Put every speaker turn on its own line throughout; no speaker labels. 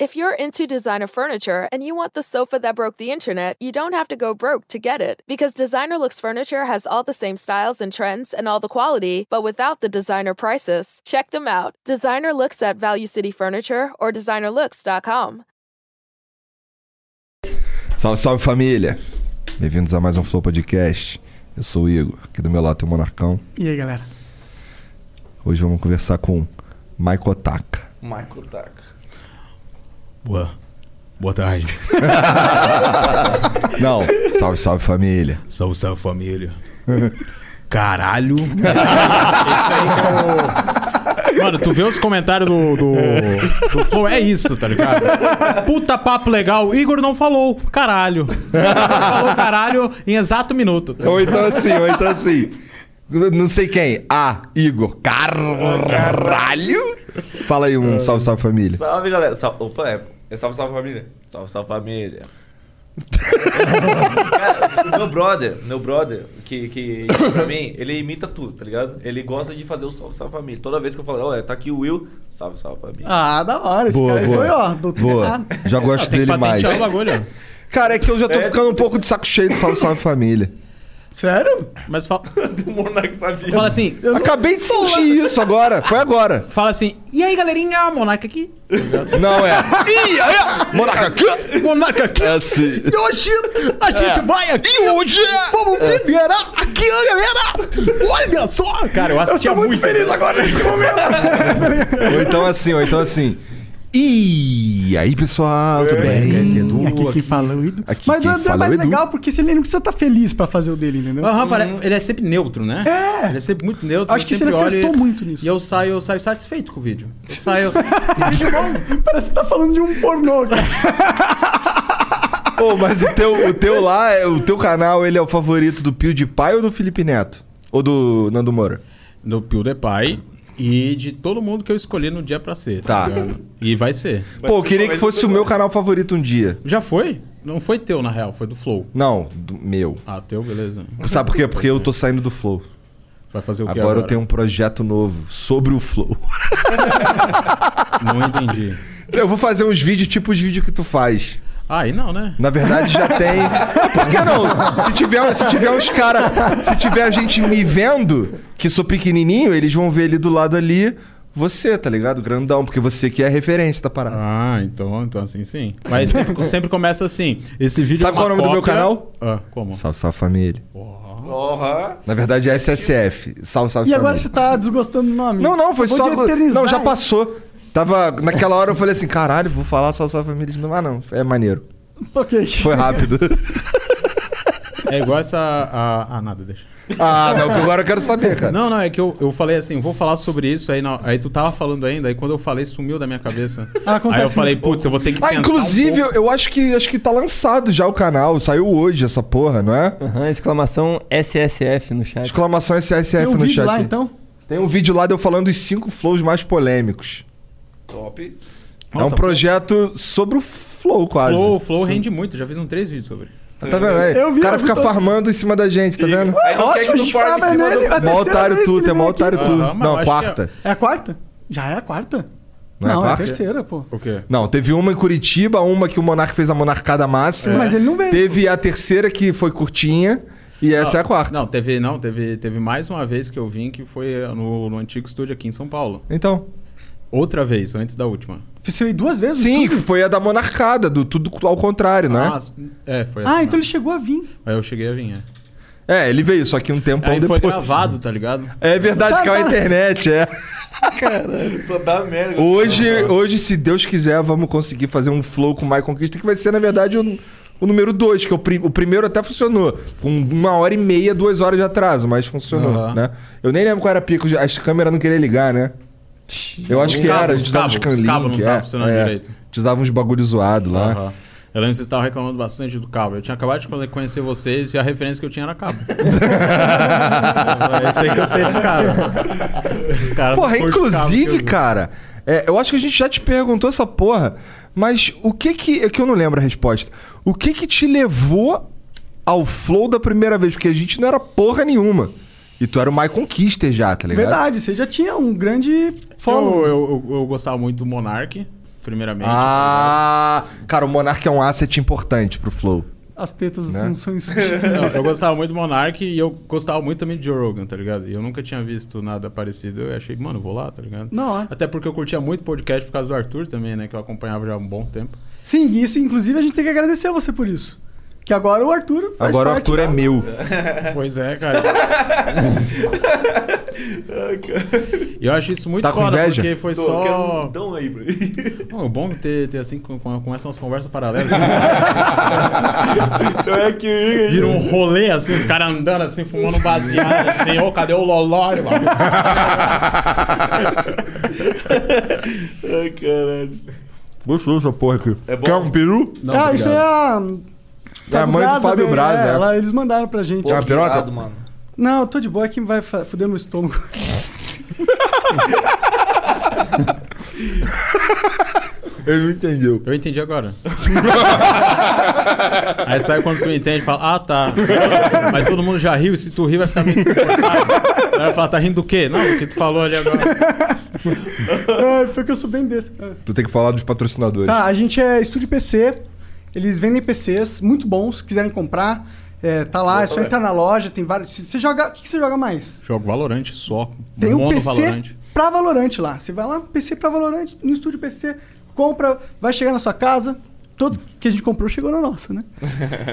If you're into designer furniture and you want the sofa that broke the internet, you don't have to go broke to get it. Because Designer Looks Furniture has all the same styles and trends and all the quality, but without the designer prices. Check them out. Designer Looks at Value City Furniture or designerlooks.com.
Salve, salve família! Bem-vindos a mais um Flow Podcast. Eu sou o Igor, aqui do meu lado tem o Monarcão.
E aí, galera?
Hoje vamos conversar com Michael Taka.
Michael Taka.
Boa. Boa tarde.
Não, salve, salve família.
Salve, salve família. Caralho. é Mano, tu vê os comentários do, do, do Flow, é isso, tá ligado? Puta papo legal, Igor não falou, caralho. falou caralho em exato minuto.
Ou então assim, ou então assim. Não sei quem. Ah, Igor. Caralho! Fala aí
É.
um salve, salve família.
Salve, galera. Sal- Opa, é, é salve, salve família. Salve, salve família. Cara, meu brother, meu brother, que, que pra mim, ele imita tudo, tá ligado? Ele gosta de fazer o salve, salve família. Toda vez que eu falo, olha, tá aqui o Will, salve, salve família.
Ah, da hora. Esse
Boa,
cara
boa.
foi, ó, Ah, doutrinado.
Boa. Já gosto
Tem que
dele mais.
patentear o bagulho.
Cara, é que eu já tô ficando um pouco de saco cheio de salve, salve família.
Sério?
Mas fala,
O Monark sabia.
fala assim,
Acabei de sentir isso agora. Foi agora.
fala assim, e aí galerinha, monarca aqui.
Não é. Ih, é. Monarca aqui.
Monarca aqui.
É assim.
E hoje a gente vai aqui.
É. E hoje é-
Vamos liberar aqui, galera! Olha só! Cara, eu assistia muito. feliz agora nesse momento.
Ou então assim, ou então assim. E aí, pessoal, tudo bem?
Hum,
Esse Edu
aqui
aqui.
que fala o Edu.
aqui
Mas
quem
é- é
fala é
mais
o Edu.
legal porque se ele não precisa estar feliz pra fazer o dele, entendeu? Uhum.
Aham, pare- ele é sempre neutro, né? É. Ele é sempre muito neutro.
Acho
eu
que
sempre
você acertou
olho e-
muito nisso.
E eu saio, eu saio satisfeito com o vídeo. Eu saio.
Parece que você tá falando de um pornô, cara.
Ô, mas o teu, o teu lá, é- o teu canal, ele é o favorito do Pio de Pai ou do Felipe Neto? Ou do Nando Moura?
no PewDiePie e de todo mundo que eu escolhi no dia pra ser.
Tá.
ligado? e vai ser.
Pô, eu queria que fosse o meu canal favorito um dia.
Já foi? Não foi teu, na real, foi do Flow.
Não, do meu.
Ah, teu, beleza.
Sabe por quê? Porque eu tô saindo do Flow.
Vai fazer o que
Agora eu tenho um projeto novo sobre o Flow.
Não entendi.
Então, Eu vou fazer uns vídeos tipo os vídeos que tu faz.
Ah, aí não, né?
Na verdade já tem. Por que não? Se tiver, se tiver uns caras. Se tiver gente me vendo, que sou pequenininho, eles vão ver ali do lado ali você, tá ligado? Grandão, porque você que é a referência da parada.
Ah, então, então assim sim. Mas sempre, sempre começa assim. Esse vídeo
Sabe
é uma
qual é o nome do meu
cópia-
canal?
Ah, como?
Salve, salve família.
Porra.
Na verdade é SSF. Salve, salve
E
família.
agora você tá desgostando do nome.
Não, não, foi
Vou
só.
diretrizar
Não, já
ele.
passou. Tava. Naquela hora eu falei assim, caralho, vou falar salve, salve família de novo. Ah, não. É maneiro.
Ok.
Foi rápido.
É igual essa. a- ah, nada, deixa.
ah, não, que agora eu quero saber, cara.
Não, não, é que eu, eu falei assim, vou falar sobre isso, aí, não, aí tu tava falando ainda, aí quando eu falei, sumiu da minha cabeça.
Ah, acontece
aí eu falei, putz, eu vou ter que
Ah,
pensar um
inclusive,
pouco.
eu, eu acho que acho que tá lançado já o canal. Saiu hoje essa porra, não é?
Aham, exclamação SSF no chat.
Exclamação SSF
Tem um
no
vídeo
chat.
lá, então?
Tem um vídeo lá de eu falando os cinco flows mais polêmicos.
Top.
é um projeto sobre o flow, quase.
Flow, flow rende muito, já fiz uns três vídeos sobre.
Tá vendo aí?
Eu vi,
o cara
eu vi
fica
todo.
farmando em cima da gente, tá vendo?
Aí não quer
Ótimo,
que
a
tu
gente
forme em
fala
cima
é nele.
do...
a
Mó
terceira
otário
vez que
tu,
ele
tu é mó
vem aqui.
otário tu.
Aham, mas eu
Não,
acho
quarta.
É a quarta? Já é a quarta?
Não é a
Não, é a
quarta?
terceira, pô.
O quê?
Não, teve uma em Curitiba, uma que o Monark fez a monarcada máxima.
Mas ele não veio.
Teve a terceira que foi curtinha. E essa é a quarta.
Não, teve, não, teve, teve mais uma vez que eu vim que foi no, no antigo estúdio aqui em São Paulo.
Então.
Outra vez, antes da última.
Você veio duas vezes?
Sim,
tudo?
que foi a da monarcada, do tudo ao contrário, né?
Ah, s- é, foi essa
Ah, então ele
mesmo.
chegou a vir.
Aí eu cheguei a vir, é.
É, ele veio, só que um tempão
Aí
depois.
foi gravado, tá ligado?
É verdade,
Tá,
caiu a internet, é.
Só dá merda.
Hoje, hoje, se Deus quiser, vamos conseguir fazer um flow com o My Conquista, que vai ser, na verdade, o, o número 2, que é o, pri- o primeiro até funcionou. Com uma hora e meia, duas horas de atraso, mas funcionou,
Aham.
né? Eu nem lembro qual era a pico, as câmeras não queriam ligar, né? Eu acho
Os
que
cabos,
era, a gente
os
usava uns
cabos, os cabos
canlink,
não
é,
estavam funcionando
é,
direito.
A gente usava uns bagulho zoado lá.
Aham. Eu lembro que vocês estavam reclamando bastante do cabo. Eu tinha acabado de conhecer vocês e a referência que eu tinha era cabo. é isso aí que eu sei dos caras. Os caras
Porra,
não curtem cabo que
inclusive,
eu-
cara, é, eu acho que a gente já te perguntou essa porra, mas o que que. É que eu não lembro a resposta. O que que te levou ao flow da primeira vez? Porque a gente não era porra nenhuma. E tu era o My Conquister já, tá ligado?
Verdade, você já tinha um grande
Eu,
follow.
eu, eu, eu gostava muito do Monark. primeiramente.
Ah, cara, o Monark é um asset importante pro Flow.
As tetas
Né?
não são insubstituíveis.
Não, eu gostava muito do Monark e eu gostava muito também de Joe Rogan, tá ligado? E eu nunca tinha visto nada parecido. Eu achei, mano, eu vou lá, tá ligado?
Não, é.
Até porque eu curtia muito podcast por causa do Arthur também, né? Que eu acompanhava já há um bom tempo.
Sim, isso inclusive a gente tem que agradecer a você por isso. Que agora o Arthur faz
Agora o
parte
Arthur
da-
é meu.
Pois é, cara. E eu acho isso muito
Tá com
foda,
inveja?
porque foi
Tô, quero
só.
um dom aí pra mim.
Pô, é bom ter, ter assim, com, com com essas conversas paralelas.
Então é que o Igor.
Vira um rolê, assim, os caras andando assim, fumando baseado, assim, ô, cadê o Loló? Olha lá.
Ai, caralho.
Gostoso essa porra aqui.
É bom?
Quer um peru?
Ah, isso é a.
É a mãe do Fábio
velho,
Braz,
é,
é.
ela- eles mandaram pra gente.
Pô, uma
que
piroca?
irado, mano.
Não, eu tô de boa, é que vai fa- fuder meu estômago.
Ele não entendeu.
Eu entendi agora. Aí sai quando tu entende e fala, ah, tá. Mas todo mundo já riu, se tu rir vai ficar meio desconfortável. Aí fala, tá rindo do quê? Não, o que tu falou ali agora.
É, foi que eu sou bem desse. É.
Tu tem que falar dos patrocinadores.
Tá, a gente é estúdio PC. Eles vendem PCs muito bons, se quiserem comprar. é, tá lá, é só
saber.
entrar na loja, tem vários. se- Você joga. O que que você joga mais?
Jogo Valorante só.
Tem um
mono
PC
Valorante.
pra Valorante lá. Você vai lá, PC pra Valorante, no estúdio PC, compra, vai chegar na sua casa. Todos que a gente comprou chegou na nossa, né?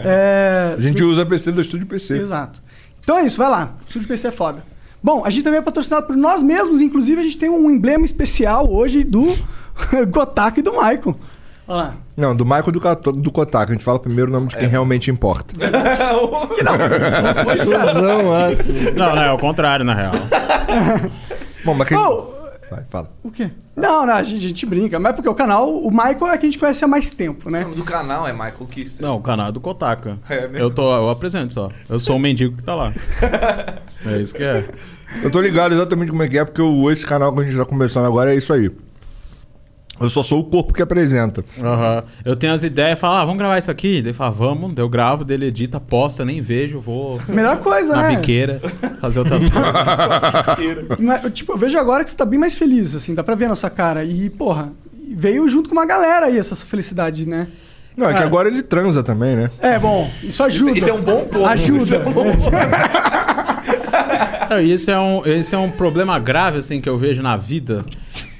É,
A gente usa PC do estúdio PC.
Exato. Então é isso, vai lá. Estúdio PC é foda. Bom, a gente também é patrocinado por nós mesmos, inclusive a gente tem um emblema especial hoje do Gotaku e do Maicon. Olha lá.
Não, do Michael do, Cato- do Kotaku. A gente fala primeiro o nome de quem realmente importa.
Não, assim.
Não, não, é o contrário, na real.
Bom, mas quem...
Oh,
Vai, fala.
o quê? Não, não, a gente, a gente brinca, mas é porque o canal, o Maicon é que a gente conhece há mais tempo,
O
né?
nome do canal é Michael Kister.
Não, o canal é do Kotaka.
É mesmo?
eu, tô, eu apresento só. Eu sou o mendigo que tá lá. É isso que é.
Eu tô ligado exatamente como é que é, porque o, esse canal que a gente tá começando agora é isso aí. Eu só sou o corpo que apresenta.
Aham. Eu tenho as ideias, falo, ah, vamos gravar isso aqui? Daí fala, vamos, daí eu gravo, dele edita, posta, nem vejo, vou
Melhor coisa,
na
né?
biqueira fazer outras coisas.
Mas, eu, tipo, eu vejo agora que você tá bem mais feliz, assim, dá pra ver na sua cara. E, porra, veio junto com uma galera aí essa sua felicidade, né?
Não, é que
Ah.
agora ele transa também, né?
É, bom, isso ajuda.
isso é um bom ponto. Isso
Ajuda.
é um bom
Não, e Isso é, um, esse é um problema grave, assim, que eu vejo na vida.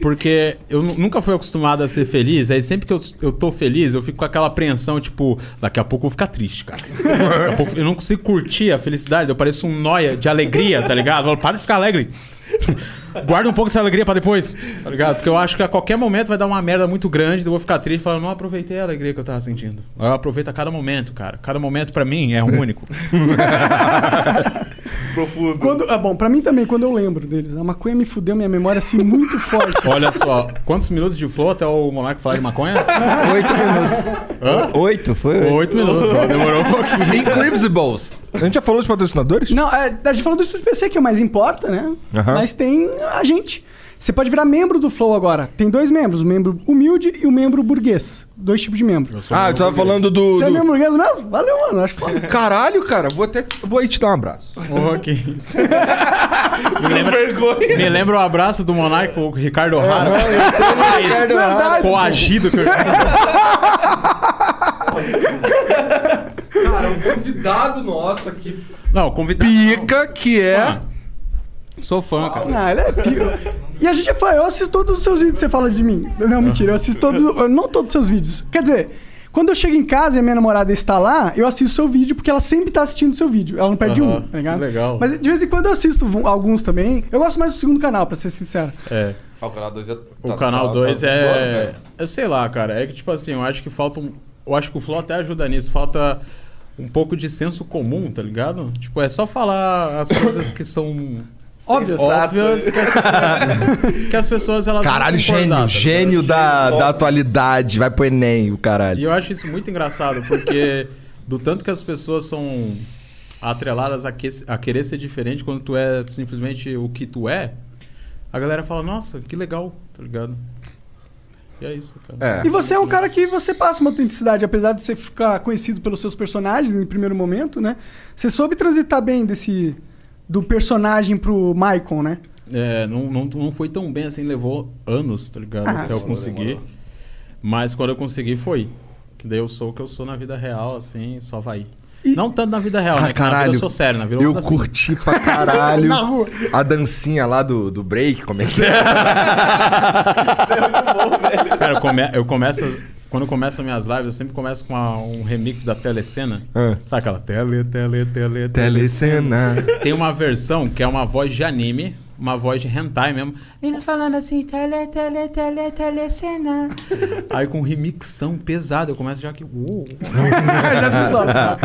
Porque eu nu- nunca fui acostumado a ser feliz. Aí sempre que eu, eu tô feliz, eu fico com aquela apreensão, tipo, daqui a pouco eu vou ficar triste, cara. Daqui a pouco eu não consigo curtir a felicidade. Eu pareço um noia de alegria, tá ligado? Eu falo, para de ficar alegre. Guarda um pouco essa alegria pra depois, tá ligado? Porque eu acho que a qualquer momento vai dar uma merda muito grande, eu vou ficar triste falando, não aproveitei a alegria que eu tava sentindo. Eu aproveito a cada momento, cara. Cada momento pra mim é único.
Profundo.
Quando, é bom, pra mim também, quando eu lembro deles. A maconha me fudeu minha memória, assim, muito forte.
Olha só, quantos minutos de flow até o monarca falar de maconha?
Oito minutos.
Hã?
Oito? Foi oito.
Oito minutos, só demorou um pouquinho.
Incredibles! A gente já falou dos patrocinadores?
Não, é, a gente falou do estúdio PC, que é o mais importa, né?
Aham.
Mas tem a gente. Você pode virar membro do Flow agora. Tem dois membros, o membro humilde e o membro burguês. Dois tipos de membro.
Ah, eu tava falando do.
Você é
do-
membro burguês mesmo? Valeu, mano. Acho foda.
Caralho, cara, vou até. Vou aí te dar um abraço.
Oh, que isso. Me lembra,
Vergonha.
me lembra o abraço do monarca, o Ricardo
É,
O'Hara. Esse
Verdade.
Coagido que eu...
Cara, um convidado nosso aqui.
Não, convidado.
Pica que é.
não. Sou fã, cara.
Ah, ele é pica. E a gente é fã. Eu assisto todos os seus vídeos que você fala de mim. Não, mentira. Eu assisto todos... eu- Não todos os seus vídeos. Quer dizer... Quando eu chego em casa e a minha namorada está lá, eu assisto o seu vídeo, porque ela sempre tá assistindo o seu vídeo. Ela não perde
Aham,
um, tá ligado?
isso é legal.
Mas de vez em quando eu assisto v- alguns também. Eu gosto mais do segundo canal, pra ser sincero.
É.
Ah, o canal 2 é.
O canal 2 é. eu sei lá, cara. É que, tipo assim, eu acho que falta. um- eu acho que o Flow até ajuda nisso. Falta um pouco de senso comum, tá ligado? Tipo, é só falar as coisas que são.
Óbvio.
Óbvias que as pessoas, que as pessoas elas vão
Caralho,
concordar, tá
gênio.
ligado?
Gênio da, da atualidade. Vai pro Enem, o
E
caralho.
eu acho isso muito engraçado, porque do tanto que as pessoas são atreladas a, que- a querer ser diferente quando tu é simplesmente o que tu é, a galera fala, nossa, que legal, tá ligado? E é isso, cara.
É.
E você é um cara que você passa uma autenticidade, apesar de você ficar conhecido pelos seus personagens em primeiro momento, né? Você soube transitar bem desse... Do personagem pro Maicon, né?
É, não, não, não foi tão bem assim, levou anos, tá ligado?
Ah,
até eu
sim.
conseguir. Mas quando eu consegui, foi. Que daí eu sou o que eu sou na vida real, assim, só vai. Não tanto na vida real, né?
Ah,
Porque na vida
caralho.
Eu sou sério, na vida
Eu
ando assim.
curti pra caralho
Na rua.
a dancinha lá do, do break, como é que é?
Cara, eu, come- eu começo. as- Quando eu começo as minhas lives, eu sempre começo com uma- um remix da telecena.
Ah.
Sabe aquela tele, tele, tele,
Telecena.
Tem uma versão que é uma voz de anime, uma voz de hentai mesmo. Ele falando assim, tele, tele, tele, telecena. Aí com remixão pesado, eu começo já aqui. uou.
Já se solta.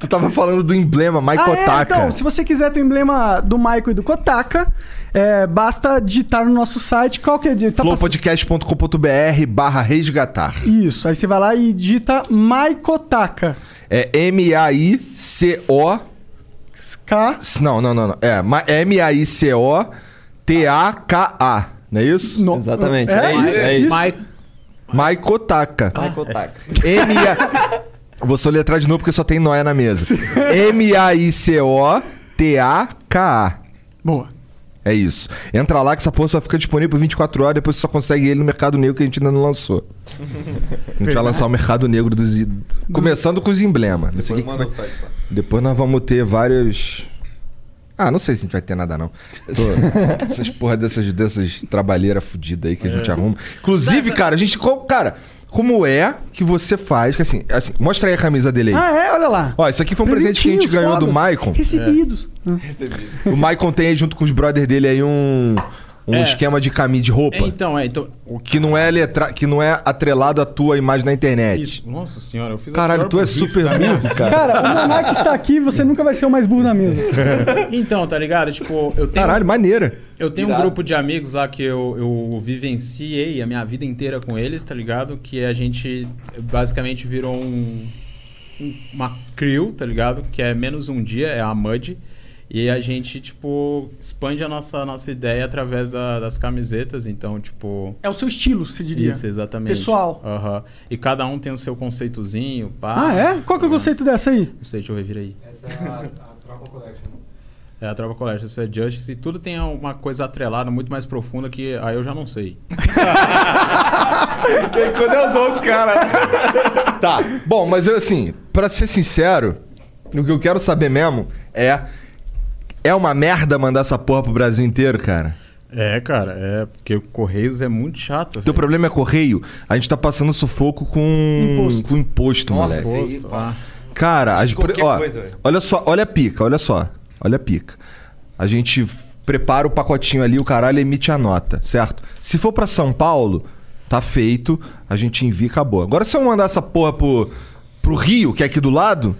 Tu tava falando do emblema, Michael
Ah, é?
Taka.
Então, se você quiser ter o emblema do Maico e do Kotaka, é, basta digitar no nosso site qualquer dia. Tá pass-
flowpodcast.com.br barra resgatar.
Isso, aí você vai lá e digita Maikotaka.
É M-A-I-C-O...
K.
Não, não, não. não. É Ma- M-A-I-C-O-T-A-K-A. Não é isso?
No-
Exatamente,
É,
é isso,
isso. Ah.
é isso.
Mike,
Michael Taka.
Michael Taka.
M A... Vou soletrar de novo porque só tem nóia na mesa. M-A-I-C-O-T-A-K-A.
Boa.
É isso. Entra lá que essa porra só fica disponível por 24 horas, depois você só consegue ele no Mercado Negro que a gente ainda não lançou. A gente vai lançar o Mercado Negro dos... id- Começando com os emblemas. Não sei
Depois
o que que
manda
vai-
o site lá.
Depois nós vamos ter vários. Ah, não sei se a gente vai ter nada, não. Tô- Essas porra dessas, dessas trabalheiras fodidas aí que a gente arruma. Inclusive, cara, a gente. co- Cara, como é que você faz? Que assim, assim, mostra aí a camisa dele aí.
Ah, é? Olha lá.
Ó, isso aqui foi um presente que a gente
Presentinhos
ganhou do É.
fodas.
Maicon.
Recebidos.
Recebi.
O Maicon tem aí junto com os brothers dele aí um. Um
É.
esquema de caminho de
é,
roupa.
então, é, então.
Que não é letra... que não é atrelado à tua imagem na internet.
Isso. Nossa senhora, eu fiz a
Caralho,
pior
tu é
burrice
super
da minha
burro, cara.
Cara, o Monark está aqui, você nunca vai ser o mais burro da mesa.
Então, tá ligado? Tipo, eu tenho,
Caralho, maneira.
eu tenho um
Irado.
grupo de amigos lá que eu, eu vivenciei a minha vida inteira com eles, tá ligado? Que a gente basicamente virou um, um- uma crew, tá ligado? Que é menos um dia, é a MUD. E a gente, tipo, expande a nossa, nossa ideia através da- das camisetas. Então, tipo,
É o seu estilo, você diria.
isso, exatamente.
Pessoal.
Aham. E cada um tem o seu conceitozinho, pá.
Ah, é? Qual que é o conceito dessa aí?
Não sei, deixa eu ver, vira aí.
Essa é a, a Tropa Collection.
É, a Tropa Collection, isso é Justice, e tudo tem uma coisa atrelada muito mais profunda que aí eu já não sei.
Quando é os outros, cara.
Tá. Bom, mas eu assim, pra ser sincero, o que eu quero saber mesmo é. É uma merda mandar essa porra pro Brasil inteiro, cara.
É, cara, é, porque o Correios é muito chato.
Teu problema é correio? A gente tá passando sufoco com
Imposto.
com imposto
Nossa,
moleque.
esse
Posto,
aí,
ah.
Cara, as
Qualquer
pre- ó,
coisa, velho.
olha só, olha a pica, olha só. Olha a pica. A gente f- prepara o pacotinho ali, o caralho emite a nota, certo? Se for pra São Paulo, tá feito, a gente envia e acabou. Agora se eu mandar essa porra pro, pro Rio, que é aqui do lado,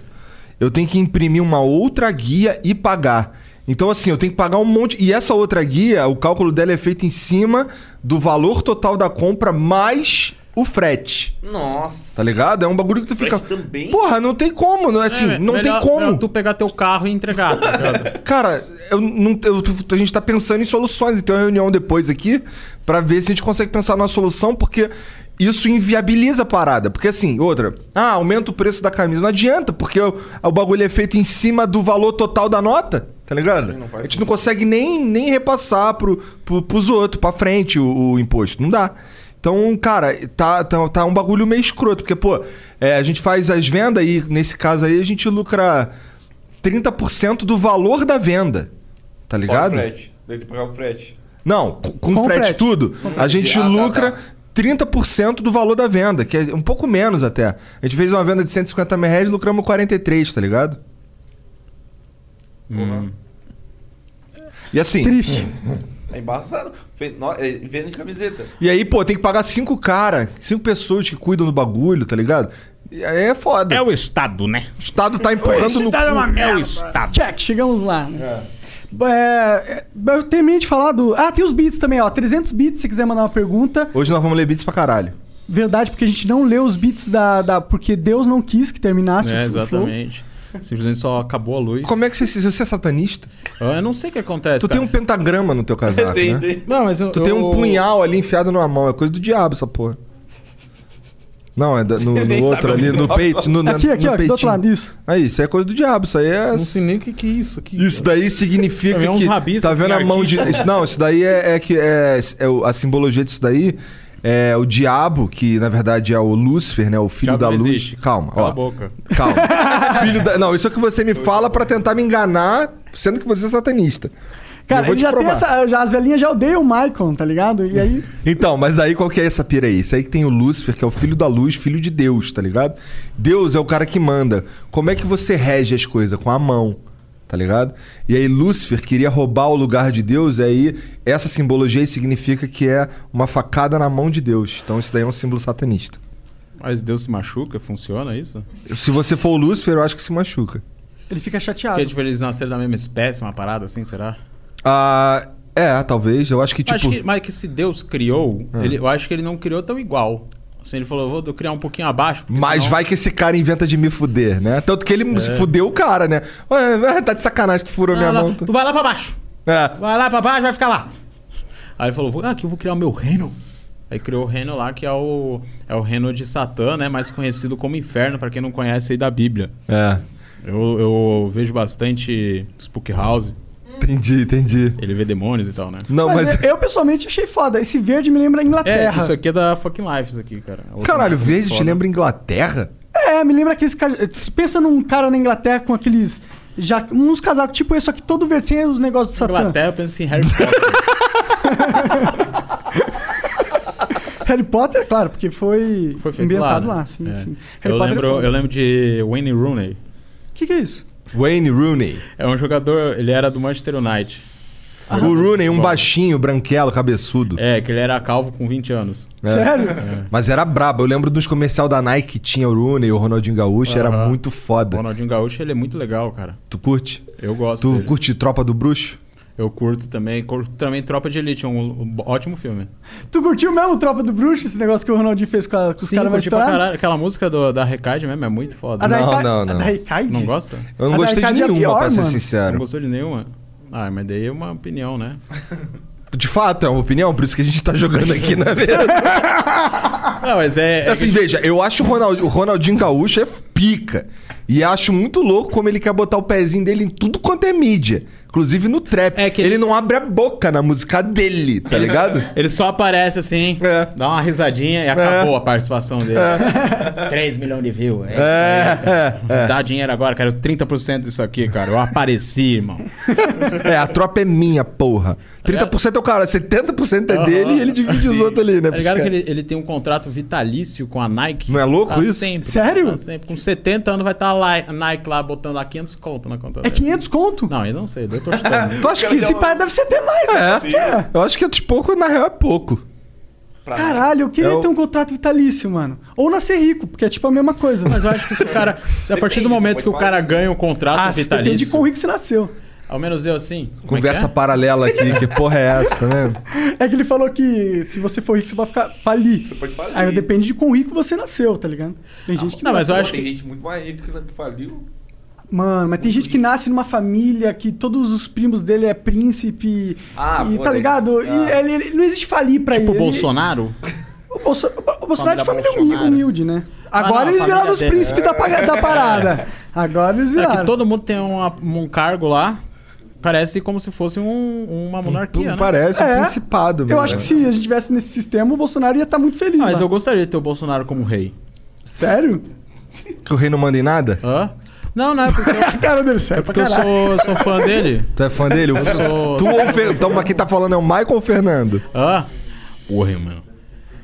eu tenho que imprimir uma outra guia e pagar. Então, assim, eu tenho que pagar um monte. E essa outra guia, o cálculo dela é feito em cima do valor total da compra mais o frete.
Nossa.
Tá ligado? É um bagulho que tu fica.
Frete também?
Porra, não tem como. Não, assim,
É,
não
melhor-
tem como.
melhor tu pegar teu carro e entregar, tá ligado?
Cara, eu não, eu- tu- a gente tá pensando em soluções. Então, é uma reunião depois aqui pra ver se a gente consegue pensar numa solução, porque isso inviabiliza a parada. Porque assim, outra, ah, aumenta o preço da camisa. Não adianta, porque o, o bagulho é feito em cima do valor total da nota. Tá ligado?
Sim, não
a
faz
gente não consegue nem, nem repassar pro, pro, pros outros, pra frente, o, o imposto. Não dá. Então, cara, tá, tá, tá um bagulho meio escroto, porque, pô, é, a gente faz as vendas e, nesse caso aí, a gente lucra 30% do valor da venda. Tá
Fora o
ligado?
frete. Daí tu pagar o frete.
Não, com, com
Com
frete,
frete.
tudo, a gente
Ah, tá,
lucra
tá.
30% do valor da venda, que é um pouco menos até. A gente fez uma venda de 150 mil reais e lucramos 43, tá ligado?
Hum.
E assim.
Triste.
É embaçado. Fe- no- é, Venda de camiseta.
E aí, pô, tem que pagar cinco cara, cinco pessoas que cuidam do bagulho, tá ligado? E aí é foda.
É o Estado, né?
O Estado tá empurrando no. cu.
É o Estado.
Check, chegamos lá. né? É, é, eu terminei de falar do. Ah, tem os bits também, ó. 300 bits se quiser mandar uma pergunta.
Hoje nós vamos ler bits pra caralho.
Verdade, porque a gente não leu os bits da. da- porque Deus não quis que terminasse
É,
o flow.
exatamente. Simplesmente só acabou a luz.
Como é que você, você é satanista?
Ah, Eu não sei o que acontece,
Tu tem um
cara.
pentagrama no teu casaco,
Tem,
né?
tem.
Não, mas eu,
Tu tem um
eu-
punhal ali enfiado numa mão, é coisa do diabo essa porra. Não, é da- no,
Ele
no
nem
outro
sabe
ali,
onde
no
tá.
peito, no, na-
Aqui, aqui,
no
ó, aqui do outro
peitinho.
lado, isso.
Aí, isso aí é coisa do diabo, isso aí é...
Não sei nem o que, que é isso aqui.
Isso daí significa
É uns
que...
rabiscos,
tá vendo a
assim,
mão de...
artistas.
isso- não, isso daí é, é que é, é o- a simbologia disso daí É, o diabo, que na verdade é o Lúcifer, né? O filho
Diabo
da
não
luz.
existe.
Calma,
Cala
ó.
a boca.
Calma. filho da... Não, isso é o que você me fala pra tentar me enganar, sendo que você é satanista. Eu
Cara,
vou
ele
te
já tem
provar.
essa. Já, as velhinhas já odeiam o Maicon, tá ligado? E aí.
Então, mas aí qual que é essa pira aí? Isso aí que tem o Lúcifer, que é o filho da luz, filho de Deus, tá ligado? Deus é o cara que manda. Como é que você rege as coisas? Com a mão, tá ligado? E aí Lúcifer queria roubar o lugar de Deus, e aí essa simbologia aí significa que é uma facada na mão de Deus. Então isso daí é um símbolo satanista.
Mas Deus se machuca? Funciona isso?
Se você for o Lúcifer, eu acho que se machuca.
Ele fica chateado.
Porque, tipo, eles nasceram da mesma espécie, uma parada assim, será?
Ah, é, talvez. Eu acho que
Eu
tipo...
Acho que, mas que se Deus criou,
É.
ele- eu acho que ele não criou tão igual. Assim, ele falou, vou criar um pouquinho abaixo. porque
Mas
senão- É.
vai que esse cara inventa de me fuder, né? Tanto que ele se fudeu o cara, né? Ué, tá de sacanagem, tu furou
Não,
minha
não,
mão. tá?"
Tu vai lá pra baixo.
É.
Vai lá pra baixo, vai ficar lá. Aí ele falou, vou- ah, aqui eu vou criar o meu reino. Aí criou o reino lá, que é o, é o reino de Satã, né? Mais conhecido como inferno, pra quem não conhece aí da Bíblia.
É.
Eu, eu vejo bastante Spook House,
Entendi, entendi.
ele vê demônios e tal, né?
Não,
Mas, é
mas.
eu, eu, pessoalmente achei foda. Esse verde me lembra a
É,
Inglaterra.
isso aqui é da fucking life, isso aqui, cara. É Outra
Caralho,
marca
verde
muito
te
foda.
lembra Inglaterra?
É, me lembra aqueles caras. Pensa num cara na Inglaterra com aqueles. Já, uns casacos tipo esse, só que todo verde sem os negócios do Satã.
Inglaterra, eu penso em Harry Potter.
Harry Potter, claro, porque foi,
Foi feito
ambientado
lá,
lá,
né?
sim,
É.
sim. Harry
eu,
Potter
lembro,
é foda.
eu lembro de Wayne Rooney.
O que, que é isso?
Wayne Rooney.
É um jogador, ele era do Manchester United.
O Rooney, um
Ah, Bom.
baixinho, branquelo, cabeçudo. né?
É, que ele era calvo com 20 anos.
É.
Sério?
Mas era brabo. Eu lembro dos comercial da Nike que tinha o Rooney, o Ronaldinho Gaúcho. Era
Aham.
muito
O
foda.
Ronaldinho Gaúcho, ele é muito legal, cara.
Tu curte?
Eu gosto
Tu
dele.
curte Tropa do Bruxo?
Eu curto também. Curto também Tropa de Elite, é um, um ótimo filme.
Tu curtiu mesmo Tropa do Bruxo, esse negócio que o Ronaldinho fez com, a, com os
Sim,
caras mais
curti pra
estourados?
caralho. Aquela música do- da Recade mesmo é muito foda.
A da
Não,
Ica-
não,
A
não.
da Recaide?
Não gosta?
Eu não
A da
gostei de
Arcade é
nenhuma,
pior,
pra ser
mano.
Não
sincero.
gostou de nenhuma? Ah, mas daí é uma opinião, né?
De fato, é uma opinião, por isso que a gente tá jogando aqui na mesa.
Não, mas é... é
Assim,
que-
veja, eu acho o, Ronald- o Ronaldinho Gaúcho é pica. E acho muito louco como ele quer botar o pezinho dele em tudo quanto é mídia. Inclusive no trap.
É que
ele...
ele-
não abre a boca na música dele, tá ligado?
Ele só aparece assim,
É.
dá uma risadinha e acabou a participação dele. 3 milhões de views. É, é, Dá dinheiro agora, quero 30% disso aqui, cara. Eu apareci, irmão. Tá
É, a tropa é minha, porra. 30% é o cara, 70% é dele e ele divide os outros ali, né?
Tá ligado
pros
que
caras.
ele, ele tem um contrato vitalício com a Nike?
Não é louco
Tá
isso?
Sempre,
Sério?
tá sempre. Com 70 anos vai estar lá, a Nike lá botando lá 500 conto na conta
É
dele.
500 conto?
Não, eu não sei, eu tô chutando.
Tu acha que
Se
isso...
pá, deve ser até mais, né? Porque é.
Eu acho que é de pouco, na real é pouco.
Pra
Caralho, eu queria
É o-
ter um contrato vitalício, mano. Ou nascer rico, porque é tipo a mesma coisa.
Mas eu acho que se o cara. Se a partir
Depende,
do momento
você
que o
pode
cara ganha um contrato
Ah, depende de
vitalício.
quão rico você nasceu.
Ao menos eu assim. como é que
Conversa
é?
paralela aqui, que porra é essa, tá vendo?
É que ele falou que se você for rico, você vai ficar falir. Você
pode falir.
Aí depende de quão rico você nasceu, tá ligado? Tem gente que
Não, mas eu
Pô,
acho
tem
que.
gente muito mais rica que- que faliu.
Mano, mas tem gente que nasce numa família que todos os primos dele é príncipe.
Ah,
e,
pô,
tá
daí-
ligado? E
ah.
ele, ele- não existe falir pra
Tipo o
É, ele.
Bolsonaro?
O, Bolso- o Bolsonaro é de família
Família
humi-
Bolsonaro.
humilde, né?
Ah,
Agora
não, a
eles viraram
família
os
dele.
príncipes da, paga- da parada. Agora eles
É que
viraram.
todo mundo tem uma- um cargo lá. Parece como se fosse um- uma monarquia, né?
Hum, Parece um
É.
principado,
Eu
mesmo.
acho que se a gente tivesse nesse sistema, o Bolsonaro ia estar muito feliz.
Ah, mas
lá.
eu gostaria de ter o Bolsonaro como rei.
Sério?
Que o rei não manda em nada?
Hã? Não, não, é porque eu,
A cara dele
é
serve pra
porque eu
caralho.
sou, sou fã dele.
Tu é fã dele? Eu
sou-
Tu ou o Fer... Então, mas quem tá falando é o Michael ou o Fernando?
Hã? Porra, mano.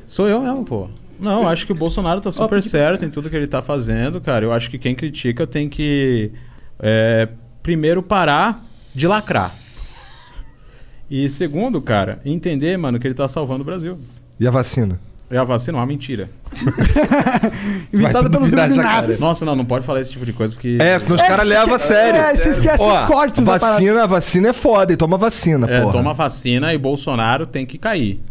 Sou eu mesmo, pô. Não, acho que o Bolsonaro tá super certo em tudo que ele tá fazendo, cara. Eu acho que quem critica tem que é, primeiro parar de lacrar. E segundo, cara, entender, mano, que ele tá salvando o Brasil.
E a vacina?
É a vacina, é uma mentira.
Vai
Inventado
tudo
pelos
virar
tá iluminados.
Nossa, não, não pode falar esse tipo de coisa, porque.
É, senão os caras levam a sério.
É, você esquece os cortes da parada.
vacina, vacina é foda, e toma vacina,
É,
porra.
toma vacina e Bolsonaro tem que cair.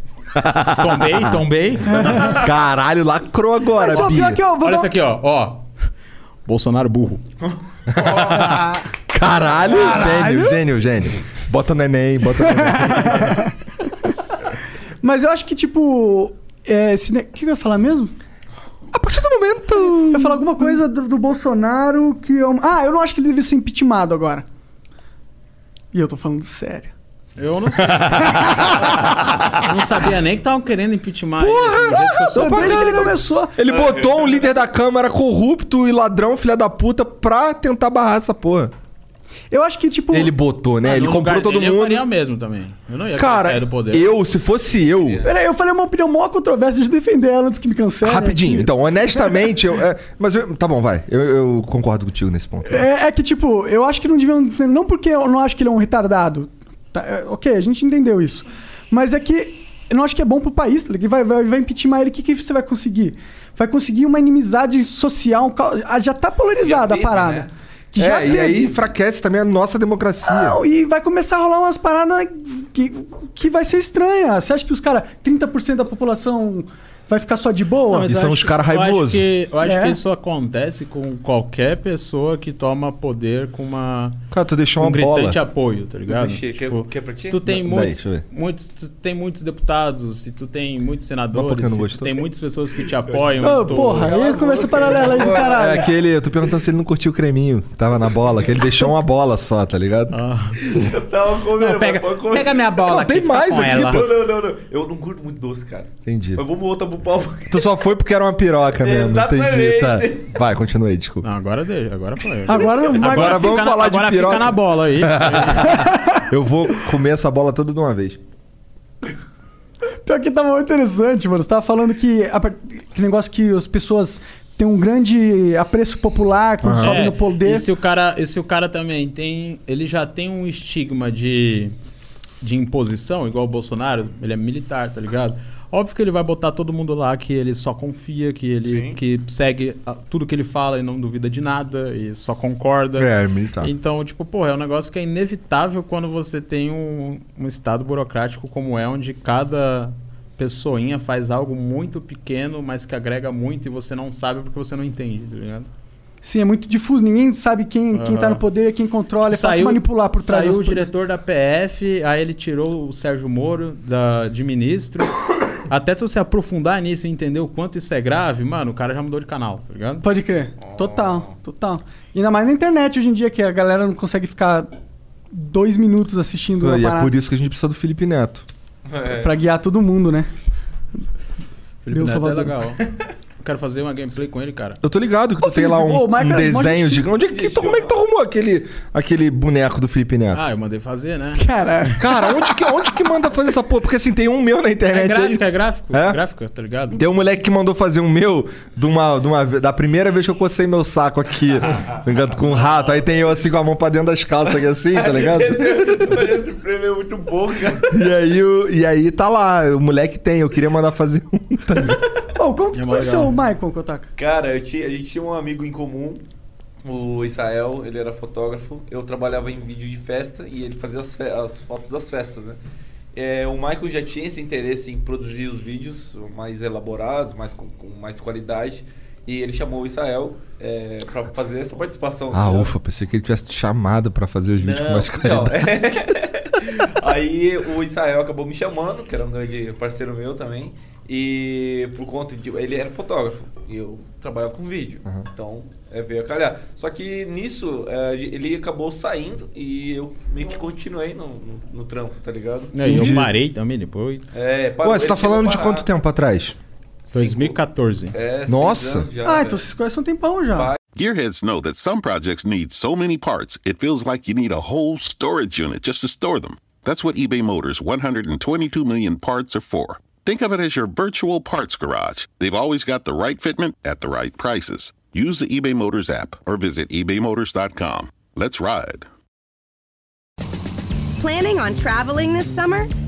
tombei, tombei.
Caralho, lacrou agora,
Mas só
Bia.
pior que eu vou
Olha
dar... um
isso aqui, ó. ó. Bolsonaro burro.
Caralho, gênio, gênio, gênio. Bota no Enem, bota no Enem.
Mas eu acho que, tipo. É, esse ne- O que eu ia falar mesmo?
A partir do momento...
Eu ia falar alguma coisa do, do Bolsonaro que eu. Ah, eu não acho que ele deve ser impeachmentado agora. E eu tô falando sério.
Eu não sei. Eu não sabia nem que estavam querendo impeachment. ele, assim, do jeito que eu sou.
Desde que ele começou.
Ele botou um líder da Câmara corrupto e ladrão, filha da puta, pra tentar barrar essa porra.
Eu acho que, tipo.
Ele botou, né? ele
No
comprou
lugar
todo
dele, Eu
mundo.
faria o mesmo também. Eu não ia
Cara,
sair do poder.
eu, se fosse eu,
Peraí, eu falei uma opinião mó controversa de defender ela antes que me cancele.
rapidinho. Então, honestamente, eu. é, mas eu- tá bom, vai. Eu, eu concordo contigo nesse ponto.
É, é que, tipo, eu acho que não deviam. Não porque eu não acho que ele é um retardado. Tá, é, ok, a gente entendeu isso. Mas é que eu não acho que é bom pro país, tá ligado? Vai, vai, vai impeachment ele, o que, que você vai conseguir? Vai conseguir uma inimizade social. um ca- ah, Já tá polarizada
Já
a
teve,
parada.
né?
Que
é,
já
e
teve.
aí enfraquece também a nossa democracia.
Não, e vai começar a rolar umas paradas que, que vai ser estranha. Você acha que os caras, 30% da população vai ficar só de boa?
Não, mas
E
eu
são
acho
os
que-
cara
eu acho
raivoso.
que- Eu acho
É.
que isso acontece com qualquer pessoa que toma poder com uma...
Cara, tu deixou
um
uma bola.
gritante apoio, tá ligado?
Deixa, quer- quer é pra quê?
se tu tem
Daí,
muitos,
deixa eu ver.
muitos, tu tem muitos deputados, se tu tem
Mas
muitos
por que eu
senadores,
não
se tu
gostou?
tem muitas pessoas que te apoiam.
Ô,
tu-
porra, aí começa paralela aí do
É
caralho.
aquele, eu tô perguntando se ele não curtiu o creminho que tava na bola, que ele deixou uma bola só, tá ligado?
Ah.
Eu tava comendo,
Não, pega,
mas pode comer.
pega minha bola
Não,
aqui,
tem
fica
mais
com
aqui, Tipo.
ela.
Não, não, não, não. Eu não curto muito doce, cara.
Entendi.
Mas vamos voltar pro pau.
Tu só foi porque era uma piroca mesmo, entendi. Tá. Vai, continua aí, desculpa.
Não, agora deixa, agora foi.
Agora não vai
Agora
fica
vamos
na-
falar de
agora
piroca.
fica na bola aí.
Eu vou comer essa bola toda de uma vez.
Pior que tava muito interessante, mano. Você tava falando que, a par- que negócio que as pessoas têm um grande apreço popular quando sobe
É,
no poder.
E se o cara, e se o cara também tem, ele já tem um estigma de, de imposição, igual o Bolsonaro, ele é militar, tá ligado? Óbvio que ele vai botar todo mundo lá que ele só confia, que ele
Sim.
que segue a- tudo que ele fala e não duvida de nada e só concorda.
Tá.
militar.
Então, tipo, porra, é um negócio que é inevitável quando você tem um, um estado burocrático como é, onde cada pessoinha faz algo muito pequeno, mas que agrega muito e você não sabe porque você não entende, tá ligado?
Sim, é muito difuso. Ninguém sabe quem, quem tá
Aham.
no poder, quem controla. É fácil manipular por trás
saiu
das
o
coisas.
diretor da PF, aí ele tirou o Sérgio Moro da, de ministro. Até se você aprofundar nisso e entender o quanto isso é grave, mano, o cara já mudou de canal, tá ligado?
Pode crer. Total, total. Ainda mais na internet hoje em dia, que a galera não consegue ficar dois minutos assistindo uma
E é
parada
por isso que a gente precisa do Felipe Neto.
É.
pra guiar todo mundo, né?
Felipe
Meu
Neto
Salvador.
é legal. Eu quero fazer uma gameplay com ele, cara.
Eu tô ligado que
Ô,
tu tem lá
Felipe,
um,
ô, mas
um
cara,
desenho
mas-
de. Onde é que tu, como é que tu arrumou aquele, aquele boneco do Felipe Neto?
Ah, eu mandei fazer, né?
Caralho.
Cara, onde que, onde que manda fazer essa porra? Porque assim, tem um meu na
É
internet aí.
gráfico, é gráfico,
É?
é gráfico, tá ligado?
Tem um moleque que mandou fazer um meu de uma, de uma- da primeira vez que eu cocei meu saco aqui, tá ligado? com um rato. Aí tem eu assim com a mão pra dentro das calças aqui assim, tá ligado?
Esse prêmio é muito bom, cara.
E aí, o- e aí tá lá, o moleque tem, eu queria mandar fazer um.
Ô, como que
É
tu conheceu
legal.
o Michael Kotaka?
Cara, eu tinha- a gente tinha um amigo em comum, o Israel, ele era fotógrafo, eu trabalhava em vídeo de festa e ele fazia as, fe- as fotos das festas, né? É, o Michael já tinha esse interesse em produzir os vídeos mais elaborados, mais, com, com mais qualidade, e ele chamou o Israel é, para fazer essa participação.
Ah,
entendeu?
ufa, pensei que ele tivesse te chamado pra fazer os vídeos com mais
então,
é
qualidade.
Aí o Israel acabou me chamando, que era um grande parceiro meu também. E por conta de. Ele era fotógrafo e eu trabalhava com vídeo. Então é, veio a calhar. Só que nisso é, ele acabou saindo e eu meio que continuei no, no, no trampo, tá ligado?
É, E aí
Entendi.
eu parei também depois.
É, parou,
Ué, você
ele
tá
chegou
falando
a
de
parar.
quanto tempo atrás?
Cinco-
2014.
É, seis
Nossa.
anos já,
Ah,
né?
então vocês conhecem um tempão já.
Vai.
Gearheads know that some projects need so many parts, it feels like you need a whole storage unit just to store them. That's what eBay Motors' 122 million parts are for. Think of it as your virtual parts garage. They've always got the right fitment at the right prices. Use the eBay Motors app or visit ebaymotors.com. Let's ride.
Planning on traveling this summer?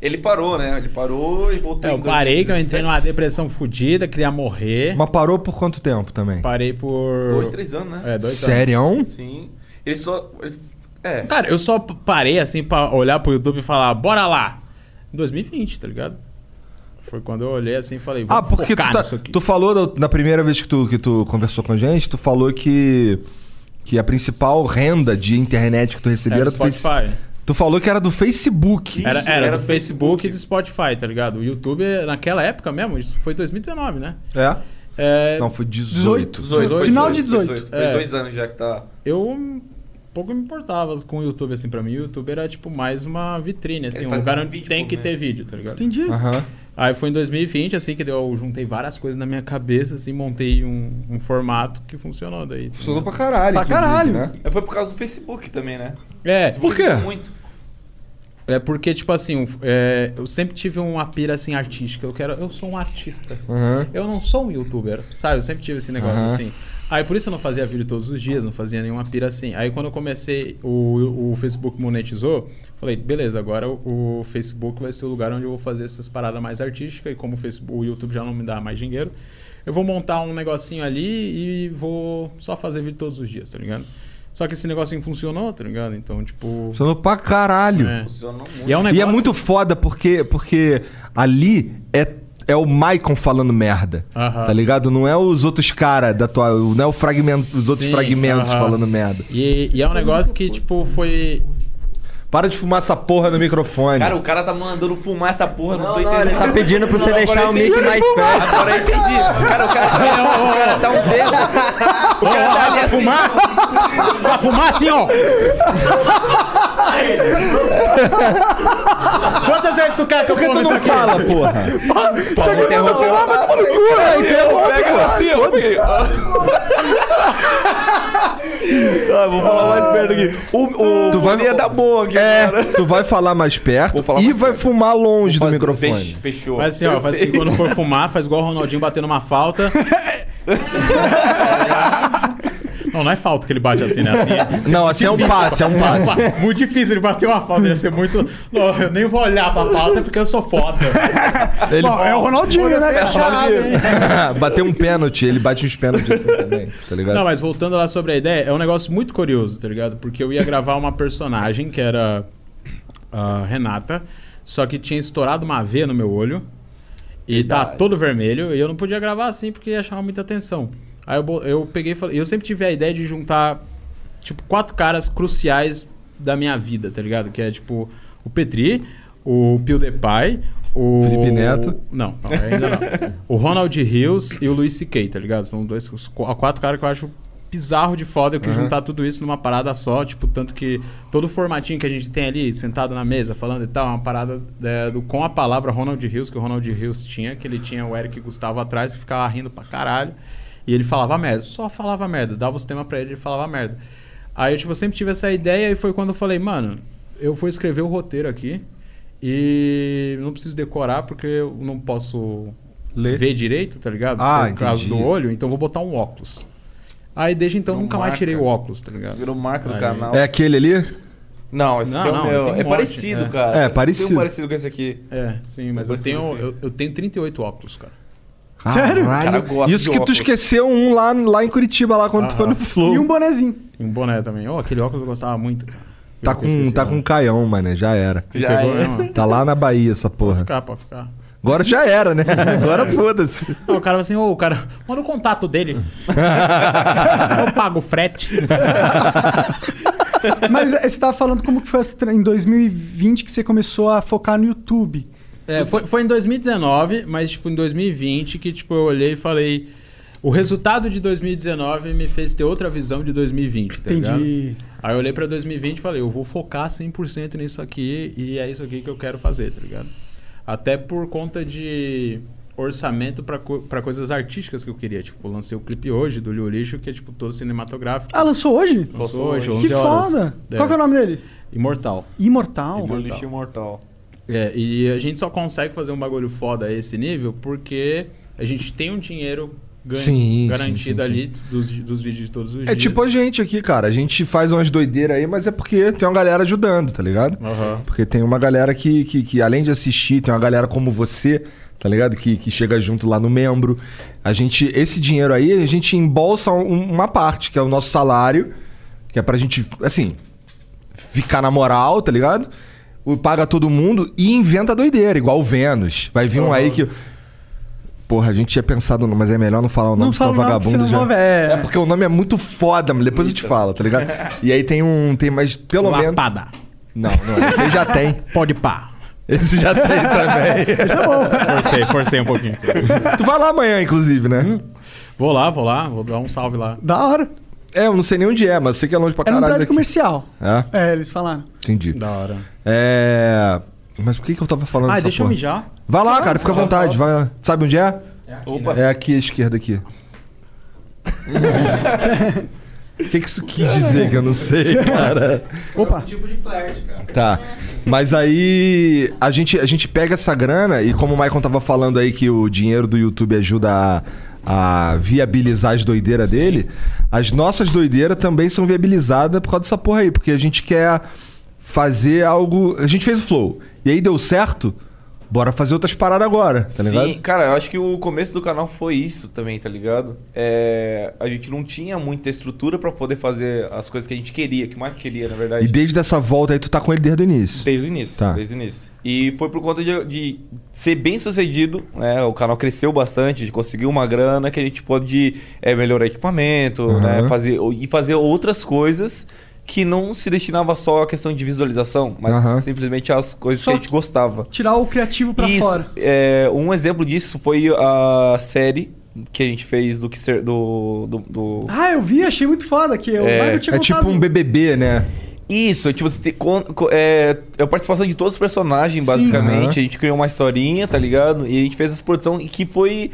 Ele parou, né? Ele parou e voltou
É,
em
eu parei, que eu
2017.
entrei numa depressão fodida, queria morrer.
Mas parou por quanto tempo também?
Parei por.
Dois, três anos, né?
É, dois anos.
Sério?
Sim. Ele só. ele- é.
Cara, eu só parei assim pra olhar pro YouTube e falar, bora lá! em 2020, tá ligado? Foi quando eu olhei assim e falei,
Ah,
vou
porque tu,
focar
tá-
nisso aqui.
tu falou da- na primeira vez que tu, que tu conversou com a gente, tu falou que, que a principal renda de internet que tu recebia
Era
era,
É, do
do Facebook.
Spotify.
Tu falou que era do Facebook.
Era, era, do Facebook e do Spotify, tá ligado? O YouTube, naquela época mesmo, isso foi 2019, né?
É?
É,
Não, foi 18.
18.
Final de 18.
Foi
É.
dois anos já que tá.
Eu pouco me importava com o YouTube, assim, pra mim. O YouTube era, tipo, mais uma vitrine, assim,
Ele
um
fazia
lugar
um
onde
vídeo
tem
por
que
mês.
ter vídeo, tá ligado?
Entendi.
Aham.
Aí foi em 2020, assim, que eu juntei várias coisas na minha cabeça, assim, montei um, um formato que funcionou daí. tá
Funcionou pra
ligado?
caralho.
Pra
inclusive,
caralho.
Né?
É, Foi por causa do Facebook também, né?
É,
Por quê?
Muito.
é porque, tipo assim, é, eu sempre tive uma pira, assim, artística. Eu quero... Eu sou um artista.
Aham.
Eu não sou um youtuber, sabe? Eu sempre tive esse negócio
Aham.
assim. Aí por isso eu não fazia vídeo todos os dias, não fazia nenhuma pira assim. Aí quando eu comecei, o, o Facebook monetizou, falei, beleza, agora o, o Facebook vai ser o lugar onde eu vou fazer essas paradas mais artísticas. E como o, Facebook, o YouTube já não me dá mais dinheiro, eu vou montar um negocinho ali e vou só fazer vídeo todos os dias, tá ligado? Só que esse negocinho funcionou, tá ligado? Então, tipo.
Funcionou pra caralho.
é.
Funcionou muito.
E é um negócio.
E é muito foda porque, porque ali é, é o Maicon falando merda.
Aham.
Tá ligado? Não é os outros caras da tua. Não é o fragmento, os outros
Sim,
fragmentos
aham.
falando merda.
E, e é um negócio que, tipo, foi.
Para de fumar essa porra no microfone.
Cara, o cara tá mandando fumar essa porra, não, tô
não,
entendendo.
ele tá pedindo pra você
Agora
deixar
eu
o
entendi.
mic mais perto.
Agora eu entendi. Cara, o cara, o cara tá um dedo. O cara tá ali assim.
Fumar?
Tá
pra
Ah,
fumar assim, ó! Quantas vezes tu quer que eu
Por que tu
fume isso
não
aqui?
fala, porra?
Se alguém manda fumar, vai tomar no cu, velho.
Pega assim, ó.
Ah, vou falar mais perto aqui. O, o
Tu vai-
ia dar boa aqui,
É,
cara.
tu vai falar mais perto
Vou falar
e
mais
vai fumar longe do
Fech-
microfone.
Fechou.
Faz assim, ó, faz assim, quando for fumar, faz igual o Ronaldinho batendo uma falta. Não, não é falta que ele bate assim, né? Assim é-
Não, assim é um passe, é um passe.
Muito difícil ele bater uma falta, ia ser muito. Não, eu nem vou olhar pra falta porque eu sou foda.
Ele
Ó, É o Ronaldinho, né? Fechado, hein?
bateu um pênalti, ele bate uns pênaltis assim também, tá ligado?
Não, mas voltando lá sobre a ideia, é um negócio muito curioso, tá ligado? Porque eu ia gravar uma personagem que era a Renata, só que tinha estourado uma veia no meu olho e tá todo vermelho e eu não podia gravar assim porque achava muita atenção. Aí eu, bo- eu peguei e falei, eu sempre tive a ideia de juntar tipo quatro caras cruciais da minha vida, tá ligado? Que é tipo o Petri, o Pio Depay, o
Felipe Neto.
não, não, ainda não. o Ronald Hills e o Luis C.K., tá ligado? São dois, os qu- quatro caras que eu acho bizarro de foda. Eu quis juntar tudo isso numa parada só, tipo, tanto que todo o formatinho que a gente tem ali, sentado na mesa, falando e tal, é uma parada é, do, com a palavra Ronald Hills, que o Ronald Hills tinha, que ele tinha o Eric Gustavo atrás, que ficava rindo pra caralho. E ele falava merda, só falava merda. Dava os temas pra ele, ele falava merda. Aí, tipo, eu sempre tive essa ideia e foi quando eu falei, mano, eu vou escrever o roteiro aqui. E não preciso decorar porque eu não posso
Ler.
ver direito, tá ligado?
Ah,
Por causa
entendi.
do olho, então vou botar um óculos. Aí desde então
Não
nunca mais
marca.
tirei o óculos, tá ligado?
Virou marca do
Aí.
canal.
É aquele ali?
Não, esse
Não,
aqui é o
não,
meu.
tem um
É
monte,
parecido,
é.
cara.
É,
Esse aqui
parecido.
Tem um parecido com esse aqui.
É, sim, mas eu
Depois
tenho,
você vê.
eu, eu tenho 38 óculos, cara.
Sério?
Cara, eu gosto
Isso
de
que tu
óculos.
esqueceu um lá, lá em Curitiba, lá quando tu foi no Flow.
E um bonezinho.
E um boné também. Oh, aquele óculos eu gostava muito, cara.
Tá
Eu
com,
esqueci,
tá
né?
com um caião, mano, já era.
Ele
Já
pegou né,
é.
mesmo.
Tá lá na Bahia essa
Pode
porra.
ficar, pode ficar.
Agora já era, né? Agora foda-se.
Não, o cara assim, ô, o cara, manda o contato dele. eu pago o frete.
Mas eh, você tava falando como que foi essa tra- em 2020 que você começou a focar no YouTube.
É, foi, foi em 2019, mas tipo em 2020 que tipo eu olhei e falei, o resultado de 2019 me fez ter outra visão de 2020, tá ligado?
Entendi.
Aí eu olhei pra 2020 e falei, eu vou focar 100% nisso aqui e é isso aqui que eu quero fazer, tá ligado? Até por conta de orçamento pra co pra coisas artísticas que eu queria, tipo, eu lancei o clipe hoje do Liu Lixo, que é tipo todo cinematográfico.
Ah, lançou hoje?
Lançou hoje, 11
Que
horas.
foda!
É,
Qual que é o nome dele?
Imortal.
Imortal.
Meu lixo imortal.
É, e a gente só consegue fazer um bagulho foda a esse nível porque a gente tem um dinheiro gan-
Sim,
garantido
sim, sim,
ali Dos, dos vídeos de todos os
É
dias.
tipo a gente aqui, cara. A gente faz umas doideiras aí, mas é porque tem uma galera ajudando, tá ligado?
Aham.
Porque tem uma galera que, que, que, além de assistir, tem uma galera como você, tá ligado? Que, que chega junto lá no membro. A gente, esse dinheiro aí, a gente embolsa um- uma parte, que é o nosso salário, que é pra gente, assim, ficar na moral, tá ligado? o paga todo mundo e inventa doideira, igual o Vênus. Vai vir um aí que. Porra, a gente tinha pensado, no- mas é melhor não falar o nome,
Não
senão
fala o nome,
vagabundo
senão
já.
vão- é.
porque o nome é muito foda, mas depois eu te falo, tá ligado? E aí tem um. Tem mais. Pelo
Lapada.
menos. Não, não, esse aí já tem.
Pode pá.
Esse já tem também.
Isso é bom.
Forcei, forcei um pouquinho.
tu vai lá amanhã, inclusive, né?
Vou lá, vou lá, vou dar um salve lá.
Hum, Da hora.
É, eu não sei nem onde é, mas sei que é longe pra
É num
caralho.
prédio
daqui.
comercial.
É,
É, eles falaram.
entendi.
Da hora.
É. Mas por que, que eu tava falando
Ah,
dessa
deixa eu
porra?
mijar.
Vai lá, cara, fica à vontade. Vai lá. Sabe onde é?
Opa.
É aqui à esquerda aqui. O que, que isso quis dizer que eu não sei, cara?
Opa.
Tá. Mas aí a gente, a gente pega essa grana e como o Maicon tava falando aí que o dinheiro do YouTube ajuda a, a viabilizar as doideiras dele, as nossas doideiras também são viabilizadas por causa dessa porra aí, porque a gente quer fazer algo. A gente fez o flow. E aí deu certo, bora fazer outras paradas agora, tá ligado?
Sim, cara, eu acho que o começo do canal foi isso também, tá ligado? É, a gente não tinha muita estrutura pra poder fazer as coisas que a gente queria, que o Mike queria, na verdade.
E desde essa volta aí tu tá com ele desde o início.
Desde o início,
Tá.
desde o início. E foi por conta de, de ser bem sucedido, né? O canal cresceu bastante, de conseguir uma grana que a gente pode é, melhorar equipamento, né? Fazer, e fazer outras coisas que não se destinava só à questão de visualização, mas
Aham.
simplesmente às coisas
Só
que a gente gostava.
Tirar o criativo pra
Isso,
fora.
é, um exemplo disso foi a série que a gente fez do que ser do, do, do-
Ah, eu vi, achei muito foda que o
É,
Marco tinha
É tipo
contado.
um BBB, né?
Isso, tipo, você tem con- co- é, é a participação de todos os personagens, basicamente.
Aham.
A gente criou uma historinha, tá ligado? E a gente fez essa produção que foi.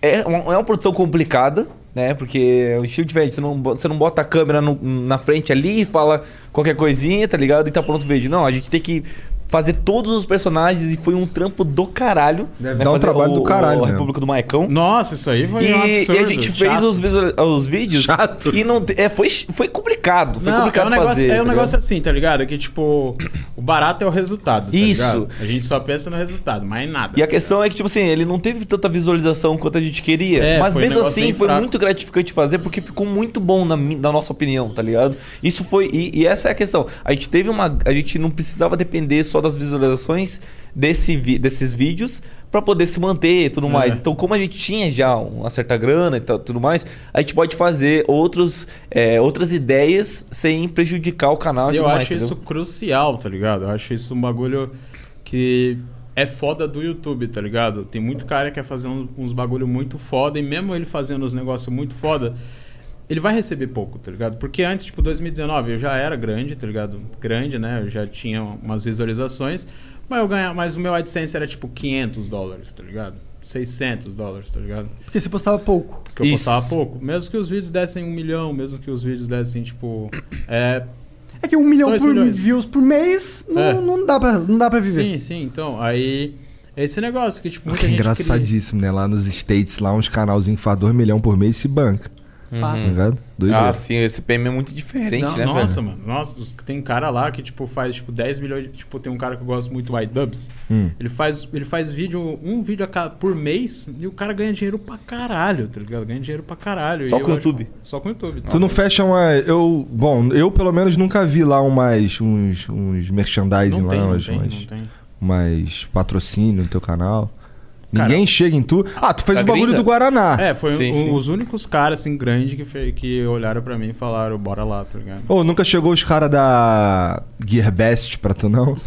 É uma, é uma produção complicada, né? Porque é um estilo diferente. Você não, bo- você não bota a câmera no- na frente ali e fala qualquer coisinha, tá ligado? E tá pronto o vídeo. Não, a gente tem que fazer todos os personagens e foi um trampo do caralho.
Deve dar um trabalho
É o-
do caralho
O, a
mesmo.
República do Maicão.
Nossa, isso aí foi
E,
um
e
absurdo.
a gente fez
chato.
os, visual- os vídeos
Chato.
e não te- é, foi, foi complicado, foi complicado
é um negócio,
fazer.
É um
tá
negócio
ligado?
assim, tá ligado? Que, tipo, o barato é o resultado. tá
Isso.
ligado? A gente só pensa no resultado, mas nada.
E a questão é que, tipo assim, ele não teve tanta visualização quanto a gente queria.
É,
mas
foi um
mesmo
negócio
assim,
bem
foi
fraco.
muito gratificante fazer porque ficou muito bom na, mi- na nossa opinião, tá ligado? Isso foi. E, e essa é a questão. A gente teve uma. A gente não precisava depender só das visualizações desse vi- desses vídeos pra poder se manter e
É.
tudo mais. Então, como a gente tinha já uma certa grana e tal, tudo mais, a gente pode fazer outros, é, outras ideias sem prejudicar o canal e
eu
tudo mais,
acho
Ah, entendeu?
isso crucial, tá ligado? Eu acho isso um bagulho que é foda do YouTube, tá ligado? Tem muito cara que quer fazer uns, uns bagulho muito foda e mesmo ele fazendo uns negócios muito foda, ele vai receber pouco, tá ligado? Porque antes, tipo, 2019, eu já era grande, tá ligado? Grande, né? Eu já tinha umas visualizações, mas eu ganhava, mas o meu AdSense era tipo 500 dólares, tá ligado? 600 dólares, tá ligado?
Porque você postava pouco.
que eu
Isso.
postava pouco. Mesmo que os vídeos dessem um milhão, mesmo que os vídeos dessem, tipo. É,
É que um milhão
Dois
por
milhões.
views por mês não,
É.
não, dá, pra, não dá pra viver.
sim, sim, então. Aí. é Esse negócio que, tipo, muita
Que é
gente. cria.
engraçadíssimo, né? Lá nos States, lá uns canalzinhos que faz 2 milhões por mês e se banca. Tá
Fácil.
ligado? Doideira.
Ah, sim, esse PM é muito diferente,
Uhum. Não,
né,
nossa,
velho?
mano. Nossa, os- tem cara lá que, tipo, faz, tipo, 10 milhões. de- tipo, tem um cara que eu gosto muito, o iDubbbz.
Hum.
Ele faz, ele faz vídeo, um vídeo a cada, por mês e o cara ganha dinheiro pra caralho, tá ligado? Ganha dinheiro pra caralho.
Só
E
com
eu
o YouTube?
acho- só com o YouTube.
Tu não fecha uma. Eu. Bom, eu pelo menos nunca vi lá umas, uns, uns merchandising
não
lá,
tem, não
umas,
tem, não
umas-
tem.
umas patrocínio no teu canal.
Cara,
Ninguém chega em tu. Ah, tu fez
da
o bagulho
Tá gringa?
do Guaraná.
É, foi
Sim,
um-
sim.
os únicos caras, assim, grandes que, fe- que olharam pra mim e falaram, bora lá, tá ligado?
Ô, nunca chegou os caras da Gearbest pra tu, não?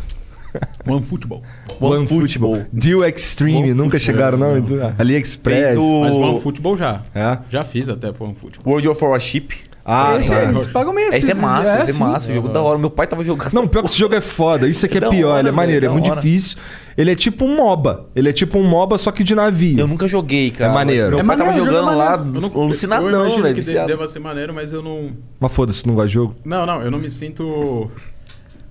One Football.
One
Football.
Football.
Deal Extreme,
One
nunca
Football, é,
chegaram, não?
não.
em tu? AliExpress.
Fez o-
Mas One Football já.
É?
Já fiz até pro One Football.
World of Warship.
Ah,
Esse,
tá.
é, esse
um
paga o mês.
Esse é massa, esse é
sim.
massa, jogo da hora. Meu pai tava jogando.
Não, pior que esse jogo é foda. Isso aqui é
Da
pior,
hora,
ele é maneiro,
velho,
é
da
muito
hora.
difícil. Ele é tipo um MOBA. Ele é tipo um MOBA, só que de navio.
Eu nunca joguei, cara.
É maneiro.
mas Meu
É
pai
maneiro,
tava
jogo é
jogando lá,
Eu não- eu
alucinadão,
imagino
velho.
que de-
viciado.
deva ser maneiro, mas eu não...
Mas foda-se, tu não gosta de jogo?
Não, não, eu não me sinto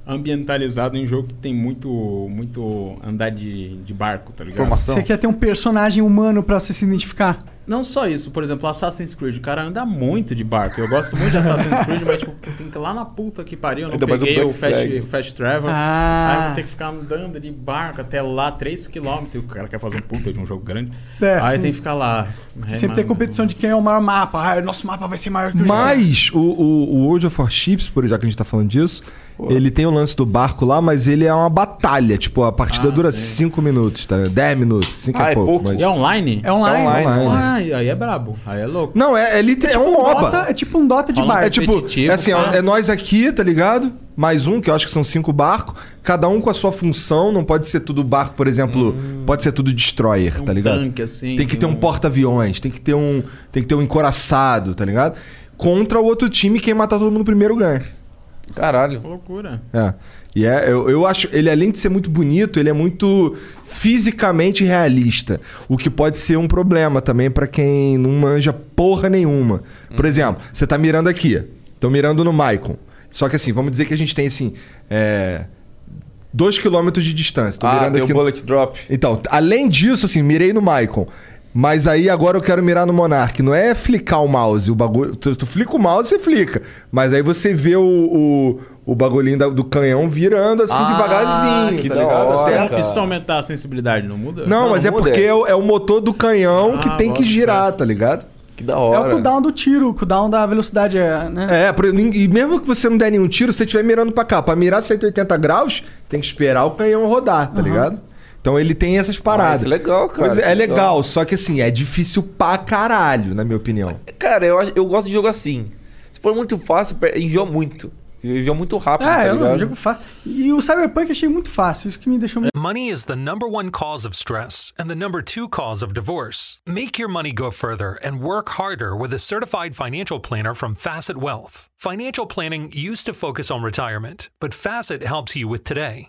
ambientalizado em um jogo que tem muito, muito andar de, de barco, tá ligado?
Formação.
Você quer ter um personagem humano pra você se identificar.
Não só isso, por exemplo, Assassin's Creed, o cara anda muito de barco. Eu gosto muito de Assassin's Creed, mas tipo, tu tem que ir lá na puta que pariu, eu não
Ainda mais o
peguei o,
Black
fast,
Flag.
o fast Travel.
Ah.
Aí eu vou ter que ficar andando de barco até lá 3km. O cara quer fazer um puta de um jogo grande.
É,
aí
sim.
tem que ficar lá. É,
Sempre tem
mano,
competição de quem é o maior mapa. Ah, nosso mapa vai ser maior que o jogo.
Mas o, o, o World of Warships, por já que a gente tá falando disso, Ele tem o lance do barco lá, mas ele é uma batalha. Tipo, a partida dura 5 minutos, tá ligado? 10 minutos, 5
Ah,
é pouco. mas-
É online?
É online. É online.
Ai, aí é brabo. Aí é louco.
Não, é, é literalmente é um OBA.
Dota- é tipo um Dota de
Rola um
bar.
É tipo, é assim, ó, é nós aqui, tá ligado? Mais um, que eu acho que são cinco barcos, cada um com a sua função, não pode ser tudo barco, por exemplo, pode ser tudo destroyer, tá ligado?
tanque, assim,
tem que
tem
ter um,
um-
porta-aviões, tem que ter um, tem que ter um encoraçado, tá ligado? Contra o outro time, quem matar todo mundo primeiro ganha.
Caralho.
Loucura.
É. E é, eu, eu acho, ele além de ser muito bonito, ele é muito fisicamente realista. O que pode ser um problema também pra quem não manja porra nenhuma. Por exemplo, você tá mirando aqui, tô mirando no Maicon. Só que assim, vamos dizer que a gente tem assim. É, 2 km de distância. Tô
Ah,
mirando
tem o
aqui. no-
bullet drop.
Então, além disso, assim, mirei no Maicon. Mas aí agora eu quero mirar no Monark. Não é flicar o mouse, o bagulho. Tu, tu flica o mouse, você flica. Mas aí você vê o, o, o bagulhinho da- do canhão virando assim
Ah,
devagarzinho,
que
tá
da
ligado?
hora,
Até-
cara. Isso aumentar a sensibilidade não muda?
Não, mas é
muda,
porque é o, é o motor do canhão que
Ah,
tem que
bota
girar, tá ligado?
Que da
É o cooldown do tiro, o cooldown da velocidade, é, né?
É, por- e mesmo que você não der nenhum tiro, se você estiver mirando pra cá, pra mirar 180 graus, você tem que esperar o canhão rodar, tá ligado? Então ele tem essas paradas.
isso é legal, cara,
Pois é,
isso
é
é
legal,
legal.
só que assim, é difícil pra caralho, na minha opinião.
Cara, eu, acho- eu gosto de jogo assim. Se for muito fácil, per- enjoa muito. Enjoa muito rápido,
É,
tá
eu não
ligado?
jogo fácil. E o Ah, Cyberpunk eu achei muito fácil, isso que me
É,
deixou muito.
Money is the number one cause of stress and the number two cause of divorce. Make your money go further and work harder with a certified financial planner from Facet Wealth. Financial planning used to focus on retirement, but Facet helps you with today.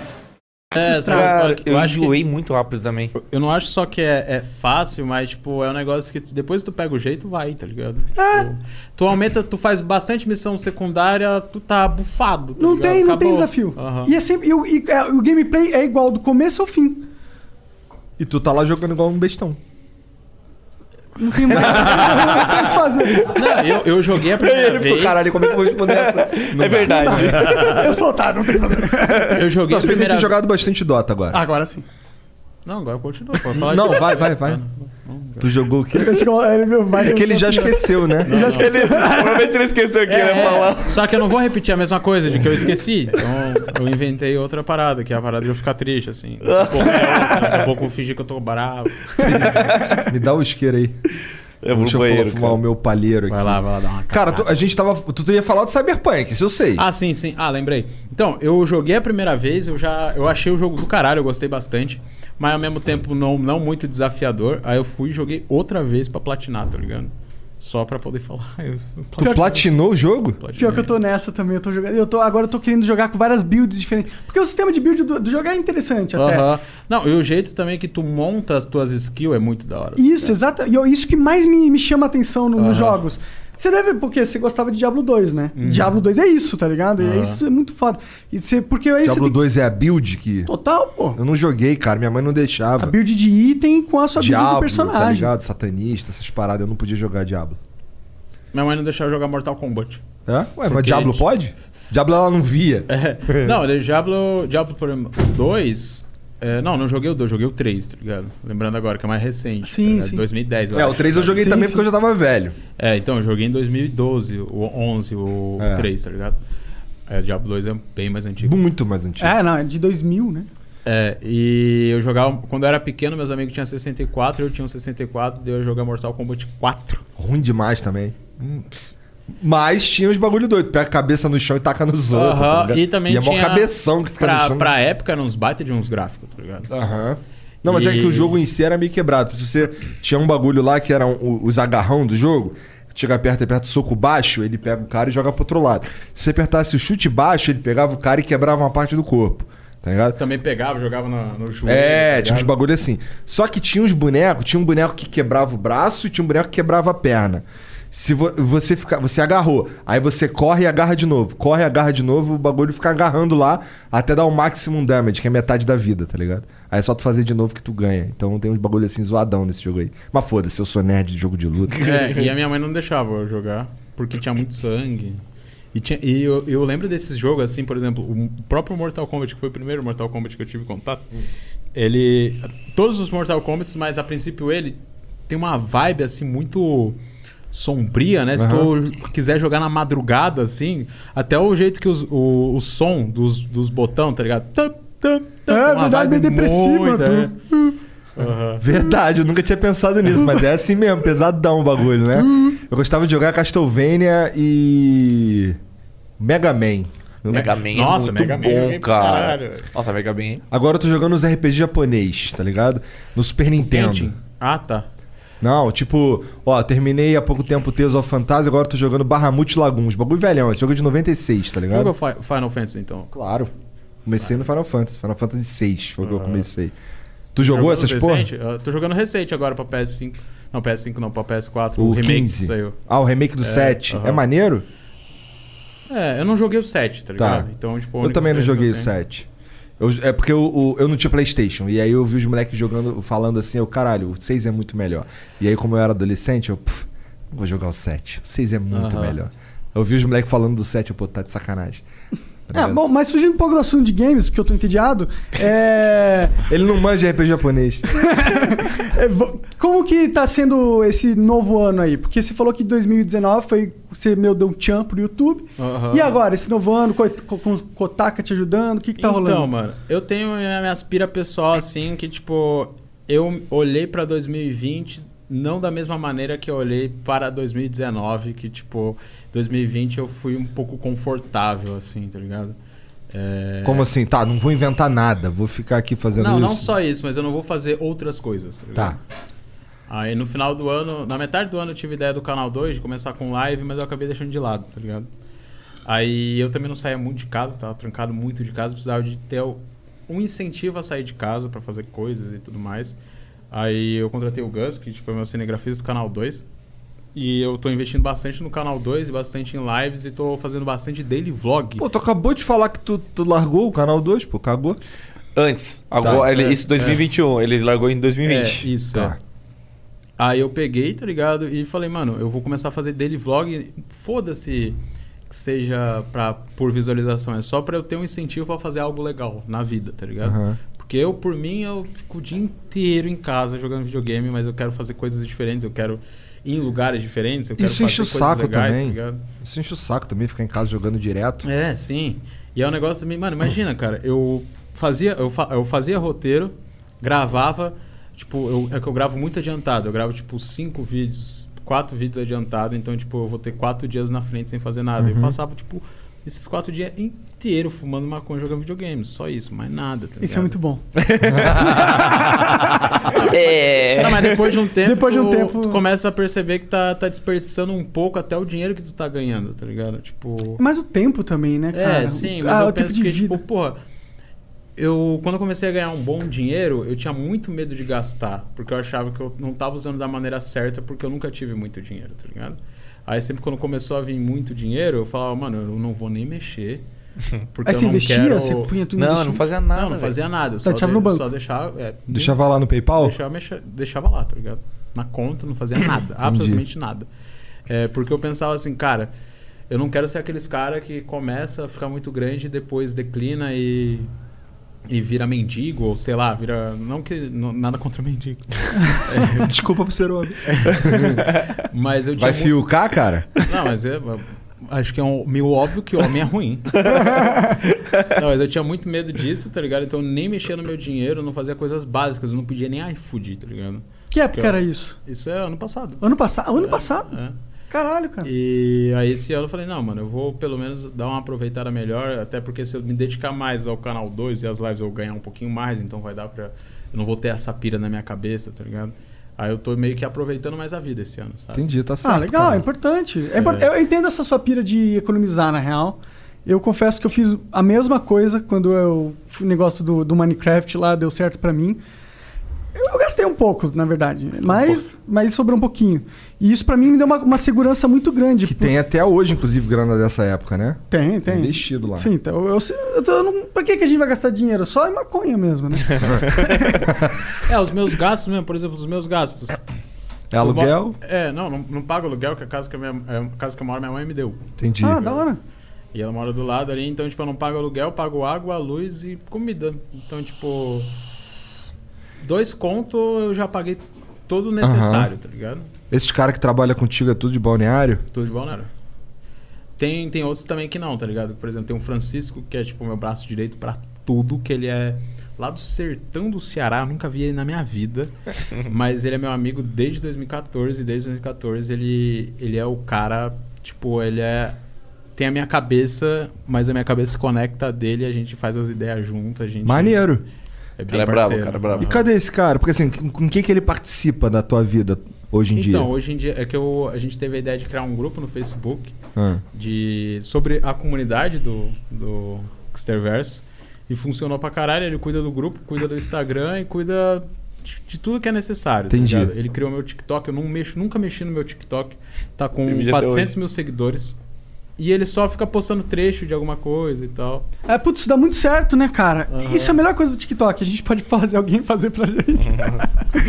É, sabe,
Cara,
eu
eu
acho que-
enjoei muito rápido também.
Eu não acho só que é, é fácil, mas, tipo, é um negócio que tu- depois tu pega o jeito, vai, tá ligado?
É.
Tipo, tu aumenta, tu faz bastante missão secundária, tu tá bufado. tá
Não
ligado?
tem, não
Acabou.
tem desafio.
Aham.
E, é sempre, e, o- e, é, o gameplay é igual do começo ao fim.
E tu tá lá jogando igual um bestão.
Não tem mais o que fazer.
Não, eu, eu joguei a primeira
Ele ficou,
vez.
"Caralho, como é que eu vou responder essa?" Não dá.
Eu sou otário, não tem o que fazer.
Eu joguei
Nossa, porque
a primeira Ah.
tem jogado bastante Dota agora.
Agora sim.
Não, agora continua. pô. Fala
não,
de- Ah,
vai, vai, vai. Tu jogou o quê?
Ele ficou- ele viu, vai- assim,
É que ele já esqueceu, né?
Não, não.
Provavelmente ele esqueceu o que ele ia
É,
falar.
Só que eu não vou repetir a mesma coisa de que eu esqueci. Então eu inventei outra parada, que é a parada de eu ficar triste, assim. Daqui a pouco é outra, daqui a pouco eu fingir que eu tô bravo.
Me dá o isqueiro aí.
Eu
vou no
Deixa eu
banheiro,
falar- fumar
cara.
o meu palheiro aqui.
Vai lá, vai lá dar uma
Cara, tu- a gente tava. Tu ia falar do Cyberpunk, isso eu sei.
Ah, sim, sim. Ah, lembrei. Então, eu joguei a primeira vez, eu já eu achei o jogo do caralho, eu gostei bastante, mas ao mesmo tempo não, não muito desafiador. Aí eu fui e joguei outra vez pra platinar, tá ligado? Só pra poder falar. Eu
Tu platinou o jogo?
Pior que eu tô nessa também, eu tô jogando. Eu tô, agora eu tô querendo jogar com várias builds diferentes. Porque o sistema de build do, do jogo é interessante até.
Aham. Não, e o jeito também é que tu monta as tuas skills é muito da hora.
Isso, exato. E eu- isso que mais me, me chama a atenção no-
Aham.
nos jogos. Você deve, porque você gostava de Diablo 2, né?
Uhum.
Diablo 2 é isso, tá ligado? E
Aham.
Isso é muito foda. E você, porque aí você
Diablo
tem
2 é a build que.
Total, pô.
Eu não joguei, cara. Minha mãe não deixava. A
build de item com a sua build de
Diablo,
personagem.
Tá ligado? Satanista, essas paradas. Eu não podia jogar Diablo.
Minha mãe não deixava eu jogar Mortal Kombat.
É? Ué,
Porque
mas Diablo
a gente-
pode? Diablo ela não via. É,
É. Não, o Diablo, Diablo 2, É, não, não joguei o 2, joguei o 3, tá ligado? Lembrando agora, que é mais recente.
Sim,
tá ligado?
sim.
2010.
É, o 3 eu joguei também porque eu já tava velho.
É, então, eu joguei em 2012, o 11, o
É.
3, tá ligado? É, Diablo 2 é bem mais antigo.
Muito mais antigo.
É, não, é de 2000, né?
É, e eu jogava. Quando eu era pequeno, meus amigos tinham 64, eu tinha um 64, daí eu jogar Mortal Kombat 4.
Ruim demais também. Hum. Mas tinha uns bagulho doido. Pega a cabeça no chão e taca nos outros. tá
Aham,
ligado?
e também
e é mó
tinha.
cabeção que fica
pra,
no chão.
pra época, eram uns baita de uns gráficos, tá ligado?
Aham. Não, mas é que
E-
o jogo em si era meio quebrado. Se você tinha um bagulho lá que era um- os agarrão do jogo, chega perto e aperta soco baixo, ele pega o cara e joga pro outro lado. Se você apertasse o chute baixo, ele pegava o cara e quebrava uma parte do corpo. Tá ligado?
Também pegava, jogava na- no, joelho.
É,
tá
tinha uns
ligado?
bagulho assim. Só que tinha uns bonecos, tinha um boneco que quebrava o braço e tinha um boneco que quebrava a perna. Se vo- você fica, você agarrou, aí você corre e agarra de novo, corre e agarra de novo, o bagulho fica agarrando lá até dar o maximum damage, que é metade da vida, tá ligado? Aí é só tu fazer de novo que tu ganha. Então tem uns bagulho assim zoadão nesse jogo aí. Mas foda-se, eu sou nerd de jogo de luta.
É, e a minha mãe não deixava eu jogar, porque tinha muito sangue. E, tinha- e eu, eu lembro desses jogos, assim, por exemplo, o próprio Mortal Kombat, que foi o primeiro Mortal Kombat que eu tive contato, ele. Todos os Mortal Kombats, mas a princípio ele tem uma vibe, assim, muito sombria, né? Se
Aham.
tu quiser jogar na madrugada, assim, até o jeito que os- o, o som dos, dos botão, tá ligado? Tam, tam, tam,
É,
uma
verdade,
vibe
meio depressiva,
muito,
tu-
é.
né?
Aham.
Verdade, eu nunca tinha pensado nisso, mas é assim mesmo, pesadão o bagulho, né? Eu gostava de jogar Castlevania e. Mega Man.
Mega Man é
Nossa,
muito
Mega Man,
bom,
joguei pra
cara.
caralho, velho.
Nossa, Mega Man. é
Agora eu tô jogando os RPG japonês, tá ligado? No Super Nintendo.
Genshin? Ah, tá.
Não, tipo, ó, terminei há pouco tempo Tales of Fantasy, agora eu tô jogando Bahamut Lagoons. Bagulho velhão, esse jogo é de 96, tá ligado?
Joga Fi- Final Fantasy, então.
Claro. Comecei no Final Fantasy, Final Fantasy VI foi o que eu comecei. Tu
Jogando
jogou essas porra?
recente? Eu tô jogando recente agora pra PS5. Não, PS5 não, pra PS4.
O,
O, remake que
15.
saiu.
Ah, o remake do
É,
7.
aham.
É maneiro?
É, eu não joguei o 7, tá
Tá.
ligado? Então, tipo, a
eu
única
também não
experiência
joguei o
que eu tenho-
7. Eu- é porque eu, o- eu não tinha Playstation. E aí eu vi os moleques jogando, falando assim, eu, caralho, o 6 é muito melhor. E aí, como eu era adolescente, eu "Pff, não vou jogar o 7. O 6 é muito
Aham.
melhor. Eu vi os moleques falando do 7, eu, pô, tá de sacanagem.
É, bom, mas fugindo um pouco do assunto de games, porque eu tô entediado. É.
Ele não manja RPG japonês.
É, vo- Como que tá sendo esse novo ano aí? Porque você falou que 2019 foi você meu deu um tchan pro YouTube.
Aham.
E agora, esse novo ano, co- co- com o Kotaka te ajudando, o que, que tá rolando?
Então, mano, eu tenho a minha aspira pessoal, assim, que, tipo, eu olhei pra 2020 não da mesma maneira que eu olhei para 2019, que, tipo, 2020 eu fui um pouco confortável, assim, tá ligado? É...
Como assim? Tá, não vou inventar nada, vou ficar aqui fazendo
não,
isso.
não só isso, mas eu não vou fazer outras coisas, tá ligado?
Tá.
Aí no final do ano, na metade do ano eu tive ideia do canal 2 de começar com live, mas eu acabei deixando de lado, tá ligado? Aí eu também não saía muito de casa, tava trancado muito de casa, precisava de ter um incentivo a sair de casa pra fazer coisas e tudo mais. Aí eu contratei o Gus, que tipo, é meu cinegrafista do canal 2. E eu tô investindo bastante no canal 2 e bastante em lives e tô fazendo bastante daily vlog.
Pô, tu acabou de falar que tu, tu largou o canal 2, pô, cagou.
Antes. Agora,
Tá.
ele,
É.
isso 2021. Ele largou em 2020.
É, isso,
Tá.
é. Aí eu peguei, tá ligado? E falei, mano, eu vou começar a fazer daily vlog. Foda-se que seja pra, por visualização. É só pra eu ter um incentivo pra fazer algo legal na vida, tá ligado?
Aham.
Porque eu, por mim, eu fico o dia inteiro em casa jogando videogame, mas eu quero fazer coisas diferentes, eu quero ir em lugares diferentes, eu quero
Isso
fazer
enche o
coisas
saco
legais, tá
também.
ligado?
Isso enche o saco também, ficar em casa jogando direto.
É, sim. E é um negócio também, mano, imagina, cara, eu fazia, eu, fa- eu fazia roteiro, gravava, tipo, eu- é que eu gravo muito adiantado, eu gravo tipo cinco vídeos, quatro vídeos adiantado, então tipo, eu vou ter quatro dias na frente sem fazer nada. Eu
Uhum.
passava tipo esses quatro dias inteiro fumando maconha, jogando videogame, só isso, mais nada. tá
Isso
ligado?
é muito bom.
Não, mas depois de um tempo,
Depois de um
tu,
tempo-
tu começa a perceber que tá, tá desperdiçando um pouco até o dinheiro que tu tá ganhando, tá ligado? Tipo,
Mas o tempo também, né, cara?
é, sim, mas
Ah,
eu
o tempo
penso
de
que,
vida.
tipo, porra, eu, quando eu comecei a ganhar um bom dinheiro, eu tinha muito medo de gastar, porque eu achava que eu não tava usando da maneira certa, porque eu nunca tive muito dinheiro, tá ligado? Aí sempre quando começou a vir muito dinheiro, eu falava, mano, eu não vou nem mexer. Porque
Aí
eu
você
não
investia?
quero...
Você punha tudo
Não,
no
eu não
investimento?
fazia nada. Não, não
velho.
fazia nada. eu
Tá,
Só,
deixava no
de-
banco.
só deixava... é,
Deixava lá no PayPal?
Deixava, mexa- deixava lá, tá ligado? Na conta, não fazia nada. absolutamente nada. É, porque eu pensava assim, cara, eu não quero ser aqueles cara que começa a ficar muito grande e depois declina e e vira mendigo, ou sei lá, vira. Não que. não- nada contra mendigo.
É.
É.
Desculpa pro ser homem.
Mas eu
Vai
tinha mu-
fiucar, cara?
Não, mas é. Acho que é um, meio óbvio que homem é ruim. não, mas eu tinha muito medo disso, tá ligado? Então eu nem mexia no meu dinheiro, eu não fazia coisas básicas, eu não podia nem iFood, tá ligado?
Que época
Porque eu-
era isso?
Isso é ano passado.
Ano passado? Ano passado?
É.
Caralho, cara.
E aí esse ano eu falei, não, mano, eu vou pelo menos dar uma aproveitada melhor, até porque se eu me dedicar mais ao canal 2 e às lives eu vou ganhar um pouquinho mais, então vai dar pra. Eu não vou ter essa pira na minha cabeça, tá ligado? Aí eu tô meio que aproveitando mais a vida esse ano, sabe?
Entendi, tá
Ah, legal, é importante. É impor-
É.
Eu entendo essa sua pira de economizar, na real. Eu confesso que eu fiz a mesma coisa quando eu, o negócio do, do Minecraft lá deu certo pra mim. Eu gastei um pouco, na verdade, mas, mas sobrou um pouquinho. E isso pra mim me deu uma, uma segurança muito grande. Que
Tem até hoje, inclusive, grana dessa época, né?
Tem, tem.
Investido lá.
Sim, então eu, eu tô- eu não- pra que, que a gente vai gastar dinheiro? Só em maconha mesmo, né?
É, os meus gastos mesmo, por exemplo, os meus gastos.
É aluguel?
Eu mo- É, não, não, não pago aluguel, que a casa que, a minha, é a casa que eu moro, minha mãe me deu.
Entendi. Ah, da
hora.
E ela mora do lado ali, então, tipo, eu não pago aluguel, pago água, luz e comida. Então, tipo. Dois conto eu já paguei todo o necessário,
Aham.
tá ligado?
Esses caras que trabalham contigo é tudo de balneário?
Tudo de balneário. Tem, tem outros também que não, tá ligado? Por exemplo, tem um Francisco que é tipo meu braço direito pra tudo, que ele é lá do sertão do Ceará, eu nunca vi ele na minha vida. mas ele é meu amigo desde 2014 e desde 2014 ele ele é o cara, tipo, ele é tem a minha cabeça, mas a minha cabeça se conecta a dele, a gente faz as ideias juntas, a gente
Maneiro.
É bem parceiro.
E cadê esse cara? Porque assim, com com quem que ele participa da tua vida hoje em dia?
Então, hoje em dia é que eu, a gente teve a ideia de criar um grupo no Facebook
Ah.
de sobre a comunidade do, do Xterverse e funcionou pra caralho. Ele cuida do grupo, cuida do Instagram e cuida de, de tudo que é necessário. tá
Entendi.
ligado? Ele criou meu TikTok, eu não mexo, nunca mexi no meu TikTok. Tá com
Tem vídeo até
400
hoje.
mil seguidores. E ele só fica postando trecho de alguma coisa e tal.
É, putz, isso dá muito certo, né, cara? Isso é a melhor coisa do TikTok. A gente pode fazer alguém fazer pra gente.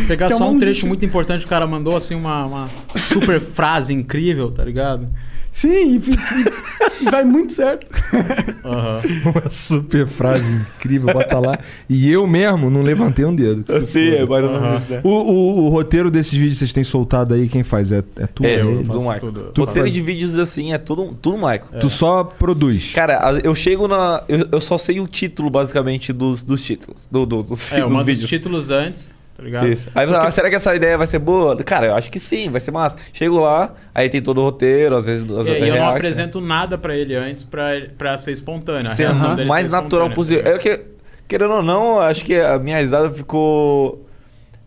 Pegar
Que é
só
um
um trecho
lixo.
muito importante, o cara mandou assim uma, uma super frase incrível, tá ligado?
Sim, e, e- e vai É muito certo.
Uma super frase incrível, bota lá. E eu mesmo não levantei um dedo. que se
Sim,
foda.
agora eu não fiz, né?
o, o, o roteiro desses vídeos que vocês têm soltado aí, quem faz? É, é tu?
É,
mesmo?
tudo Michael.
Tu
Roteiro
faz-
de vídeos assim é tudo, tudo Michael.
É.
Tu só produz.
Cara, a- eu chego na. Eu, eu só sei o título, basicamente, dos, dos títulos. Do, do- dos,
É, eu
dos
mando os
vídeos.
títulos antes, tá ligado?
Isso. Aí eu falo, ah, será que essa ideia vai ser boa? Cara, eu acho que sim, vai ser massa. Chego lá, aí tem todo o roteiro, às vezes. Às
E aí
vezes
eu não
né?
react, né?
apresento nada pra ele antes pra, ele- pra ser espontâneo. A
Sendo
reação
o
dele
mais
ser
natural
espontânea.
possível. É que, querendo ou não, acho que a minha risada ficou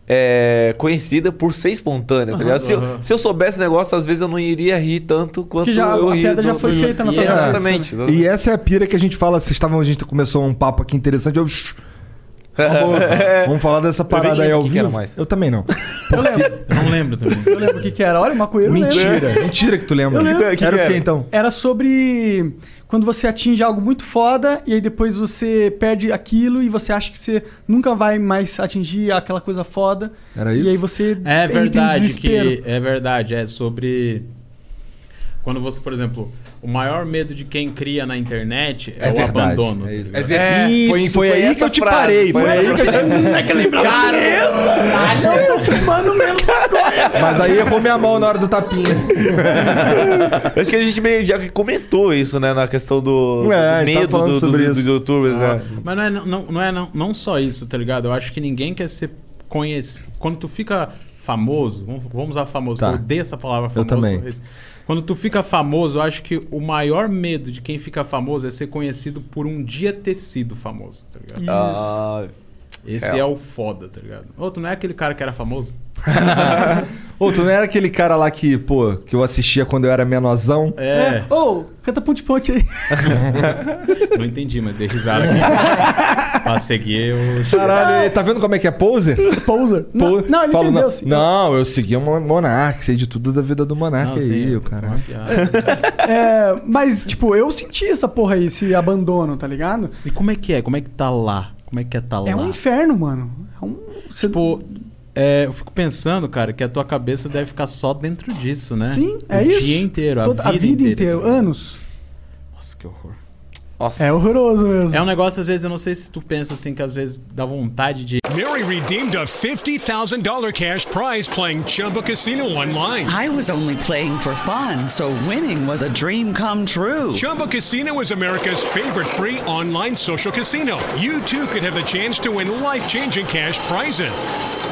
é, conhecida por ser espontânea, tá
Aham.
ligado? Se, eu,
Aham.
se eu soubesse o negócio, às vezes eu não iria rir tanto quanto
já-
eu
a
ri.
piada
do-
já foi
do-
feita na tua
E-
cabeça,
Exatamente.
É. E essa é a pira que a gente fala. Vocês estavam, a gente começou um papo aqui interessante. Eu... Acabou. Vamos falar dessa
nem
parada aí
lembro
ao
o que
vivo.
que era mais.
Eu também não.
É. Eu lembro.
Eu não lembro também.
Eu lembro o que, que era. Olha, maconheiro
mentira,
lembra.
mentira que tu lembra.
Eu lembro.
era o que então?
Era sobre quando você atinge algo muito foda e aí depois você perde aquilo e você acha que você nunca vai mais atingir aquela coisa foda.
Era
E aí você
É
entra em
verdade
desespero.
que é verdade, é sobre quando você, por exemplo, o maior medo de quem cria na internet é,
É
o
verdade,
abandono. É,
É ver- Isso, foi, aí que eu te parei. Foi, aí que eu te
É que lembra-
Caralho, eu tô fumando mesmo agora.
Mas aí errou minha mão na hora do tapinha.
Acho É que a gente meio já comentou isso, né? Na questão do,
É, a
do
gente tava
medo
falando
do-
sobre
dos, dos
isso.
youtubers, né?
Mas não é, não, não, é não, não só isso, tá ligado? Eu acho que ninguém quer ser conhecido. Quando tu fica famoso, vamos, vamos usar famoso,
Tá.
eu odeio essa palavra
Eu
famoso.
também.
mas Quando tu fica famoso, eu acho que o maior medo de quem fica famoso é ser conhecido por um dia ter sido famoso, tá ligado?
Isso. Ah,
Esse
é.
é. o foda, tá ligado? Ô, tu não é aquele cara que era famoso?
Ô, tu não era aquele cara lá que, pô, que eu assistia quando eu era menorzão?
É.
Ô, canta ponte-ponte aí.
não entendi, mas dei risada aqui. pra seguir o.
Caralho, tá vendo como é que é poser?
Poser.
Não,
não, ele
Falo,
entendeu,
não,
sim.
não, eu segui o Mon- Monark, sei de tudo da vida do Monark
Não, sim,
aí,
eu
o cara. Ah,
É, mas, tipo, eu senti essa porra aí, esse abandono, tá ligado?
E como é que é? Como é que tá lá? Como é que é tá lá?
É um inferno, mano. É um...
Tipo, é, eu fico pensando, cara, que a tua cabeça deve ficar só dentro disso, né?
Sim,
o
é isso.
dia inteiro, a
Toda-
tá
vida, inteira.
Anos.
Nossa, que horror.
É horroroso mesmo.
É um negócio, às vezes, eu não sei se tu pensa assim, que às vezes dá vontade de.
Mary redeemed a $50,000 cash prize playing Chumba Casino online.
I was only playing for fun, so winning was a dream come true.
Chumba Casino is America's favorite free online social casino. You too could have the chance to win life changing cash prizes.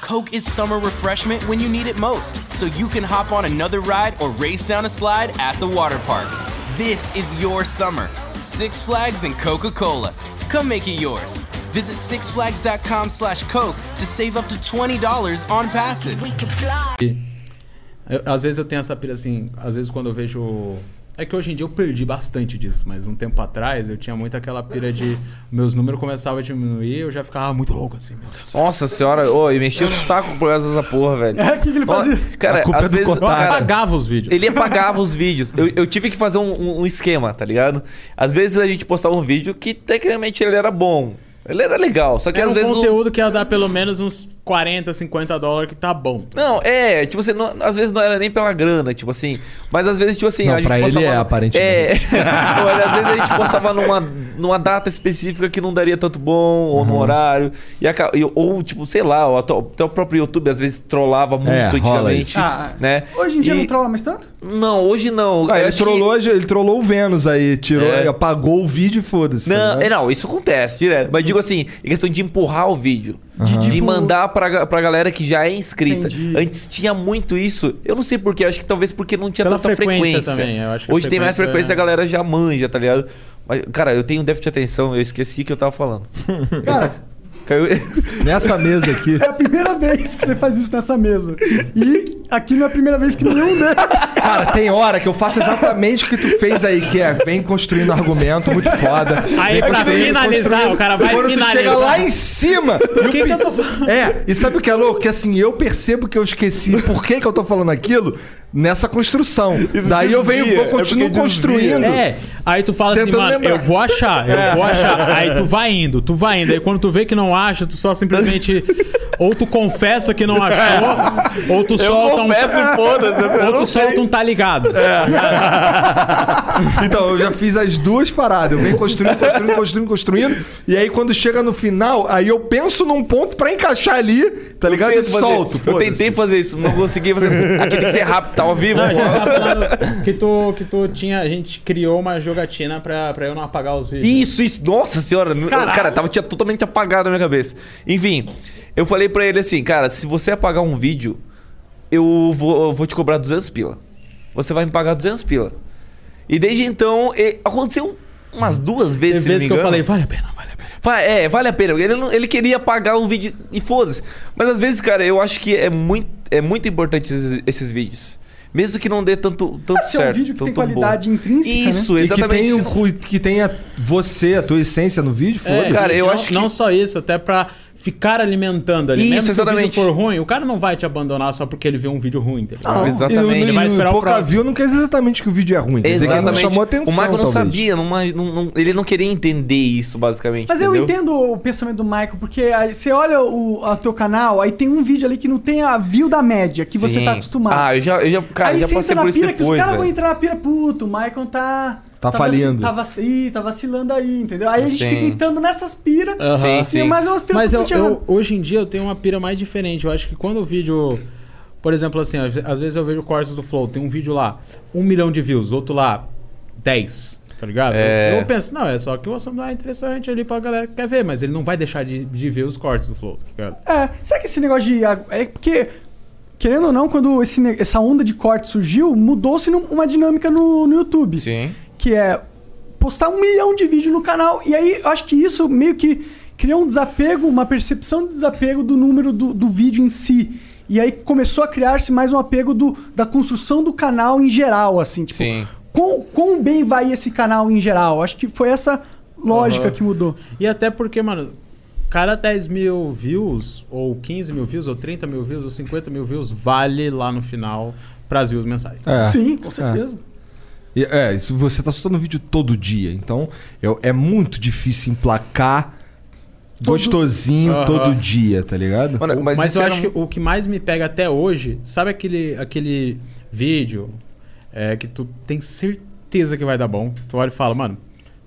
Coke is summer refreshment when you need it most, so you can hop on another ride or race down a slide at the water park. This is your summer. Six Flags and Coca-Cola. Come make it yours. Visit sixflags.com slash Coke to save up to $20 on passes.
Eu- às vezes eu tenho essa pira assim, às vezes quando eu vejo. É que hoje em dia eu perdi bastante disso, mas um tempo atrás eu tinha muito aquela pira de. Meus números começavam a diminuir eu já ficava muito louco assim. meu Deus.
Nossa senhora, ô, e mexia o saco por causa dessa porra, velho.
É, o que que ele fazia?
Ó, Cara,
A culpa
às
é do
vezes,
Cotá.
cara,
Apagava os vídeos.
Ele apagava os vídeos. Eu, eu tive que fazer um, um- um esquema, tá ligado? Às vezes a gente postava um vídeo que tecnicamente ele era bom. Ele era legal, só que
Era
às
um
vezes. o-
conteúdo que ia dar pelo menos uns 40, 50 dólares que tá bom.
Não, é, tipo assim, não- às vezes não era nem pela grana, tipo assim. Mas às vezes, tipo assim.
Não,
a gente
pra ele
postava-
é, aparentemente.
É. Olha, às vezes a gente postava numa, numa data específica que não daria tanto bom, ou
Uhum.
no horário. E aca- e- ou, tipo, sei lá, ou até, até o próprio YouTube às vezes trollava muito
É, rola
antigamente.
isso. Ah,
né?
Hoje em dia
E-
não trola mais tanto?
Não, hoje não. é,
Ah,
Eu
ele
acho que-
trollou, hoje- ele trollou o Vênus aí, tirou,
É.
apagou o vídeo e foda-se. tá
Não,
ligado?
é, não, isso acontece direto. Mas digo assim, em questão de empurrar o vídeo. De,
Aham.
de mandar pra, ga- pra galera que já é inscrita. Antes tinha muito isso. Eu não sei porquê, acho que talvez porque não tinha
Pela
tanta frequência.
frequência também, eu acho que a
Hoje tem mais
frequência, é-
frequência, a galera já manja, tá ligado? Mas, cara, eu tenho um déficit de atenção, eu esqueci que eu tava falando.
Cara,
Caiu.
Nessa mesa aqui.
é a primeira vez que você faz isso nessa mesa. E aqui não é a primeira vez que nenhum deles.
Cara, tem hora que eu faço exatamente o que tu fez aí, que é vem construindo argumento, muito foda.
Aí,
Vem
pra
construindo,
finalizar,
construindo.
o cara vai
Quando tu
finalizar.
chega lá em cima.
Do
e
que
o
que eu tô
É, e sabe o que é louco? Que assim, eu percebo que eu esqueci por que, que eu tô falando aquilo nessa construção. Daí eu venho,
É
vou, continuo construindo.
É, aí tu fala assim,
Tentando
mano,
lembrar.
eu vou achar, eu
É.
vou achar. Aí tu vai indo, tu vai indo. Aí quando tu vê que não acha, tu só simplesmente. Ou tu confessa que não achou, ou tu
Eu
solta
confesso,
um.
foda-se, eu não
ou tu solta um tá ligado.
É. Então, eu já fiz as duas paradas. Eu venho construindo, construindo, construindo, construindo. E aí, quando chega no final, aí eu penso num ponto pra encaixar ali, tá
Eu
ligado? E
tento fazer-
solto.
Eu
foda-se.
tentei fazer isso, não consegui fazer. Aqui tem que ser rápido, tá ao vivo.
Não, a
pô.
gente tava falando que tu, que tu tinha. A gente criou uma jogatina pra, pra eu não apagar os vídeos.
Isso, isso. Nossa senhora. meu-
Caralho.
Cara, tava tinha totalmente apagado na minha cabeça. Enfim, eu falei pra ele assim, cara, se você apagar um vídeo, eu vou, eu vou te cobrar 200 pila. Você vai me pagar 200 pila. E desde então, e- aconteceu umas duas
Tem
vezes, se não
vezes
me
que eu
engano.
falei, vale a pena, vale a
Fa- É, vale a pena. Ele, não- ele queria pagar o vídeo e foda-se. Mas às vezes, cara, eu acho que é muito, é muito importante esses, esses vídeos. Mesmo que não dê tanto, tanto
Ah,
se é um
certo.
vídeo que
tanto
tem qualidade intrínseca,
Isso,
né?
E
exatamente.
Que tenha, o cu- que tenha você, a tua essência no vídeo,
pena.
foda-se.
É, não, não só isso, até pra ficar alimentando ali.
Isso,
Mesmo
exatamente.
Se o vídeo for ruim, o cara não vai te abandonar só porque ele viu um vídeo ruim. Tá ligado?
Não, E,
Ele vai esperar o
pouca
próximo.
view não quer dizer exatamente que o vídeo é ruim. quer dizer que ele não
Exatamente.
chamou atenção.
o Michael não
talvez.
sabia, numa- num- num- ele não queria entender isso, basicamente.
Mas eu
entendeu?
entendo o pensamento do Michael, porque aí você olha o a teu canal, aí tem um vídeo ali que não tem a view da média que você
Sim.
tá acostumado.
Ah, eu já, eu já, cara,
aí
já
você
passei
entra na
por
pira
isso
que os
depois,
caras vão
velho.
entrar na pira, puto, o Maicon tá.
Tá
vaci-
falando.
Tá, vaci- ih, tá vacilando aí, entendeu? Aí a gente
Sim.
fica entrando nessas piras.
Aham.
e é mais umas né? piras
Mas eu,
totalmente erradas.
eu- hoje em dia eu tenho uma pira mais diferente. Eu acho que quando o vídeo. Por exemplo, assim, às às vezes eu vejo cortes do Flow, tem um vídeo lá, um milhão de views, outro lá, 10. Tá ligado?
É.
Eu, eu penso, não, é só que o assunto é interessante ali pra galera que quer ver, mas ele não vai deixar de, de ver os cortes do Flow, tá ligado?
É, será que esse negócio de. ag- É porque, querendo ou não, quando esse ne- essa onda de corte surgiu, mudou-se num- uma dinâmica no, no YouTube.
Sim.
Que é postar um milhão de vídeos no canal. E aí eu acho que isso meio que criou um desapego, uma percepção de desapego do número do, do vídeo em si. E aí começou a criar-se mais um apego do, da construção do canal em geral, assim. Tipo,
Sim.
Quão, quão bem vai esse canal em geral? Acho que foi essa lógica
Aham.
que mudou.
E até porque, mano, Cada 10 mil views, ou 15 mil views, ou 30 mil views, ou 50 mil views, vale lá no final pras views mensais.
É.
com
certeza. E, é, isso você tá soltando vídeo todo dia, então é, é muito difícil emplacar gostosinho
Aham.
todo dia, tá ligado?
mas um eu
um
acho que o que mais me pega até hoje, sabe aquele, aquele vídeo é, que tu tem certeza que vai dar bom? Tu olha e fala, mano,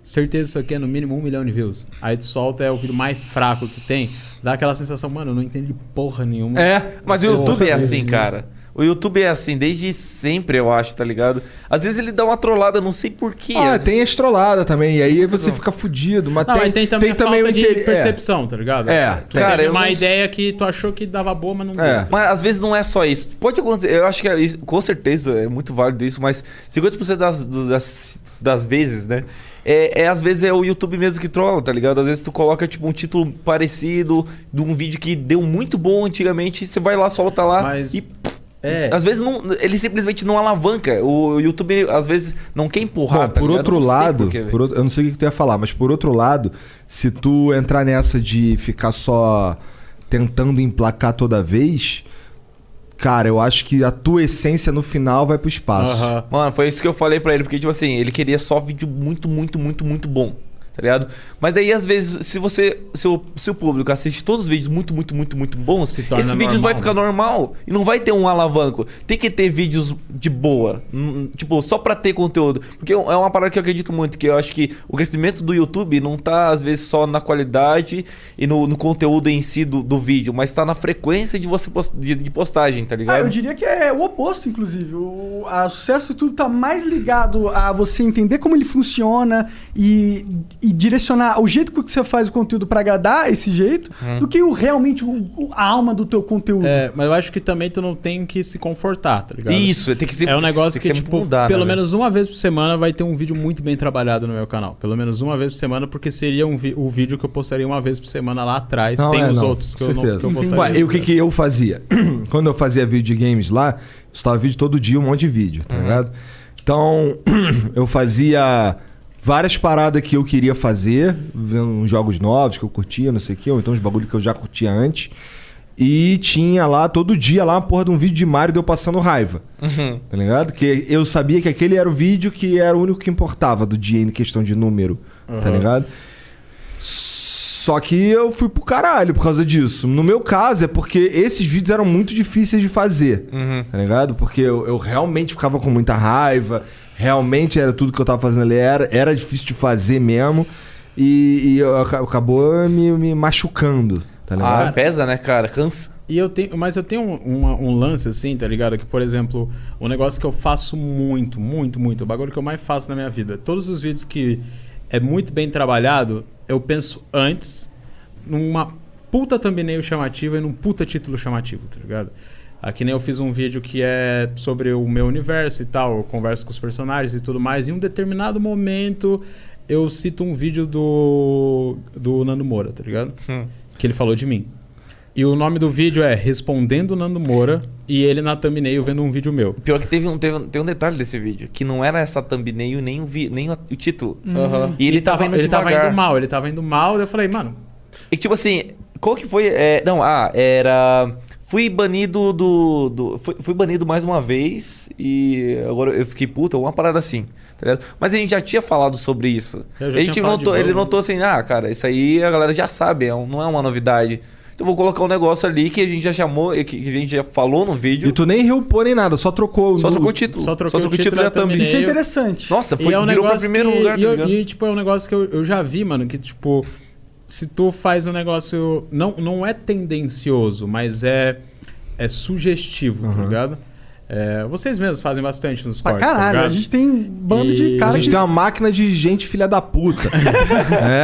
certeza isso aqui é no mínimo um milhão de views. Aí tu solta, é o vídeo mais fraco que tem, dá aquela sensação, mano, eu não entendi porra nenhuma.
É, mas o
Porra
YouTube é
mesmo.
assim, cara. O YouTube é assim, desde sempre, eu acho, tá ligado? Às vezes ele dá uma trollada, não sei porquê.
Ah, tem a estrolada também, e aí você fica fudido. Mas
Não,
tem,
mas tem também a falta de
inter- é.
percepção, tá ligado?
É,
tu
cara,
teve
eu
uma
não-
ideia que tu achou que dava boa, mas não deu.
Mas às vezes não é só isso. Pode acontecer, eu acho que é isso- com certeza é muito válido isso, mas 50% das, do- das, das vezes, né? É, é, às vezes é o YouTube mesmo que trola, tá ligado? Às vezes tu coloca tipo um título parecido de um vídeo que deu muito bom antigamente, você vai lá, solta lá e. pff,
é.
Às vezes não, ele simplesmente não alavanca. O YouTube às vezes não quer empurrar.
Bom,
tá
por
ligado?
outro
Não sei
lado,
por quê, velho.
por outro- eu não sei o que que tu ia falar, mas por outro lado, se tu entrar nessa de ficar só tentando emplacar toda vez, cara, eu acho que a tua essência no final vai pro espaço.
Mano, foi isso que eu falei pra ele, porque, tipo assim, ele queria só vídeo muito, muito, muito, muito bom. Tá ligado? Mas daí, às vezes, se você. Se o, se o público assiste todos os vídeos muito, muito, muito, muito bons,
torna
esses vídeos
normal, né?
vai ficar normal e não vai ter um alavanco. Tem que ter vídeos de boa. hum, Tipo, só pra ter conteúdo. Porque é uma parada que eu acredito muito, que eu acho que o crescimento do YouTube não tá, às vezes, só na qualidade e no, no conteúdo em si do, do vídeo, mas tá na frequência de você post- de, de postagem, tá
Ah,
ligado?
eu diria que é o oposto, inclusive. O, a- o sucesso do YouTube tá mais ligado a você entender como ele funciona e, e direcionar o jeito que você faz o conteúdo pra agradar esse jeito,
Uhum.
Hum.
do que o realmente o, o- a alma do teu conteúdo.
É, mas eu acho que também tu não tem que se confortar, tá ligado?
Isso, tem que se-
É um negócio
tem
que,
que ser
tipo,
mudado,
pelo
né?
menos uma vez por semana vai ter um vídeo muito bem trabalhado no meu canal. Pelo menos uma vez por semana, porque seria um vi- o vídeo que eu postaria uma vez por semana lá atrás, sem
é,
os outros que eu não que eu
certeza.
postaria.
Ué, e o que, que eu fazia? Quando eu fazia vídeo de games lá, eu estava vídeo todo dia, um monte de vídeo,
Uhum.
tá ligado? Então, eu fazia várias paradas que eu queria fazer, vendo uns jogos novos que eu curtia, não sei o quê, ou então os bagulho que eu já curtia antes. E tinha lá, todo dia lá, uma porra de um vídeo de Mario de eu passando raiva.
Uhum.
Tá ligado? Que eu sabia que aquele era o vídeo que era o único que importava do dia em questão de número. Tá
Uhum.
ligado? Só que eu fui pro caralho por causa disso. No meu caso, é porque esses vídeos eram muito difíceis de fazer.
Uhum.
Tá ligado? Porque eu, eu realmente ficava com muita raiva. Realmente era tudo que eu tava fazendo ali. Era, era difícil de fazer mesmo. E, e eu aca- acabou me, me machucando. Tá ligado?
Ah, pesa, né, cara? Cansa.
E eu tenho, mas eu tenho um, uma- um lance assim, tá ligado? Que, por exemplo, um negócio que eu faço muito, muito, muito, o bagulho que eu mais faço na minha vida. Todos os vídeos que é muito bem trabalhado, eu penso antes numa puta thumbnail chamativa e num puta título chamativo, tá ligado? Aqui nem eu fiz um vídeo que é sobre o meu universo e tal, eu converso com os personagens e tudo mais. Em um determinado momento, eu cito um vídeo do, do Nando Moura, tá ligado?
Hum.
Que ele falou de mim. E o nome do vídeo é Respondendo Nando Moura e ele na thumbnail vendo um vídeo meu.
Pior que teve um, teve, um- tem um detalhe desse vídeo, que não era essa thumbnail nem o, vi, nem o, o título.
Uhum.
E ele, tava, indo
ele
devagar.
tava indo mal, ele tava indo mal, daí eu falei, mano,
E tipo assim, qual que foi... é, não, ah, era... Fui banido do... do fui, fui banido mais uma vez e agora eu fiquei puta, uma parada assim. Tá ligado? Mas a gente já tinha falado sobre isso.
Eu já
A gente
tinha falado de
notou, ele
banho.
notou assim, ah, cara, isso aí a galera já sabe, é um- não é uma novidade. Então eu vou colocar um negócio ali que a gente já chamou, que que a gente já falou no vídeo.
E tu nem reupou nem nada, só trocou
Ah, Só trocou o título.
Só trocou o título
da
da thumbnail.
thumbnail.
Isso é interessante.
Nossa, foi,
E é um
virou pra
negócio
primeiro
que-
lugar,
E,
tá
eu-
ligado?
e, tipo, é um negócio que eu, eu já vi, mano, que tipo, se tu faz um negócio. Não, não é tendencioso, mas é, é sugestivo, tá ligado? É, vocês mesmos fazem bastante nos
Pra
cortes. tá
caralho,
ligado?
a gente tem um bando de
E-
cara
a gente
que...
tem uma máquina de gente filha da puta.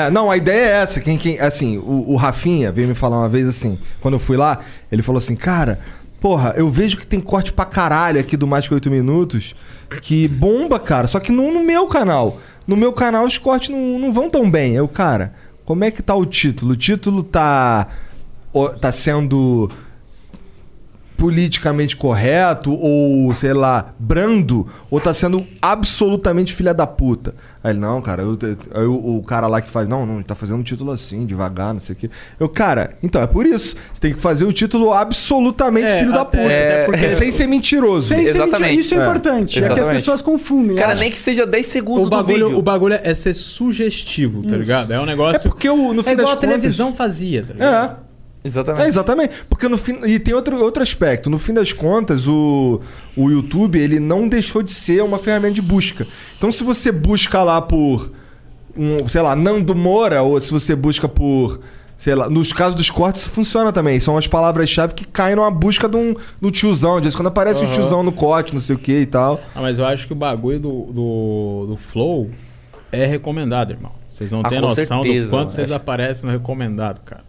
É, não, a ideia é essa. Quem, quem, assim, o, o Rafinha veio me falar uma vez assim, quando eu fui lá, ele falou assim, cara, porra, eu vejo que tem corte pra caralho aqui do Mais Que 8 Minutos, que bomba, cara, só que não no meu canal. No meu canal os cortes não, não vão tão bem. Eu, cara, como é que tá o título? O título tá... ó, Tá sendo politicamente correto ou, sei lá, brando, ou tá sendo absolutamente filha da puta. Aí ele, não, cara, eu, eu- eu- o cara lá que faz, não, não, ele tá fazendo um título assim, devagar, não sei o quê. Eu, cara, então é por isso. Você tem que fazer o título absolutamente
É,
filho da
até-
puta.
até porque-
sem ser mentiroso.
Sem ser Exatamente. mentiroso. Isso é importante, é que as pessoas confundem.
Cara, nem que seja 10 segundos
o
do
bagulho,
vídeo.
O bagulho é ser sugestivo, tá
Isso.
ligado? É um negócio.
É porque o- no fim
é igual
das
a
contas-
televisão fazia, tá ligado?
É. Exatamente. É, exatamente. Porque no fim. E tem outro, outro aspecto. No fim das contas, o, o YouTube ele não deixou de ser uma ferramenta de busca. Então, se você busca lá por. Um, sei lá, Nando Moura, ou se você busca por. Sei lá, nos casos dos cortes isso funciona também. São as palavras-chave que caem numa busca de um, do tiozão. De vez em quando aparece o
Aham.
tiozão no corte, não sei o que e tal.
Ah, mas eu acho que o bagulho do, do, do Flow é recomendado, irmão. Vocês não
Ah,
têm
com
noção
certeza,
do quanto
mano.
vocês
É.
aparecem no recomendado, cara.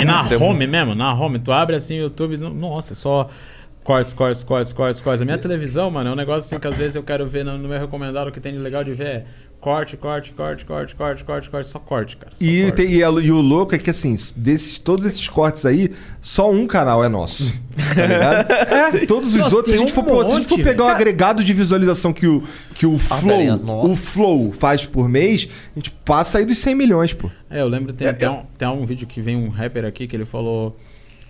e na
muito, é
home mesmo, na home. Tu abre assim o YouTube, não- nossa, é só cortes, cortes, cortes, cortes, cortes. A minha televisão, mano, é um negócio assim que às vezes eu quero ver no, no meu recomendado o que tem de legal de ver. é Corte, corte, corte, corte, corte, corte, corte, só corte, cara.
E, tem- e, a- e o louco é que, assim, desses, todos esses cortes aí, só um canal é nosso. Tá ligado?
É.
Todos os
É, Nossa,
outros, se a
tem
gente for,
um
pô, se a gente
monte,
for pegar o
velho.
agregado de visualização que o, que o Flow
daria- nossa.
o Flow faz por mês, a gente passa aí dos 100 milhões, pô.
É, eu lembro, tem
É,
até
eu-
Um, tem um vídeo que vem um rapper aqui que ele falou.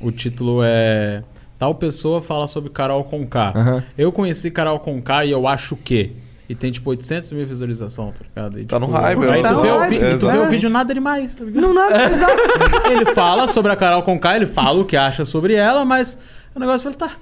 O título é. Tal pessoa fala sobre Carol Conká.
Aham.
Eu conheci Carol Conká e eu acho que. E tem tipo 800 mil visualizações, tá ligado? E,
Tá no
tipo,
hype,
Aí
né? Tá
tu
no
vê, o,
hype,
vi- e tu vê o
exatamente.
vídeo, nada demais, tá ligado?
Não, nada, exato.
Ele fala sobre a Carol Conká, ele fala o que acha sobre ela, mas o negócio foi, tá.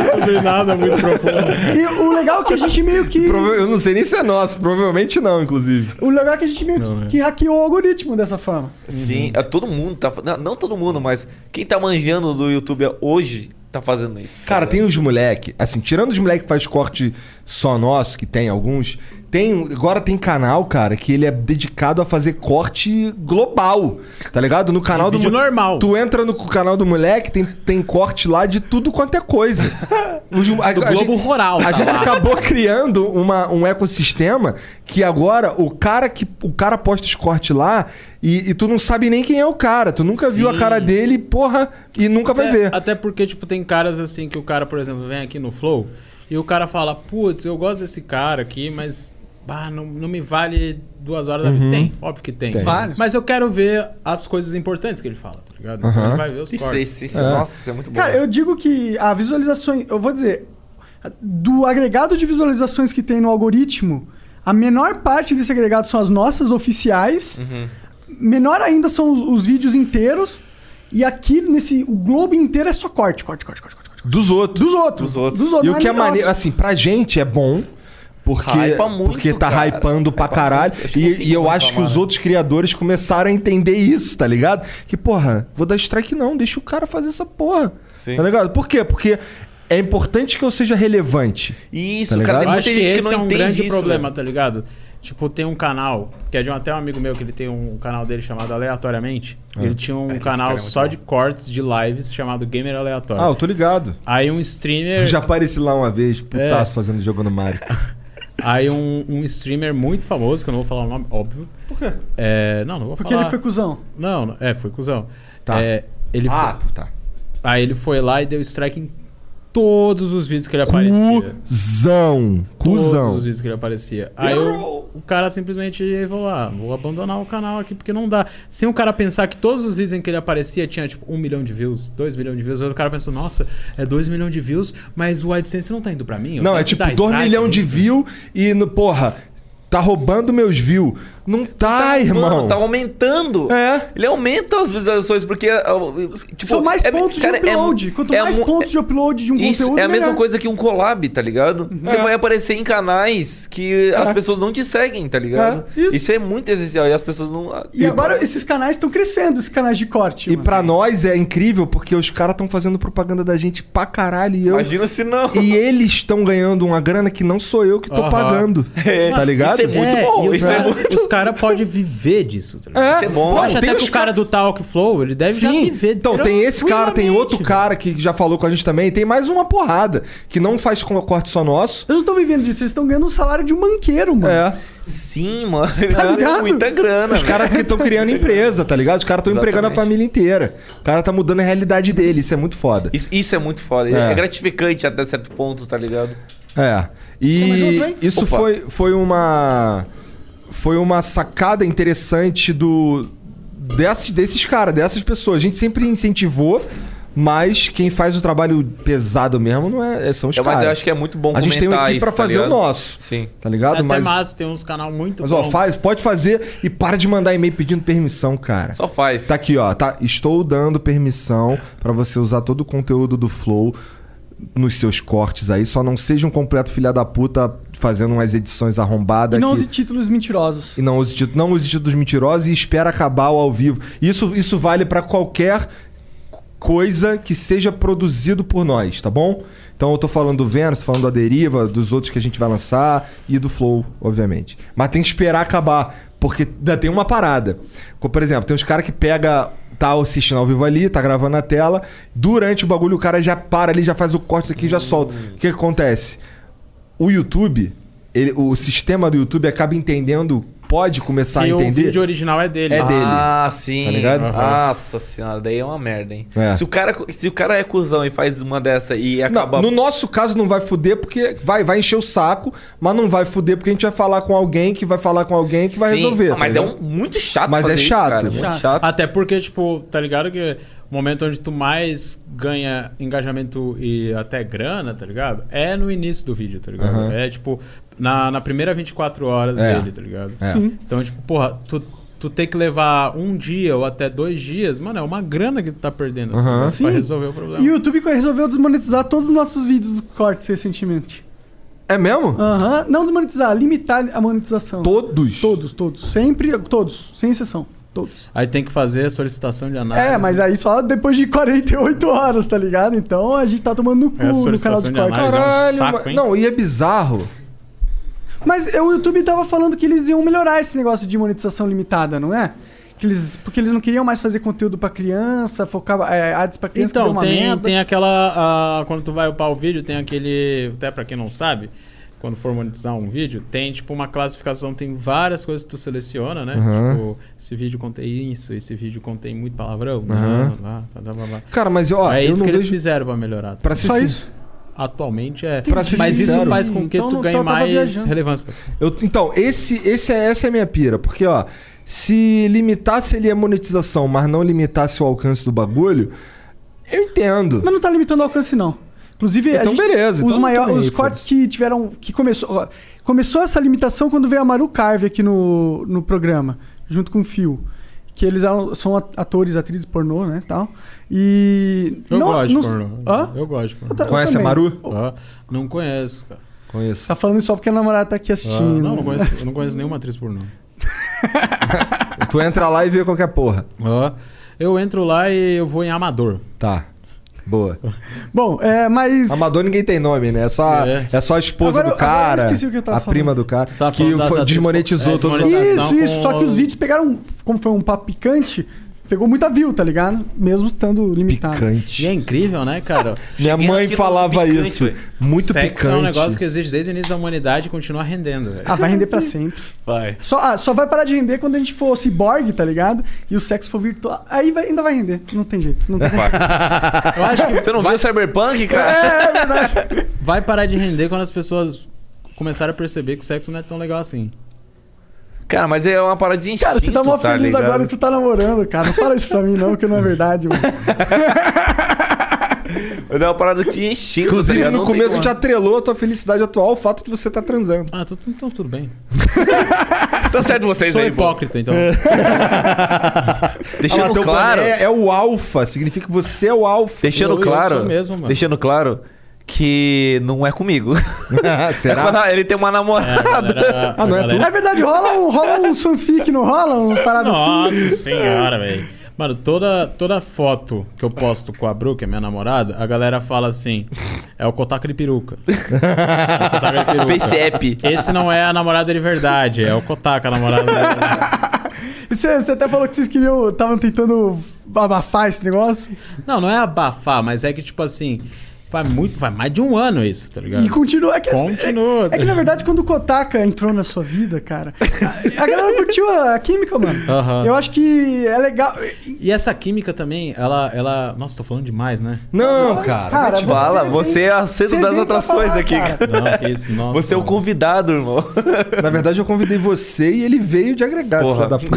é, sobre nada muito profundo.
E o legal é que a gente meio que.
Prova- Eu não sei nem se é nosso, provavelmente não, inclusive. né?
O legal é que a gente meio
Não, é.
que hackeou o algoritmo dessa fama.
Sim, é, todo mundo tá. fa- Não, não todo mundo, mas quem tá manjando do YouTube hoje tá fazendo isso.
Cara, tem os moleque, assim, tirando os moleque que faz corte só nosso, que tem alguns, tem, um, agora tem canal, cara, que ele é dedicado a fazer corte global, tá ligado? No canal do
vídeo
mo-
normal.
Tu entra no canal do moleque, tem, tem corte lá de tudo quanto é coisa. Os, do
Globo Rural,
A
tá
gente
lá.
acabou criando uma, um ecossistema que agora o cara que o cara posta os cortes lá e, e tu não sabe nem quem é o cara, tu nunca viu a
Sim.
cara dele, porra, e nunca vai
até,
ver.
Até porque, tipo, tem caras assim que o cara, por exemplo, vem aqui no Flow e o cara fala, putz, eu gosto desse cara aqui, mas bah, não, não me vale duas horas da
Uhum.
vida. Tem, óbvio que tem.
Tem. Vários.
Mas eu quero ver as coisas importantes que ele fala, tá ligado? Então
Aham.
Uhum.
ele vai ver os
Isso,
cortes.
isso, isso, É. nossa, isso é muito
Cara, eu digo que a visualizações. Eu vou dizer. Do agregado de visualizações que tem no algoritmo, a menor parte desse agregado são as nossas oficiais.
Uhum.
Menor ainda são os, os vídeos inteiros. E aqui, nesse. O globo inteiro é só corte, corte, corte, corte. corte.
Dos outros.
Dos outros.
Dos outros.
Dos outros,
E o
não é
que é
nem
maneiro,
nosso.
assim, pra gente é bom. Porque,
Hypa muito,
porque tá
cara. É,
hypando pra caralho. E, e eu
como
acho que
reclamar,
os
né?
outros criadores começaram a entender isso, tá ligado? Que, porra, vou dar strike não, deixa o cara fazer essa porra.
Sim.
Tá ligado? Por quê? Porque é importante que eu seja relevante.
Isso,
tá
cara,
ligado?
tem
Eu acho que
gente que
esse
não
é um
entende
grande
isso, né?
problema,
velho.
tá ligado? Tipo, tem um canal, que é de um, até um amigo meu que ele tem um canal dele chamado Aleatoriamente.
Ah.
Ele tinha um
Esse cara é
canal
muito
só de cortes de lives chamado Gamer Aleatório.
Ah, eu tô ligado.
Aí um streamer.
Eu já apareci lá uma
É.
vez, putaço, fazendo jogo no Mario.
Aí um, um streamer muito famoso, que eu não vou falar o nome, óbvio.
Por quê?
É, não, não vou
Porque
falar.
ele foi cuzão.
Não, não- é, foi cuzão.
Tá.
É, ele
Ah,
foi-
tá.
Aí ele foi lá e deu strike em todos os vídeos que ele aparecia.
Cuzão.
Todos os
Cuzão.
vídeos que ele aparecia. Aí o, o cara simplesmente falou: ah, vou abandonar o canal aqui porque não dá. Sem o cara pensar que todos os vídeos em que ele aparecia tinha tipo um milhão de views, dois milhões de views. Aí o cara pensou: nossa, é dois milhões de views, mas o AdSense não tá indo pra mim. eu
Não,
tenho
é
que
tipo
dar
2
strike
milhões
nisso."
de views e, no, porra, tá roubando meus views. Não tá, irmão.
Mano, tá aumentando. né?
É.
Ele aumenta as visualizações, porque. ah, Tipo,
São mais
é-
pontos
cara,
de
é-
upload. Quanto
é
mais
mu-
pontos de upload de um
Isso,
conteúdo.
é a mesma
melhor. É.
coisa que um collab, tá ligado? Você vai aparecer em canais que as pessoas não te seguem, tá ligado? isso. é muito essencial e as pessoas não. ah,
E agora esses canais estão crescendo, esses canais de corte.
E pra nós é incrível porque os caras estão fazendo propaganda da gente pra caralho. E eu...
Imagina se não.
E eles estão ganhando uma grana que não sou eu que tô
Aham. É,
pagando.
É.
Tá ligado?
e os cara- Os caras podem viver disso, tá ligado?
É, Isso é bom.
Eu
bom,
acho
tem
até que
os
o cara do Talk Flow, ele deve já
Sim,
viver
então tem esse cara, tem outro cara que já falou com a gente também, tem mais uma porrada que não faz com corte só nosso.
Eles não estão vivendo disso, eles estão ganhando o salário de um banqueiro, mano.
É. Sim, mano. Ele
tá ganhando muita grana,
Os
velho.
caras que estão criando empresa, tá ligado? Os caras estão empregando a família inteira. O cara tá mudando a realidade dele. Isso é muito foda.
Isso, isso é muito foda. É.
É.
é gratificante até certo ponto, tá ligado?
É.
Como é
E
que eu
isso
Opa.
foi, foi uma. Foi uma sacada interessante do. Desses, desses caras, dessas pessoas. A gente sempre incentivou, mas quem faz o trabalho pesado mesmo não é, é- são os
É,
caras.
mas eu acho que é muito bom
A gente tem uma
comentar
equipe pra
isso, tá
fazer o
ligado?
nosso.
Sim.
Tá ligado?
Até
mas,
mais, tem uns canal muito
mas, ó,
bom.
faz, pode fazer e para de mandar e-mail pedindo permissão, cara.
Só faz.
Tá aqui, ó. Tá, estou dando permissão pra você usar todo o conteúdo do Flow nos seus cortes aí. Só não seja um completo filha da puta fazendo umas edições arrombadas.
E não
que-
use títulos mentirosos.
e não use título, não use títulos mentirosos e espera acabar o ao vivo. Isso, isso vale pra qualquer co- coisa que seja produzido por nós, tá bom? Então eu tô falando do Vênus, tô falando da Deriva, dos outros que a gente vai lançar e do Flow, obviamente. Mas tem que esperar acabar, porque ainda tem uma parada. Co- Por exemplo, tem uns caras que pega tá assistindo ao vivo ali, tá gravando na tela, durante o bagulho o cara já para ali, já faz o corte aqui, já solta. O que que acontece? o YouTube, ele- o sistema do YouTube acaba entendendo, pode começar
E
a
o
entender.
vídeo original é dele.
É dele.
Ah, sim.
Tá ligado?
Nossa senhora, daí é uma merda, hein?
É.
Se, o cara, se o cara é cuzão e faz uma dessa e acaba.
No nosso caso não vai fuder porque vai, vai encher o saco, mas não vai fuder porque a gente vai falar com alguém que vai falar com alguém que vai
Sim,
resolver. tá
mas é
ligado?
um- muito chato
Mas
fazer
é
isso,
chato.
cara, muito chato.
Até porque, tipo, tá ligado que o momento onde tu mais ganha engajamento e até grana, tá ligado? É no início do vídeo, tá ligado?
Aham.
É tipo, na, na primeira 24 horas
É.
dele, tá ligado?
É. Sim.
Então, tipo, porra, tu, tu tem que levar um dia ou até dois dias, mano, é uma grana que tu tá perdendo
Aham.
pra
Sim.
resolver o problema.
E o YouTube resolveu desmonetizar todos os nossos vídeos cortes recentemente.
É mesmo?
Aham. Não desmonetizar, limitar a monetização.
Todos?
Todos, todos. Sempre, todos, sem exceção. Todos.
Aí tem que fazer a solicitação de análise.
É, mas aí só depois de 48 horas, tá ligado? Então a gente tá tomando no cu
É, a
no canal
solicitação
de
de
corte.
análise é um Caralho, saco,
mas- hein? não, e é bizarro.
Mas é, o YouTube tava falando que eles iam melhorar esse negócio de monetização limitada, não é? Que eles, porque eles não queriam mais fazer conteúdo pra criança, focar é, ads pra criança, que
Então,
deu uma
tem,
merda.
tem aquela. ah, quando tu vai upar o vídeo, tem aquele. Até pra quem não sabe, quando for monetizar um vídeo, tem tipo uma classificação, tem várias coisas que tu seleciona, né?
Uhum.
Tipo, esse vídeo contém isso, esse vídeo contém muito palavrão. né?
Uhum.
blá, blá, blá, blá, blá.
Cara, mas, ó,
É
eu
isso
não
que eles
vejo-
fizeram pra melhorar. tá?
Pra ser Só sin- isso?
Atualmente é.
Pra ser
mas isso
sincero.
faz com que
Então
tu
não-
ganhe
tá,
então eu tava
mais
viajando.
relevância.
Eu- então, esse, esse é, essa é a minha pira, porque ó, se limitasse ali a monetização, mas não limitasse o alcance do bagulho, eu entendo.
Mas não tá limitando o alcance, não. Inclusive, a
Então,
gente-
beleza,
os,
então não
maior,
tem,
os cortes que tiveram. que começou. ó, começou essa limitação quando veio a Maru Carve aqui no, no programa, junto com o Phil. Que eles eram- são at- atores, atrizes pornô, né? Tal. E.
Eu gosto de
não- Ah,
pornô.
Hã?
Eu gosto de pornô.
Eu ta- eu Conhece a também. Maru?
Ah, não conheço, cara.
Conheço.
Tá falando isso só porque a namorada tá aqui assistindo.
não, não conheço, eu não conheço nenhuma atriz pornô.
tu entra lá e vê qualquer porra.
Ó, eu entro lá e eu vou em amador.
Tá. Boa.
Bom, é, mas.
Amador ninguém tem nome, né? É só, é. só a esposa
Agora eu-
do cara,
agora eu esqueci o que eu tava
a
falando.
prima do cara,
tava
que
falando das
foi-
atrizes-
desmonetizou
é,
todos os
Isso, isso. Só que os vídeos pegaram. Como foi um papo picante, pegou muita view, tá ligado? Mesmo estando limitado.
Picante.
E é incrível, né, cara?
Minha
Cheguei
mãe
aqui no
falava
picante,
isso.
velho.
Muito
Sexo é um
picante.
negócio que existe desde o início da humanidade e continua rendendo, velho.
Ah, vai render pra sempre.
Vai.
Só, ah, só vai parar de render quando a gente for ciborgue, tá ligado? E o sexo for virtual. Aí vai- ainda vai render. Não tem jeito. Não tem jeito.
Tá
Eu acho que É
Você não viu o Cyberpunk, cara?
vai parar de render quando as pessoas começaram a perceber que sexo não é tão legal assim.
Cara, mas é uma parada de
Cara, você tá mó feliz
ligado?
agora que tu tá namorando, cara. Não fala isso pra mim, não, que não é verdade, mano.
Eu dei É uma parada de instinto. tá
Inclusive,
ligado?
no
Não tem
começo
como.
te atrelou a tua felicidade atual ao fato de você estar transando.
Ah, tu- então tudo bem.
Tá certo vocês
Sou
aí, pô.
hipócrita, então.
Ah,
Deixando
teu
claro.
boné É, é o alfa, significa que você é o alfa.
Deixando claro. Deixando claro que não é comigo.
É. Ah, Será?
É quando ele tem uma namorada.
ah, não é tu?
É verdade, rola um, rola um fanfic, não rola? Uns paradas assim.
Nossa senhora, velho. Mano, toda, toda foto que eu posto com a Bru, que é minha namorada, a galera fala assim: é o Kotaka de peruca. É o Kotaka de peruca.
Face app.
Esse não é a namorada de verdade, é o Kotaka, a namorada de verdade.
E Você, você até falou que vocês queriam. Estavam tentando abafar esse negócio.
Não, não é abafar, mas é que, tipo assim, Faz muito, faz mais de um ano isso, tá ligado?
E continua. É que,
Continua. tá
É, é que na verdade, quando o Kotaka entrou na sua vida, cara, a, a galera curtiu a, a química, mano.
Aham.
Eu acho que é legal.
E essa química também, ela, ela. Nossa, tô falando demais, né?
Não, cara.
Cara,
mete
você
bala.
vem-
Você é a centro
você
das
tá
vem pra
atrações
falar,
aqui.
cara. Não, que isso, nossa,
você é o convidado, irmão.
Na verdade, eu convidei você e ele veio de agregar, filha da puta.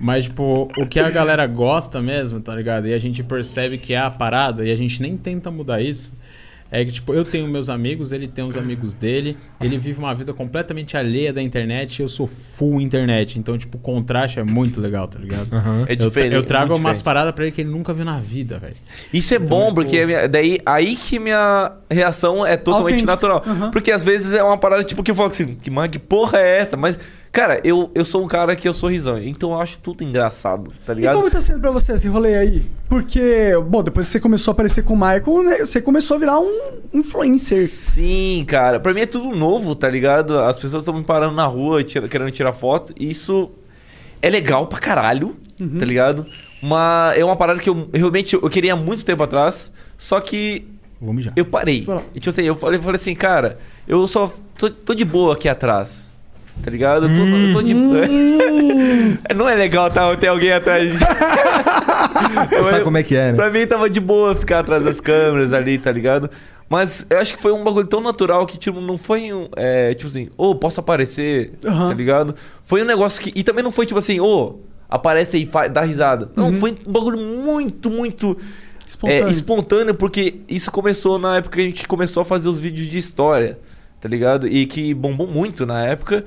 Mas, tipo, o que a galera gosta mesmo, tá ligado? E a gente percebe que é a parada e a gente nem tenta mudar isso. É que, tipo, eu tenho meus amigos, ele tem os amigos dele, ele vive uma vida completamente alheia da internet e eu sou full internet. Então, tipo, o contraste é muito legal, tá ligado?
Aham. É
Eu tra-
diferente,
Eu, trago
muito
umas
diferente.
paradas pra ele que ele nunca viu na vida, velho.
Isso é bom, porque minha- daí aí que minha reação é totalmente
Autêntica.
natural.
Aham.
Porque às vezes é uma parada tipo que eu falo assim, que, mano, que porra é essa? Mas, cara, eu, eu sou um cara que eu sou risão, então eu acho tudo engraçado, tá
E
Então,
ligado?
como tá sendo pra você esse rolê aí? Porque, bom, depois que você começou a aparecer com o Michael, né, você começou a virar um influencer.
Sim, cara. Pra mim é tudo novo, tá ligado? As pessoas estão me parando na rua, tira- querendo tirar foto. E isso é legal pra caralho, tá ligado? Mas é uma parada que eu realmente eu queria há muito tempo atrás. Só que. Eu parei. E, tipo assim, eu falei, eu falei assim, cara, eu só tô, tô de boa aqui atrás. Tá ligado? Eu tô, eu tô de. Não é legal tá, ter alguém atrás de
Sabe como é que é, né?
Pra mim tava de boa ficar atrás das câmeras ali, tá ligado? Mas eu acho que foi um bagulho tão natural que, tipo, não foi um. é, tipo assim, ô, posso aparecer, tá ligado? Foi um negócio que. E também não foi tipo assim, ô, aparece aí, fa- dá risada. Não, foi um bagulho muito, muito. é,
Espontâneo.
espontâneo, porque isso começou na época que a gente começou a fazer os vídeos de história, tá ligado? E que bombou muito na época.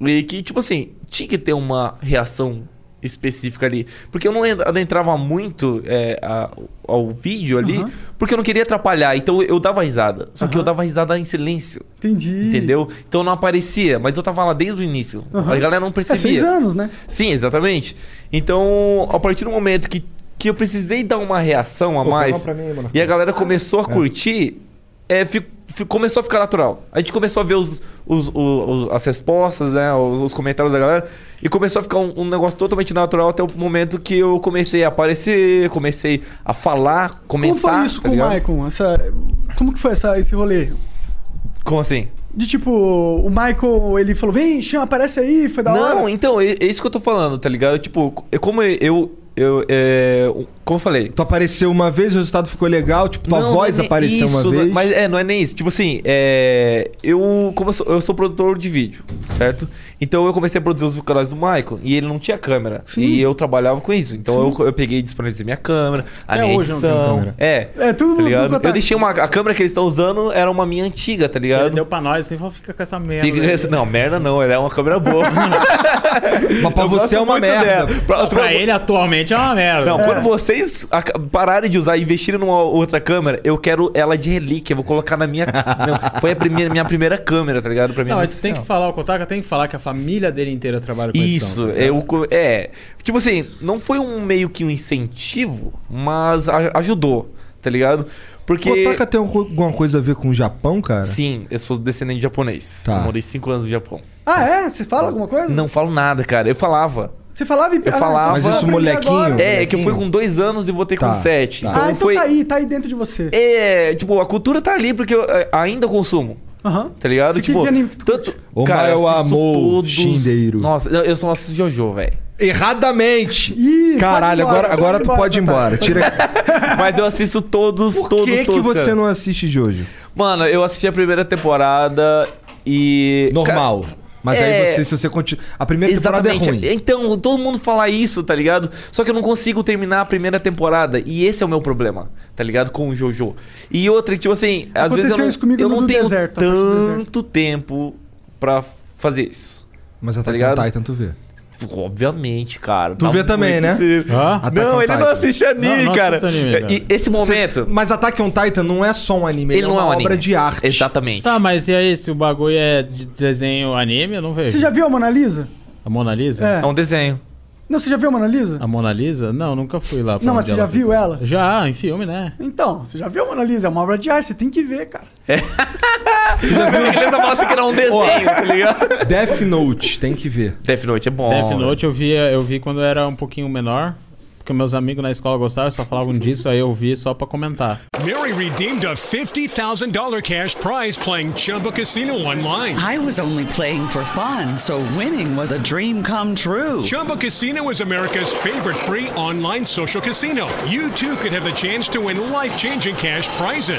E que, tipo assim, tinha que ter uma reação específica ali. Porque eu não en- adentrava muito é, a- ao vídeo ali,
Aham.
porque eu não queria atrapalhar. Então eu dava risada. Só que eu dava risada em silêncio.
Entendi. É,
Entendeu? Então não aparecia, mas eu tava lá desde o início.
Aham.
A galera não
É
percebia.
seis anos, né?
Sim, exatamente. Então, a partir do momento que, que eu precisei dar uma reação a
Pô, pega
mais
uma um pra mim, mano.
e a galera começou a
É.
curtir, é, fi- fi- começou a ficar natural. A gente começou a ver os, os- o- o- as respostas, né, os, os comentários da galera e começou a ficar um, um negócio totalmente natural até o momento que eu comecei a aparecer, comecei a falar, comentar.
Como foi isso
tá
com o
ligado?
Michael? Essa, como que foi essa, esse rolê?
Como assim?
De tipo, o Michael, ele falou, vem, chama, aparece aí, foi da hora.
Não, então, é, é isso que eu tô falando, tá ligado? Tipo, é como eu. eu é, como eu falei.
Tu apareceu uma vez, o resultado ficou legal, tipo, tua
Não,
voz
não é nem
apareceu
isso,
uma
não-
vez.
Mas é, não é nem isso. Tipo assim, é, eu, como eu, sou, eu sou produtor de vídeo, certo? Então eu comecei a produzir os canais do Michael e ele não tinha câmera. E eu trabalhava com isso. Então eu, eu peguei e disponibilizei minha câmera, a
Até
minha
hoje eu não tenho
edição.
câmera.
É.
É, tudo
Tá
tudo
ligado?
contato.
Eu deixei uma. A câmera que eles estão usando era uma minha antiga, tá ligado?
Deu pra nós, assim, falou, fica com essa merda.
Fica-
aí.
não, merda não, ela é uma câmera boa. Mas
pra você é uma merda. Pra ele
atualmente
é uma merda.
Não,
É.
quando vocês aca- pararem de usar e investirem numa outra câmera, eu quero ela de relíquia, eu vou colocar na minha. Não, foi a primeira, minha primeira câmera, tá ligado? Pra mim é
Não, a
muito
gente tem que
especial.
falar, o Kotaka tem que falar que a família dele inteira trabalha com
Isso,
edição, tá ligado?
eu, co- é. Tipo assim, não foi um meio que um incentivo, mas a- ajudou, tá ligado? Porque.
tá
Kotaka tem algum- alguma coisa a ver com o Japão, cara?
Sim, eu sou descendente de japonês.
Tá.
Eu morei 5 anos no Japão.
Ah, é? Você fala alguma coisa?
Não falo nada, cara. Eu falava.
Você falava e... Ah,
Eu
não,
falava.
então você vai aprender agora.
É, que eu fui com dois anos e voltei
Tá,
com sete.
ah, então
foi.
tá aí, tá aí dentro de você.
É, tipo, a cultura tá ali porque eu é, ainda consumo.
Aham.
Tá ligado?
Você- que-
tipo,
que anime que tu
tanto.
O
cara, eu
Mael
assisto
amou
todos-
Shindeiro.
Nossa, eu, eu só não assisto Jojo, velho.
Erradamente! Caralho,
pode ir
agora,
embora,
agora
pode
tu
ir
pode ir embora.
embora,
Tira...
Mas eu assisto todos,
Por
todos,
que, que
todos,
você
cara.
não assiste Jojo?
Mano, eu assisti a primeira temporada e.
Normal.
Cara,
Mas aí
é-
você, se você continua. A primeira
Exatamente.
temporada é ruim.
Então, todo mundo fala isso, tá ligado? Só que eu não consigo terminar a primeira temporada. E esse é o meu problema, tá ligado? Com o Jojo. E outra, que, tipo assim, às vezes eu
Aconteceu
não,
isso comigo
eu
no
não
do
tenho
deserto, a parte do
tanto tempo pra fazer isso.
Mas
tá
Attack
ligado?
on Titan, tu vê.
Obviamente, cara.
Tu
Dá um
vê também,
muito
né?
certo.
Hã? Attack
Não,
on
ele não
Titan.
assiste anime,
Não, não
cara. É,
assiste anime, cara.
E esse momento.
Mas Attack on Titan não é só um anime, ele é uma obra de arte.
Exatamente.
Tá, mas e aí, se o bagulho é de desenho anime, eu não vejo.
Você já viu a Mona Lisa?
A Mona Lisa?
É. É um
desenho.
Não, você já viu a Mona Lisa?
A Mona Lisa? Não, nunca fui lá. pra
Não, mas
onde
você já
fica.
viu ela?
Já, em filme, né?
Então, você já viu a Mona Lisa? É uma obra de arte, você tem que ver, cara.
Beleza, mostra que era um desenho, tá ligado?
Death Note, tem que ver.
Death Note é bom.
Death Note eu vi, eu vi quando eu era um pouquinho menor. Porque meus amigos na escola gostavam, só falavam disso, aí eu vi só pra comentar.
Mary redeemed a $50,000 cash prize playing Chumba Casino online.
I was only playing for fun, so winning was a dream come true.
Chumba Casino is America's favorite free online social casino. You too could have the chance to win life changing cash prizes.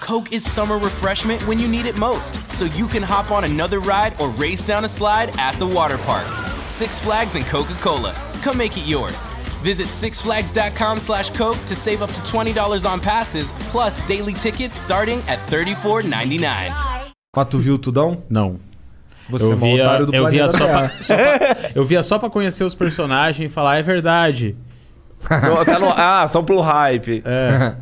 Coke is summer refreshment when you need it most, so you can hop on another ride or race down a slide at the water park. Six Flags and Coca Cola. Come make it yours. Visit sixflags.com slash Coke to save up to $20 on passes, plus daily tickets starting at $34.99.
Mas tu viu o Tudão?
Não.
Você é
eu
um otário
via,
do
eu via
planeta
só
Terra.
pra, só pra- eu via só pra conhecer os personagens e falar, é verdade.
Não, tá no- ah, só pelo hype.
É.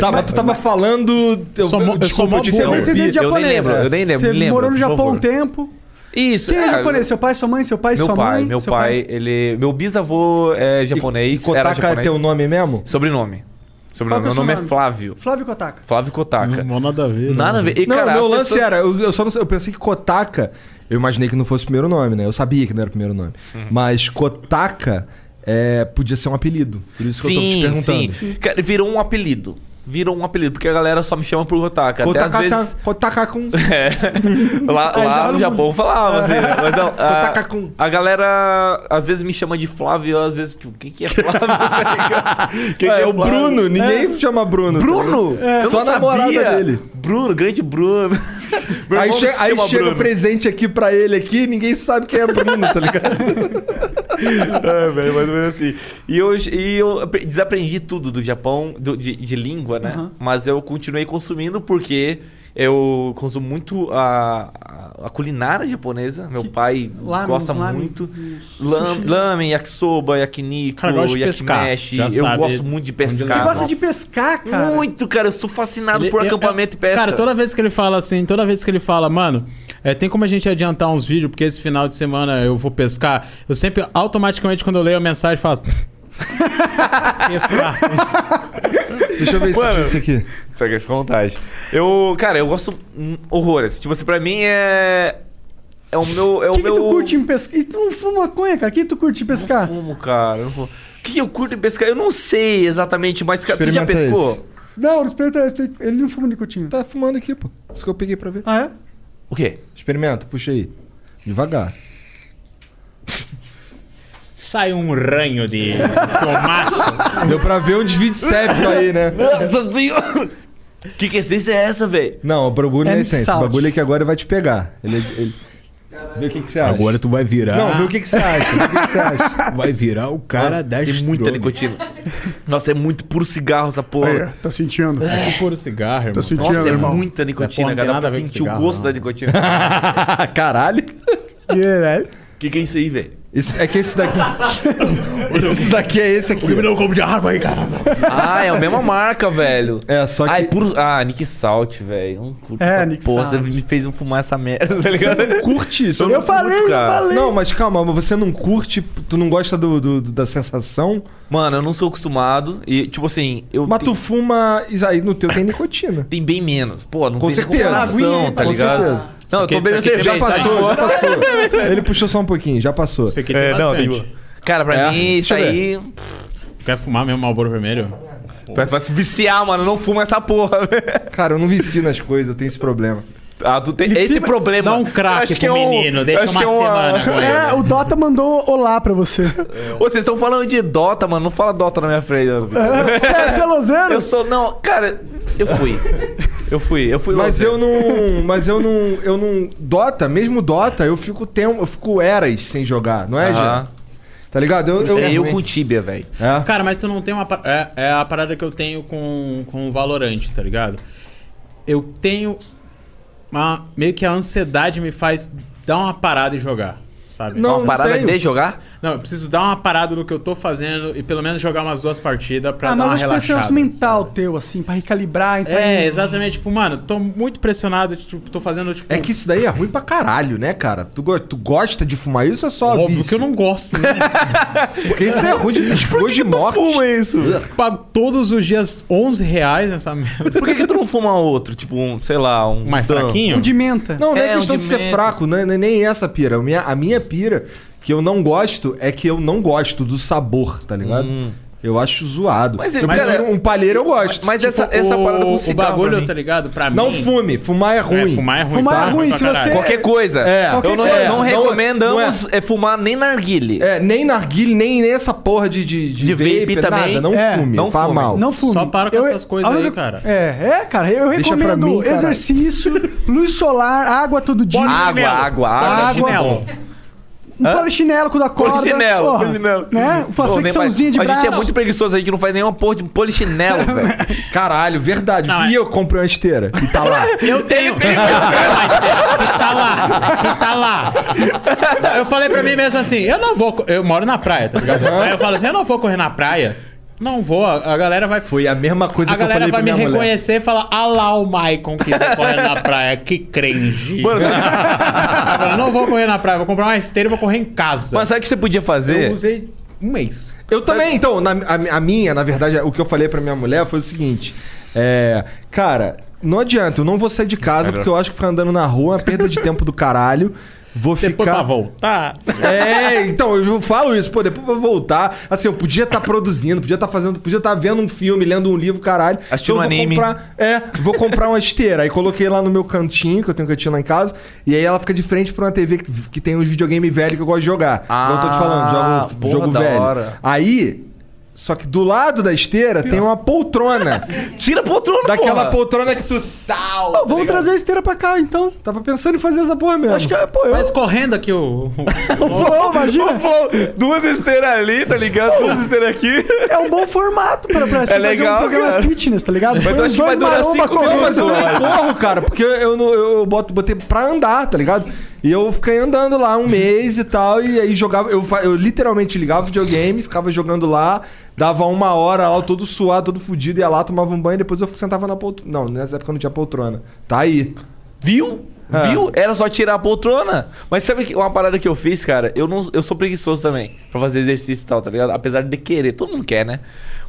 tá, mas tu tava falando. Eu,
Sou mó- eu sou
desculpa,
mó
eu te
burro.
interrompi.
Descendente
Eu nem
japonês.
lembro, eu nem lembro,
Você
me lembra,
morou no
por
Japão um
favor.
tempo.
Isso,
Quem é,
é,
japonês? Seu pai, sua mãe, seu pai,
Meu
sua
pai,
mãe?
meu
seu
pai, ele. Meu bisavô é japonês.
E Kotaka
era japonês.
é teu nome mesmo?
Sobrenome.
Qual
Sobrenome.
que é o
Meu
seu
nome é
nome?
Flávio.
Flávio Kotaka.
Flávio Kotaka.
Não, nada a ver.
Nada a ver. E,
não,
cara,
meu
as
lance
pessoas-
era, eu, eu só não sei, eu pensei que Kotaka, eu imaginei que não fosse o primeiro nome, né? Eu sabia que não era o primeiro nome.
Uhum.
Mas Kotaka é, podia ser um apelido. Por isso que eu tô te
Sim, sim.
perguntando.
Cara, virou um apelido. Virou um apelido, porque a galera só me chama por Kotaka. Até às
Kotaka-san,
vezes.
Kotaka-kun.
É. lá
Ah, já
lá
não-
no Japão falava, assim. né? Mas não,
Kotaka-kun.
a, a galera às vezes me chama de Flávio, às vezes, tipo, quem que é Flávio? Quem
Ah,
que
é o
Flávio?
Bruno, ninguém chama Bruno.
É. Bruno?
É.
Eu
Só a
não
namorada
sabia.
dele.
Bruno, grande Bruno. Meu
Aí,
irmão
che-
se
aí
chama
chega o
Bruno.
presente aqui pra ele aqui, ninguém sabe quem é Bruno, tá ligado?
é, velho, mais ou menos assim. E eu, e eu apre- desaprendi tudo do Japão, do- de, de língua, né? Mas eu continuei consumindo porque eu consumo muito a, a- a culinária japonesa. Meu pai
Lamen,
gosta
uns lamen,
muito.
uns
Lam-
sushi.
Lamen, yakisoba, yakiniku,
Cara, eu gosto de pescar,
yakimeshi.
já
Eu
sabe
gosto muito de pescar.
Você gosta de
Nossa.
pescar, cara?
Muito, cara. Eu sou fascinado
Ele-
por
eu-
acampamento
eu-
e pesca.
Cara, toda vez que ele fala assim, toda vez que ele fala, mano, é, tem como a gente adiantar uns vídeos, porque esse final de semana eu vou pescar, eu sempre, automaticamente, quando eu leio a mensagem, faço. pescar.
Deixa eu ver se
Mano.
tinha isso aqui.
Pega, fica à vontade. Eu, cara, eu gosto hum, horrores. Tipo assim, pra mim é. É o meu. É
O
o
que, que
meu.
tu curte em pescar? E tu não fuma maconha, cara? O que tu curte em pescar?
Não fumo, cara. eu não fumo. O que que eu curto em pescar? Eu não sei exatamente, mas cara, tu já
Experimenta
pescou?
esse.
Não, não experimenta esse. tem- Ele não fuma nicotina.
Tá fumando aqui, pô. Isso que eu peguei pra ver.
Ah, é?
O quê?
Experimenta, puxa aí. Devagar.
Sai um ranho de fumaça.
Deu pra ver um desvio de septo aí, né?
Nossa senhora! Que que essência é essa, velho?
Não, o bagulho não
É
é essência.
salt.
O bagulho é que agora vai te pegar. Ele, é ele... Vê o que, que você acha.
Agora tu vai virar.
Não, vê o que, que você acha. Vê o que, que você acha.
Vai virar o cara da
Tem muita nicotina. Nossa, é muito puro cigarro essa porra.
tá sentindo?
É que puro cigarro, irmão.
Nossa, é muita nicotina, cara. Dá pra sentir o gosto da nicotina.
Caralho.
que que é isso aí, velho?
Esse- é que esse daqui. esse daqui é esse aqui.
Não como de arma aí, cara.
Ah, é a mesma marca, velho.
É, só que.
Ah, é puro... ah Nick Salt, velho. Não curto
É,
essa
Nick
porra.
Salt.
Você me fez fumar essa merda, tá ligado?
Você não curte isso?
Eu não curto, cara.
Não, mas calma, você não curte, tu não gosta do, do- do- da sensação.
Mano, eu não sou acostumado. E, tipo assim, eu.
Mas tu fuma. Isso aí no teu tem nicotina.
Tem bem menos. Pô, não
Com
tem
certeza.
comparação, tá
Com
ligado?
certeza.
Não, eu tô bebendo cerveja.
Já passou, já
tá?
passou. Ele puxou só um pouquinho, já passou.
Isso aqui tem bastante.
Cara, pra
É,
mim, isso
deixa eu
aí.
Quer fumar mesmo Malboro Vermelho?
Tu vai se viciar, mano. Não fuma essa porra, velho.
Cara, eu não vicio nas coisas, eu tenho esse problema.
Ah, tu tem esse problema.
Dá um crack
Acho
pro
é um-
menino, deixa
acho
uma
que é uma-
semana com ele.
É, o Dota mandou olá pra você.
Ô, Vocês estão falando de Dota, mano. Não fala Dota na minha frente.
Você é- você é lozeiro?
Eu sou. Não, cara, eu fui. Eu fui, eu fui
Mas
lozeiro.
eu não. Mas eu não. Eu não. Dota, mesmo Dota, eu fico tempo. Eu fico eras sem jogar, não é,
Aham.
Jean? Tá ligado?
Eu, com Tibia, velho.
É?
Cara, mas tu não tem uma. par- É, é a parada que eu tenho com, com o Valorant, tá ligado? Eu tenho. Uma, meio que a ansiedade me faz dar uma parada e jogar. sabe?
Não, Uma não parada tenho. de jogar?
Não, eu preciso dar uma parada no que eu tô fazendo e pelo menos jogar umas duas partidas pra
ah,
dar
mas
uma
eu acho que esse é um
relaxada.
mental teu, assim, pra recalibrar. Entrar
É,
em-
exatamente. Tipo, mano, tô muito pressionado, tipo, tô fazendo, tipo...
É que isso daí é ruim pra caralho, né, cara? Tu, go- tu gosta de fumar isso ou é só Óbvio vício? que eu
não gosto,
né? Porque isso é ruim de
Por
gosto de morte.
isso? Pago todos os dias 11 reais nessa merda.
Por que, que tu não fuma outro? Tipo, um, sei lá, um.
Mais
dan-
fraquinho? Um de
menta.
Não, não é,
É, um
questão
de
de ser
menta.
fraco, não é, não é nem essa pira. A minha, a minha pira que eu não gosto é que eu não gosto do sabor, tá ligado? Eu acho zoado.
Hum. Mas,
eu
cara,
quero um palheiro eu gosto.
mas essa- essa parada com cigarro
Tipo, O bagulho,
pra mim.
tá ligado? Pra
Não
mim...
fume, fumar é ruim.
fumar é ruim,
Fumar é
tá?
ruim,
Pra
se
caralho.
você-
Qualquer coisa.
É.
eu não,
Qualquer
não
coisa.
recomendamos
Não
é, fumar nem narguile.
É, nem narguile, nem, nem essa porra de, de, de,
De vape
nada.
também.
Não
É,
fume,
não
não faz
fume.
mal.
Não fume.
Só para com
Eu-
essas coisas
a
aí,
única-
cara.
É, é, cara, eu
Deixa pra
recomendo
mim, caralho.
exercício, luz solar, água todo dia.
Água, água, tá água.
água. Um polichinelo quando acorda.
Polichinelo,
porra,
polichinelo.
É,
Né? Uma
Pô, nem
flexãozinha de
mais-
braço.
A gente é muito preguiçoso, a gente não faz nenhuma porra de um polichinelo, velho.
Caralho, verdade. e eu comprei uma esteira e tá lá.
é. Eu tenho que tá lá, que tá lá. Eu falei pra mim mesmo assim, eu não vou. co- Eu moro na praia, tá ligado? Aí eu falo assim, eu não vou correr na praia. Não vou, a a galera vai.
Foi a mesma coisa
A
que eu
galera
falei pra
vai me
minha mulher.
reconhecer e falar, ah lá o Maicon que tá correndo na praia, que cringe. Eu falo, não vou correr na praia, vou comprar uma esteira e vou correr em casa.
Mas sabe o que você podia fazer?
Eu usei um mês.
Eu também, então, na- a, a minha, na verdade, o que eu falei pra minha mulher foi o seguinte: é, Cara, não adianta, eu não vou sair de casa porque eu acho que ficar andando na rua é uma perda de tempo do caralho. Vou
Depois
ficar.
pra voltar.
É, então, eu falo isso, pô, depois pra voltar. Assim, eu podia estar produzindo, podia estar fazendo, podia estar vendo um filme, lendo um livro, caralho.
Assistindo
eu vou
anime.
comprar. É, vou comprar uma esteira. Aí coloquei lá no meu cantinho, que eu tenho um cantinho lá em casa, e aí ela fica de frente pra uma TV que, que tem uns videogame velho que eu gosto de jogar. Ah, eu tô te falando, jogo,
porra,
jogo
da
velho.
hora.
Aí. Só que do lado da esteira tem uma poltrona.
Tira a poltrona,
Daquela
porra.
poltrona que tu. Tal, tá
Vamos
ligado?
trazer a esteira pra cá, então.
Tava pensando em fazer essa porra mesmo.
Acho que, pô, eu...
Mas correndo aqui o.
O flow, imagina.
O flow, duas esteiras ali, tá ligado? Duas esteiras aqui.
É um bom formato pra, pra
É legal,
fazer um programa
cara.
fitness, tá ligado?
Mas eu
Põe
acho
os
que vai
dois
durar
maromba
cinco
correndo.
Não, mas eu
Olha.
não corro, cara, porque eu, não, eu boto, botei pra andar, tá ligado? E eu fiquei andando lá um mês e tal, e aí jogava. Eu, fa- eu literalmente ligava o videogame, ficava jogando lá, dava uma hora lá, todo suado, todo fudido, ia lá, tomava um banho, depois eu sentava na poltrona. Não, nessa época eu não tinha poltrona. Tá aí.
Viu?
É.
Viu? Era só tirar a poltrona. Mas sabe que uma parada que eu fiz, cara? Eu, não, eu sou preguiçoso também pra fazer exercício e tal, tá ligado? Apesar de querer. Todo mundo quer, né?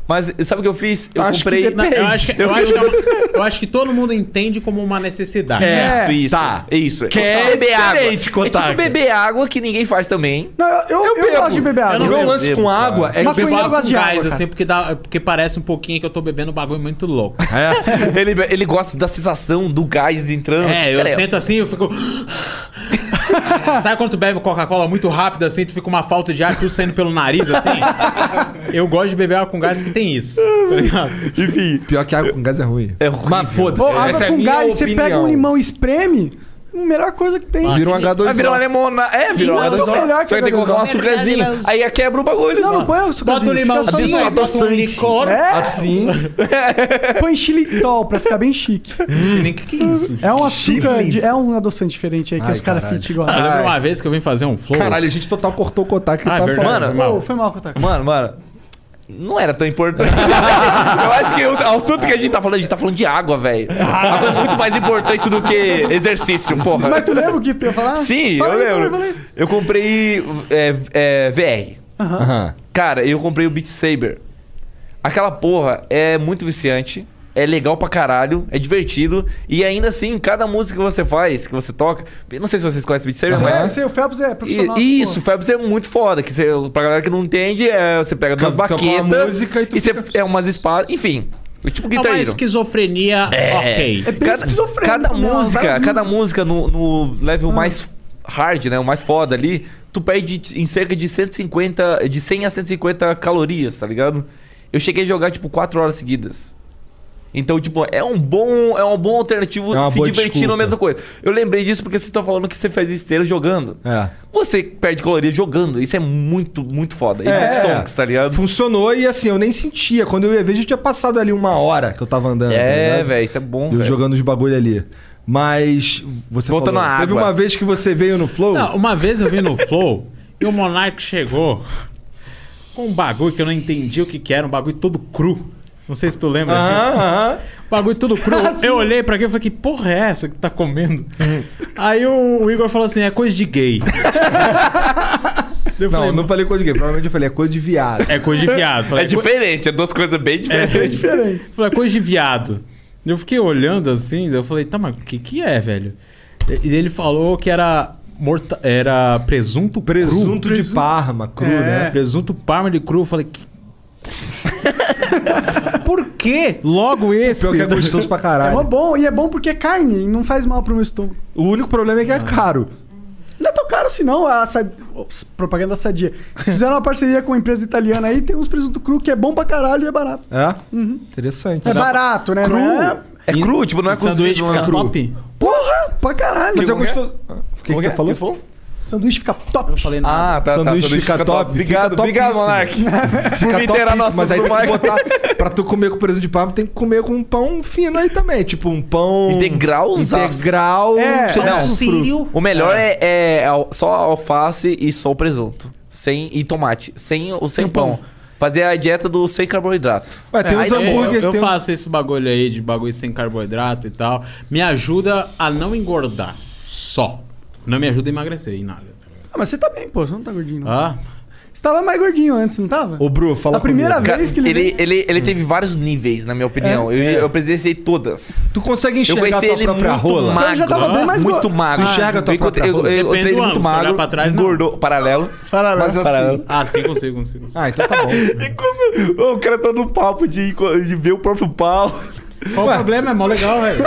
Mas sabe o que eu fiz? Eu
Acho que
comprei.
Não, eu, acho que, eu, acho que é uma- eu acho que todo mundo entende como uma necessidade.
É, isso, isso.
tá.
Isso.
Quer
beber água.
diferente,
É
Kotaka.
tipo beber água que ninguém faz também.
Não, eu, eu, eu gosto de beber água.
O meu lance
bebo,
com
cara.
água é que
Maconha
pessoal-
eu gosto
Com
de água,
gás,
cara.
assim, porque, dá, porque parece um pouquinho que eu tô bebendo um bagulho muito louco.
É.
ele, ele gosta da sensação do gás entrando.
É, eu
Cara,
sento assim, eu fico. Sabe quando tu bebe Coca-Cola muito rápido assim, tu fica com uma falta de ar, tudo saindo pelo nariz assim? Eu gosto de beber água com gás porque tem isso. Tá ligado?
Enfim.
Pior que água com gás é ruim.
É ruim.
Mas
Pô,
foda-se.
água
essa é a
com
minha
gás, você
opinião.
pega um limão e espreme, a melhor coisa que tem.
Vira um H2O.
Vai virar Ah, uma limona. É, virou uma
Muito
limona.
melhor que
Só que tem que
limona.
colocar um açúcarzinho. Aí quebra o bagulho.
Não, não põe o
Bota
açúcarzinho,
um
fica só
limãozinho,
no-
aí bota um
adoçante.
licor.
É,
Assim.
põe xilitol pra ficar bem chique.
Não sei nem o que, que é isso.
É um açúcar, de- é um adoçante diferente aí que
Ai,
os caras
caralho.
fit
Eu
gostam.
lembro uma vez que eu vim fazer um flow.
Caralho, a gente total cortou o contato que
Ah,
tava
é verdade.
falando.
Mano,
Pô, foi mal, Kotaku.
Mano, mano. Não era tão importante. eu acho que o assunto que a gente tá falando, a gente tá falando de água, velho. Água é muito mais importante do que exercício, porra.
Mas tu lembra o que tu ia falar?
Sim,
Ah, Fala
eu
aí, fala aí,
lembro.
fala aí.
Eu comprei é, é, VR.
Aham.
Cara, eu comprei o Beat Saber. Aquela porra é muito viciante, é legal pra caralho, é divertido. E ainda assim, cada música que você faz, que você toca. eu Não sei se vocês conhecem Beat Saber,
Mas
mas.
você- o Phelps é
E-
profissional.
isso, Fabs é muito foda. Que você, pra galera que não entende, é, você pega
Fica-
duas
fica com a
baquetas.
música e tu
E você é umas espadas. Enfim, é tipo
É uma
guitarreiro.
esquizofrenia, ok.
É bem
Cada,
esquizofrênico,
cada
né?
música,
Várias
cada música
músicas.
no, no
Ah.
level mais hard, né? O mais foda ali, tu perde em cerca de 150, de 100 a 150 calorias, tá ligado? Eu cheguei a jogar tipo 4 horas seguidas. Então, tipo, é um bom, é um bom alternativo
É uma
se
boa
divertir na
desculpa.
mesma coisa. Eu lembrei disso porque você tá falando que você faz esteira jogando.
É.
Você perde calorias jogando, isso é muito, muito foda.
É.
E muito stonks, tá ligado?
Funcionou e assim, eu nem sentia. Quando eu ia ver, já tinha passado ali uma hora que eu tava andando. tá
É,
ligado?
velho, isso é bom,
Eu
velho.
jogando os bagulho ali. Mas você
Voltando
falou,
à
teve
água.
uma vez que você veio no Flow?
Não, uma vez eu vim no Flow e o Monark chegou com um bagulho que eu não entendi o que, que era, um bagulho todo cru. Não sei se tu lembra disso. Um
Aham,
Bagulho todo cru.
Ah, sim. Hum.
eu olhei pra aquilo e falei, que porra é essa que tá comendo? Aí o, o Igor falou assim, é coisa de gay.
não, não falei coisa de gay. Provavelmente eu falei, é coisa de viado.
É coisa de viado. Falei,
é diferente, é duas coisas bem diferentes.
É diferente. Falei, coisa de viado. Eu fiquei olhando assim, eu falei, tá, mas o que, que é, velho? E ele falou que era. Morta, era presunto É.
Presunto de Parma, cru, né?
Presunto Parma de cru. Eu falei, que... por quê? Logo esse.
Pior que é gostoso pra
É
caralho.
mó bom, e é bom porque é carne e não faz mal pro meu estômago. Ah.
O único problema é que é caro.
Não é tão caro assim, não. A sa- Ops, propaganda sadia. Se fizeram uma parceria com uma empresa italiana aí, tem uns presunto cru que é bom pra caralho e é barato.
É? Interessante.
É barato, né?
Cru?
Não é...
É cru, tipo, não é
sanduíche
cozido, não é
fica
cru.
top?
Porra, pra caralho.
Mas é
Como que é?
gostoso. Ah, O que, que tu falou?
Sanduíche fica top. Eu falei
Ah, tá, tá.
sanduíche
sanduíche
fica, top.
Obrigado,
fica
obrigado, Monark.
topíssimo.
Por me
Fica
inteirar
top,
no
mas aí tem
assunto do
que
Marco.
botar. Pra tu comer com presunto de palma, tem que comer com um pão fino aí também. Tipo um pão.
Integralzaço.
Integral. um
É,
cheio de
não.
frufru.
O melhor é, é al- só alface e só o presunto. Sem, e tomate. Sem, o sem pão. Fazer a dieta do sem carboidrato.
Ué, tem uns
É, Eu-
hambúrguer.
eu
tem um-
faço esse bagulho aí de bagulho sem carboidrato e tal. Me ajuda a não engordar. Só. Não me ajuda a emagrecer em nada.
Ah, mas você tá bem, pô. Você não tá gordinho, não.
Ah,
Você tava mais gordinho antes, não tava?
Ô, Bru, fala
A primeira
comigo.
Cara,
vez que ele...
ele, ele, ele, teve vários níveis, na minha opinião. eu, eu presenciei todas.
É, Tu consegue
Eu
enxergar a
conheci
tua
ele
própria
muito
rola?
magro.
Eu já tava bem mais
muito
go-
magro.
Tu enxerga a tua
eu, encontrei-
própria
eu, eu, eu
rola?
entrei
Depende do
muito
ângulo, se
magro,
olhar pra trás, não.
engordou, paralelo.
Mas assim.
ah sim, consigo, consigo.
Ah, então tá bom.
E quando- o cara tá no papo de, de ver o próprio pau.
Qual o problema? É mó legal, velho.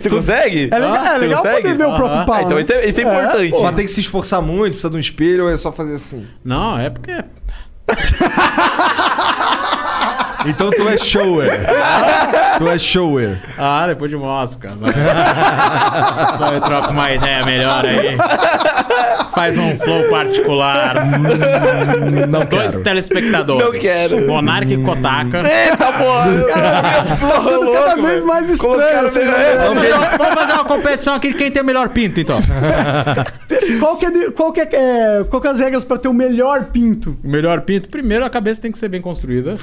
Você consegue?
É legal,
Ah, Você
é legal
consegue?
poder ver o próprio
Aham.
pau.
Ah, então
né?
isso é, isso é
Pô, mas
importante.
tem que se esforçar muito, precisa de um espelho, ou é só fazer assim.
Não, é porque.
Então tu é shower. tu é shower.
Ah, depois de mostro, cara. Vai. Vai, eu troco uma ideia melhor aí. Faz um flow particular.
Hum, Não
Dois
quero.
telespectadores.
Não quero.
Monark e Kotaka.
Eita, porra!
Ficando cada vez mais estranho.
Colocaram
assim,
melhor-
né?
Vamos fazer, uma, vamos fazer uma competição aqui de quem tem o melhor pinto, então.
Qual que é, de- qual que é, é, qual que é as regras pra ter o melhor pinto?
O melhor pinto, primeiro a cabeça tem que ser bem construída.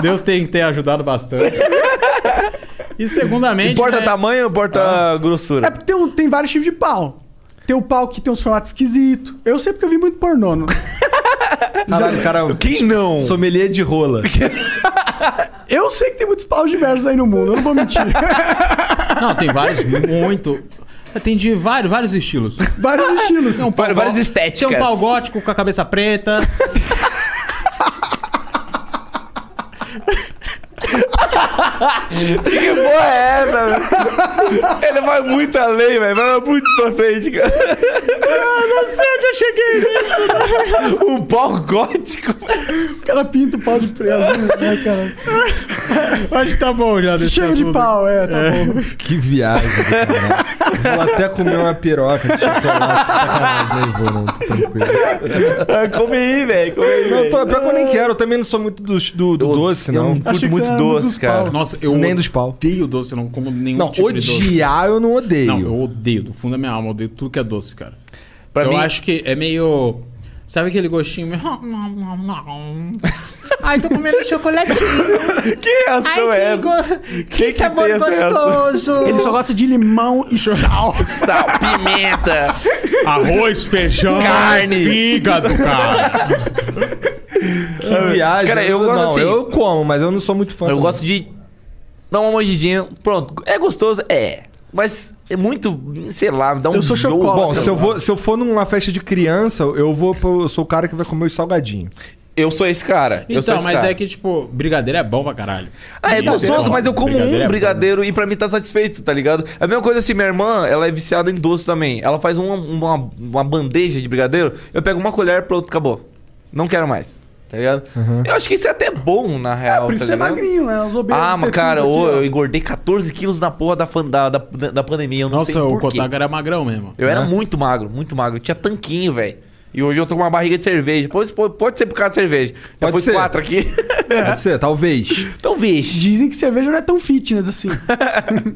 Deus tem que ter ajudado bastante. E segundamente.
Importa
né, Ah.
tamanho ou importa
É
grossura?
porque tem, um- tem vários tipos de pau. Tem o pau que tem uns formatos esquisitos. Eu sei porque eu vi muito pornô. não-
Caralho, cara. é um
Quem não?
Sommelier de rola.
Eu sei que tem muitos paus diversos aí no mundo, eu não vou mentir.
Não, tem vários, muito. Tem de vários, vários estilos.
vários estilos.
Tem um pau
Várias- várias
gó-
estéticas.
Tem um pau gótico com a cabeça preta.
Que porra é essa,
Ah,
velho? Ele vai muito além, velho. Vai muito pra frente, cara.
não sei onde eu cheguei nisso.
Um pau gótico.
O cara pinta o pau de preto. Né, cara?
Acho que tá bom já desse
Cheio de
assunto.
pau, é, tá bom.
Que viagem. do caralho. Vou até comer uma piroca de chocolate. Sacanagem, não vou, não. Tô tranquilo.
Ah, Come aí, velho. Come aí.
Não, tô, pior que eu nem quero. Eu também não sou muito do, do- do
Eu-
doce,
eu
não.
curto
Achei que
muito
você era
doce,
dos
cara.
pau.
Nossa, eu
Nem dos pau.
odeio doce, eu não como nenhum
Não,
tipo de doce.
odiar eu não odeio.
Não, eu odeio, do fundo da minha alma, eu odeio tudo que é doce, cara.
Pra
eu
mim-
acho que é meio. Sabe aquele gostinho meio. Ai, tô comendo chocolatinho.
Que reação é essa?
go-
que tem essa
Ele só gosta de limão e sal.
Sal, pimenta.
Arroz, feijão,
Carne.
fígado, cara.
Que viagem.
É, Cara, eu gosto
não,
assim-
eu como, mas eu não sou muito fã.
Eu
também.
gosto de dar uma mordidinha. Pronto. É gostoso? É. Mas é muito, sei lá, me dá um
Eu sou
enjoo.
chocolate.
Bom, se eu, vou, se eu for numa festa de criança, eu vou. pro- Eu sou o cara que vai comer os salgadinhos.
Eu sou esse cara. eu sou
Então,
esse
mas
cara.
é que, tipo, brigadeiro é bom pra caralho.
Ah, é
Brigadeiro
gostoso,
bom.
mas eu como
é
um
bom.
brigadeiro e pra mim tá satisfeito, tá ligado? É a mesma coisa assim, minha irmã, ela é viciada em doce também. Ela faz uma, uma, uma bandeja de brigadeiro, eu pego uma colher, pronto, acabou. Não quero mais, tá ligado? Eu acho que isso é até bom, na real,
Por
tá
isso você Uhum. é
ligado?
magrinho, né? Os obeiros
Ah,
têm
mas
tudo
cara,
aqui,
ô,
ó.
eu engordei 14 quilos na porra da, fan- da, da, da pandemia, eu não
Nossa,
sei
o
porquê.
Kotaka era magrão mesmo.
Eu era
né?
muito magro, muito magro. Eu tinha tanquinho, velho. E hoje eu tô com uma barriga de cerveja. Pode, pode- pode ser por causa de cerveja. Já
Pode
pus
ser.
quatro aqui.
É.
Pode ser, talvez.
Talvez.
Dizem que cerveja não é tão fitness assim.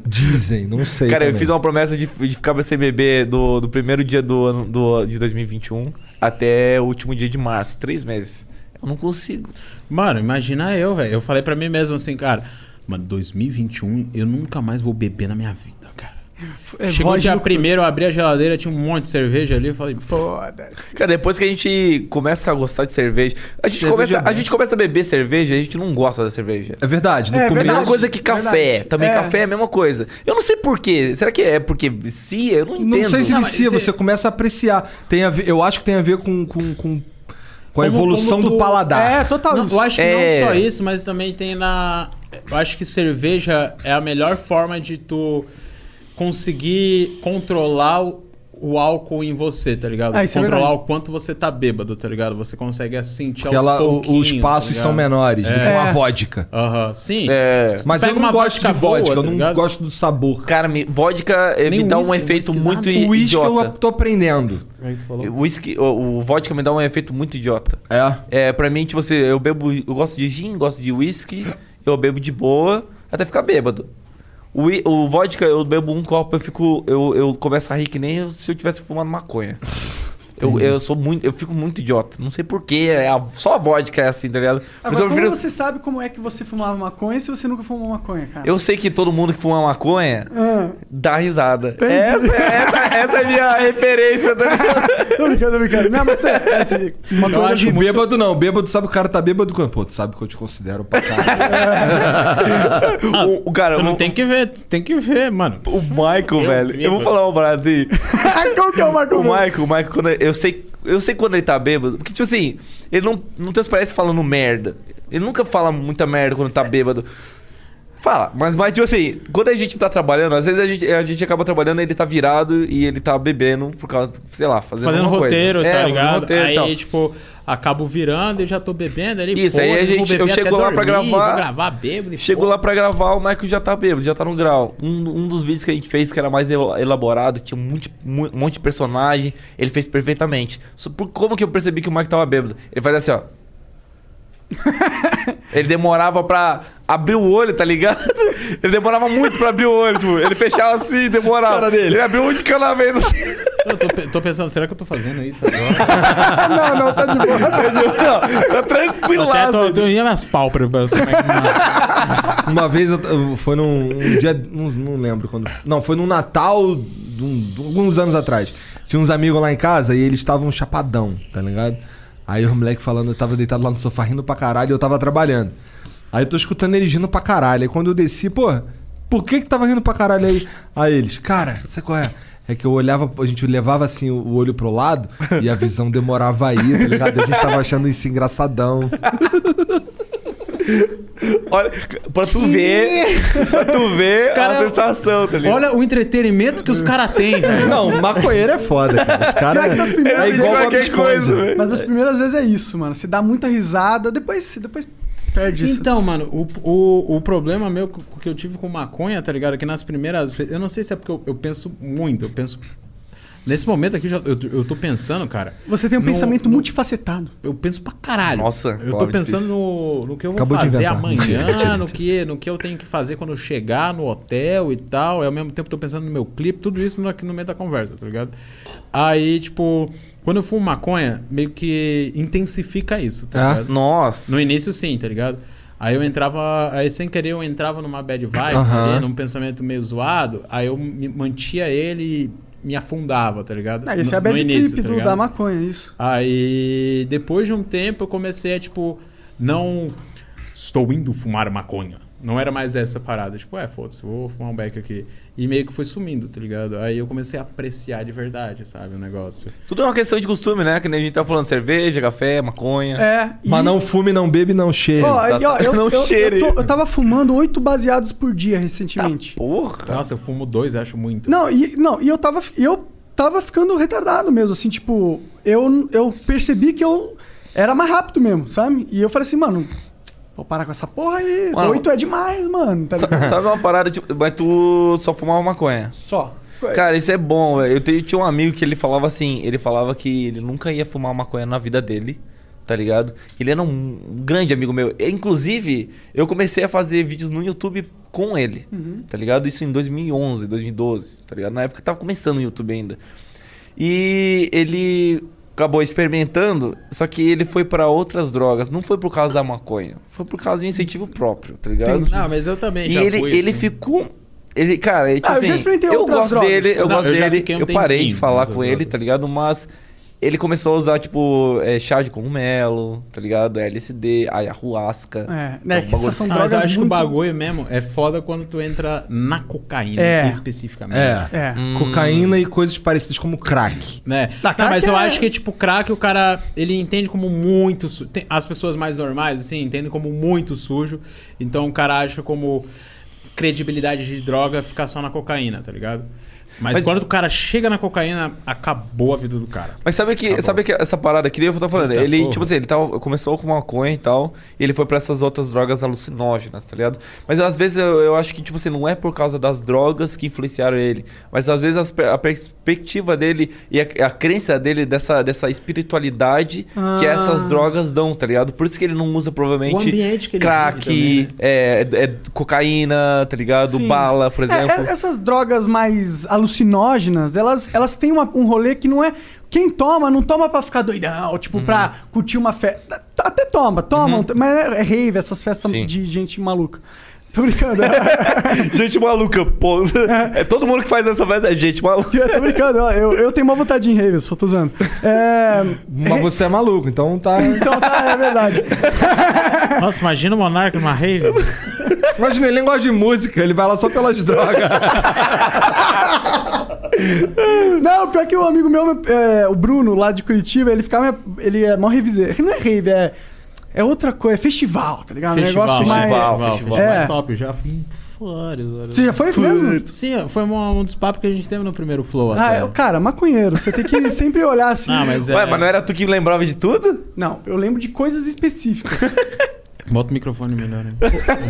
Dizem, não sei.
Cara, eu
também.
fiz um uma promessa de, de ficar pra CBB do, do primeiro dia do ano do, de 2021 até o último dia de março. Três meses. Eu não consigo.
Mano, imagina eu, velho. Eu falei pra mim mesmo assim, cara, mano, 2021 eu nunca mais vou beber na minha vida, cara.
É,
Chegou o
voz de
dia
loucura.
primeiro, eu abri a geladeira, tinha um monte de cerveja ali, eu falei, foda-se.
Cara, depois que a gente começa a gostar de cerveja, a gente,
Cerveja
começa, a
bem.
gente começa a beber cerveja, a gente não gosta da cerveja.
É verdade,
no
no É
começo.
começo-
É a mesma coisa que
verdade.
café. Também
É.
café é a mesma coisa. Eu não sei por quê. Será que é porque vicia? Eu não
Não é
entendo.
sei se vicia, você começa a apreciar. Tem a ver- eu acho que tem a ver com, com, com, com a evolução do paladar. É,
Não, eu acho que não só isso, mas também tem na. Eu acho que cerveja é a melhor forma de tu conseguir controlar o, o álcool em você, tá ligado?
Ah, isso é
controlar
verdade.
o quanto você tá bêbado, tá ligado? Você consegue assim, sentir
Porque
aos
ela- o-
pouquinhos,
os passos
tá
são
ligado?
menores do que uma vodka.
Aham, sim.
Mas
Pega
eu não
uma
gosto de
boa,
vodka,
tá
eu não
ligado?
gosto do sabor.
Cara, me, vodka eh, me
Nem
dá um
whisky,
efeito
whisky,
muito
exato. O whisky eu
idiota.
tô aprendendo.
O, whisky, o, o vodka me dá um efeito muito idiota. É? É, pra mim, tipo assim, eu bebo. Eu gosto de gin, gosto de whisky, eu bebo de boa, até ficar bêbado. O, whi- o vodka, eu bebo um copo, eu fico. Eu, eu começo a rir que nem se eu tivesse fumando maconha. Eu, eu sou muito. Eu fico muito idiota. Não sei porquê. É a- só a vodka é assim, tá ligado?
Ah,
Mas
Agora,
eu
como
prefiro-
você sabe como é que você fumava maconha se você nunca fumou maconha, cara?
Eu sei que todo mundo que fuma maconha
Ah.
dá risada.
Entendi.
Essa, essa, essa é a minha referência, tá ligado?
tô brincando, tô brincando. Não, mas é, é, assim, uma
Eu
coisa
acho
muito-
bêbado não. Bêbado sabe o cara tá bêbado quando. Pô, tu sabe que eu te considero pra caralho.
o, cara,
tu não tem que ver, tu tem que ver, mano.
O Michael, velho. Eu vou falar um brado assim.
Qual que é o Michael?
O Michael, o Michael, quando ele- eu sei, eu sei quando ele tá bêbado. Porque, tipo assim, ele não, não transparece falando merda. Ele nunca fala muita merda quando tá bêbado. Fala, mas, mas tipo assim, quando a gente tá trabalhando, às vezes a gente, a gente acaba trabalhando ele tá virado e ele tá bebendo por causa, sei lá, fazendo,
Fazendo
alguma coisa.
roteiro,
É,
tá
fazendo
ligado?
roteiro e
aí,
tal.
tipo, acabo virando e já tô bebendo ali.
Isso, aí a
foda-se, vou
gente, eu
beber até
chego lá pra
dormir,
gravar.
Vou gravar bêbado e
Chego lá pra gravar, o Michael já tá bêbado, já tá no grau. Um, um dos vídeos que a gente fez, que era mais el- elaborado, tinha um monte, mu- um monte de personagem, ele fez perfeitamente. Só por como que eu percebi que o Michael tava bêbado? Ele fazia assim, ó. ele demorava pra abrir o olho, tá ligado? Ele demorava muito pra abrir o olho, tipo, ele fechava assim, demorava.
Cara dele.
Ele abriu um de cada vez assim.
Eu tô, pe- tô pensando, será que eu tô fazendo isso agora?
não, não, tá de boa.
tá tranquilaço.
Até tô, tô indo minhas pálpebras. como é que-
Uma vez eu, t- eu- foi num um dia. Não, não lembro quando. Não, foi num Natal de, um- de alguns anos atrás. Tinha uns amigos lá em casa e eles estavam chapadão, tá ligado? Aí o moleque falando, eu tava deitado lá no sofá rindo pra caralho e eu tava trabalhando. Aí eu tô escutando eles rindo pra caralho. Aí quando eu desci, pô, por que que tava rindo pra caralho aí? Aí eles, cara, você qual é? É que eu olhava, a gente levava assim o o olho pro lado e a visão demorava aí, tá ligado? A gente tava achando isso engraçadão.
Olha, pra tu ver, pra tu ver
Os cara-
a sensação, tá ligado?
Olha o entretenimento que os caras têm, velho.
Não, maconheiro é foda, cara. Os
Pior que das
É
primeiras vezes-
velho.
Mas as primeiras vezes é isso, mano. Você dá muita risada, depois, depois perde isso.
Então, mano, o, o, o problema meu que que eu tive com maconha, tá ligado? Que nas primeiras vezes. Eu não sei se é porque eu, eu penso muito, eu penso. Nesse momento aqui, já- eu, eu tô pensando, cara.
Você tem um
no-
pensamento multifacetado.
Eu penso pra caralho.
Nossa,
Eu tô pensando no, no que eu vou
Acabou de
fazer
inventar. Mentira, mentira,
amanhã, no que, no que eu tenho que fazer quando eu chegar no hotel e tal. E ao mesmo tempo tô pensando no meu clipe, tudo isso no- aqui no meio da conversa, tá ligado? Aí, tipo, quando eu fumo maconha, meio que intensifica isso, tá
Ah,
ligado?
Nossa.
No início, sim, tá ligado? Aí eu entrava, aí sem querer eu entrava numa bad vibe,
Aham.
ali, num pensamento meio zoado, aí eu me mantia ele e me afundava, tá ligado?
Não, isso é a
No-
bad
no início,
trip
tá
do,
ligado?
da maconha, é isso.
Aí, depois de um tempo, eu comecei a, tipo, não. Estou indo fumar maconha. Não era mais essa parada. Tipo, é, foda-se, vou fumar um beck aqui. E meio que foi sumindo, tá ligado? Aí eu comecei a apreciar de verdade, sabe, o negócio.
Tudo é uma questão de costume, né? Que nem a gente tá falando cerveja, café, maconha.
É,
Mas não fume, não bebe, não cheire.
Ó, e ó, eu,
Não
eu,
cheire. Tá,
Eu, tô- eu tava fumando oito baseados por dia recentemente.
porra!
Nossa, eu fumo dois, acho muito.
Não, e, não, e eu tava. Eu tava ficando retardado mesmo, assim, tipo, eu, eu percebi que eu era mais rápido mesmo, sabe? E eu falei assim, mano, vou parar com essa porra aí.
Mano,
Oito é demais, mano. Tá
Sa-
ligado?
Sabe uma parada, tipo, mas tu só fumava maconha?
Só.
Cara, isso é bom. velho. Eu te- tinha um amigo que ele falava assim, ele falava que ele nunca ia fumar maconha na vida dele, tá ligado? Ele era um grande amigo meu. E, Inclusive, eu comecei a fazer vídeos no YouTube com ele,
Uhum.
tá ligado? Isso em 2011, 2012, tá ligado? Na época eu tava começando o YouTube ainda. E ele acabou experimentando, só que ele foi pra outras drogas. Não foi por causa da maconha, foi por causa de um incentivo próprio, tá ligado?
Não, mas eu também
E
já
ele,
fui,
ele
assim.
ficou. Ele, cara, ele, tipo
Ah, eu já
assim,
experimentei
eu
outras
gosto
drogas.
dele, eu
Não,
gosto
eu já
dele.
fiquei um
eu parei de
tempinho
falar
com
com ele, tá ligado? Mas ele começou a usar, tipo, é, chá de cogumelo, tá ligado? LSD, ayahuasca.
É,
que um bagulho-
Ah, mas eu acho que o bagulho mesmo é foda quando tu entra na cocaína,
É.
especificamente. Hum.
É. Cocaína e coisas parecidas como crack. Tá
Né? Não, mas
é-
eu acho que, tipo, crack, o cara, ele entende como muito sujo. As pessoas mais normais, assim, entendem como muito sujo. Então o cara acha como credibilidade de droga ficar só na cocaína, tá ligado? Mas,
Mas-
quando o cara chega na cocaína, acabou a vida do cara.
Mas sabe que, sabe que essa parada que eu tava falando,
Tá Eita
ele,
porra.
tipo assim, ele tava, começou com maconha e tal, e ele foi pra essas outras drogas alucinógenas, tá ligado? Mas às vezes eu, eu acho que, tipo assim, não é por causa das drogas que influenciaram ele, mas às vezes as per- a perspectiva dele e a, a crença dele dessa, dessa espiritualidade que
Ah.
essas drogas dão, tá ligado? Por isso que ele não usa provavelmente
O ambiente que ele
crack,
vive né?
é, é cocaína, tá ligado?
Sim.
Bala, por
É,
exemplo.
é- essas drogas mais alucinógenas, elas, elas têm uma- um rolê que não é. Quem toma, não toma pra ficar doidão, tipo, pra
Uhum.
curtir uma festa. T- Até toma, toma, mas é rave, essas festas
Sim.
de gente maluca. Tô brincando.
gente maluca, pô. É todo mundo que faz essa festa é gente maluca.
Eu tô brincando, ó, eu, eu tenho uma vontade em rave, eu só tô usando.
Mas você é maluco, então tá.
Então tá, é verdade.
Nossa, imagina o Monarca numa rave.
Imagina, ele nem gosta de música, ele vai lá só pelas drogas.
Não, pior que o amigo meu, é, o Bruno, lá de Curitiba, ele ficava. Ele é mó reviseiro. Não é rave, é. É outra coisa, é festival, tá ligado? um negócio mais. É.
É. top, eu já fui fora.
Você já foi mesmo?
Sim, foi um, um dos papos que a gente teve no primeiro flow
Ah,
até.
eu- cara, maconheiro, você tem que sempre olhar assim.
Ah, mas é- Ué, mas não
era tu que lembrava de tudo?
Não, eu lembro de coisas específicas.
Bota o microfone melhor, hein?